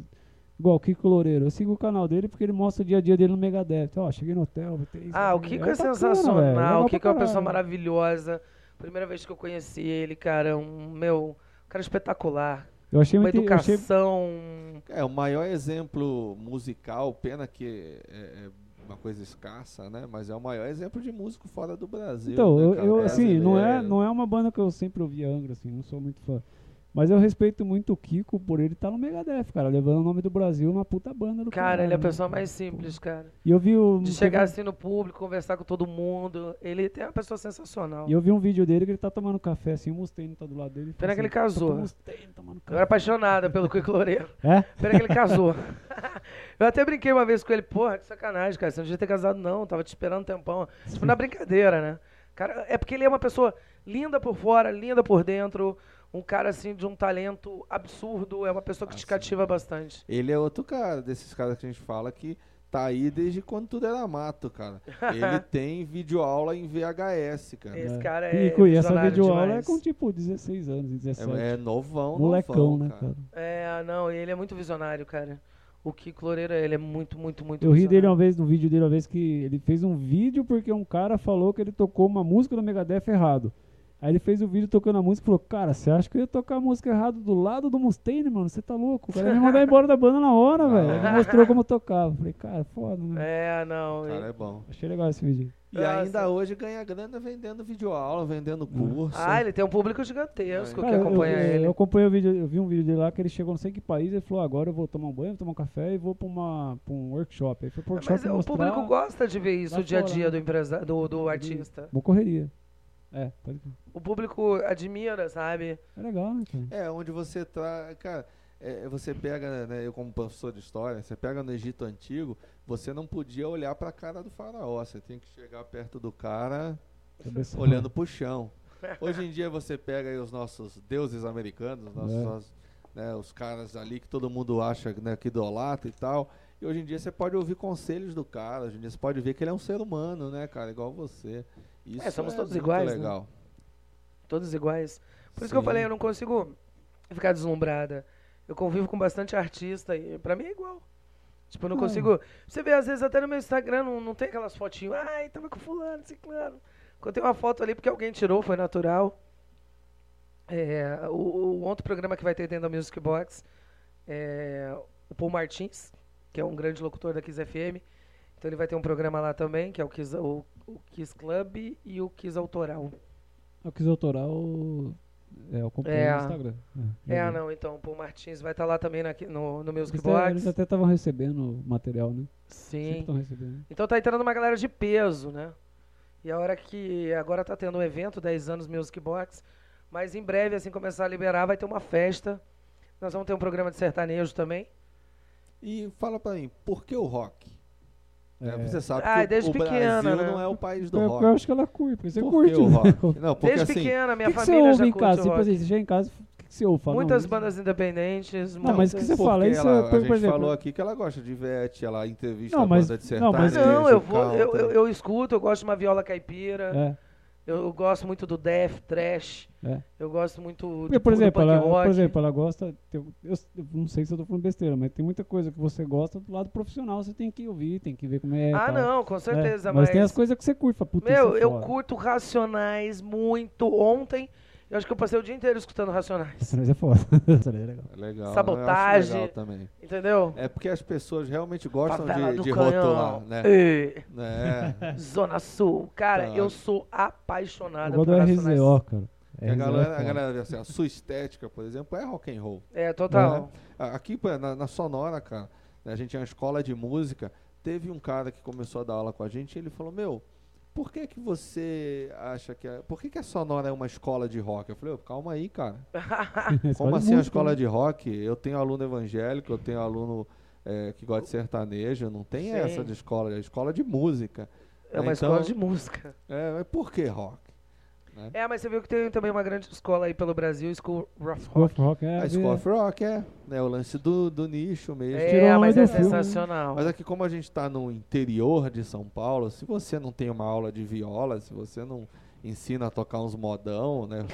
Speaker 2: Igual o Kiko Loureiro, eu sigo o canal dele porque ele mostra o dia a dia dele no Megadeth. Ó, cheguei no hotel, vai ter isso.
Speaker 3: Ah, o
Speaker 2: vai ter-
Speaker 3: Kiko é,
Speaker 2: bacana, velho, legal
Speaker 3: sensacional. O
Speaker 2: pra
Speaker 3: Kiko é uma pessoa
Speaker 2: caralho.
Speaker 3: maravilhosa. Primeira vez que eu conheci ele, cara, um meu. um Cara espetacular.
Speaker 2: Eu achei
Speaker 3: Uma
Speaker 2: muito. eu achei-
Speaker 3: educação. um
Speaker 1: É, o maior exemplo musical, pena que é, é uma coisa escassa, né? Mas é o maior exemplo de músico fora do Brasil.
Speaker 2: Então,
Speaker 1: né,
Speaker 2: eu,
Speaker 1: cara?
Speaker 2: eu, assim, não é,
Speaker 1: Brasileiro.
Speaker 2: não é uma banda que eu sempre ouvi Angra, assim, não sou muito fã. Mas eu respeito muito o Kiko por ele estar no Megadeth, cara, levando o nome do Brasil numa puta banda do
Speaker 3: Cara, ele é a
Speaker 2: caralho,
Speaker 3: pessoa
Speaker 2: né?
Speaker 3: mais simples, cara.
Speaker 2: E eu vi o.
Speaker 3: De
Speaker 2: teve- um,
Speaker 3: chegar assim no público, conversar com todo mundo. Ele é uma pessoa sensacional.
Speaker 2: E eu vi um vídeo dele que ele tá tomando café, assim, o Mustaine tá do lado dele. e fala
Speaker 3: Pena que
Speaker 2: assim,
Speaker 3: ele casou. né?"
Speaker 2: "Tô com o Mustaine tomando
Speaker 3: Eu era
Speaker 2: café.
Speaker 3: apaixonada pelo Kiko Loureiro.
Speaker 2: É?
Speaker 3: Pena que ele
Speaker 2: *laughs*
Speaker 3: casou. eu até brinquei uma vez com ele, porra, que sacanagem, cara. Você não devia ter casado, não. Tava te esperando um tempão. Tipo, na brincadeira, né? Cara, é porque ele é uma pessoa linda por fora, linda por dentro. Um cara, assim, de um talento absurdo. É uma pessoa que
Speaker 1: Ah,
Speaker 3: te
Speaker 1: sim.
Speaker 3: cativa bastante.
Speaker 1: Ele é outro cara, desses caras que a gente fala que tá aí desde quando tudo era mato,
Speaker 2: *laughs*
Speaker 1: cara. Ele tem videoaula em VHS, cara. É,
Speaker 3: Esse
Speaker 2: É.
Speaker 3: cara é.
Speaker 2: Kiko, e essa
Speaker 3: visionário
Speaker 2: videoaula é
Speaker 3: demais.
Speaker 2: com tipo 16 anos, 17.
Speaker 1: é novão,
Speaker 2: Molecão,
Speaker 1: novão,
Speaker 2: né,
Speaker 1: cara.
Speaker 2: cara?
Speaker 3: É, não, ele é muito visionário, cara. O Kiko Loureiro, ele é muito, muito, muito
Speaker 2: Eu ri dele
Speaker 3: visionário.
Speaker 2: uma vez, no vídeo dele, uma vez que ele fez um vídeo porque um cara falou que ele tocou uma música do Megadeth errado. Aí ele fez o vídeo tocando a música e falou, cara, você acha que eu ia tocar a música errado do lado do Mustaine, mano? Você tá louco? O cara ia me mandar embora da banda na
Speaker 3: *laughs*
Speaker 2: hora, velho. Ele mostrou como eu tocava. Falei, cara, foda, né?
Speaker 3: É, não.
Speaker 1: O
Speaker 3: ele-
Speaker 1: cara é bom.
Speaker 2: Achei legal esse vídeo.
Speaker 1: E
Speaker 3: Nossa.
Speaker 1: ainda hoje ganha grana vendendo videoaula, vendendo curso.
Speaker 3: Ah, ele tem um público gigantesco
Speaker 2: Cara,
Speaker 3: que
Speaker 2: É, eu-
Speaker 3: acompanha
Speaker 2: eu,
Speaker 3: ele.
Speaker 2: Eu acompanhei o vídeo, eu vi um vídeo dele lá que ele chegou não sei que país, ele falou, agora eu vou tomar um banho, vou tomar um café e vou pra, uma, pra um workshop. Aí foi pro workshop
Speaker 3: Mas o
Speaker 2: mostrar-
Speaker 3: público gosta de ver isso,
Speaker 2: lá
Speaker 3: o dia a
Speaker 2: fora,
Speaker 3: dia
Speaker 2: né?
Speaker 3: do, empresa... do, do artista.
Speaker 2: Boa correria. É, pode...
Speaker 3: O público admira, sabe?
Speaker 2: é legal, né, cara?
Speaker 1: É, onde você tra... Cara, é, você pega, né, eu como professor de história, você pega no Egito Antigo, você não podia olhar pra cara do faraó, você tem que chegar perto do cara
Speaker 2: Cabeça-
Speaker 1: olhando pro
Speaker 3: *laughs*
Speaker 1: chão. Hoje em dia você pega aí os nossos deuses americanos, os nossos,
Speaker 2: É.
Speaker 1: nossos, né, os caras ali que todo mundo acha né, que idolatra e tal. E hoje em dia você pode ouvir conselhos do cara, hoje em dia você pode ver que ele é um ser humano, né, cara, igual você. Isso é
Speaker 3: somos todos
Speaker 1: muito
Speaker 3: iguais, né?
Speaker 1: legal.
Speaker 3: Todos iguais. Por isso que eu
Speaker 1: Sim.
Speaker 3: falei, eu não consigo ficar deslumbrada. Eu convivo com bastante artista e pra mim é igual. Tipo, eu não
Speaker 2: Ah.
Speaker 3: consigo. Você vê, às vezes, até no meu Instagram não, não tem aquelas fotinhas. Ai, tava com fulano, ciclano. Quando tem uma foto ali porque alguém tirou, foi natural. É, o, o outro programa que vai ter dentro da Music Box é o Paul Martins, que é um grande locutor da Kiss FM. Então ele vai ter um programa lá também, que é o Kiss, o, o Kiss Club e o Kiss Autoral.
Speaker 2: É o Quis Autoral. É, eu comprei
Speaker 3: É.
Speaker 2: no Instagram.
Speaker 3: É, não, então, o Paul Martins vai estar lá também na, no, no Music
Speaker 2: Uhum. Eles, até- eles
Speaker 3: Box.
Speaker 2: até estavam recebendo material, né? Sempre
Speaker 3: Sim.
Speaker 2: estão recebendo.
Speaker 3: Então tá entrando uma galera de peso, né? E a hora que agora tá tendo um evento, 10 anos Music Box, mas em breve, assim começar a liberar, vai ter uma festa. Nós vamos ter um programa de sertanejo também.
Speaker 1: E fala pra mim, por que o rock? É,
Speaker 2: É.
Speaker 1: você sabe
Speaker 3: Ah,
Speaker 1: que o-
Speaker 3: desde
Speaker 1: o
Speaker 3: pequena,
Speaker 1: Brasil
Speaker 3: né?
Speaker 1: não é o país do
Speaker 2: Eu, eu
Speaker 1: rock.
Speaker 2: acho que ela curte, porque você
Speaker 1: Por
Speaker 2: curte.
Speaker 1: que o
Speaker 2: né? *laughs*
Speaker 1: rock? Não, porque
Speaker 3: Desde
Speaker 1: assim,
Speaker 3: pequena,
Speaker 2: O
Speaker 3: minha
Speaker 2: que, que você
Speaker 3: família
Speaker 2: ouve
Speaker 3: já
Speaker 2: em
Speaker 3: curte
Speaker 2: casa?
Speaker 3: o
Speaker 2: Tipo
Speaker 3: rock.
Speaker 2: assim, você chega em casa, o que, que você ouve? Fala,
Speaker 3: Muitas
Speaker 2: não,
Speaker 3: bandas independentes.
Speaker 2: Não, mas o que você
Speaker 3: muitas-
Speaker 2: fala?
Speaker 1: porque
Speaker 2: Isso
Speaker 1: ela,
Speaker 2: é, por,
Speaker 1: a gente
Speaker 2: por exemplo.
Speaker 1: falou aqui que ela gosta de Ivete, ela entrevista
Speaker 2: Não, mas-
Speaker 1: a banda de
Speaker 2: não,
Speaker 1: sertanejo.
Speaker 2: mas-
Speaker 3: Não, eu vou,
Speaker 1: canta.
Speaker 3: eu, eu, eu escuto, eu gosto de uma viola caipira,
Speaker 2: É,
Speaker 3: eu, eu gosto muito do death, trash,
Speaker 2: é.
Speaker 3: eu gosto muito
Speaker 2: Porque,
Speaker 3: de
Speaker 2: por
Speaker 3: do
Speaker 2: exemplo,
Speaker 3: punk
Speaker 2: ela,
Speaker 3: rock.
Speaker 2: por exemplo, ela gosta. tem- um, Eu, eu não sei se eu tô falando besteira, mas tem muita coisa que você gosta do lado profissional, você tem que ouvir, tem que ver como é.
Speaker 3: ah,
Speaker 2: tal.
Speaker 3: não, com
Speaker 2: É,
Speaker 3: certeza,
Speaker 2: mas tem as coisas que você curte, fala, puta,
Speaker 3: Meu,
Speaker 2: isso é
Speaker 3: eu
Speaker 2: foda.
Speaker 3: curto Racionais muito. Ontem, eu acho que eu passei o dia inteiro escutando Racionais.
Speaker 2: Isso é foda. *laughs* Isso é legal.
Speaker 1: É legal,
Speaker 3: Sabotagem.
Speaker 1: eu acho legal também.
Speaker 3: Entendeu?
Speaker 1: É porque as pessoas realmente gostam
Speaker 3: Favela
Speaker 1: de,
Speaker 3: do
Speaker 1: de
Speaker 3: Canhão.
Speaker 1: rotular, né?
Speaker 3: Ê,
Speaker 2: *laughs*
Speaker 1: É,
Speaker 3: Zona Sul. Cara,
Speaker 1: Tá.
Speaker 3: eu sou apaixonado
Speaker 2: Eu gosto do RZO, cara.
Speaker 1: que a galera, a
Speaker 2: é foda.
Speaker 1: galera assim, a sua estética, por exemplo, é rock and roll.
Speaker 3: É, total.
Speaker 1: A- Aqui pô, na, na Sonora, cara, né, a gente é uma escola de música. Teve um cara que começou a dar aula com a gente e ele falou: Meu, por que que você acha que a, por que que a Sonora é uma escola de rock? Eu falei, "Ô, calma aí, cara.
Speaker 2: Ah,
Speaker 1: Como assim a escola
Speaker 2: né?
Speaker 1: de rock? Eu tenho aluno evangélico, eu tenho aluno eh, que gosta de sertanejo, não tem
Speaker 3: Sim.
Speaker 1: essa de escola, é escola de música.
Speaker 3: É
Speaker 1: Então-
Speaker 3: uma escola de música.
Speaker 1: É, mas por que rock?
Speaker 3: É, mas você viu que tem também uma grande escola aí pelo Brasil, School of Rock.
Speaker 2: Rock, rock é.
Speaker 1: A escola of rock é, né, o lance do, do nicho mesmo.
Speaker 2: tirou
Speaker 3: É,
Speaker 2: a
Speaker 3: mas
Speaker 2: mãe
Speaker 3: é
Speaker 2: do filme, né?
Speaker 3: sensacional.
Speaker 1: Mas aqui, como a gente está no interior de São Paulo, se você não tem uma aula de viola, se você não ensina a tocar uns modão,
Speaker 3: *laughs*
Speaker 1: né?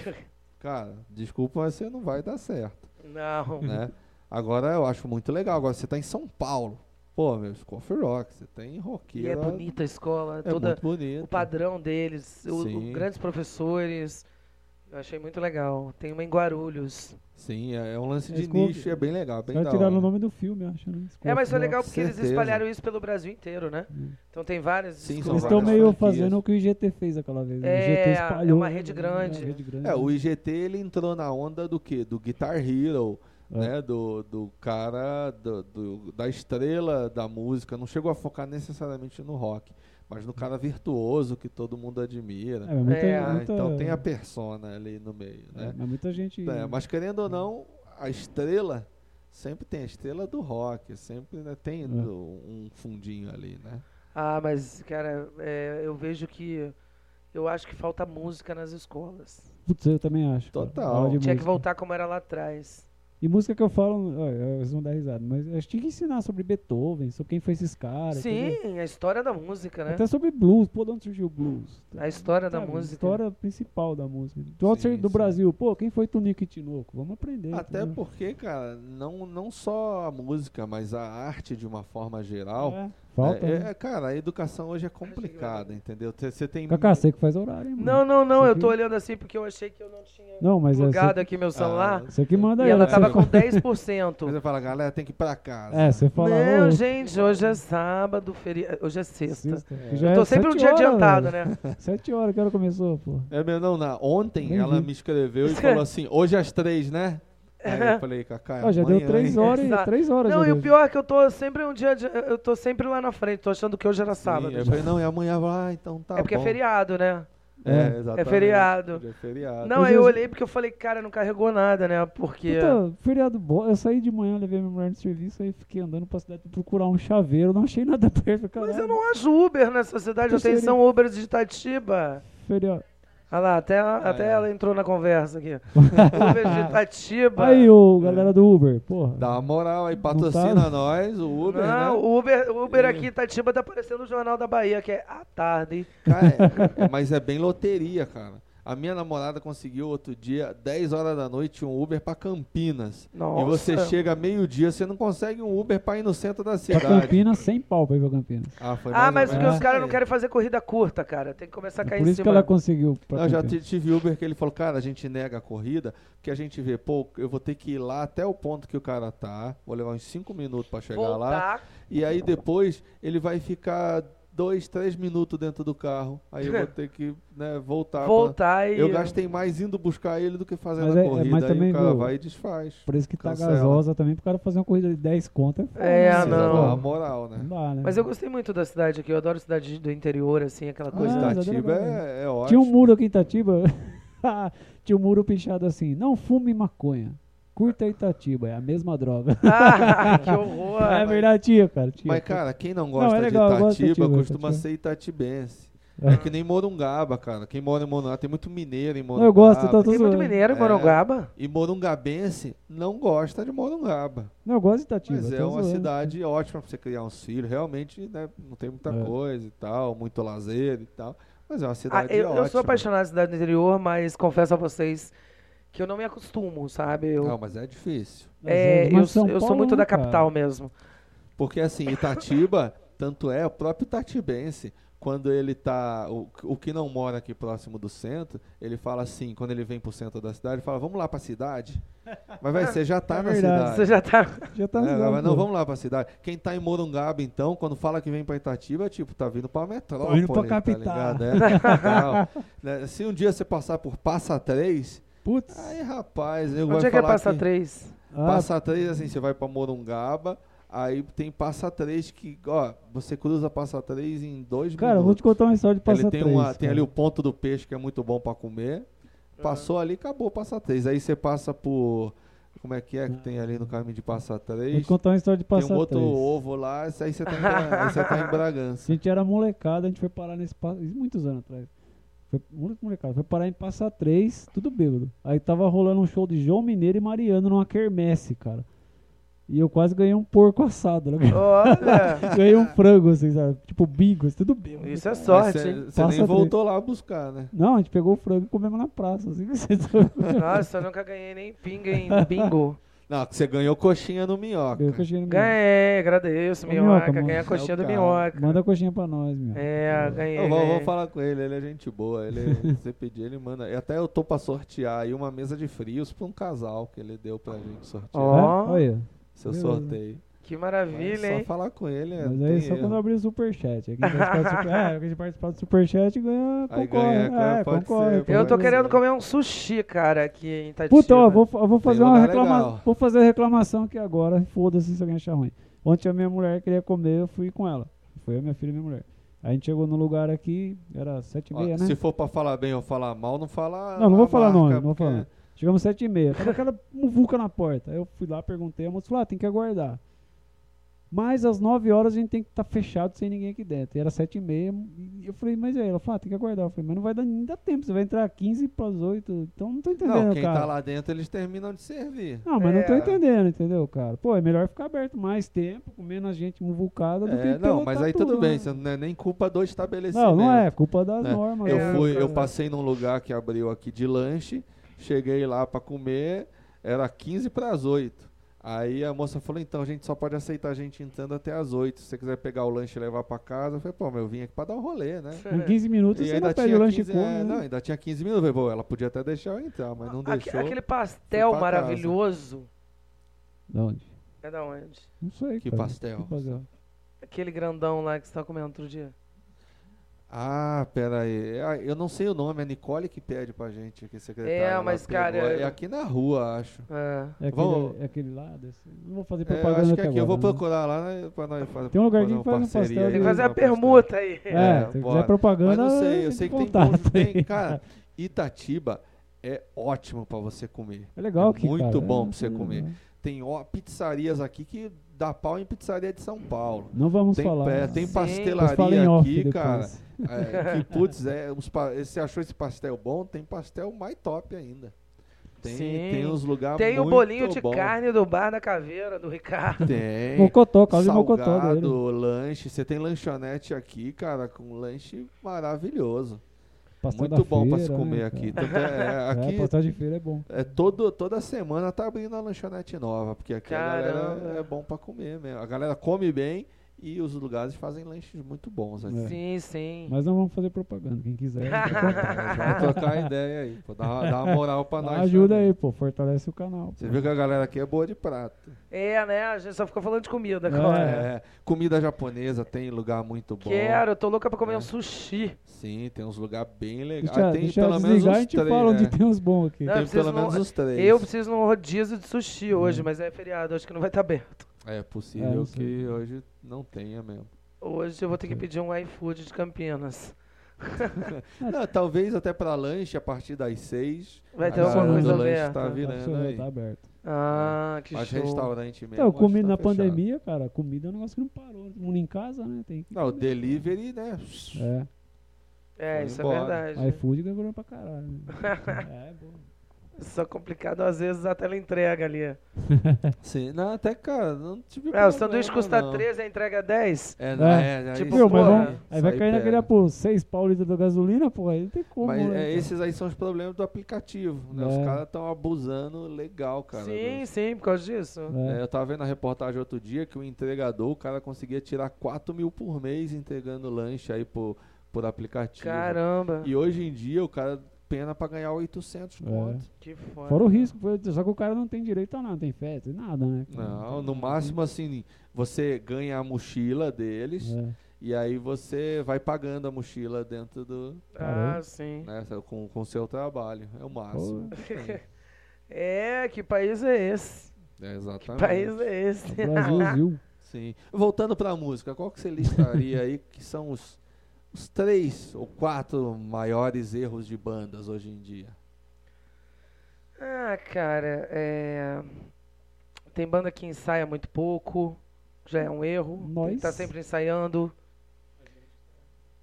Speaker 1: Cara, desculpa, mas você não vai dar certo,
Speaker 3: Não.
Speaker 1: né? Agora eu acho muito legal. Agora você tá em São Paulo. Pô, meu, Scoff Rock, você tem
Speaker 3: E
Speaker 1: roqueiro.
Speaker 3: é bonita a escola,
Speaker 1: É
Speaker 3: toda
Speaker 1: muito bonito.
Speaker 3: o padrão deles, o- o
Speaker 1: Sim.
Speaker 3: grandes professores. Eu achei muito legal. Tem uma em Guarulhos.
Speaker 1: Sim, é, é um lance
Speaker 2: É
Speaker 1: de
Speaker 2: School-
Speaker 1: nicho, é bem legal, bem
Speaker 2: Vai
Speaker 1: da
Speaker 2: tirar
Speaker 1: hora.
Speaker 2: o nome do filme, eu acho. Né?
Speaker 3: É, mas foi
Speaker 2: Rock.
Speaker 3: legal porque eles
Speaker 1: certeza.
Speaker 3: espalharam isso pelo Brasil inteiro, né?
Speaker 2: Hum.
Speaker 3: Então tem várias
Speaker 1: Sim, são
Speaker 2: Eles
Speaker 3: escolas.
Speaker 2: estão
Speaker 1: várias
Speaker 2: meio
Speaker 1: franquias.
Speaker 2: fazendo o que o IGT fez aquela vez. né?
Speaker 3: É,
Speaker 2: o IGT
Speaker 3: é
Speaker 2: espalhou.
Speaker 3: uma
Speaker 2: né?
Speaker 3: rede
Speaker 2: É
Speaker 3: grande.
Speaker 2: uma rede grande.
Speaker 1: É, o IGT ele entrou na onda do quê? Do Guitar Hero,
Speaker 2: É.
Speaker 1: né? Do, do cara, do, do- da estrela da música. Não chegou a focar necessariamente no rock, mas no cara virtuoso que todo mundo admira.
Speaker 2: É, mas muita,
Speaker 3: É,
Speaker 1: né?
Speaker 2: muita-
Speaker 1: Então tem a persona ali no meio,
Speaker 2: é,
Speaker 1: né?
Speaker 2: mas muita gente.
Speaker 1: É, mas querendo ou não, a estrela sempre tem a estrela do rock, sempre né, tem do- um fundinho ali, né?
Speaker 3: Ah, mas, cara, é, eu vejo que. Eu acho que falta música nas escolas.
Speaker 2: Putz, eu também acho. cara.
Speaker 1: Total.
Speaker 2: Aula de
Speaker 3: Tinha que
Speaker 2: música.
Speaker 3: voltar como era lá atrás.
Speaker 2: E música que eu falo, ó, vocês vão dar risada, mas acho que tinha que ensinar sobre Beethoven, sobre quem foi esses caras. entendeu?
Speaker 3: Sim, a história da música, né?
Speaker 2: Até sobre blues, pô, de onde surgiu o blues?
Speaker 3: A história da
Speaker 2: Sabe,
Speaker 3: música. né?
Speaker 2: história principal da música. Do, onde
Speaker 1: Sim,
Speaker 2: surgiu- do
Speaker 1: sim.
Speaker 2: Brasil, pô, quem foi Tunico e Tinoco? Vamos aprender.
Speaker 1: Até
Speaker 2: entendeu?
Speaker 1: porque, cara, não, não só a música, mas a arte de uma forma geral.
Speaker 2: É, falta.
Speaker 1: É,
Speaker 2: né?
Speaker 1: é, cara, a educação hoje é
Speaker 3: que vai
Speaker 1: complicada,
Speaker 3: dar.
Speaker 1: entendeu? Você
Speaker 3: é,
Speaker 1: tem.
Speaker 2: Cacá, você que faz horário, hein, mano.
Speaker 3: Não, não, não,
Speaker 2: Você
Speaker 3: eu
Speaker 2: viu?
Speaker 3: tô olhando assim porque eu achei que eu não tinha
Speaker 2: Não, mas é.
Speaker 3: plugado
Speaker 2: Você,
Speaker 3: aqui
Speaker 1: Ah.
Speaker 3: meu celular.
Speaker 2: você que manda
Speaker 3: e
Speaker 2: aí.
Speaker 3: ela
Speaker 2: ó, *laughs*
Speaker 3: tava
Speaker 2: você-
Speaker 3: com
Speaker 1: Você
Speaker 3: 10%.
Speaker 1: fala, galera, tem que ir pra casa.
Speaker 2: É, você fala.
Speaker 3: Não,
Speaker 2: ô,
Speaker 3: gente, hoje é sábado, feri... hoje é sexta.
Speaker 2: sexta,
Speaker 1: É.
Speaker 2: que já
Speaker 3: Eu
Speaker 2: é
Speaker 3: tô sempre um
Speaker 2: sete
Speaker 3: dia
Speaker 2: horas,
Speaker 3: adiantado,
Speaker 2: velho. *laughs*
Speaker 3: né?
Speaker 2: Sete horas que hora começou, pô.
Speaker 1: É meu, não, na, ontem
Speaker 2: Nem
Speaker 1: ela
Speaker 2: vi.
Speaker 1: me escreveu e falou assim: hoje às três, né? Aí eu falei, Cacá, é
Speaker 2: Ó, já deu
Speaker 1: amanhã,
Speaker 2: três
Speaker 1: hein?
Speaker 2: horas,
Speaker 3: Exato.
Speaker 2: e três horas.
Speaker 3: né? Não,
Speaker 2: já
Speaker 3: e o
Speaker 2: deu.
Speaker 3: pior é que eu tô sempre um dia adi- eu tô sempre lá na frente, tô achando que hoje era
Speaker 1: Sim, é.
Speaker 3: sábado.
Speaker 1: Eu falei, não, e amanhã vai, ah, então tá.
Speaker 3: é porque
Speaker 1: bom.
Speaker 3: é feriado, né?
Speaker 1: É, exatamente.
Speaker 3: É feriado.
Speaker 1: Hoje é feriado.
Speaker 3: Não,
Speaker 2: Hoje
Speaker 3: aí eu
Speaker 2: é- Então,
Speaker 3: olhei porque eu falei, cara, não carregou nada, né? Porque
Speaker 2: Puta, feriado bom. Eu saí de manhã, levei minha mulher no serviço, aí fiquei andando pra cidade procurar um chaveiro, não achei nada *laughs* perto, cara.
Speaker 3: mas eu não acho Uber nessa cidade,
Speaker 2: Eu sei,
Speaker 3: atenção Uber de Itatiba.
Speaker 2: Feriado.
Speaker 3: Olha lá, até,
Speaker 1: Ah,
Speaker 3: até
Speaker 1: é.
Speaker 3: ela entrou na
Speaker 2: *laughs*
Speaker 3: conversa aqui. Uber de Itatiba.
Speaker 2: Aí, ô,
Speaker 3: É.
Speaker 2: galera do Uber, porra.
Speaker 1: Dá uma moral aí, patrocina
Speaker 2: Não tá-
Speaker 1: nós, o Uber,
Speaker 3: não,
Speaker 1: né?
Speaker 3: o Uber, o Uber aqui em Itatiba tá aparecendo no Jornal da Bahia, que é à tarde.
Speaker 1: Cara, é- é- mas é bem loteria, cara. A minha namorada conseguiu outro dia, 10 horas da noite, um Uber pra Campinas.
Speaker 3: Nossa.
Speaker 1: E você chega meio-dia, você não consegue um Uber pra ir no centro da
Speaker 2: Pra
Speaker 1: cidade.
Speaker 2: Campinas, sem pau pra ir pra Campinas.
Speaker 1: Ah, foi mais
Speaker 3: Ah,
Speaker 1: ou
Speaker 3: mas porque
Speaker 1: menos É
Speaker 3: os caras não
Speaker 1: isso.
Speaker 3: querem fazer corrida curta, cara. Tem que começar a cair
Speaker 2: Por
Speaker 3: em
Speaker 2: isso que ela
Speaker 3: cima.
Speaker 2: conseguiu. Pra
Speaker 1: Não, eu já
Speaker 2: Campinas.
Speaker 1: ti- tive Uber que ele falou, cara, a gente nega a corrida, porque a gente vê, pô, eu vou ter que ir lá até o ponto que o cara tá, vou levar uns 5 minutos pra chegar lá, tá
Speaker 3: Voltar.
Speaker 1: e aí depois ele vai ficar 2, 3 minutos dentro do carro, aí
Speaker 3: *laughs*
Speaker 1: eu vou ter que né, voltar. pra-
Speaker 3: voltar e.
Speaker 1: Eu gastei mais indo buscar ele do que fazendo
Speaker 2: Mas
Speaker 1: a
Speaker 2: é- é,
Speaker 1: corrida,
Speaker 2: mas
Speaker 1: aí
Speaker 2: também,
Speaker 1: o cara
Speaker 2: viu,
Speaker 1: vai e desfaz.
Speaker 2: Por isso que tá
Speaker 1: Cancela.
Speaker 2: gasosa também, pro cara fazer uma corrida de 10 conto. foda,
Speaker 3: É,
Speaker 2: né?
Speaker 3: ah,
Speaker 1: Precisa
Speaker 3: não.
Speaker 1: dar uma moral, né?
Speaker 2: Não dá, né?
Speaker 3: Mas eu gostei muito da cidade aqui. Eu adoro cidade do interior, assim, aquela
Speaker 1: Pô,
Speaker 3: coisa.
Speaker 1: *laughs*
Speaker 2: Ah, mas
Speaker 1: Itatiba
Speaker 2: adorava.
Speaker 1: é, é ótimo.
Speaker 2: Tinha um muro aqui em Itatiba. *laughs* tinha um muro pichado assim: não fume maconha. Curta Itatiba, é a mesma droga.
Speaker 3: Ah, que horror.
Speaker 2: *laughs* é verdade, tinha, cara. Tinha.
Speaker 1: Mas, cara, quem não
Speaker 2: Não,
Speaker 1: gosta
Speaker 2: é legal, eu
Speaker 1: de
Speaker 2: gosto de
Speaker 1: Itatiba
Speaker 2: Itatiba,
Speaker 1: costuma
Speaker 2: Itatiba.
Speaker 1: ser itatibense.
Speaker 2: É.
Speaker 1: É que nem Morungaba, cara. Quem mora em Morungaba, tem muito mineiro em
Speaker 2: Não,
Speaker 1: Morungaba.
Speaker 2: eu gosto, então eu tô, tô
Speaker 3: Tem muito
Speaker 2: zoando.
Speaker 3: mineiro em
Speaker 1: É.
Speaker 3: Morogaba.
Speaker 1: E Morungabense não gosta de Morungaba.
Speaker 2: Não, eu gosto de Itatiba.
Speaker 1: Mas
Speaker 2: eu
Speaker 1: é
Speaker 2: tô
Speaker 1: uma
Speaker 2: zoando.
Speaker 1: cidade ótima pra você criar uns filhos. Realmente, né, não tem muita
Speaker 2: É.
Speaker 1: coisa e tal, muito lazer e tal. Mas é uma
Speaker 3: Ah,
Speaker 1: cidade
Speaker 3: eu,
Speaker 1: ótima.
Speaker 3: eu sou apaixonado por cidade do interior, mas confesso a vocês que eu não me acostumo, sabe? Eu,
Speaker 1: Não, mas é difícil.
Speaker 2: Mas
Speaker 3: é,
Speaker 2: mas
Speaker 3: eu,
Speaker 2: São
Speaker 3: eu sou
Speaker 2: Paulo
Speaker 3: muito
Speaker 2: não,
Speaker 3: da
Speaker 2: cara.
Speaker 3: capital mesmo.
Speaker 1: Porque assim, Itatiba, tanto é, o próprio Itatibense, quando ele tá. O, o que não mora aqui próximo do centro, ele fala assim, quando ele vem pro centro da cidade, ele fala, vamos lá pra cidade. Mas vai, você já tá
Speaker 2: É
Speaker 1: na
Speaker 2: verdade.
Speaker 1: cidade.
Speaker 3: Você já tá.
Speaker 2: Já tá
Speaker 1: É,
Speaker 2: zoando,
Speaker 1: mas não,
Speaker 2: pô.
Speaker 1: vamos lá pra cidade. Quem tá em Morungaba, então, quando fala que vem pra Itatiba, é tipo, tá vindo pra metrópole.
Speaker 2: Tô indo pra capital.
Speaker 1: Tá ligado? É, capital. Né, Se um dia você passar por Passa 3,
Speaker 2: Putz.
Speaker 1: aí rapaz, eu vou
Speaker 3: Onde é
Speaker 1: falar
Speaker 3: que é passar
Speaker 1: *laughs* que
Speaker 3: três?
Speaker 2: Ah,
Speaker 1: Passa 3, assim, você vai pra Morungaba, Aí tem Passa 3 que, ó, você cruza Passa 3 em dois
Speaker 2: Cara, eu vou
Speaker 1: minutos.
Speaker 2: te contar uma história de
Speaker 1: Ele
Speaker 2: passar
Speaker 1: tem,
Speaker 2: três,
Speaker 1: uma, tem
Speaker 2: cara.
Speaker 1: ali o ponto do peixe que é muito bom pra comer. Passou ali, acabou Passa 3. Aí você passa por. Como é que é que tem ali no caminho de Passa
Speaker 2: Vou te
Speaker 1: 3?
Speaker 2: contar uma história de passar
Speaker 1: Tem um outro
Speaker 2: três.
Speaker 1: ovo lá, esse aí você tá em,
Speaker 3: *laughs*
Speaker 1: Bra- aí você tá em Bragança.
Speaker 2: A gente era molecada, a gente foi parar nesse pa- isso é muitos anos atrás. Foi muito molecada, foi parar em Passa três tudo bêbado. Aí tava rolando um show de João Mineiro e Mariano numa quermesse, cara. E eu quase ganhei um porco assado, né? *laughs*
Speaker 3: Olha!
Speaker 2: ganhei um frango, assim, sabe? Tipo bigos, tudo bêbado.
Speaker 3: Isso é
Speaker 1: Mas
Speaker 3: sorte,
Speaker 1: você- *laughs*
Speaker 3: hein?
Speaker 1: Você
Speaker 2: Passa
Speaker 1: nem
Speaker 2: três.
Speaker 1: voltou lá buscar, né?
Speaker 2: Não, a gente pegou o frango e comemos na praça, assim, *laughs* você sabe?
Speaker 3: Nossa, eu nunca ganhei nem pinga em bingo.
Speaker 1: Não, que você ganhou coxinha no minhoca.
Speaker 2: Ganhei coxinha no meio.
Speaker 3: Ganhei, agradeço,
Speaker 2: Ô,
Speaker 3: minhoca.
Speaker 2: Minhoca,
Speaker 3: Ganhei a
Speaker 2: mano.
Speaker 3: coxinha do
Speaker 1: É o cara.
Speaker 3: minhoca.
Speaker 2: Manda a coxinha pra nós, meu.
Speaker 3: É, ganhei.
Speaker 1: Eu vou, vou
Speaker 2: né?
Speaker 3: ganhei.
Speaker 1: falar com ele, ele é gente boa.
Speaker 2: *laughs*
Speaker 1: Ele, você pedir, ele manda. E até eu tô pra sortear aí uma mesa de frios pra um casal que ele deu pra gente sortear.
Speaker 3: Ó.
Speaker 2: Olha,
Speaker 1: Seu
Speaker 2: beleza.
Speaker 1: sorteio.
Speaker 3: Que
Speaker 1: Mas
Speaker 3: maravilha,
Speaker 1: só
Speaker 3: hein?
Speaker 1: falar com ele. é,
Speaker 2: mas
Speaker 1: não
Speaker 2: aí
Speaker 1: tem
Speaker 2: só quando
Speaker 1: erro.
Speaker 2: abrir o superchat. É, quem participar do super... *laughs* é, quem participar do superchat ganha,
Speaker 1: Aí
Speaker 2: concorre.
Speaker 1: ganha, ganha,
Speaker 2: é,
Speaker 1: pode
Speaker 2: concorre.
Speaker 1: ser,
Speaker 2: pô.
Speaker 3: Eu tô
Speaker 1: Mas,
Speaker 3: querendo
Speaker 1: é.
Speaker 3: comer um sushi, cara, aqui em Itatiba.
Speaker 2: Puta, ó, vou, eu vou fazer uma
Speaker 1: né? lugar
Speaker 2: reclamação.
Speaker 1: legal.
Speaker 2: Vou fazer a reclamação aqui agora. Foda-se se alguém achar ruim. Ontem a minha mulher queria comer, eu fui com ela. Foi a minha filha e minha mulher. A gente chegou no lugar aqui, era sete e
Speaker 1: Ó,
Speaker 2: meia, né?
Speaker 1: Se for pra falar bem ou falar mal, não fala.
Speaker 2: Não, não vou
Speaker 1: a
Speaker 2: falar
Speaker 1: marca,
Speaker 2: nome, não vou
Speaker 1: porque-
Speaker 2: falar. nome. Chegamos às sete e meia. Tava aquela muvuca na porta. Aí eu fui lá, perguntei, a moça falou, ah, tem que aguardar. Mas às nove horas a gente tem que estar fechado sem ninguém aqui dentro. E era sete e meia. E eu falei, mas e aí? Ela falou, ah, tem que aguardar. Eu falei, mas não vai dar nem dá tempo, você vai entrar 15 para as 8. Então não tô entendendo,
Speaker 1: Não, quem
Speaker 2: cara.
Speaker 1: tá lá dentro, eles terminam de servir.
Speaker 2: Não, mas não tô
Speaker 3: É.
Speaker 2: entendendo, entendeu, cara? Pô, é melhor ficar aberto mais tempo, com menos gente muvucada do
Speaker 1: É,
Speaker 2: que
Speaker 1: não,
Speaker 2: pilotar
Speaker 1: mas aí tudo bem,
Speaker 2: né?
Speaker 1: você não é nem culpa do estabelecimento.
Speaker 2: Não, não é, é culpa das
Speaker 1: né?
Speaker 2: normas.
Speaker 1: Eu
Speaker 2: né?
Speaker 1: fui, eu
Speaker 3: coisa.
Speaker 1: passei num lugar que abriu aqui de lanche, cheguei lá pra comer, era 15 para as 8. Aí a moça falou: "Então, a gente só pode aceitar a gente entrando até as 8. Se você quiser pegar o lanche e levar pra casa". Eu falei: "Pô, mas eu vim aqui pra dar um rolê, né?"
Speaker 2: Em 15 minutos
Speaker 1: E
Speaker 2: você
Speaker 1: ainda
Speaker 2: não pede
Speaker 1: tinha,
Speaker 2: o lanche
Speaker 1: 15,
Speaker 2: e come,
Speaker 1: é,
Speaker 2: né?
Speaker 1: não, ainda tinha 15 minutos. Eu falei, "Pô, ela podia até deixar eu entrar, mas não
Speaker 3: Aque-
Speaker 1: deixou.
Speaker 3: Aquele pastel
Speaker 1: Fui pra casa.
Speaker 3: maravilhoso.
Speaker 2: Da onde?
Speaker 3: É da onde?
Speaker 2: Não sei,
Speaker 1: Que
Speaker 2: cara.
Speaker 1: pastel.
Speaker 2: Que pastel.
Speaker 3: Aquele grandão lá que você tá comendo outro dia.
Speaker 1: Ah, pera aí. Ah, Eu não sei o nome, é a Nicole que pede pra gente aqui, secretária.
Speaker 3: É,
Speaker 1: ela
Speaker 3: mas,
Speaker 1: pegou.
Speaker 3: cara,
Speaker 1: é
Speaker 3: eu-
Speaker 1: aqui na rua, acho.
Speaker 3: É.
Speaker 2: É aquele,
Speaker 1: Vamos-
Speaker 2: é aquele lado? assim? Não vou fazer
Speaker 1: É, eu
Speaker 2: propaganda
Speaker 1: acho que
Speaker 2: até
Speaker 1: aqui eu vou
Speaker 2: agora, né?
Speaker 1: procurar lá né, pra nós fazer
Speaker 2: Tem um lugarzinho
Speaker 1: fazer
Speaker 2: que faz um
Speaker 1: parceria
Speaker 2: pastel
Speaker 1: aí,
Speaker 3: Tem que
Speaker 2: Ele-
Speaker 3: fazer a
Speaker 1: uma parceria.
Speaker 3: permuta aí.
Speaker 2: É,
Speaker 1: É,
Speaker 2: se
Speaker 1: bora.
Speaker 2: quiser propaganda.
Speaker 1: Mas não sei, eu
Speaker 2: entra
Speaker 1: sei
Speaker 2: em
Speaker 1: que tem
Speaker 2: contato
Speaker 1: povo que tem,
Speaker 2: aí.
Speaker 1: cara, Itatiba é ótimo pra você comer.
Speaker 2: É legal
Speaker 1: é
Speaker 2: aqui,
Speaker 1: muito
Speaker 2: cara.
Speaker 1: bom
Speaker 2: É,
Speaker 1: pra você
Speaker 2: não-
Speaker 1: comer. Tem ó, pizzarias aqui que dá pau em pizzaria de São Paulo.
Speaker 2: Não vamos
Speaker 1: Tem,
Speaker 2: falar.
Speaker 1: é,
Speaker 2: né?
Speaker 1: tem
Speaker 3: Sim.
Speaker 2: Depois fala
Speaker 1: pastelaria
Speaker 2: em off
Speaker 1: aqui,
Speaker 2: depois.
Speaker 1: cara. É, que putz, é, uns pa- você achou esse pastel bom? Tem pastel mais top ainda. Tem,
Speaker 3: Sim.
Speaker 1: tem uns lugares
Speaker 3: Tem o
Speaker 1: Tá muito
Speaker 3: bolinho de
Speaker 1: bom.
Speaker 3: carne do bar da caveira, do Ricardo.
Speaker 1: Tem.
Speaker 2: Mocotó, causa de mocotó dele.
Speaker 1: É Salgado, lanche. Você tem lanchonete aqui, cara, com lanche maravilhoso.
Speaker 2: Pastel da
Speaker 1: Muito bom pra se
Speaker 2: feira, né,
Speaker 1: comer
Speaker 2: cara? *laughs*
Speaker 1: aqui. Tanto é- é,
Speaker 2: É,
Speaker 1: aqui
Speaker 2: pastel de feira é bom.
Speaker 1: é todo, toda semana tá abrindo a lanchonete nova, porque aqui a
Speaker 3: Caramba.
Speaker 1: galera é bom pra comer mesmo. A galera come bem e os lugares fazem lanches muito bons aqui.
Speaker 2: É.
Speaker 3: Sim, sim.
Speaker 2: Mas não vamos fazer propaganda.
Speaker 1: *laughs*
Speaker 2: Quem quiser. entra em
Speaker 1: É,
Speaker 2: contato.
Speaker 1: Vamos trocar ideia aí, pô. Dá, uma- dá uma moral pra nós.
Speaker 2: Ajuda
Speaker 1: também.
Speaker 2: aí, pô. Fortalece o canal.
Speaker 1: Você
Speaker 2: pô.
Speaker 1: viu que a galera aqui é boa de prato.
Speaker 3: É, né? A gente só ficou falando de comida
Speaker 2: É.
Speaker 3: agora.
Speaker 1: É, comida japonesa tem lugar muito bom.
Speaker 3: Quero, eu tô louca pra comer
Speaker 1: É.
Speaker 3: um sushi.
Speaker 1: Sim, tem uns lugares bem legais.
Speaker 2: Deixa,
Speaker 1: ah, tem
Speaker 2: deixa
Speaker 1: pelo menos
Speaker 2: desligar e a
Speaker 1: uns
Speaker 2: gente
Speaker 1: três,
Speaker 2: fala
Speaker 1: né?
Speaker 2: onde tem uns bons aqui.
Speaker 3: Não, eu
Speaker 1: Tem
Speaker 3: preciso
Speaker 1: pelo menos
Speaker 3: não-
Speaker 1: uns três.
Speaker 3: Eu preciso num rodízio de sushi hoje, mas é feriado, acho que não vai estar aberto.
Speaker 1: É
Speaker 2: É,
Speaker 1: possível
Speaker 2: não sei.
Speaker 1: que hoje não tenha mesmo.
Speaker 3: Hoje eu vou ter que pedir um iFood de Campinas.
Speaker 2: É.
Speaker 1: Não, talvez até pra lanche a partir das seis.
Speaker 3: Vai
Speaker 1: a
Speaker 3: ter alguma
Speaker 1: galera do
Speaker 3: coisa
Speaker 1: lanche
Speaker 3: aberta.
Speaker 1: Tá
Speaker 2: Acho que
Speaker 1: virando aí.
Speaker 2: Tá aberto.
Speaker 3: Ah, que
Speaker 1: Mas
Speaker 3: show.
Speaker 1: restaurante mesmo.
Speaker 2: Então,
Speaker 1: acho que
Speaker 2: comida
Speaker 1: tá
Speaker 2: na
Speaker 1: fechado.
Speaker 2: pandemia, cara, comida é um negócio que não parou. Todo mundo em casa, né? Tem que.
Speaker 1: Não, o delivery, né?
Speaker 2: É.
Speaker 3: É,
Speaker 1: Foi
Speaker 3: isso
Speaker 1: embora.
Speaker 3: é verdade.
Speaker 2: iFood demorou pra caralho. né?
Speaker 1: *laughs*
Speaker 2: é, bom.
Speaker 3: Só é complicado às vezes a tela entrega ali.
Speaker 1: Sim, não, até cara, não tive
Speaker 3: É,
Speaker 1: problema,
Speaker 3: o sanduíche custa
Speaker 1: não.
Speaker 3: 13, a entrega é 10.
Speaker 1: É, não, é, é,
Speaker 3: Tipo,
Speaker 1: isso
Speaker 2: Meu, mas
Speaker 1: aí,
Speaker 3: porra,
Speaker 2: vamos, aí
Speaker 1: isso
Speaker 2: vai
Speaker 1: aí
Speaker 2: cair naquele,
Speaker 1: pega.
Speaker 2: pô, 6 pau o litro da gasolina, pô, aí não tem como.
Speaker 1: né? Mas
Speaker 2: né,
Speaker 1: é,
Speaker 2: cara?
Speaker 1: esses aí são os problemas do aplicativo, né? Os
Speaker 2: É.
Speaker 1: caras estão abusando legal, cara.
Speaker 3: sim,
Speaker 1: dos-
Speaker 3: sim, por causa disso.
Speaker 2: É.
Speaker 1: É, eu tava vendo a reportagem outro dia que o entregador, o cara conseguia tirar 4 mil por mês entregando lanche aí por, por aplicativo.
Speaker 3: Caramba,
Speaker 1: E hoje em dia o cara pena pra ganhar 800
Speaker 2: É.
Speaker 1: conto.
Speaker 3: que foda.
Speaker 2: Fora o risco, pô, só que o cara não tem direito a nada, tem festa, tem nada, né? cara?
Speaker 1: Não, no máximo assim, você ganha a mochila deles
Speaker 2: É.
Speaker 1: e aí você vai pagando a mochila dentro do,
Speaker 3: Ah,
Speaker 2: Caramba.
Speaker 3: sim.
Speaker 1: né, com com o seu trabalho. É o máximo.
Speaker 3: *laughs* É, que país é esse?
Speaker 1: É,
Speaker 3: Que
Speaker 1: exatamente.
Speaker 3: país é esse?
Speaker 2: Brasil, viu?
Speaker 1: Sim. Voltando para a música, qual que você listaria aí que são os, os três ou quatro maiores erros de bandas hoje em dia?
Speaker 3: Ah, cara, é... tem banda que ensaia muito pouco, já é um erro. tem que
Speaker 2: Nós.
Speaker 3: Tá sempre ensaiando.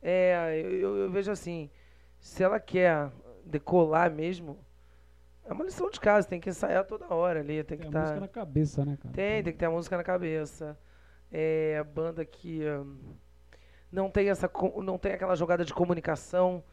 Speaker 3: É, eu, eu vejo assim, se ela quer decolar mesmo, é uma lição de casa, tem que ensaiar toda hora ali, tem que tá
Speaker 2: Tem a
Speaker 3: estar.
Speaker 2: É, música na cabeça, né, cara?
Speaker 3: Tem, tem que ter a música na cabeça. É, banda que hum, não tem essa, co- não tem aquela jogada de comunicação.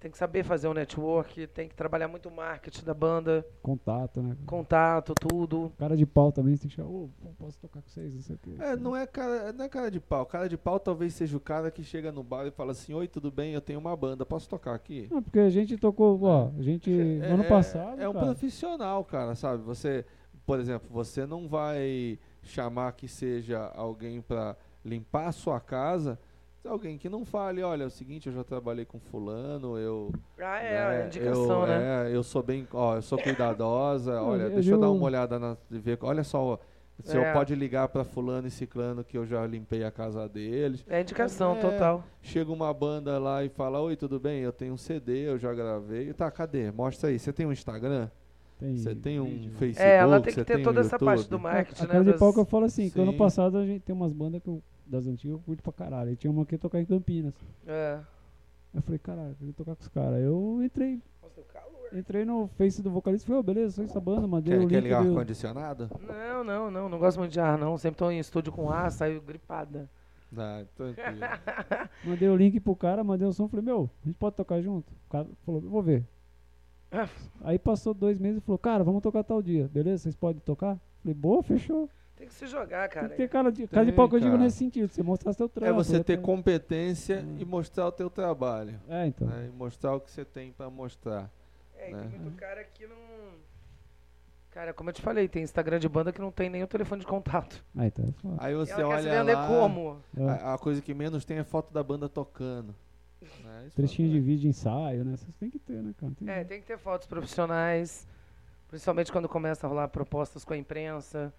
Speaker 3: Tem que saber fazer o network, tem que trabalhar muito o marketing da banda,
Speaker 2: Contato, né?
Speaker 3: contato, tudo.
Speaker 2: Cara de pau também, você tem que chegar, ô, pô, posso tocar com vocês, não sei o quê.
Speaker 1: É, não é cara, não é cara de pau. Cara de pau talvez seja o cara que chega no bar e fala assim: "Oi, tudo bem? Eu tenho uma banda, posso tocar aqui?"
Speaker 2: Não, É, porque a gente tocou, ó, a gente, no
Speaker 1: É-
Speaker 2: ano
Speaker 1: é-
Speaker 2: passado,
Speaker 1: é, um
Speaker 2: cara,
Speaker 1: profissional, cara, sabe? Você, por exemplo, você não vai chamar que seja alguém pra limpar a sua casa, alguém que não fale, olha, é o seguinte, eu já trabalhei com fulano, eu
Speaker 3: Ah, é,
Speaker 1: né?
Speaker 3: a indicação,
Speaker 1: eu,
Speaker 3: né?
Speaker 1: É, eu sou bem, ó, eu sou cuidadosa.
Speaker 2: Não,
Speaker 1: olha,
Speaker 2: eu
Speaker 1: deixa eu dar
Speaker 2: digo-
Speaker 1: uma olhada na e ver. Olha só, ó, o senhor
Speaker 3: É.
Speaker 1: pode ligar pra fulano e ciclano que eu já limpei a casa deles.
Speaker 3: É a indicação
Speaker 1: É.
Speaker 3: total.
Speaker 1: Chega uma banda lá e fala: "Oi, tudo bem? Eu tenho um CD, eu já gravei. Tá, cadê? Mostra aí. Você tem um Instagram?
Speaker 2: tem
Speaker 1: Você tem um
Speaker 2: vídeo.
Speaker 1: Facebook?
Speaker 3: É, ela tem
Speaker 1: Você
Speaker 3: que ter
Speaker 1: um
Speaker 3: toda essa parte
Speaker 1: YouTube?"
Speaker 3: do marketing,
Speaker 2: a
Speaker 3: né?
Speaker 2: cara de
Speaker 3: das-
Speaker 2: pau que eu falo assim, que ano
Speaker 1: Sim.
Speaker 2: passado a gente tem umas bandas que eu, das antigas eu curto pra caralho. E tinha uma que ia tocar em Campinas.
Speaker 3: É.
Speaker 2: Eu falei, caralho, eu queria tocar com os caras. Eu entrei. Entrei no Face do vocalista e falei, ô, beleza, sou essa banda, mandei
Speaker 1: Quer,
Speaker 2: o um link.
Speaker 1: quer ligar o
Speaker 2: deu-
Speaker 1: ar-condicionado?
Speaker 3: Não, não, não, não gosto muito de ar, não. Sempre tô em estúdio com ar, saio gripada.
Speaker 1: Não,
Speaker 2: *laughs*
Speaker 1: tranquilo.
Speaker 2: Mandei o link pro cara, mandei o som, falei, meu, a gente pode tocar junto? O cara falou, vou ver. Aí passou dois meses e falou, cara, vamos tocar tal dia, beleza? Vocês podem tocar? Falei, boa, fechou.
Speaker 3: Tem que se
Speaker 2: Tem
Speaker 3: jogar,
Speaker 2: que
Speaker 3: cara.
Speaker 2: ter cara de, cara de
Speaker 1: Tem,
Speaker 2: pau que eu digo
Speaker 1: cara.
Speaker 2: nesse sentido, você mostrar seu trampo.
Speaker 1: É você
Speaker 2: já
Speaker 1: ter
Speaker 2: tá-
Speaker 1: competência e mostrar o teu trabalho,
Speaker 2: É, então.
Speaker 1: né? E mostrar o que você tem pra mostrar.
Speaker 3: É, e
Speaker 1: né?
Speaker 3: tem muito cara que não. Cara, como eu te falei, tem Instagram de banda que não tem nem o telefone de contato.
Speaker 2: Ah, então é foda.
Speaker 1: Aí
Speaker 3: E
Speaker 1: você
Speaker 3: ela quer se
Speaker 1: olha
Speaker 3: vender
Speaker 1: lá,
Speaker 3: como?
Speaker 2: É,
Speaker 1: A, a coisa que menos tem é foto da banda tocando. Né? Isso
Speaker 2: trechinho de
Speaker 1: fala,
Speaker 2: vídeo, ensaio, né? Vocês têm que ter, né, cara? Tem-
Speaker 1: Uhum.
Speaker 3: É, tem que ter fotos profissionais, principalmente quando começa a rolar propostas com a imprensa.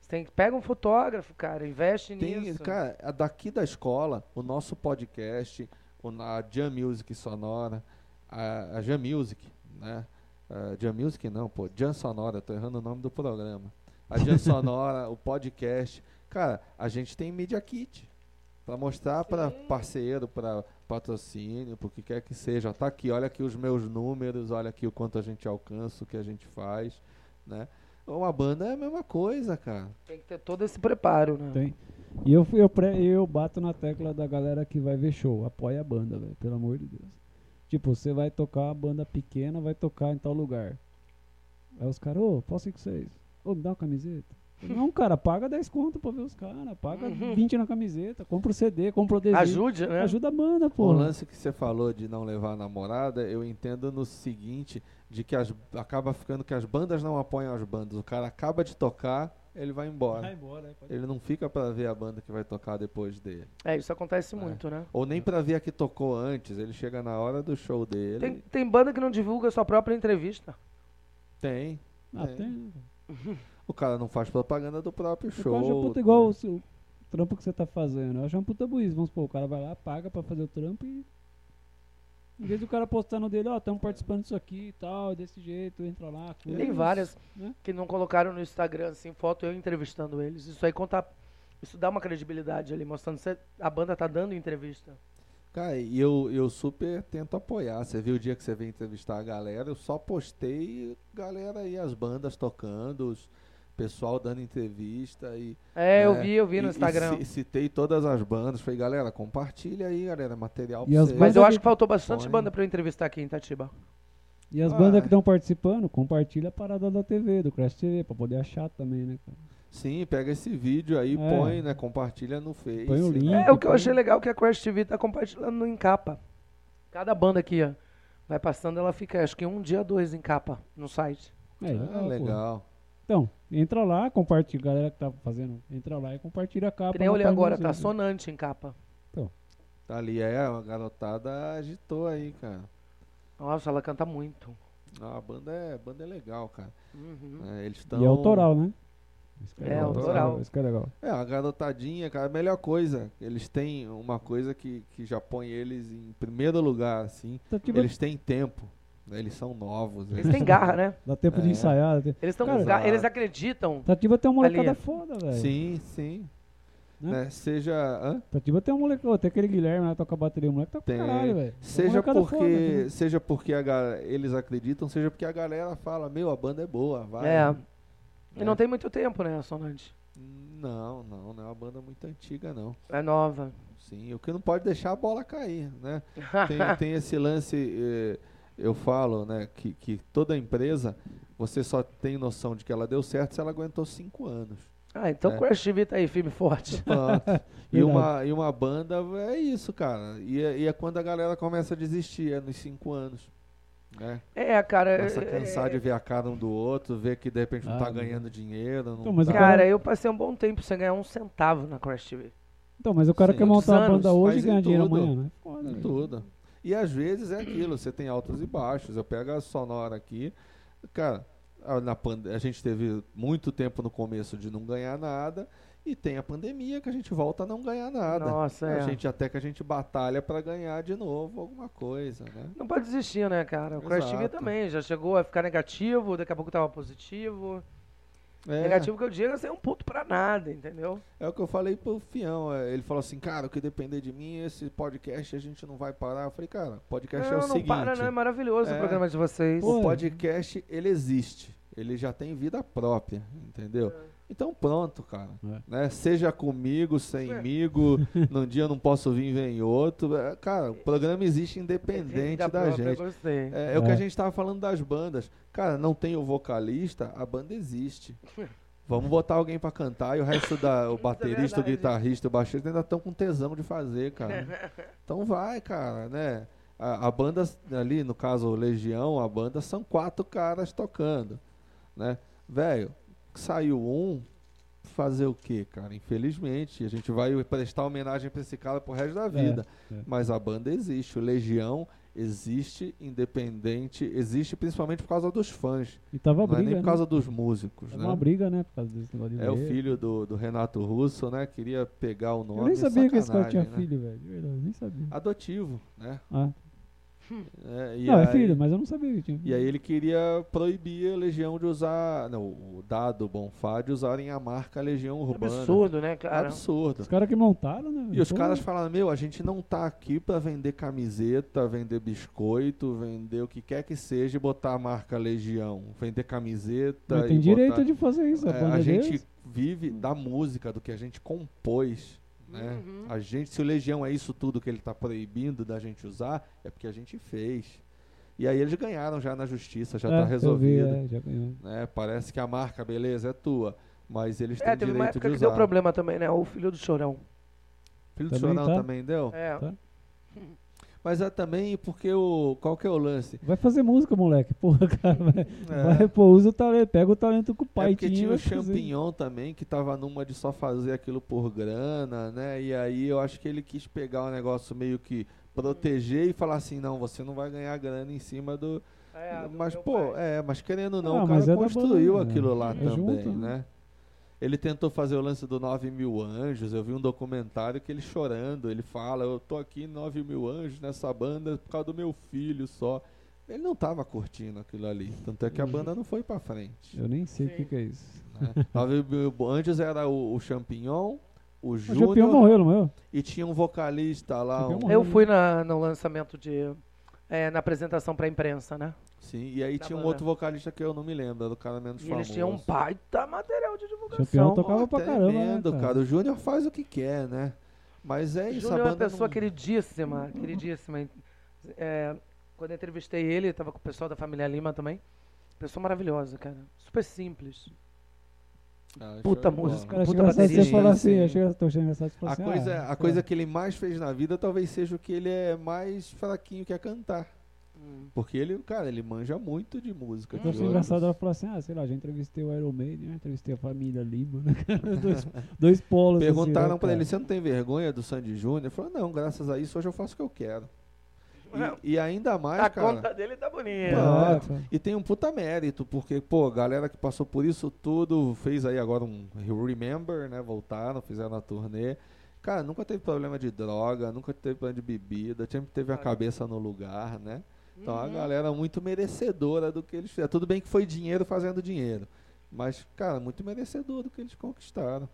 Speaker 3: Você tem que pega um fotógrafo, cara, investe
Speaker 1: Tem,
Speaker 3: nisso.
Speaker 1: cara, a daqui da escola, o nosso podcast, o, na- a Jam Music Sonora, a, a Jam Music, né? A Jam Music não, pô, Jam Sonora, tô errando o nome do programa. A Jam Sonora, o podcast. Cara, a gente tem Media Kit pra mostrar pra parceiro, pra patrocínio, pro que quer que seja. Ó, Tá aqui, olha aqui os meus números, olha aqui o quanto a gente alcança, o que a gente faz, né? Uma banda é a mesma coisa, cara.
Speaker 3: Tem que ter todo esse preparo, né?
Speaker 2: Tem. E eu, fui- eu, pre- eu bato na tecla da galera que vai ver show. Apoia a banda, velho. Pelo amor de Deus. Tipo, você vai tocar a banda pequena, vai tocar em tal lugar. Aí os caras, ô, posso ir com vocês? Ô, me dá uma camiseta. Eu, Não, cara, paga 10 conto pra ver os caras. Paga 20 na camiseta. Compra o CD, compra o adesivo.
Speaker 3: Ajude, né?
Speaker 2: Uhum. Ajuda a banda,
Speaker 1: O
Speaker 2: pô.
Speaker 1: lance que você falou de não levar a namorada, eu entendo no seguinte, de que as- acaba ficando que as bandas não apoiam as bandas. O cara acaba de tocar, ele vai embora.
Speaker 2: embora, né?
Speaker 1: Ele não fica pra ver a banda que vai tocar depois dele.
Speaker 3: É, isso acontece
Speaker 1: É.
Speaker 3: muito, né?
Speaker 1: Ou nem pra ver a que tocou antes. Ele chega na hora do show dele.
Speaker 3: Tem, tem banda que não divulga a sua própria entrevista.
Speaker 1: Tem.
Speaker 2: Ah,
Speaker 1: É.
Speaker 2: tem.
Speaker 1: O cara não faz propaganda do próprio
Speaker 2: Eu acho uma
Speaker 1: show.
Speaker 2: puta igual o seu trampo que você tá fazendo. Eu acho uma puta buíça. Vamos supor, o cara vai lá, paga pra fazer o trampo e. Em vez do cara postar no dele, ó, estamos participando disso aqui e tal, desse jeito, entra lá. curte.
Speaker 3: Tem várias
Speaker 2: né?
Speaker 3: que não colocaram no Instagram, assim, foto eu entrevistando eles. Isso aí conta. Isso dá uma credibilidade ali, mostrando que a banda tá dando entrevista.
Speaker 1: Cara, e eu, eu super tento apoiar. Você viu o dia que você veio entrevistar a galera, eu só postei galera aí, as bandas tocando, os pessoal dando entrevista e.
Speaker 3: É, eu
Speaker 1: né,
Speaker 3: vi, eu vi
Speaker 1: e-
Speaker 3: no
Speaker 1: e
Speaker 3: Instagram.
Speaker 1: ci- citei todas as bandas. Falei, galera, compartilha aí, galera, material
Speaker 2: E
Speaker 1: pra
Speaker 2: as
Speaker 1: vocês.
Speaker 3: Mas
Speaker 2: bandas-
Speaker 3: eu
Speaker 2: Mas
Speaker 3: acho
Speaker 2: ele
Speaker 3: que faltou bastante
Speaker 1: põe-
Speaker 3: banda pra eu entrevistar aqui em Itatiba.
Speaker 2: E as
Speaker 1: Ah,
Speaker 2: bandas
Speaker 1: é.
Speaker 2: que estão participando, compartilha a parada da TV, do Crash TV, pra poder achar também, né, cara?
Speaker 1: Sim, pega esse vídeo aí,
Speaker 2: É.
Speaker 1: põe, né? Compartilha no Face.
Speaker 2: Põe o
Speaker 1: né?
Speaker 2: link.
Speaker 3: É, o que eu
Speaker 2: põe-
Speaker 3: achei legal é que a Crash TV tá compartilhando em capa. Cada banda aqui, ó, vai passando, ela fica, acho que um dia, dois em capa no site.
Speaker 2: É,
Speaker 1: Ah,
Speaker 2: pô.
Speaker 1: legal.
Speaker 2: Então, entra lá, compartilha, galera que tá fazendo, entra lá e compartilha a capa.
Speaker 3: Que nem eu
Speaker 2: na
Speaker 3: olhei
Speaker 2: página
Speaker 3: agora,
Speaker 2: dos
Speaker 3: tá
Speaker 2: outros.
Speaker 3: sonante em capa.
Speaker 1: Tá ali, é, a garotada agitou aí, cara.
Speaker 3: Nossa, ela canta muito.
Speaker 1: Ah, a banda é, a banda é legal, cara.
Speaker 3: Uhum.
Speaker 1: É, eles
Speaker 2: E é
Speaker 1: tão-
Speaker 2: autoral, né? Esse cara
Speaker 3: É,
Speaker 2: legal,
Speaker 3: o
Speaker 2: esse
Speaker 3: Doral.
Speaker 2: cara- Esse cara é legal.
Speaker 1: É, a garotadinha, cara, a melhor coisa. Eles têm uma coisa que, que já põe eles em primeiro lugar, assim.
Speaker 2: Tá, tipo,
Speaker 1: Eles têm tempo. né? Eles são novos.
Speaker 3: Eles
Speaker 1: *laughs*
Speaker 3: têm garra, né?
Speaker 2: Dá tempo de
Speaker 1: É.
Speaker 2: ensaiar. dá tempo-
Speaker 3: Eles estão
Speaker 2: Cara,
Speaker 3: com garra, eles acreditam.
Speaker 2: Tatiba tem uma molecada
Speaker 3: Ali. é.
Speaker 2: foda, velho.
Speaker 1: Sim, sim.
Speaker 2: Né?
Speaker 1: Né? Seja. hã?
Speaker 2: Tatiba tem um moleque, ó, tem aquele Guilherme lá, toca bateria, o moleque tá com
Speaker 1: Tem.
Speaker 2: caralho, velho. Tem uma
Speaker 1: Seja
Speaker 2: molecada
Speaker 1: porque,
Speaker 2: foda, né?
Speaker 1: seja porque a ga- eles acreditam, seja porque a galera fala, meu, a banda é boa, vai.
Speaker 3: É. E
Speaker 1: É.
Speaker 3: não tem muito tempo, né, Sonante?
Speaker 1: Não, não, não é uma banda muito antiga, não.
Speaker 3: É nova.
Speaker 1: Sim, o que não pode deixar a bola cair, né? Tem, tem esse lance, eh, eu falo, né, que, que toda empresa, você só tem noção de que ela deu certo se ela aguentou cinco anos.
Speaker 3: ah, então
Speaker 1: É.
Speaker 3: o Crash TV tá aí, firme e forte.
Speaker 1: Pronto. e, uma, e uma banda é isso, cara. E é, e é quando a galera começa a desistir, é nos cinco anos. Né?
Speaker 3: *laughs* É, cara.
Speaker 1: Começa a
Speaker 3: é-
Speaker 1: cansar de ver a cara um do outro, ver que de repente não
Speaker 2: Ah,
Speaker 1: tá
Speaker 2: não.
Speaker 1: ganhando dinheiro. Não
Speaker 2: Então, mas o
Speaker 1: tá.
Speaker 3: Cara, eu passei um bom tempo sem ganhar um centavo na Crash TV.
Speaker 2: Então, mas o cara
Speaker 1: Sim,
Speaker 2: quer montar uma
Speaker 3: anos,
Speaker 2: banda hoje e
Speaker 1: faz em
Speaker 2: ganhar dinheiro
Speaker 1: tudo.
Speaker 2: amanhã, né? Foda,
Speaker 1: Em
Speaker 2: velho.
Speaker 1: tudo. E às vezes é aquilo, você tem altos e baixos. Eu pego a sonora aqui, cara, a, na pande- a gente teve muito tempo no começo de não ganhar nada, e tem a pandemia que a gente volta a não ganhar nada.
Speaker 3: Nossa,
Speaker 1: a
Speaker 3: é.
Speaker 1: gente até que a gente batalha pra ganhar de novo alguma coisa, né?
Speaker 3: Não pode desistir, né, cara? O Crash TV
Speaker 1: Exato.
Speaker 3: também já chegou a ficar negativo, daqui a pouco tava positivo.
Speaker 1: É,
Speaker 3: Negativo que eu digo é ser um puto pra nada, entendeu?
Speaker 1: é o que eu falei pro Fião. é, Ele falou assim, cara, o que depender de mim, esse podcast a gente não vai parar. Eu falei, cara, podcast é o
Speaker 3: não, não
Speaker 1: seguinte.
Speaker 3: para, não. É maravilhoso
Speaker 1: É.
Speaker 3: o programa de vocês.
Speaker 2: Pô,
Speaker 1: O podcast, ele existe. Ele já tem vida própria, entendeu? Então pronto, cara.
Speaker 2: É.
Speaker 1: Né? Seja comigo,
Speaker 2: *laughs*
Speaker 1: semigo, num dia eu não posso vir, vem outro. É, Cara, o programa existe independente da
Speaker 3: Vida própria,
Speaker 1: gente.
Speaker 3: Eu gostei.
Speaker 1: É, é o que
Speaker 2: É.
Speaker 1: a gente tava falando das bandas. Cara, não tem o vocalista, a banda existe. Vamos botar alguém pra cantar e o resto da o baterista, o
Speaker 3: verdade.
Speaker 1: guitarrista, o baixista ainda estão com tesão de fazer, cara. Então vai, cara, né? A, a banda ali, no caso Legião, a banda são quatro caras tocando, né? Velho, saiu um, fazer o quê, cara? Infelizmente, a gente vai prestar homenagem pra esse cara pro resto da vida.
Speaker 2: é.
Speaker 1: Mas a banda existe, o Legião existe, independente, existe principalmente por causa dos fãs,
Speaker 2: E tava
Speaker 1: não é
Speaker 2: briga,
Speaker 1: nem por
Speaker 2: né?
Speaker 1: causa dos músicos,
Speaker 2: Tava
Speaker 1: né?
Speaker 2: uma briga, né? Por causa desse negócio de
Speaker 1: É o
Speaker 2: ver.
Speaker 1: filho do, do Renato Russo, né? Queria pegar o nome. é
Speaker 2: Eu nem sabia que esse cara
Speaker 1: sacanagem,
Speaker 2: tinha
Speaker 1: né?
Speaker 2: filho, velho. de verdade, nem sabia.
Speaker 1: Adotivo, né?
Speaker 2: Ah.
Speaker 1: É, e
Speaker 2: Não,
Speaker 1: aí,
Speaker 2: é filho, mas eu não sabia que tinha
Speaker 1: E aí ele queria proibir a Legião de usar, não, o Dado Bonfá de usarem a marca Legião Urbana.
Speaker 3: Absurdo, né, cara?
Speaker 1: Absurdo.
Speaker 2: Os caras que montaram, né?
Speaker 1: E
Speaker 2: velho?
Speaker 1: os
Speaker 2: Pô,
Speaker 1: caras falaram, meu, a gente não tá aqui pra vender camiseta, vender biscoito, vender o que quer que seja e botar a marca Legião, vender camiseta.
Speaker 2: mas
Speaker 1: e
Speaker 2: tem direito
Speaker 1: botar...
Speaker 2: de fazer isso, a
Speaker 1: É,
Speaker 2: banda
Speaker 1: a gente
Speaker 2: deles.
Speaker 1: vive da música, do que a gente compôs. Né?
Speaker 3: Uhum.
Speaker 1: A gente, se o Legião é isso tudo que ele tá proibindo da gente usar, é porque a gente fez. E aí eles ganharam já na justiça, já
Speaker 2: É,
Speaker 1: tá
Speaker 2: eu vi,
Speaker 1: resolvido.
Speaker 2: é, já ganhou.
Speaker 1: né? Parece que a marca, beleza, é tua. Mas eles têm
Speaker 3: É, teve
Speaker 1: direito
Speaker 3: uma época
Speaker 1: de
Speaker 3: que
Speaker 1: usar.
Speaker 3: deu problema também, né? O filho do chorão.
Speaker 1: Filho do
Speaker 2: Também
Speaker 1: Chorão
Speaker 2: tá.
Speaker 1: também deu?
Speaker 3: É.
Speaker 2: Tá.
Speaker 1: Mas é também porque o. Qual que é o lance?
Speaker 2: Vai fazer música, moleque. *laughs* Porra, cara. Vai,
Speaker 1: É.
Speaker 2: vai, pô, usa o talento. Pega o talento que o
Speaker 1: É
Speaker 2: pai
Speaker 1: porque tinha
Speaker 2: vai
Speaker 1: o
Speaker 2: fazer.
Speaker 1: Champignon também, que tava numa de só fazer aquilo por grana, né? E aí eu acho que ele quis pegar um negócio meio que proteger e falar assim, não, você não vai ganhar grana em cima do...
Speaker 3: É, do
Speaker 1: mas,
Speaker 3: meu
Speaker 1: pô,
Speaker 3: pai.
Speaker 1: é, mas querendo ou não,
Speaker 2: Ah,
Speaker 1: o
Speaker 2: mas é
Speaker 1: cara
Speaker 2: da
Speaker 1: construiu
Speaker 2: banda,
Speaker 1: aquilo lá
Speaker 2: é
Speaker 1: também,
Speaker 2: junto, né?
Speaker 1: né? Ele tentou fazer o lance do 9 mil anjos, eu vi um documentário que ele chorando, ele fala, eu tô aqui 9 mil anjos nessa banda por causa do meu filho só. Ele não tava curtindo aquilo ali, tanto é
Speaker 2: Uhum.
Speaker 1: que a banda não foi pra
Speaker 2: *laughs*
Speaker 1: frente.
Speaker 2: Eu nem sei o que, que é isso.
Speaker 1: né? Nove Bilbo- antes era o, o Champignon, o
Speaker 2: O Champion
Speaker 1: Júnior
Speaker 2: morreu, não morreu?
Speaker 1: e tinha um vocalista lá.
Speaker 2: Champignon
Speaker 1: um-
Speaker 2: morreu.
Speaker 3: Eu fui na, no lançamento de. é, na apresentação pra imprensa, né?
Speaker 1: sim, e aí
Speaker 3: Da
Speaker 1: tinha um
Speaker 3: banda.
Speaker 1: outro vocalista que eu não me lembro, era do cara menos
Speaker 3: E
Speaker 1: famoso.
Speaker 3: eles tinham um baita material de divulgação.
Speaker 2: Champion
Speaker 1: Pô,
Speaker 2: tocava pra caramba, né,
Speaker 1: tremendo,
Speaker 2: cara?
Speaker 1: cara. O Júnior faz o que quer, né? Mas é isso,
Speaker 3: Júnior é
Speaker 1: a
Speaker 3: uma
Speaker 1: banda
Speaker 3: pessoa
Speaker 1: não...
Speaker 3: queridíssima, queridíssima. É, quando eu entrevistei ele, tava com o pessoal da família Lima também. Pessoa maravilhosa, cara. Super simples.
Speaker 1: Ah,
Speaker 3: Puta
Speaker 1: show de bola.
Speaker 3: música.
Speaker 2: Cara, achei
Speaker 3: Puta
Speaker 2: engraçado
Speaker 3: bateria,
Speaker 2: você falar
Speaker 1: sim,
Speaker 2: assim.
Speaker 1: sim.
Speaker 2: Achei tô achando engraçado você falar
Speaker 1: A
Speaker 2: assim.
Speaker 1: coisa, é,
Speaker 2: ah,
Speaker 1: a coisa que ele mais fez na vida talvez seja o que ele é mais fraquinho que é cantar.
Speaker 3: Hum.
Speaker 1: Porque ele, cara, ele manja muito de música.
Speaker 2: Eu
Speaker 1: de
Speaker 2: achei
Speaker 1: outros.
Speaker 2: engraçado ela falar assim, ah, sei lá, já entrevistei o Iron Maiden, já entrevistei a família Lima, né, cara? *laughs* Dois, dois polos. assim, né,
Speaker 1: Perguntaram pra
Speaker 2: cara?
Speaker 1: ele, você não tem vergonha do Sandy Júnior? Ele falou, não, graças a isso hoje eu faço o que eu quero.
Speaker 3: Não.
Speaker 1: E, e ainda mais,
Speaker 3: a
Speaker 1: cara.
Speaker 3: conta dele É. tá
Speaker 2: É,
Speaker 3: bonita.
Speaker 1: Não.
Speaker 2: Exato.
Speaker 1: E tem um puta mérito, porque, pô, a galera que passou por isso tudo fez aí agora um Remember, né? Voltaram, fizeram a turnê. Cara, nunca teve problema de droga, nunca teve problema de bebida, sempre teve a cabeça no lugar, né?
Speaker 2: Tá,
Speaker 1: Então
Speaker 3: Uhum.
Speaker 1: a galera muito merecedora do que eles fizeram. Tudo bem que foi dinheiro fazendo dinheiro. Mas, cara, muito merecedor do que eles conquistaram.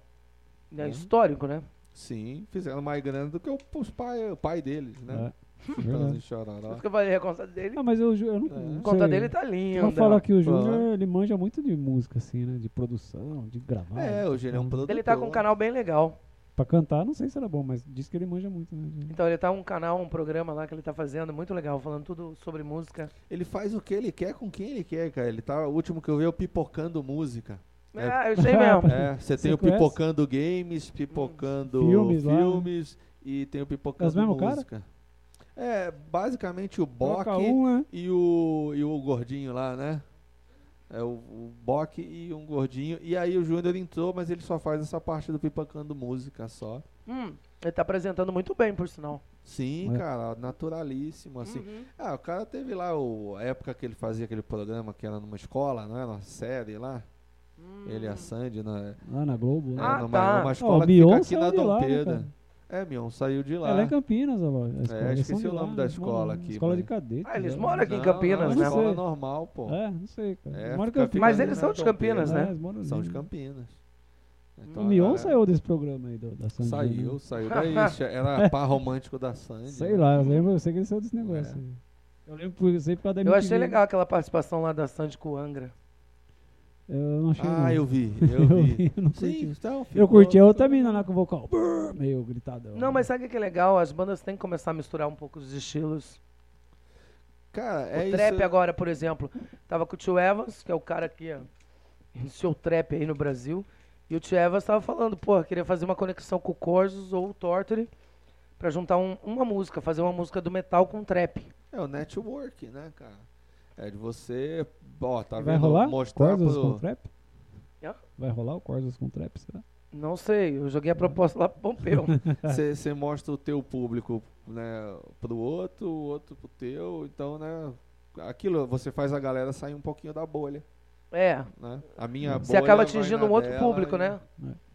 Speaker 3: É histórico,
Speaker 2: Tá.
Speaker 3: né?
Speaker 1: Sim, fizeram mais grande do que o- os pai, o pai deles, né?
Speaker 2: É,
Speaker 1: Chitãozinho
Speaker 2: verdade.
Speaker 1: e Chororó.
Speaker 3: Por isso que eu falei, a conta dele,
Speaker 2: Ah, mas eu, ju- eu não,
Speaker 1: É.
Speaker 2: não
Speaker 3: a conta
Speaker 2: sei.
Speaker 3: dele tá linda.
Speaker 2: Vamos falar que o
Speaker 1: Claro.
Speaker 2: Júnior, ele manja muito de música, assim, né? De produção, de gravar.
Speaker 1: É, hoje ele é um
Speaker 2: Então,
Speaker 1: produtor.
Speaker 3: Ele tá com um canal bem legal.
Speaker 2: Pra cantar, não sei se era bom, mas diz que ele manja muito, né? de-
Speaker 3: Então ele tá um canal, um programa lá que ele tá fazendo, muito legal, falando tudo sobre música.
Speaker 1: Ele faz o que ele quer com quem ele quer, cara. Ele tá, o último que eu vi é o Pipocando
Speaker 2: *laughs*
Speaker 1: Música. É.
Speaker 3: Ah, eu sei
Speaker 1: *laughs*
Speaker 3: mesmo.
Speaker 1: É, você tem
Speaker 2: Você
Speaker 1: o
Speaker 2: conhece?
Speaker 1: Pipocando Games, Pipocando
Speaker 2: Filmes
Speaker 1: Filmes,
Speaker 2: lá, né?
Speaker 1: e tem o
Speaker 2: É os
Speaker 1: Pipocando
Speaker 2: mesmo cara?
Speaker 1: Música. É, basicamente o Bock
Speaker 2: Toca um, né?
Speaker 1: e, o, e o gordinho lá, né? É o, o Bock e um gordinho. E aí o Júnior entrou, mas ele só faz essa parte do Pipocando Música só.
Speaker 3: Hum, ele tá apresentando muito bem, por sinal.
Speaker 1: Sim,
Speaker 2: É.
Speaker 1: cara, naturalíssimo, assim. Ah, o cara teve lá o, a época que ele fazia aquele programa que era numa escola, não era? Uma série lá. Ele e a Sandy, né?
Speaker 2: Lá na Globo, né?
Speaker 3: Hum. Ah,
Speaker 1: é, numa,
Speaker 3: tá.
Speaker 1: numa
Speaker 2: Ó,
Speaker 1: escola
Speaker 2: o
Speaker 1: que fica
Speaker 2: Mion
Speaker 1: aqui
Speaker 2: saiu
Speaker 1: na
Speaker 2: de lá,
Speaker 1: Dom
Speaker 2: né,
Speaker 1: Pedro.
Speaker 2: cara?
Speaker 1: é, Mion saiu de lá.
Speaker 2: Ela é em Campinas, a loja. a escola, eles são
Speaker 1: esqueci
Speaker 2: de
Speaker 1: o
Speaker 2: lá,
Speaker 1: nome da
Speaker 2: eles moram
Speaker 1: escola
Speaker 2: lá.
Speaker 1: aqui,
Speaker 2: Escola de
Speaker 1: mas-
Speaker 2: cadetes.
Speaker 3: Ah, eles
Speaker 2: né?
Speaker 3: moram aqui em
Speaker 1: Não,
Speaker 3: Campinas,
Speaker 1: não,
Speaker 3: né?
Speaker 2: mas
Speaker 1: Escola
Speaker 2: sei.
Speaker 1: normal, pô.
Speaker 2: É, não sei, cara.
Speaker 1: É,
Speaker 2: Eles moram em
Speaker 1: fica-
Speaker 2: Campinas.
Speaker 3: Mas
Speaker 1: ali
Speaker 3: eles
Speaker 1: na
Speaker 3: são de
Speaker 1: Dom
Speaker 3: Campinas,
Speaker 2: É,
Speaker 3: né? Hum.
Speaker 2: eles moram
Speaker 1: São
Speaker 2: ali,
Speaker 1: de
Speaker 2: né?
Speaker 1: Campinas.
Speaker 2: O
Speaker 1: Então,
Speaker 2: Mion
Speaker 1: ela-
Speaker 2: saiu desse programa aí do, da Sandy. né? É.
Speaker 1: Saiu, saiu daí.
Speaker 3: *laughs*
Speaker 1: Era par romântico da Sandy.
Speaker 2: Sei
Speaker 1: né?
Speaker 2: lá, eu lembro, eu sei que ele saiu desse
Speaker 1: É.
Speaker 2: negócio. aí. Eu lembro, por- eu sei por causa da
Speaker 3: Eu
Speaker 1: Uhum.
Speaker 2: MTV.
Speaker 3: achei legal aquela participação lá da Sandy com o Angra.
Speaker 2: Eu não achei
Speaker 1: Ah,
Speaker 2: não.
Speaker 1: eu vi, eu vi.
Speaker 2: *laughs* eu não curti.
Speaker 1: Sim, então,
Speaker 2: Eu
Speaker 1: ficou-
Speaker 2: curti a outra mina lá com o vocal brrr, meio
Speaker 1: Uhum.
Speaker 2: gritadão.
Speaker 3: Não, mas sabe o que é legal? As bandas têm que começar a misturar um pouco os estilos.
Speaker 1: Cara, é
Speaker 3: o
Speaker 1: isso.
Speaker 3: trap agora, por exemplo, tava com o Tio Evans, que é o cara que ó, *laughs* iniciou o trap aí no Brasil. E o Tio Evans tava falando, pô, queria fazer uma conexão com o Corsos ou o Torture pra juntar um- uma música, fazer uma música do metal com trap.
Speaker 1: É o network, né, cara? É de você, ó, tá
Speaker 2: Vai
Speaker 1: vendo?
Speaker 2: rolar?
Speaker 1: Mostrar
Speaker 2: Corsas com
Speaker 1: pro...
Speaker 2: trap?
Speaker 3: Hã?
Speaker 2: Vai rolar o Corsas com trap, será?
Speaker 3: Não sei, eu
Speaker 1: Hum.
Speaker 3: joguei a proposta lá pro
Speaker 1: *laughs*
Speaker 3: Pompeu. *laughs*
Speaker 1: Você mostra o teu público, né, pro outro, o outro pro teu, então, né, aquilo, você faz a galera sair um pouquinho da bolha,
Speaker 3: É,
Speaker 1: né? A minha bolha
Speaker 3: você
Speaker 1: vai
Speaker 3: acaba atingindo
Speaker 1: na
Speaker 3: um outro
Speaker 1: dela
Speaker 3: público,
Speaker 1: e-
Speaker 3: né?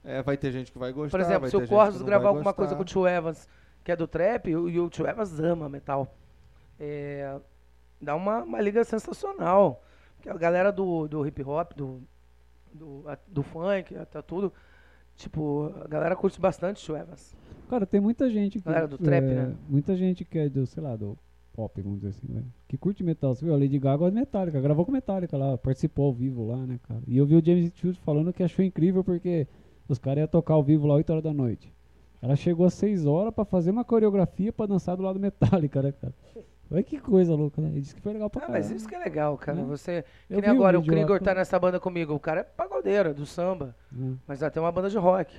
Speaker 1: É, vai ter gente que vai gostar,
Speaker 3: Por exemplo,
Speaker 1: vai
Speaker 3: se
Speaker 1: ter
Speaker 3: o
Speaker 1: gente que
Speaker 3: Corsos
Speaker 1: não
Speaker 3: gravar
Speaker 1: vai
Speaker 3: alguma coisa
Speaker 1: gostar.
Speaker 3: com o Tio Evans, que é do trap, e o, e o Tio Evans ama metal, é, dá uma, uma liga sensacional. Porque a galera do, do hip hop, do, do, a- do funk, até tudo, tipo, a galera curte bastante o Tio Evans.
Speaker 2: Cara, tem muita gente que.
Speaker 3: Galera do trap,
Speaker 2: é,
Speaker 3: né?
Speaker 2: Muita gente que é do, sei lá, do pop, vamos dizer assim, né? Que curte metal. Você viu? A Lady Gaga gosta de Metallica. Gravou com Metallica lá, participou ao vivo lá, né, cara? E eu vi o James Hetfield falando que achou incrível porque os caras iam tocar ao vivo lá 8 horas da noite. Ela chegou às 6 horas pra fazer uma coreografia pra dançar do lado do Metallica, né, cara? Olha que coisa louca, né? Ele disse que foi legal pra
Speaker 3: Ah,
Speaker 2: caralho.
Speaker 3: mas isso que é legal, cara.
Speaker 2: É.
Speaker 3: Você. Que
Speaker 2: Eu
Speaker 3: nem
Speaker 2: vi
Speaker 3: agora, o
Speaker 2: vídeo lá,
Speaker 3: Krigor tá
Speaker 2: cara.
Speaker 3: nessa banda comigo. O cara é pagodeiro, é do samba.
Speaker 2: Hum.
Speaker 3: Mas até uma banda de
Speaker 2: É,
Speaker 3: rock.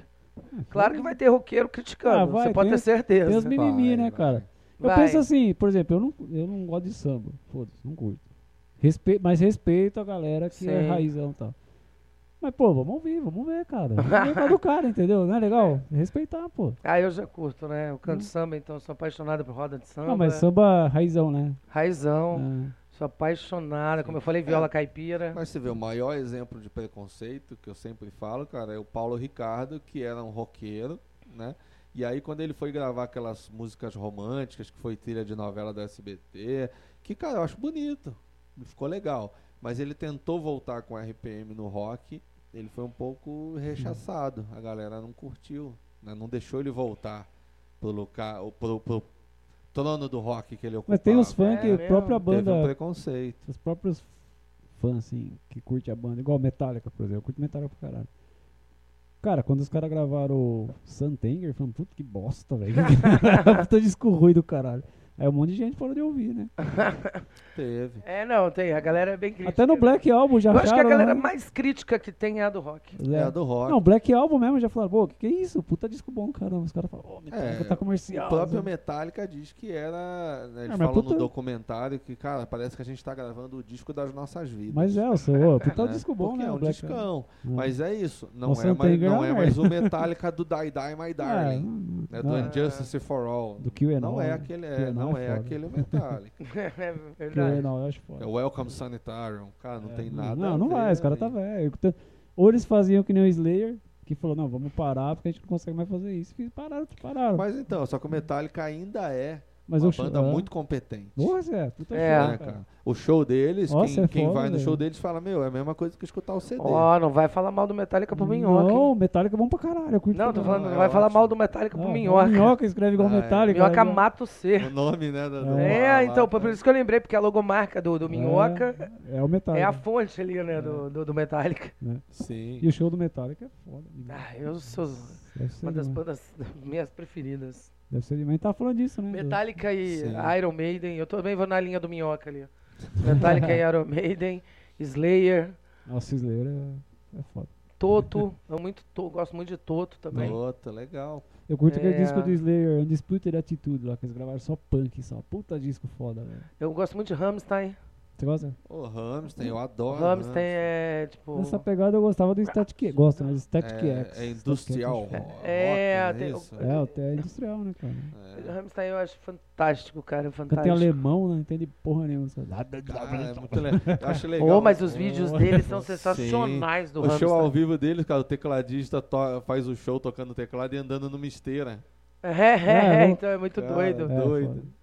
Speaker 3: Claro que vai ter roqueiro criticando,
Speaker 2: Ah, vai,
Speaker 3: você pode
Speaker 2: tem-
Speaker 3: ter certeza.
Speaker 2: Tem os mimimi,
Speaker 1: Vai,
Speaker 2: né,
Speaker 1: vai.
Speaker 2: cara? Eu
Speaker 3: Vai.
Speaker 2: penso assim, por exemplo, eu não, eu não gosto de samba. Foda-se, não curto. Respe... Mas respeito a galera que é
Speaker 3: Sim.
Speaker 2: raizão e tal. Mas, pô, vamos ouvir, vamos ver, cara. Vamos ver qual do cara, entendeu? Não é legal? Respeitar, pô.
Speaker 3: Ah, eu já curto, né? Eu canto samba, então sou apaixonado por roda de samba.
Speaker 2: Hum. Não, mas samba raizão, né?
Speaker 3: Raizão,
Speaker 2: É.
Speaker 3: sou apaixonada. Como eu falei, viola caipira.
Speaker 1: Mas você vê, o maior exemplo de preconceito que eu sempre falo, cara, é o Paulo Ricardo, que era um roqueiro, né? E aí quando ele foi gravar aquelas músicas românticas, que foi trilha de novela da SBT, que, cara, eu acho bonito, ficou legal. Mas ele tentou voltar com RPM no rock, ele foi um pouco rechaçado, a galera não curtiu, né? não deixou ele voltar pro, lugar, pro, pro trono do rock que ele ocupava.
Speaker 2: Mas tem os fãs
Speaker 3: É
Speaker 2: que a
Speaker 3: mesmo.
Speaker 2: própria
Speaker 1: Teve um
Speaker 2: banda,
Speaker 1: preconceito.
Speaker 2: os próprios fãs, assim, que curte a banda, igual Metallica, por exemplo. Eu curto Metallica pra caralho. Cara, quando os caras gravaram o Santenger, falando, puta que bosta, velho. *laughs* puta disco ruim do caralho. Aí um monte de gente parou de ouvir, né?
Speaker 1: Teve.
Speaker 3: É, não, tem. A galera é bem crítica.
Speaker 2: Até no Black Album já
Speaker 3: Eu acho que a
Speaker 2: acharam,
Speaker 3: galera
Speaker 2: né?
Speaker 3: mais crítica que tem é a do rock. *laughs*
Speaker 1: É,
Speaker 2: É.
Speaker 1: a do rock.
Speaker 2: Não, Black Album mesmo já falaram, pô, que que é isso? Puta disco bom, caramba. Os caras falam, ô, Metallica
Speaker 1: É,
Speaker 2: tá
Speaker 1: O
Speaker 2: comercial.
Speaker 1: próprio
Speaker 2: né?
Speaker 1: Metallica diz que era. né, eles
Speaker 2: Ah, mas
Speaker 1: falam
Speaker 2: puta-
Speaker 1: no documentário que, cara, parece que a gente tá gravando o disco das nossas vidas.
Speaker 2: Mas é, o seu, ô, puta
Speaker 1: né?
Speaker 2: disco bom,
Speaker 1: Porque
Speaker 2: né?
Speaker 1: É
Speaker 2: o
Speaker 1: um
Speaker 2: Black Album.
Speaker 1: discão.
Speaker 2: É.
Speaker 1: Mas é isso. Não,
Speaker 2: Nossa,
Speaker 1: é
Speaker 2: não tem
Speaker 1: mais, não
Speaker 2: grana,
Speaker 1: é
Speaker 2: *laughs*
Speaker 1: mais o Metallica do Die Die My
Speaker 2: É,
Speaker 1: Darling.
Speaker 2: não-
Speaker 1: É do
Speaker 2: Não, é.
Speaker 1: Injustice for All.
Speaker 2: Do QAnon.
Speaker 1: Não é
Speaker 2: né?
Speaker 1: aquele, é,
Speaker 2: QAnon
Speaker 1: não é
Speaker 2: foda. *laughs*
Speaker 1: aquele Metallica.
Speaker 3: É verdade.
Speaker 2: QAnon, eu acho foda.
Speaker 1: É o Welcome Sanitarium. Cara, não tem nada.
Speaker 2: É, Não,
Speaker 1: a
Speaker 2: não
Speaker 1: ver,
Speaker 2: vai, os caras tá
Speaker 1: velho.
Speaker 2: velho. Então, Ou eles faziam que nem o Slayer, que falou, não, vamos parar porque a gente não consegue mais fazer isso. E pararam, pararam. Mas,
Speaker 1: Mas então, só que o Metallica ainda é
Speaker 2: eu
Speaker 1: uma
Speaker 2: acho-
Speaker 1: banda
Speaker 2: é.
Speaker 1: muito competente.
Speaker 2: Nossa, Zé, puta
Speaker 3: É.
Speaker 2: show,
Speaker 1: né, cara? O show deles,
Speaker 2: Nossa,
Speaker 1: quem,
Speaker 2: é
Speaker 1: quem
Speaker 2: foda,
Speaker 1: vai no
Speaker 2: velho.
Speaker 1: show deles fala, meu, é a mesma coisa que escutar o CD.
Speaker 3: Ó, não vai falar mal do Metallica pro Minhoca. hein?
Speaker 2: Não, Metallica é bom pra caralho. Eu curto
Speaker 3: Não,
Speaker 2: pra
Speaker 3: tô
Speaker 2: caralho.
Speaker 3: falando,
Speaker 1: é
Speaker 3: não vai falar
Speaker 1: ótimo.
Speaker 3: mal do Metallica pro
Speaker 2: Ah,
Speaker 3: Minhoca.
Speaker 2: Minhoca escreve igual
Speaker 1: Ah, é.
Speaker 2: Metallica.
Speaker 3: Minhoca
Speaker 2: né?
Speaker 1: *laughs*
Speaker 3: mata o
Speaker 1: O
Speaker 3: ser.
Speaker 1: nome, né? Da, do-
Speaker 3: É,
Speaker 1: lá,
Speaker 3: então,
Speaker 1: tá.
Speaker 3: por isso que eu lembrei, porque a logomarca do, do Minhoca
Speaker 2: É, é o
Speaker 3: é,
Speaker 2: Metallica.
Speaker 1: tá
Speaker 3: a fonte ali, né,
Speaker 1: É.
Speaker 3: do, do, do Metallica.
Speaker 1: Sim.
Speaker 2: E o show do Metallica é foda. demais.
Speaker 3: Ah, eu sou
Speaker 2: Deve ser
Speaker 3: uma
Speaker 2: demais.
Speaker 3: das bandas minhas preferidas.
Speaker 2: Deve ser demais. A gente tava falando disso, né? do-
Speaker 3: Metallica e
Speaker 1: Sim.
Speaker 3: Iron Maiden, eu também vou na linha do
Speaker 1: *laughs*
Speaker 3: Minhoca ali. Metallica e Iron Maiden, Slayer,
Speaker 2: Nossa, o Slayer é, é foda.
Speaker 3: Toto, eu muito to- gosto muito de Toto também.
Speaker 1: Outra, legal.
Speaker 2: Eu curto aquele
Speaker 3: É.
Speaker 2: disco do Slayer, Undisputed Attitude, lá, que eles gravaram só punk, só. Puta disco foda, velho.
Speaker 3: Eu gosto muito de Rammstein.
Speaker 2: Você gosta?
Speaker 1: O Hamstein, eu adoro.
Speaker 3: Rammstein é tipo
Speaker 2: Nessa pegada eu gostava do Static X. Gosto, né? do Static
Speaker 1: É,
Speaker 2: X.
Speaker 1: é industrial.
Speaker 2: Static X
Speaker 1: rock,
Speaker 3: É,
Speaker 1: não
Speaker 3: tem-
Speaker 1: isso?
Speaker 2: é foda. É, até é industrial, né, cara?
Speaker 3: Rammstein eu acho fantástico, cara,
Speaker 2: Canta em
Speaker 3: fantástico.
Speaker 2: alemão, não entende porra nenhuma. sabe? Nada de
Speaker 1: Cara, é muito le- eu acho legal.
Speaker 3: Oh, mas os vídeos deles são
Speaker 1: Sim.
Speaker 3: sensacionais do
Speaker 1: o show ao
Speaker 3: Rammstein.
Speaker 1: vivo deles, cara, o tecladista to- faz o show tocando teclado e andando numa esteira.
Speaker 3: É, é, é,
Speaker 2: eu-
Speaker 3: então é muito
Speaker 1: Cara,
Speaker 3: doido.
Speaker 2: Né, É,
Speaker 1: doido.
Speaker 2: foda.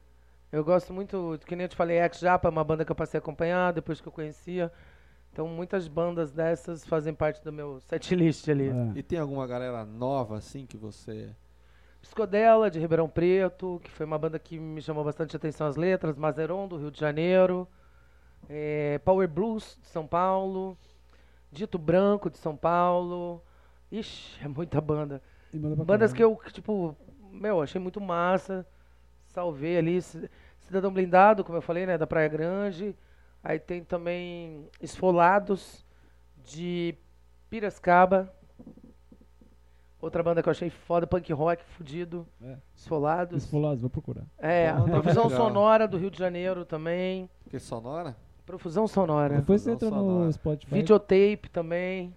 Speaker 3: Eu gosto muito, que nem eu te falei, Ex Japa é uma banda que eu passei a acompanhar depois que eu conhecia. Então muitas bandas dessas fazem parte do meu setlist ali.
Speaker 2: É.
Speaker 1: E tem alguma galera nova assim que você.
Speaker 3: Psicodela, de Ribeirão Preto, que foi uma banda que me chamou bastante atenção as letras, Mazeron, do Rio de Janeiro, eh, Power Blues, de São Paulo, Dito Branco, de São Paulo. Ixi, é muita banda.
Speaker 2: E manda pra
Speaker 3: Bandas
Speaker 2: caralho.
Speaker 3: que eu, que, tipo, meu, achei muito massa. Salvei ali. Ci- Cidadão Blindado, como eu falei, né? Da Praia Grande. Aí tem também Esfolados, de Piracicaba. Outra banda que eu achei foda, punk rock, fudido.
Speaker 2: É.
Speaker 3: Esfolados.
Speaker 2: Esfolados, "Ah, vou procurar.
Speaker 3: É,
Speaker 1: Então, tá
Speaker 3: Profusão
Speaker 1: legal.
Speaker 3: Sonora do Rio de Janeiro também.
Speaker 1: Que é sonora?
Speaker 3: Profusão Sonora.
Speaker 2: Depois você
Speaker 1: Fusão
Speaker 2: entra
Speaker 1: sonora.
Speaker 2: no Spotify.
Speaker 3: Videotape também.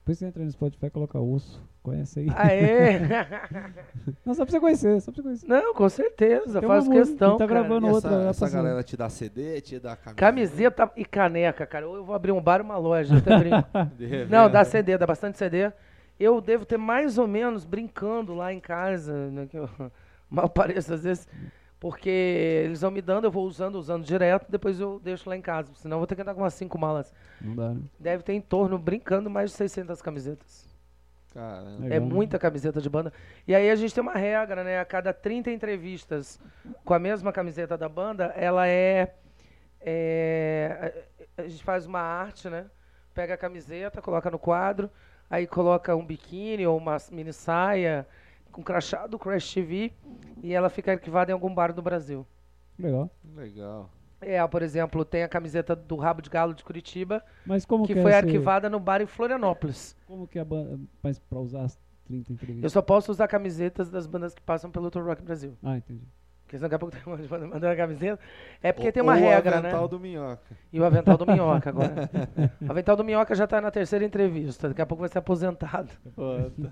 Speaker 2: Depois você entra no Spotify e coloca osso. Conhece aí.
Speaker 3: Ah, é. Aê!
Speaker 2: *laughs* Não, só pra você conhecer, só pra você conhecer.
Speaker 3: Não, com certeza,
Speaker 2: Tem uma
Speaker 3: faz
Speaker 2: música,
Speaker 3: questão.
Speaker 2: tá
Speaker 3: cara.
Speaker 2: gravando
Speaker 1: E essa
Speaker 2: outra,
Speaker 3: é
Speaker 2: ela
Speaker 1: essa
Speaker 2: passando.
Speaker 1: galera te dá CD, te dá camisa.
Speaker 3: Camiseta e caneca, cara. Ou eu vou abrir um bar ou uma loja, eu até brinco.
Speaker 1: *laughs* De revenda.
Speaker 3: Não, dá CD, dá bastante CD. Eu devo ter mais ou menos brincando lá em casa, né, que eu *laughs* mal pareço às vezes, porque eles vão me dando, eu vou usando, usando direto, depois eu deixo lá em casa, senão eu vou ter que andar com umas cinco malas.
Speaker 2: Não dá, né?
Speaker 3: Deve ter em torno, brincando, mais de 600 camisetas.
Speaker 1: Caramba.
Speaker 2: Legal, né?
Speaker 3: é muita camiseta de banda. E aí a gente tem uma regra, né? A cada 30 entrevistas com a mesma camiseta da banda, ela é. é, a, a gente faz uma arte, né? Pega a camiseta, coloca no quadro, aí coloca um biquíni ou uma mini saia com crachá do Crash TV e ela fica arquivada em algum bar do Brasil.
Speaker 2: Legal.
Speaker 1: Legal.
Speaker 3: É, por exemplo, tem a camiseta do Rabo de Galo de Curitiba,
Speaker 2: Mas como que,
Speaker 3: que foi
Speaker 2: é esse-
Speaker 3: arquivada no bar em Florianópolis.
Speaker 2: Como que é a banda. Mas pra usar as 30
Speaker 3: Eu
Speaker 2: entrevistas.
Speaker 3: só posso usar camisetas das bandas que passam pelo Tour Rock Brasil.
Speaker 2: Ah, entendi.
Speaker 3: Porque senão daqui a pouco *laughs* tem uma banda mandando a camiseta. É porque tem
Speaker 1: Ou-
Speaker 3: uma
Speaker 1: ou o
Speaker 3: regra, né?
Speaker 1: avental do minhoca.
Speaker 3: E o avental do
Speaker 1: *laughs*
Speaker 3: Minhoca agora. o avental do Minhoca já tá na terceira entrevista. Daqui a pouco vai
Speaker 1: *laughs*
Speaker 3: ser aposentado. *laughs* tem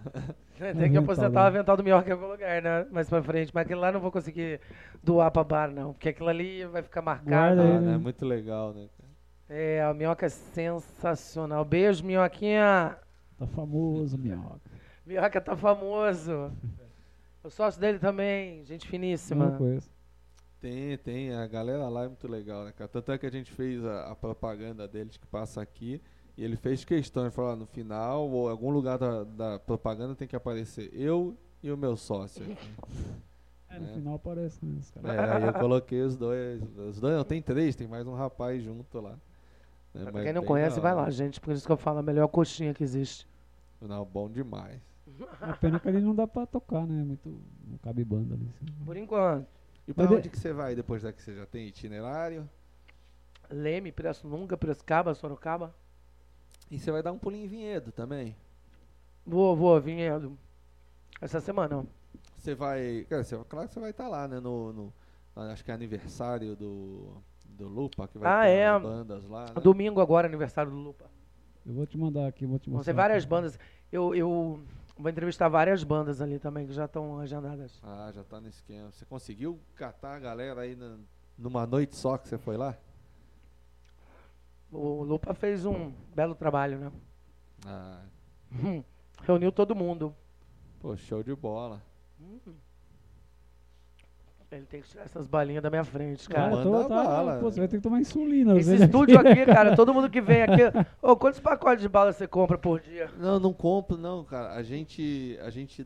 Speaker 3: que
Speaker 2: Avental,
Speaker 3: aposentar o
Speaker 2: né?
Speaker 3: avental do Minhoca em algum lugar, né? Mais pra frente. Mas aquilo lá eu não vou conseguir doar pra bar, não. Porque aquilo ali vai ficar marcado.
Speaker 2: Guarda aí.
Speaker 1: Ah, né? Muito legal, né?
Speaker 3: É, o Minhoca é sensacional. Beijo, Minhoquinha.
Speaker 2: Tá famoso, minhoca.
Speaker 3: Minhoca tá famoso. O sócio dele também, gente
Speaker 2: Não
Speaker 3: finíssima.
Speaker 2: conheço.
Speaker 1: Tem, tem. A galera lá é muito legal, né, cara? Tanto é que a gente fez a, a propaganda deles que passa aqui. E ele fez questão, ele falou, "Ah, no final, ou em algum lugar da, da propaganda tem que aparecer eu e o meu sócio.
Speaker 3: *laughs*
Speaker 1: aqui."
Speaker 2: É, no final aparece, né? os caras.
Speaker 1: é, aí eu coloquei os dois. Os dois, não, tem três, tem mais um rapaz junto lá. É,
Speaker 3: Pra
Speaker 1: mas
Speaker 3: quem não
Speaker 1: bem
Speaker 3: conhece,
Speaker 1: da
Speaker 3: vai
Speaker 1: hora.
Speaker 3: lá, gente. Por isso que eu falo, é a melhor coxinha que existe.
Speaker 1: Não, bom demais.
Speaker 2: A pena que ali não dá pra tocar, né? Muito. Não cabe banda ali. assim.
Speaker 3: Por enquanto.
Speaker 1: E pra
Speaker 2: Mas de-
Speaker 1: onde que você vai depois daqui? Você já tem itinerário?
Speaker 3: Leme, Pirassununga, Piracicaba, Sorocaba.
Speaker 1: E você vai dar um pulinho em Vinhedo também?
Speaker 3: Vou, vou, Vinhedo. Essa semana. ó.
Speaker 1: Você vai. Cara, você, claro que você vai estar lá, né? No, no- acho que é aniversário do, do Lupa, que vai
Speaker 3: Ah,
Speaker 1: ter
Speaker 3: é.
Speaker 1: as bandas lá. Né?
Speaker 3: Domingo agora, aniversário do Lupa.
Speaker 2: Eu vou te mandar aqui, vou te
Speaker 3: Vão
Speaker 2: mostrar.
Speaker 3: ser várias
Speaker 2: aqui.
Speaker 3: bandas. Eu, eu Vou entrevistar várias bandas ali também que já estão agendadas.
Speaker 1: Ah, já tá no esquema. Você conseguiu catar a galera aí na- numa noite só que você foi lá?
Speaker 3: O Lupa fez um belo trabalho, né?
Speaker 1: Ah,
Speaker 3: Reuniu todo mundo.
Speaker 1: pô, show de bola.
Speaker 3: Ele tem que tirar essas balinhas da minha frente, cara.
Speaker 2: Cara,
Speaker 1: manda
Speaker 2: tô- tá-
Speaker 1: bala.
Speaker 2: pô, você vai ter que tomar insulina.
Speaker 3: Esse
Speaker 2: velho.
Speaker 3: estúdio aqui, cara, todo mundo que vem aqui. Ô, quantos pacotes de bala você compra por dia?
Speaker 1: Não, não compro não, cara. A gente, a gente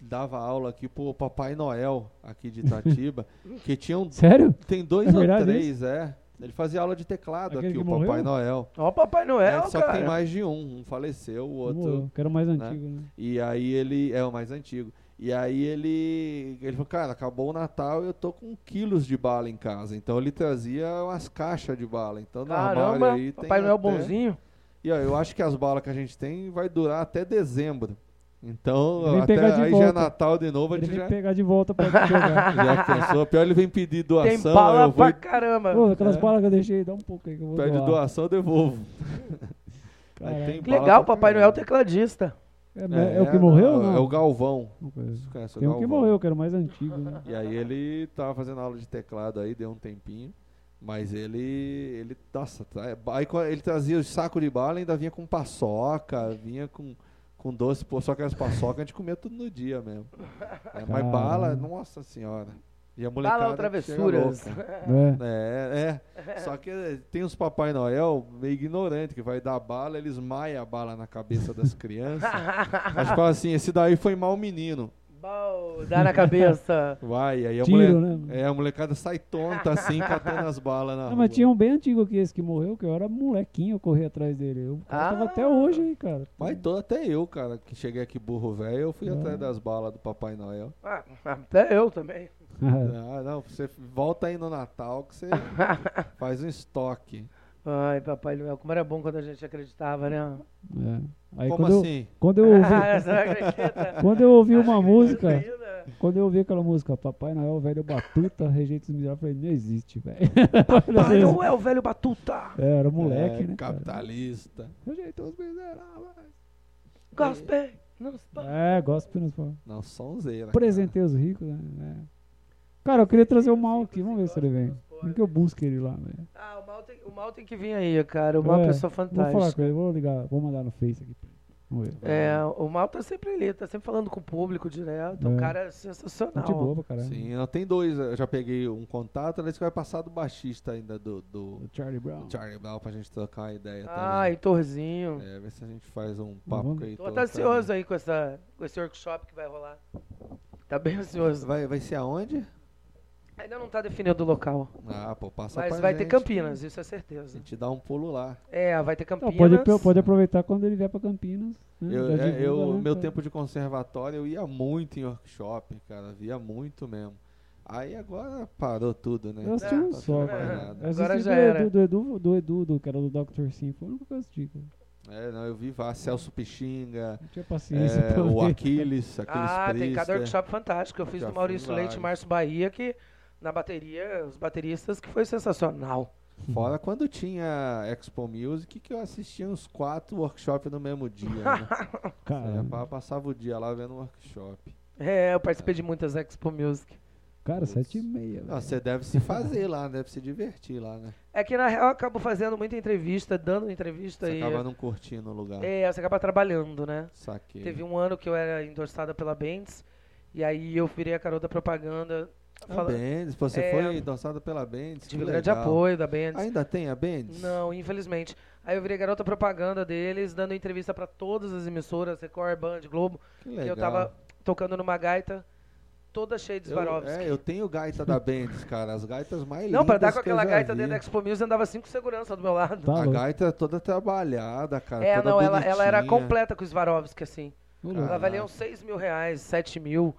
Speaker 1: dava aula aqui pro Papai Noel aqui de
Speaker 2: *laughs*
Speaker 1: Itatiba, que tinha um,
Speaker 2: *laughs* Sério?
Speaker 1: tem dois
Speaker 2: É
Speaker 1: ou
Speaker 2: verdade
Speaker 1: três, é. Ele fazia aula de teclado
Speaker 2: Aquele
Speaker 1: aqui, o
Speaker 2: que
Speaker 1: Papai
Speaker 2: morreu?
Speaker 1: Noel.
Speaker 3: Ó, o Papai Noel,
Speaker 1: É, só
Speaker 3: cara.
Speaker 1: que tem mais de um. Um faleceu, o outro.
Speaker 2: Pô, que era o mais
Speaker 1: né?
Speaker 2: antigo, né?
Speaker 1: E aí ele. É o mais antigo. E aí ele. Ele falou, cara, acabou o Natal e eu tô com quilos de bala em casa. Então ele trazia umas caixas de bala. Então no armário
Speaker 3: Caramba,
Speaker 1: aí tem.
Speaker 3: Papai
Speaker 2: é
Speaker 3: Noel
Speaker 1: até-
Speaker 3: bonzinho.
Speaker 1: E ó, eu acho que as balas que a gente tem vai durar até dezembro. Então,
Speaker 2: Vem
Speaker 1: até
Speaker 2: pegar de
Speaker 1: aí já é
Speaker 2: volta.
Speaker 1: Natal de novo, a
Speaker 2: Ele
Speaker 1: gente
Speaker 2: vem
Speaker 1: já,
Speaker 2: pegar de volta pra
Speaker 1: *laughs*
Speaker 2: pegar.
Speaker 1: já pensou. Pior ele vem pedir doação,
Speaker 3: tem bala
Speaker 1: eu vou
Speaker 3: pra caramba.
Speaker 2: Pô, aquelas
Speaker 1: É.
Speaker 2: balas que eu deixei, dá um pouco aí que eu vou
Speaker 1: pede
Speaker 2: doar.
Speaker 1: doação, eu devolvo. Aí
Speaker 2: Caraca.
Speaker 1: tem
Speaker 3: que
Speaker 1: bala
Speaker 3: legal,
Speaker 1: pra
Speaker 3: Papai
Speaker 1: caramba.
Speaker 3: Noel tecladista.
Speaker 2: É, é o que morreu? ou
Speaker 1: não,
Speaker 2: Não,
Speaker 1: É o Galvão.
Speaker 2: Não conheço.
Speaker 1: Você conhece o
Speaker 2: Tem um que
Speaker 1: Galvão?
Speaker 2: morreu, que era o mais antigo. Né?
Speaker 1: E aí ele tava fazendo aula de teclado aí, deu um tempinho. Mas ele. ele nossa, tá- é ba- aí quando ele trazia o saco de bala ainda vinha com paçoca, vinha com, com doce, pô, só que as paçoca a gente comia tudo no dia mesmo. É, mas
Speaker 2: Caramba.
Speaker 1: bala, nossa senhora. E a molecada.
Speaker 3: Bala ou
Speaker 1: chega
Speaker 3: travessuras.
Speaker 1: louca.
Speaker 2: É.
Speaker 1: É, é. Só que tem uns Papai Noel meio ignorante que vai dar bala, eles maia a bala na cabeça das
Speaker 3: *laughs*
Speaker 1: crianças. Mas fala assim, esse daí foi mal menino.
Speaker 3: *laughs* Bom, dá na cabeça.
Speaker 1: Vai, aí a mulher.
Speaker 2: Tiro, né?
Speaker 1: É, a molecada sai tonta
Speaker 3: *laughs*
Speaker 1: assim, catando as balas na
Speaker 2: Ah,
Speaker 1: rua.
Speaker 2: mas tinha um bem antigo aqui, esse que morreu, que eu era molequinho, eu corri atrás dele. Eu
Speaker 3: Ah.
Speaker 2: tava até hoje aí, cara. *laughs*
Speaker 1: Mas tô até eu, cara, que cheguei aqui burro velho, eu
Speaker 2: É.
Speaker 1: fui atrás das balas do Papai Noel.
Speaker 3: *laughs* Ah, até eu também.
Speaker 2: É.
Speaker 1: Ah, não, você volta aí no Natal
Speaker 3: *laughs*
Speaker 1: que você faz um estoque.
Speaker 3: Ai, Papai Noel, como era bom quando a gente acreditava, né?
Speaker 2: É. Aí
Speaker 1: Como
Speaker 2: quando, eu,
Speaker 1: assim?
Speaker 2: quando eu ouvi,
Speaker 3: *laughs* Ah, *laughs* você não acredita?
Speaker 2: quando eu ouvi uma música,
Speaker 3: Ainda.
Speaker 2: quando eu ouvi aquela música, Papai Noel, velho batuta, rejeita os miseráveis, eu falei, não existe, velho. *laughs*
Speaker 3: Papai Noel, velho batuta.
Speaker 2: É, era moleque,
Speaker 1: É,
Speaker 2: né? cara?
Speaker 1: Capitalista.
Speaker 2: Rejeita os miseráveis.
Speaker 3: Gospel. Não se pa-
Speaker 2: É, gosto pelos pau.
Speaker 1: Não, sonzeira.
Speaker 2: Apresentei os ricos, né? É. Cara, eu queria trazer o mal aqui, vamos ver se ele vem. Como que eu busque ele lá, né. velho.
Speaker 3: Ah, o mal, tem, o mal tem que vir aí, cara. O mal
Speaker 2: É,
Speaker 3: é uma pessoa
Speaker 2: Vou falar com
Speaker 3: fantástica.
Speaker 2: ele, vou ligar, vou mandar no Face aqui. pra ele. Vamos ver.
Speaker 3: É, o mal tá sempre ali, tá sempre falando com o público direto. O
Speaker 2: É.
Speaker 3: cara é
Speaker 2: Gente boa
Speaker 3: sensacional.
Speaker 2: pra caralho.
Speaker 1: Sim, não, tem dois. Eu já peguei um contato, ela disse que vai passar do baixista ainda do, do
Speaker 2: O Charlie Brown.
Speaker 1: Charlie Brown pra gente trocar uma ideia
Speaker 3: Ai,
Speaker 1: também.
Speaker 3: Torzinho.
Speaker 1: É, ver se a gente faz um
Speaker 2: vamos-
Speaker 1: papo com ele.
Speaker 3: Tô até ansioso aí com, essa, com esse workshop que vai rolar. Tá bem ansioso.
Speaker 1: Vai, vai ser aonde?
Speaker 3: Ainda não tá definido o local.
Speaker 1: Ah, pô, passa
Speaker 3: Mas
Speaker 1: pra
Speaker 3: vai
Speaker 1: gente.
Speaker 3: ter Campinas, isso é certeza.
Speaker 1: A gente dá um pulo lá.
Speaker 3: É, vai ter
Speaker 2: Então,
Speaker 3: Campinas.
Speaker 2: pode, pode aproveitar quando ele vier pra Campinas. né?
Speaker 1: Eu,
Speaker 2: Já
Speaker 1: é,
Speaker 2: divulga,
Speaker 1: eu-
Speaker 2: né,
Speaker 1: meu
Speaker 2: cara?
Speaker 1: tempo de conservatório eu ia muito em workshop, cara, via muito mesmo. Aí agora parou tudo, né?
Speaker 2: Eu assisti um
Speaker 3: É,
Speaker 2: só,
Speaker 1: mais
Speaker 2: cara.
Speaker 1: nada.
Speaker 2: Eu assisti
Speaker 3: Agora
Speaker 2: do
Speaker 3: já era.
Speaker 2: Edu, do Edu, do Edu, do, que era do Dr. Sim, foi o único que eu assisti, cara.
Speaker 1: É, não, eu vi vá, Celso Pixinga,
Speaker 2: Não tinha paciência
Speaker 1: é,
Speaker 2: pra
Speaker 1: o
Speaker 2: ver.
Speaker 1: Aquiles, Aquiles
Speaker 3: Ah, tem cada
Speaker 1: Priester.
Speaker 3: workshop fantástico. Eu fiz
Speaker 1: Já
Speaker 3: do Maurício
Speaker 1: fiz
Speaker 3: Leite e
Speaker 1: vários.
Speaker 3: Márcio Bahia, que na bateria, os bateristas, que foi sensacional.
Speaker 1: Fora quando tinha Expo Music, que eu assistia uns quatro workshops no mesmo dia. Né?
Speaker 3: *laughs*
Speaker 2: Cara,
Speaker 1: É, pa- passava o dia lá vendo um workshop.
Speaker 3: É, eu participei de muitas Expo Music.
Speaker 2: cara, sete e meia,
Speaker 1: Ah,
Speaker 2: velho.
Speaker 1: Você deve se fazer lá, deve se divertir lá, né?
Speaker 3: É que na real eu acabo fazendo muita entrevista, dando entrevista
Speaker 1: Você
Speaker 3: e.
Speaker 1: acaba não curtindo o lugar.
Speaker 3: É, você acaba trabalhando, né?
Speaker 1: Saquei.
Speaker 3: Teve um ano que eu era endossada pela Bentes, e aí eu virei a garota propaganda.
Speaker 1: A
Speaker 3: fala-
Speaker 1: Bendes, pô, você
Speaker 3: É,
Speaker 1: foi endossada pela Bendes.
Speaker 3: Tive
Speaker 1: que
Speaker 3: grande
Speaker 1: legal.
Speaker 3: apoio da Bentes.
Speaker 1: Ainda tem a Bendes?
Speaker 3: Não, infelizmente. Aí eu virei garota propaganda deles, dando entrevista pra todas as emissoras, Record, Band, Globo,
Speaker 1: Que
Speaker 3: que
Speaker 1: legal.
Speaker 3: eu tava tocando numa gaita toda cheia de
Speaker 1: eu,
Speaker 3: Swarovski.
Speaker 1: é, eu tenho gaita da Bendes, cara. As gaitas mais lindas.
Speaker 3: Não, pra dar com
Speaker 1: que eu
Speaker 3: aquela
Speaker 1: já
Speaker 3: gaita
Speaker 1: vi.
Speaker 3: dentro é da Expo Music, andava cinco segurança do meu lado.
Speaker 2: Tá
Speaker 1: A
Speaker 2: louco.
Speaker 1: gaita é toda trabalhada, cara.
Speaker 3: é,
Speaker 1: toda
Speaker 3: não, ela, ela era
Speaker 1: bonitinha.
Speaker 3: completa com Swarovski, assim.
Speaker 2: Ô, louco.
Speaker 3: Ela
Speaker 1: Caraca.
Speaker 3: valia uns 6 mil reais, 7 mil.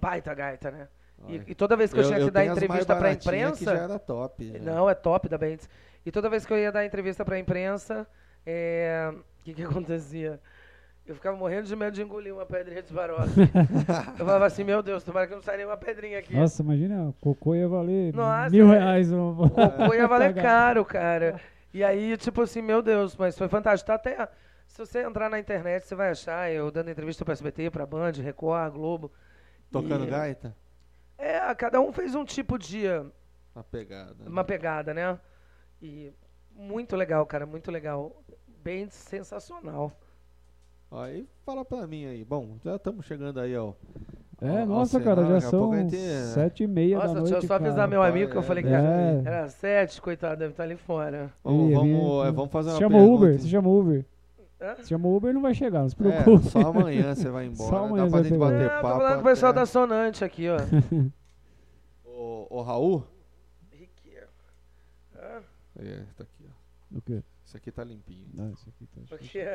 Speaker 3: Baita gaita, né?
Speaker 1: Olha.
Speaker 3: E, e toda vez que eu, tinha que dar
Speaker 1: tenho as mais
Speaker 3: entrevista pra
Speaker 1: baratinhas Que já
Speaker 3: imprensa.
Speaker 1: era top. né?
Speaker 3: Não, é top da Bentes. E toda vez que eu ia dar entrevista pra imprensa, é, o que, *laughs* que acontecia? Eu ficava morrendo de medo de engolir uma pedrinha
Speaker 1: *laughs*
Speaker 3: de Swarovski. eu falava assim, meu Deus, tomara que não saia nenhuma pedrinha
Speaker 1: é-
Speaker 3: aqui.
Speaker 2: Nossa, imagina, o cocô ia valer
Speaker 3: Nossa,
Speaker 2: mil
Speaker 3: é.
Speaker 2: reais. Uma...
Speaker 3: Pô, ia valer caro, cara. E aí, tipo assim, meu Deus, mas foi fantástico. Tá até Se você entrar na internet, você vai achar eu dando entrevista para SBT, para Band, Record, Globo.
Speaker 1: Tocando
Speaker 3: E-
Speaker 1: gaita?
Speaker 3: É, cada um fez um tipo de
Speaker 1: Uma pegada. né?
Speaker 3: uma pegada, né? E muito legal, cara, muito legal. Bem
Speaker 1: Ó,
Speaker 3: sensacional.
Speaker 1: Aí fala pra mim aí. Bom, já estamos chegando aí, ó.
Speaker 2: É,
Speaker 1: Ó,
Speaker 2: nossa,
Speaker 1: ó,
Speaker 2: cara,
Speaker 1: senão
Speaker 2: já
Speaker 1: daqui a
Speaker 2: são
Speaker 1: pouco a gente-
Speaker 2: sete e meia
Speaker 3: Nossa,
Speaker 2: da noite,
Speaker 3: deixa eu só avisar
Speaker 2: cara.
Speaker 3: meu amigo que eu
Speaker 1: É.
Speaker 3: falei que
Speaker 2: É.
Speaker 3: era sete, coitado, deve estar ali fora.
Speaker 1: Vamos,
Speaker 2: Ih,
Speaker 1: vamos,
Speaker 2: vi-
Speaker 1: é, vamos fazer uma
Speaker 2: Se chama
Speaker 1: pergunta.
Speaker 2: Uber, se chama Uber.
Speaker 3: Hã?
Speaker 2: Se chama Uber não vai chegar, não se preocupe.
Speaker 1: É,
Speaker 2: *laughs*
Speaker 1: só amanhã você vai embora. né?
Speaker 2: Só amanhã
Speaker 1: Dá pra
Speaker 2: você
Speaker 1: gente
Speaker 2: vai
Speaker 1: bater
Speaker 3: Ah, tô
Speaker 1: Tá papo.
Speaker 3: falando com o pessoal
Speaker 1: até-
Speaker 3: da Sonante aqui,
Speaker 2: *laughs*
Speaker 3: ó.
Speaker 1: Ô, ô, Raul?
Speaker 3: Riqueiro.
Speaker 1: É, tá aqui, ó.
Speaker 2: O quê?
Speaker 1: Isso aqui tá limpinho.
Speaker 2: Não, isso aqui tá-
Speaker 3: Porque,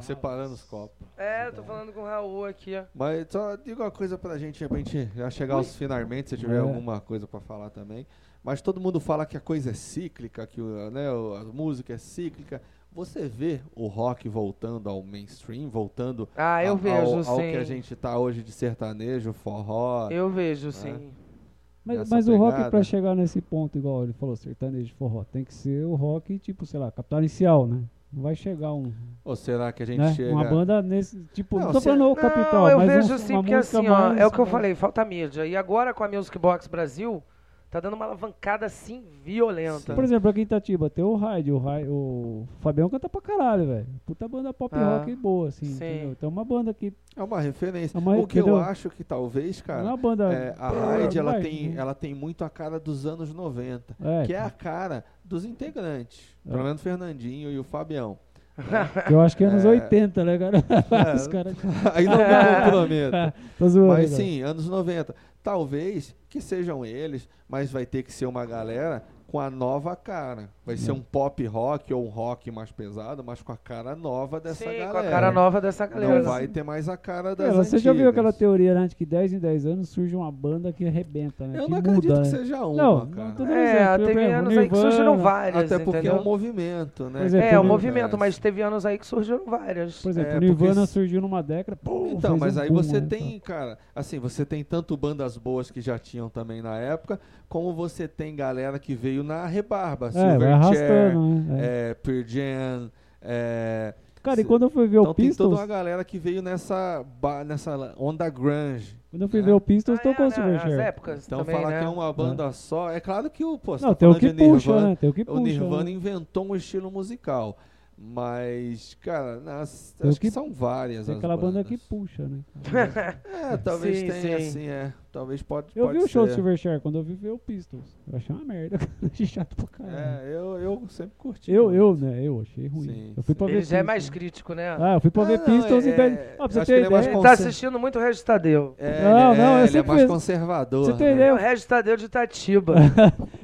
Speaker 1: Separando os copos.
Speaker 3: é, eu tô falando com o Raul aqui, ó.
Speaker 1: Mas só diga uma coisa pra gente, pra gente já chegar aos finalmente, se tiver
Speaker 2: É.
Speaker 1: alguma coisa pra falar também. Mas todo mundo fala que a coisa é cíclica, que o- né, o- a música é cíclica. Você vê o rock voltando ao mainstream, voltando
Speaker 3: Ah, eu
Speaker 1: a-
Speaker 3: vejo,
Speaker 1: ao,
Speaker 3: sim.
Speaker 1: ao que a gente tá hoje de sertanejo, forró.
Speaker 3: Eu vejo, sim.
Speaker 1: É.
Speaker 2: Mas,
Speaker 1: Nessa
Speaker 2: mas o rock,
Speaker 1: pegada.
Speaker 2: pra chegar nesse ponto, igual ele falou, sertanejo, forró, tem que ser o rock, tipo, sei lá, capital inicial, né? Não vai chegar um,
Speaker 1: Ou será que a gente
Speaker 2: né?
Speaker 1: chega...
Speaker 2: uma banda nesse, tipo,
Speaker 1: Não,
Speaker 2: não tô
Speaker 1: se-
Speaker 2: falando o capital,
Speaker 3: eu
Speaker 2: mas
Speaker 3: vejo
Speaker 2: um,
Speaker 3: sim,
Speaker 2: uma
Speaker 3: porque
Speaker 2: música
Speaker 3: assim, ó,
Speaker 2: mais,
Speaker 3: é o que eu
Speaker 2: mais-
Speaker 3: falei, falta mídia. E agora com a Music Box Brasil, tá dando uma alavancada assim violenta.
Speaker 2: Por exemplo, aqui em Itatiba tem o Raid, o, Raid, o Fabião canta pra caralho, velho. Puta banda pop
Speaker 3: Ah,
Speaker 2: rock boa, assim,
Speaker 3: sim.
Speaker 2: entendeu? Então é uma banda que,
Speaker 1: É uma referência.
Speaker 2: É uma-
Speaker 1: o que eu
Speaker 2: entendeu?
Speaker 1: acho que talvez,
Speaker 2: não é
Speaker 1: cara,
Speaker 2: uma banda...
Speaker 1: é, a Hyde, ela
Speaker 2: vai,
Speaker 1: tem,
Speaker 2: né?
Speaker 1: ela tem muito a cara dos anos 90,
Speaker 2: é,
Speaker 1: que é a cara dos integrantes. Pelo menos o Fernandinho e o
Speaker 2: *laughs*
Speaker 1: Fabião.
Speaker 2: que eu acho que é anos
Speaker 1: é.
Speaker 2: 80, né, cara? *laughs*
Speaker 1: É.
Speaker 2: Os caras...
Speaker 1: Aí não me
Speaker 2: *laughs*
Speaker 1: comprometa.
Speaker 2: Tá zoando,
Speaker 1: Mas
Speaker 2: velho.
Speaker 1: sim, anos 90. Talvez que sejam eles, mas vai ter que ser uma galera com a nova cara. Vai
Speaker 2: Uhum.
Speaker 1: ser um pop rock ou um rock mais pesado, mas com a cara nova dessa
Speaker 3: sim,
Speaker 1: galera.
Speaker 3: com a cara nova dessa galera.
Speaker 1: Não vai ter mais a cara das
Speaker 2: Cara, É, você já viu
Speaker 1: antigas.
Speaker 2: aquela teoria, né, de que 10 em 10 anos surge uma banda que arrebenta, né?
Speaker 1: Eu
Speaker 2: que
Speaker 1: não
Speaker 2: muda,
Speaker 1: acredito
Speaker 2: né?
Speaker 1: que seja uma,
Speaker 2: Não,
Speaker 1: cara.
Speaker 2: não tô dando
Speaker 3: É,
Speaker 2: exemplo.
Speaker 3: teve
Speaker 2: Por exemplo,
Speaker 3: anos aí que
Speaker 2: Nirvana,
Speaker 3: surgiram várias,
Speaker 1: Até porque
Speaker 3: entendeu?
Speaker 1: é um movimento, né?
Speaker 2: Por exemplo,
Speaker 3: É, o
Speaker 2: Teve-
Speaker 3: movimento, mas teve anos aí que surgiram várias.
Speaker 2: Por exemplo,
Speaker 1: É,
Speaker 2: o Nirvana
Speaker 1: porque-
Speaker 2: surgiu numa década, pum,
Speaker 1: Então,
Speaker 2: fez
Speaker 1: mas
Speaker 2: um
Speaker 1: aí
Speaker 2: boom,
Speaker 1: você
Speaker 2: né,
Speaker 1: tem, cara, assim, você tem tanto bandas boas que já tinham também na época, como você tem galera que veio na rebarba,
Speaker 2: então. É, vai
Speaker 1: Silverchair,
Speaker 2: arrastando, né? É.
Speaker 1: é, Pearl Jam, é,
Speaker 2: Cara, e
Speaker 1: se-
Speaker 2: quando eu fui ver
Speaker 1: então
Speaker 2: o
Speaker 1: tem toda
Speaker 2: Pistols,
Speaker 1: uma galera que veio nessa ba- nessa onda grunge.
Speaker 2: quando eu fui
Speaker 1: né?
Speaker 2: ver o Pistols,
Speaker 3: Ah,
Speaker 2: tocou
Speaker 3: é,
Speaker 2: o
Speaker 3: né, as
Speaker 2: Silverchair.
Speaker 3: épocas
Speaker 1: Então
Speaker 3: também,
Speaker 1: falar
Speaker 3: né?
Speaker 1: que é uma banda só, é claro que o pô, você
Speaker 2: Não,
Speaker 1: tá
Speaker 2: tem o
Speaker 1: falando
Speaker 2: que
Speaker 1: de Nirvana,
Speaker 2: puxa, né? Tem o que
Speaker 1: é O
Speaker 2: puxa.
Speaker 1: Nirvana
Speaker 2: né?
Speaker 1: inventou um estilo musical. Mas, cara, nas-
Speaker 2: Tem o
Speaker 1: acho que,
Speaker 2: que-
Speaker 1: são várias
Speaker 2: Tem
Speaker 1: as
Speaker 2: aquela banda
Speaker 1: bandas.
Speaker 2: que puxa,
Speaker 1: *laughs*
Speaker 2: né?
Speaker 1: É, talvez
Speaker 3: Sim,
Speaker 1: tenha,
Speaker 3: sim.
Speaker 1: assim, é. Talvez pode,
Speaker 2: Eu
Speaker 1: pode
Speaker 2: vi o show do
Speaker 1: ser.
Speaker 2: Silverchair quando eu vi ver o Pistols. Eu achei uma merda, *laughs* cara. Achei chato pra caralho.
Speaker 1: É, eu, eu sempre curti.
Speaker 2: Eu, eu, né? Eu achei ruim.
Speaker 1: Sim,
Speaker 2: eu fui pra ver
Speaker 3: Ele já é
Speaker 2: Pistols.
Speaker 3: mais crítico, né?
Speaker 2: Ah, eu fui pra
Speaker 1: Ah,
Speaker 2: ver
Speaker 1: não,
Speaker 2: Pistols
Speaker 1: é-
Speaker 2: e Bad. Ah, pra
Speaker 1: acho
Speaker 2: você
Speaker 1: que ele
Speaker 2: ter
Speaker 1: é mais
Speaker 2: ideia.
Speaker 3: Ele tá
Speaker 1: conser-
Speaker 3: assistindo muito o Regis Tadeu.
Speaker 1: É,
Speaker 2: Não,
Speaker 1: ele,
Speaker 2: não,
Speaker 1: é,
Speaker 2: eu
Speaker 1: ele é
Speaker 2: sempre
Speaker 1: mais
Speaker 2: fui-
Speaker 1: conservador.
Speaker 2: Você tem
Speaker 1: né?
Speaker 2: ideia?
Speaker 3: É
Speaker 2: Eu-
Speaker 3: o Regis Tadeu de
Speaker 2: *laughs*
Speaker 3: Itatiba.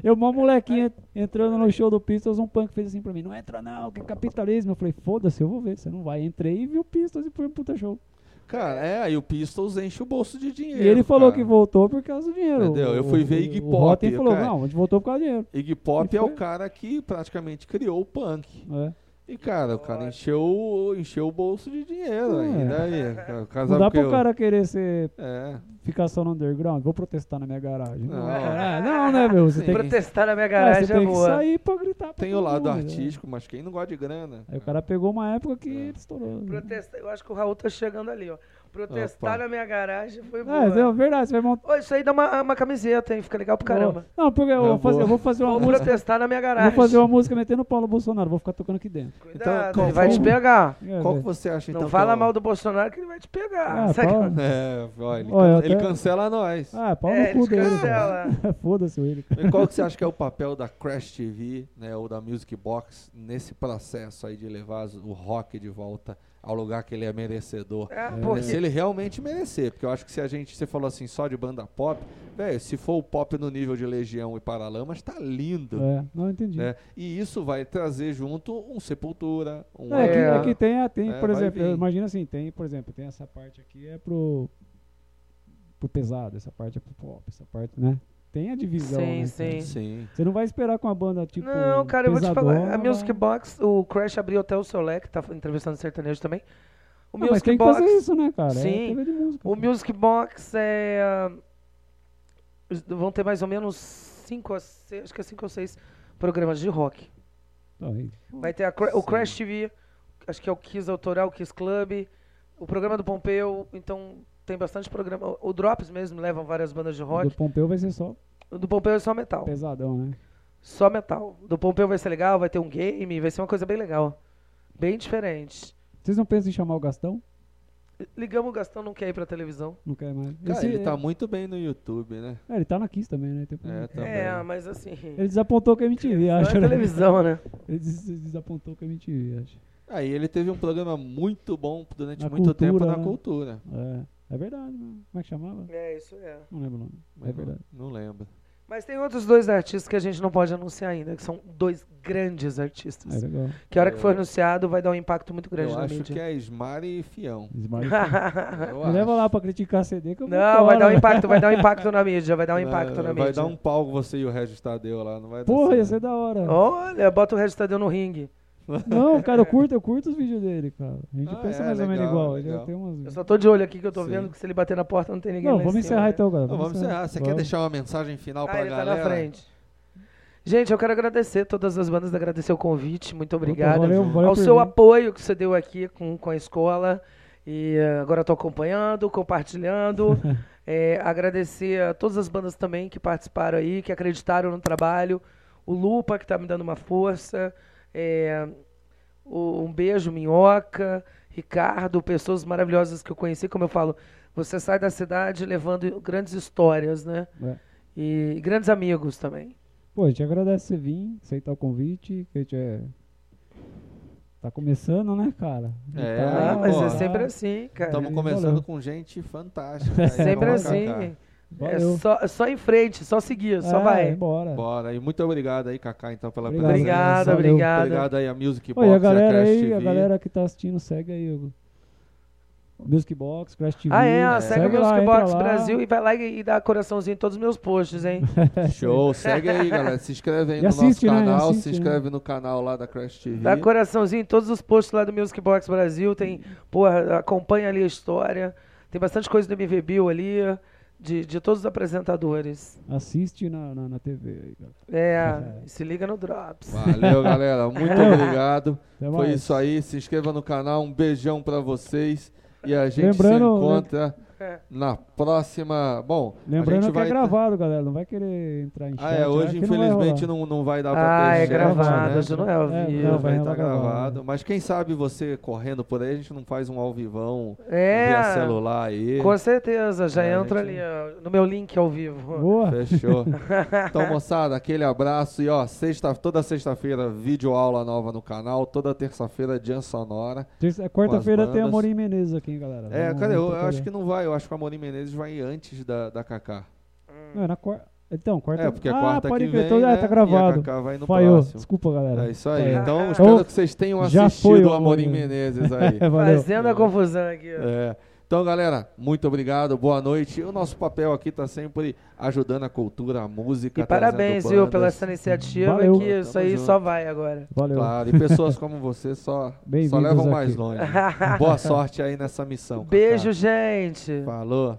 Speaker 2: Eu, mó molequinho
Speaker 1: É.
Speaker 2: entrando no show do Pistols, um punk fez assim pra mim: não entra não, que é capitalismo. Eu falei: foda-se, eu vou ver, você não vai. Entrei e vi o Pistols e foi um puta show.
Speaker 1: Cara, é, aí o Pistols enche o bolso de dinheiro.
Speaker 2: e ele falou
Speaker 1: cara.
Speaker 2: que voltou por causa do dinheiro.
Speaker 1: Entendeu? Eu fui ver Iggy
Speaker 2: o
Speaker 1: Pop,
Speaker 2: Rotten
Speaker 1: eu
Speaker 2: falou:
Speaker 1: caí.
Speaker 2: não, a gente voltou por causa do dinheiro.
Speaker 1: Iggy Pop
Speaker 2: E
Speaker 1: é o
Speaker 2: foi.
Speaker 1: cara que praticamente criou o punk.
Speaker 2: É.
Speaker 1: E, cara, o cara encheu, o- encheu o bolso de dinheiro.
Speaker 2: É.
Speaker 1: E daí? Cara, O cara
Speaker 2: Não
Speaker 1: sabe
Speaker 2: dá
Speaker 1: que
Speaker 2: pro
Speaker 1: é eu-
Speaker 2: cara querer ser,
Speaker 1: É.
Speaker 2: ficar só no underground, vou protestar na minha garagem.
Speaker 1: Não.
Speaker 2: é, não né, meu? Você
Speaker 1: Sim.
Speaker 2: tem que,
Speaker 3: Protestar na minha
Speaker 2: Ah, você
Speaker 3: garagem é
Speaker 2: tem que
Speaker 3: boa.
Speaker 2: sair pra gritar. pra
Speaker 1: Tem o
Speaker 2: todo
Speaker 1: lado
Speaker 2: mundo, né?
Speaker 1: artístico, É. mas quem não gosta de grana?
Speaker 2: Aí o cara pegou uma época que ele estourou. né?
Speaker 3: Protestar, eu acho que o Raul tá chegando ali, ó. Protestar
Speaker 1: Opa.
Speaker 3: na minha garagem foi
Speaker 2: É,
Speaker 3: boa.
Speaker 2: não, verdade, você vai montar.
Speaker 3: Ô, isso aí dá uma, uma camiseta, hein? Fica legal pro caramba.
Speaker 2: Não, porque eu,
Speaker 1: É
Speaker 2: vou fazer,
Speaker 1: boa.
Speaker 2: eu vou fazer uma
Speaker 3: Vou
Speaker 2: música.
Speaker 3: protestar na minha
Speaker 2: Vou
Speaker 3: garagem.
Speaker 2: fazer um- uma música metendo o pau no Bolsonaro, vou ficar tocando aqui dentro.
Speaker 3: Cuidado,
Speaker 1: Então, qual-
Speaker 3: ele vai te
Speaker 1: qual-
Speaker 3: pegar.
Speaker 2: É,
Speaker 1: Qual que
Speaker 2: velho.
Speaker 1: você acha, então?
Speaker 3: Não
Speaker 1: que
Speaker 3: fala
Speaker 1: é o-
Speaker 3: mal do Bolsonaro que ele vai te pegar.
Speaker 2: Ah,
Speaker 3: Sabe?
Speaker 2: pau,
Speaker 1: *laughs* É, ó, ele,
Speaker 2: Olha, eu
Speaker 1: ele
Speaker 2: até-
Speaker 1: cancela nós.
Speaker 2: ah, pau
Speaker 3: É,
Speaker 2: no
Speaker 3: ele
Speaker 2: cu dele.
Speaker 3: cancela.
Speaker 2: velho. *laughs* Foda-se ele.
Speaker 1: E qual que você acha que é o papel da Crash TV, né, ou da Music Box nesse processo aí de levar as- o rock de volta ao lugar que ele é merecedor?
Speaker 3: Ah,
Speaker 2: É.
Speaker 1: Né, Se
Speaker 3: porque...
Speaker 1: ele realmente merecer, porque eu acho que se a gente, você falou assim, só de banda pop, velho, se for o pop no nível de Legião e Paralamas, tá lindo,
Speaker 2: É, não entendi.
Speaker 1: né? E isso vai trazer junto um Sepultura, um...
Speaker 2: É, que,
Speaker 3: É.
Speaker 2: é que tem, a- tem
Speaker 1: É,
Speaker 2: por
Speaker 1: vai
Speaker 2: exemplo,
Speaker 1: vir.
Speaker 2: eu imagino assim, tem, por exemplo, tem essa parte aqui é pro, pro pesado, essa parte é pro pop, essa parte, né? Tem a divisão,
Speaker 3: Sim,
Speaker 2: né,
Speaker 3: sim.
Speaker 2: cara?
Speaker 1: Sim.
Speaker 2: Você não vai esperar com a banda, tipo,
Speaker 3: não, cara, eu vou te falar. A
Speaker 2: pesadona, né?
Speaker 3: Music
Speaker 2: vai-
Speaker 3: Box, o Crash abriu até o seu leque, tá entrevistando sertanejo também. O
Speaker 2: Não, Ah, mas
Speaker 3: Music
Speaker 2: tem que
Speaker 3: Box.
Speaker 2: fazer isso, né, cara?
Speaker 3: Sim.
Speaker 2: É TV de música.
Speaker 3: O Music Box é. os- Vão ter mais ou menos cinco a seis, acho que é cinco ou seis programas de rock.
Speaker 2: Então, aí,
Speaker 3: Vai ter a Cra- o
Speaker 1: Sim.
Speaker 3: Crash TV, acho que é o Kiss Autoral, o Kiss Club, o programa do Pompeu, então tem bastante programa. O Drops mesmo levam várias bandas de
Speaker 2: O
Speaker 3: rock.
Speaker 2: do Pompeu vai ser só
Speaker 3: O do Pompeu é só metal.
Speaker 2: pesadão, né?
Speaker 3: Só metal. O do Pompeu vai ser legal, vai ter um game, vai ser uma coisa bem legal. Bem diferente.
Speaker 2: Vocês não pensam em chamar o Gastão?
Speaker 3: Ligamos o Gastão, não quer ir pra televisão.
Speaker 2: Não quer mais.
Speaker 1: Cara,
Speaker 2: Esse-
Speaker 1: ele tá muito bem no YouTube, né?
Speaker 2: é, ele tá na Kiss também, né? Tem problema.
Speaker 1: É, também.
Speaker 3: É, mas assim.
Speaker 2: Ele desapontou com a MTV,
Speaker 3: Não é
Speaker 2: acho. né?
Speaker 3: televisão, né?
Speaker 2: Ele des- desapontou com a MTV, acho.
Speaker 1: Aí ele teve um programa muito bom durante
Speaker 2: Na
Speaker 1: muito tempo
Speaker 2: cultura,
Speaker 1: na
Speaker 2: né?
Speaker 1: cultura.
Speaker 2: É, é verdade, né? Como é que chamava?
Speaker 3: É, isso é.
Speaker 2: Não lembro o nome.
Speaker 1: Mas
Speaker 2: é verdade.
Speaker 1: Não, não lembro.
Speaker 3: Mas tem outros dois artistas que a gente não pode anunciar ainda, que são dois grandes artistas.
Speaker 2: É legal.
Speaker 3: Que a hora que for anunciado vai dar um impacto muito grande
Speaker 1: eu
Speaker 3: na
Speaker 1: acho
Speaker 3: mídia.
Speaker 1: que é Smari e Fião.
Speaker 2: *laughs* Smart.
Speaker 1: Eu
Speaker 2: Me
Speaker 1: acho.
Speaker 2: leva Ah, lá pra criticar CD que eu vou né?
Speaker 3: Não, vai
Speaker 2: embora,
Speaker 3: dar um
Speaker 2: velho.
Speaker 3: impacto, vai dar um impacto na mídia, vai dar um
Speaker 1: Não,
Speaker 3: impacto na mídia.
Speaker 1: Vai dar um pau você e o Regis Tadeu lá, não vai dar
Speaker 2: Porra, ia
Speaker 1: certo.
Speaker 2: ser da hora.
Speaker 3: Olha, bota o Registadeu no ringue.
Speaker 2: Não, cara, eu curto, eu curto os vídeos dele, cara. A gente
Speaker 1: Ah,
Speaker 2: pensa
Speaker 1: é,
Speaker 2: mais ou menos
Speaker 1: legal,
Speaker 2: igual.
Speaker 1: legal.
Speaker 2: Já tem umas...
Speaker 3: Eu só tô de olho aqui que eu tô
Speaker 1: Sim.
Speaker 3: vendo que se ele bater na porta não tem ninguém
Speaker 2: Não,
Speaker 3: lá em
Speaker 2: vamos
Speaker 3: cima,
Speaker 2: encerrar
Speaker 3: né?
Speaker 2: então, galera.
Speaker 1: Não, vamos encerrar. Você quer
Speaker 2: Vamos.
Speaker 1: deixar uma mensagem final
Speaker 3: Ah,
Speaker 1: pra
Speaker 3: ele
Speaker 1: galera?
Speaker 3: tá na frente. Gente, eu quero agradecer todas as bandas, agradecer o convite, muito obrigado.
Speaker 2: Valeu, valeu
Speaker 3: ao
Speaker 2: por
Speaker 3: seu
Speaker 2: vir.
Speaker 3: apoio que você deu aqui com, com a escola. E eh, agora estou acompanhando, compartilhando. Eh, agradecer a todas as bandas também que participaram aí, que acreditaram no trabalho. O Lupa, que está me dando uma força. Eh, o- um beijo, Minhoca, Ricardo, pessoas maravilhosas que eu conheci. Como eu falo, você sai da cidade levando grandes histórias, né?
Speaker 2: É.
Speaker 3: E grandes amigos também.
Speaker 2: Pô, a gente agradece você vir, aceitar o convite, que a gente é... Tá começando, né, cara?
Speaker 1: É,
Speaker 2: Tá-
Speaker 3: Ah, mas
Speaker 1: pô.
Speaker 3: é sempre assim, cara.
Speaker 1: Estamos
Speaker 2: Valeu.
Speaker 1: começando com gente fantástica. aí,
Speaker 3: Sempre
Speaker 1: vamos pra cá.
Speaker 3: assim. É
Speaker 2: Valeu.
Speaker 3: só, é só em frente, só seguir, só
Speaker 2: É,
Speaker 3: vai.
Speaker 2: Bora.
Speaker 1: Bora. E muito obrigado aí, Kaká, então, pela
Speaker 2: Obrigado.
Speaker 3: Obrigado,
Speaker 1: presença.
Speaker 2: Valeu.
Speaker 3: obrigado.
Speaker 1: Obrigado aí a Music Box
Speaker 2: Oi, a
Speaker 1: e
Speaker 2: galera
Speaker 1: a é Crash
Speaker 2: aí,
Speaker 1: TV.
Speaker 2: a galera que tá assistindo, segue aí o Music Box, Crash TV.
Speaker 3: Ah, é, ó, segue o
Speaker 2: lá,
Speaker 3: Music
Speaker 2: entra
Speaker 3: Box
Speaker 2: lá.
Speaker 3: Brasil e vai lá e, e dá coraçãozinho em todos os meus posts, hein?
Speaker 1: Show, segue aí, galera. Se inscreve aí
Speaker 2: é assim. *laughs* E
Speaker 1: no
Speaker 2: assiste, né?
Speaker 1: nosso canal,
Speaker 2: Assiste,
Speaker 1: se
Speaker 2: né?
Speaker 1: inscreve no canal lá da Crash TV.
Speaker 3: Dá coraçãozinho em todos os posts lá do Music Box Brasil. Tem, porra, acompanha ali a história. Tem bastante coisa do MV Bill ali, de, de todos os apresentadores.
Speaker 2: Assiste na, na, na TV aí, cara.
Speaker 3: É, se liga no Drops.
Speaker 1: Valeu, galera.
Speaker 2: *laughs*
Speaker 1: Muito obrigado.
Speaker 2: Até
Speaker 1: Foi
Speaker 2: mais.
Speaker 1: isso aí. Se inscreva no canal. Um beijão pra vocês. E a gente
Speaker 2: Lembrando, né?
Speaker 1: se encontra
Speaker 3: É.
Speaker 1: na próxima. Bom, a
Speaker 2: Lembrando
Speaker 1: gente
Speaker 2: que
Speaker 1: vai
Speaker 2: é gravado, galera. Não vai querer entrar em chat. né?
Speaker 1: Ah, é, hoje
Speaker 2: aqui não vai
Speaker 1: infelizmente
Speaker 2: rolar.
Speaker 1: não, não vai dar pra ter
Speaker 3: Ah, é
Speaker 1: chat,
Speaker 3: gravado,
Speaker 1: né?
Speaker 3: hoje não é ao
Speaker 2: É,
Speaker 1: Não,
Speaker 2: não,
Speaker 1: vai
Speaker 3: vivo.
Speaker 2: vai
Speaker 1: estar
Speaker 2: rolar
Speaker 1: gravado.
Speaker 2: gravado.
Speaker 1: Mas quem sabe você correndo por aí, a gente não faz um ao vivão via
Speaker 3: É,
Speaker 1: celular aí.
Speaker 3: com certeza. Já
Speaker 1: É, a
Speaker 3: entra
Speaker 1: gente-
Speaker 3: ali ó, no meu link ao vivo.
Speaker 2: Boa.
Speaker 1: Fechou.
Speaker 3: *laughs*
Speaker 1: Então, moçada, aquele abraço. E ó, sexta, toda sexta-feira, videoaula nova no canal. Toda terça-feira, Dia Sonora.
Speaker 2: Terça- é, Quarta-feira
Speaker 1: com as
Speaker 2: tem a
Speaker 1: bandas.
Speaker 2: Morim Menezes aqui, hein, galera.
Speaker 1: É,
Speaker 2: Vamos-
Speaker 1: cara, eu,
Speaker 2: vamos
Speaker 1: eu
Speaker 2: procurar.
Speaker 1: acho que não vai. Eu acho que a Moni Menezes vai antes da, da Kaká.
Speaker 2: Não, é na quarta. Então, quarta.
Speaker 1: É, porque a
Speaker 2: ah,
Speaker 1: quarta
Speaker 2: pode
Speaker 1: que
Speaker 2: crer,
Speaker 1: vem,
Speaker 2: então,
Speaker 1: né?
Speaker 2: ah, tá
Speaker 1: E a
Speaker 2: gravado.
Speaker 1: Kaká vai no
Speaker 2: Falhou.
Speaker 1: próximo.
Speaker 2: Desculpa, galera.
Speaker 1: É
Speaker 2: *laughs*
Speaker 1: isso aí.
Speaker 2: Falhou.
Speaker 3: Ah,
Speaker 1: Então,
Speaker 2: Então,
Speaker 1: espero que vocês tenham
Speaker 2: já foi
Speaker 1: assistido
Speaker 2: o
Speaker 1: a Moni
Speaker 2: Amorim.
Speaker 1: Menezes aí.
Speaker 2: *laughs* É, valeu.
Speaker 3: Fazendo a confusão aqui. ó.
Speaker 1: É. Então, galera, muito obrigado, boa noite. O nosso papel aqui tá sempre ajudando a cultura, a música.
Speaker 3: E parabéns,
Speaker 1: trazendo
Speaker 3: viu,
Speaker 1: bandas.
Speaker 3: pela essa iniciativa,
Speaker 2: Valeu.
Speaker 3: que isso
Speaker 1: Tamo
Speaker 3: aí
Speaker 1: junto.
Speaker 3: só vai agora.
Speaker 2: Valeu.
Speaker 1: Claro, e pessoas como você só, só
Speaker 2: Bem-vindos
Speaker 1: levam
Speaker 2: aqui.
Speaker 3: *laughs*
Speaker 1: mais longe. Boa sorte aí nessa missão. Kaká.
Speaker 3: Beijo, gente.
Speaker 1: Falou.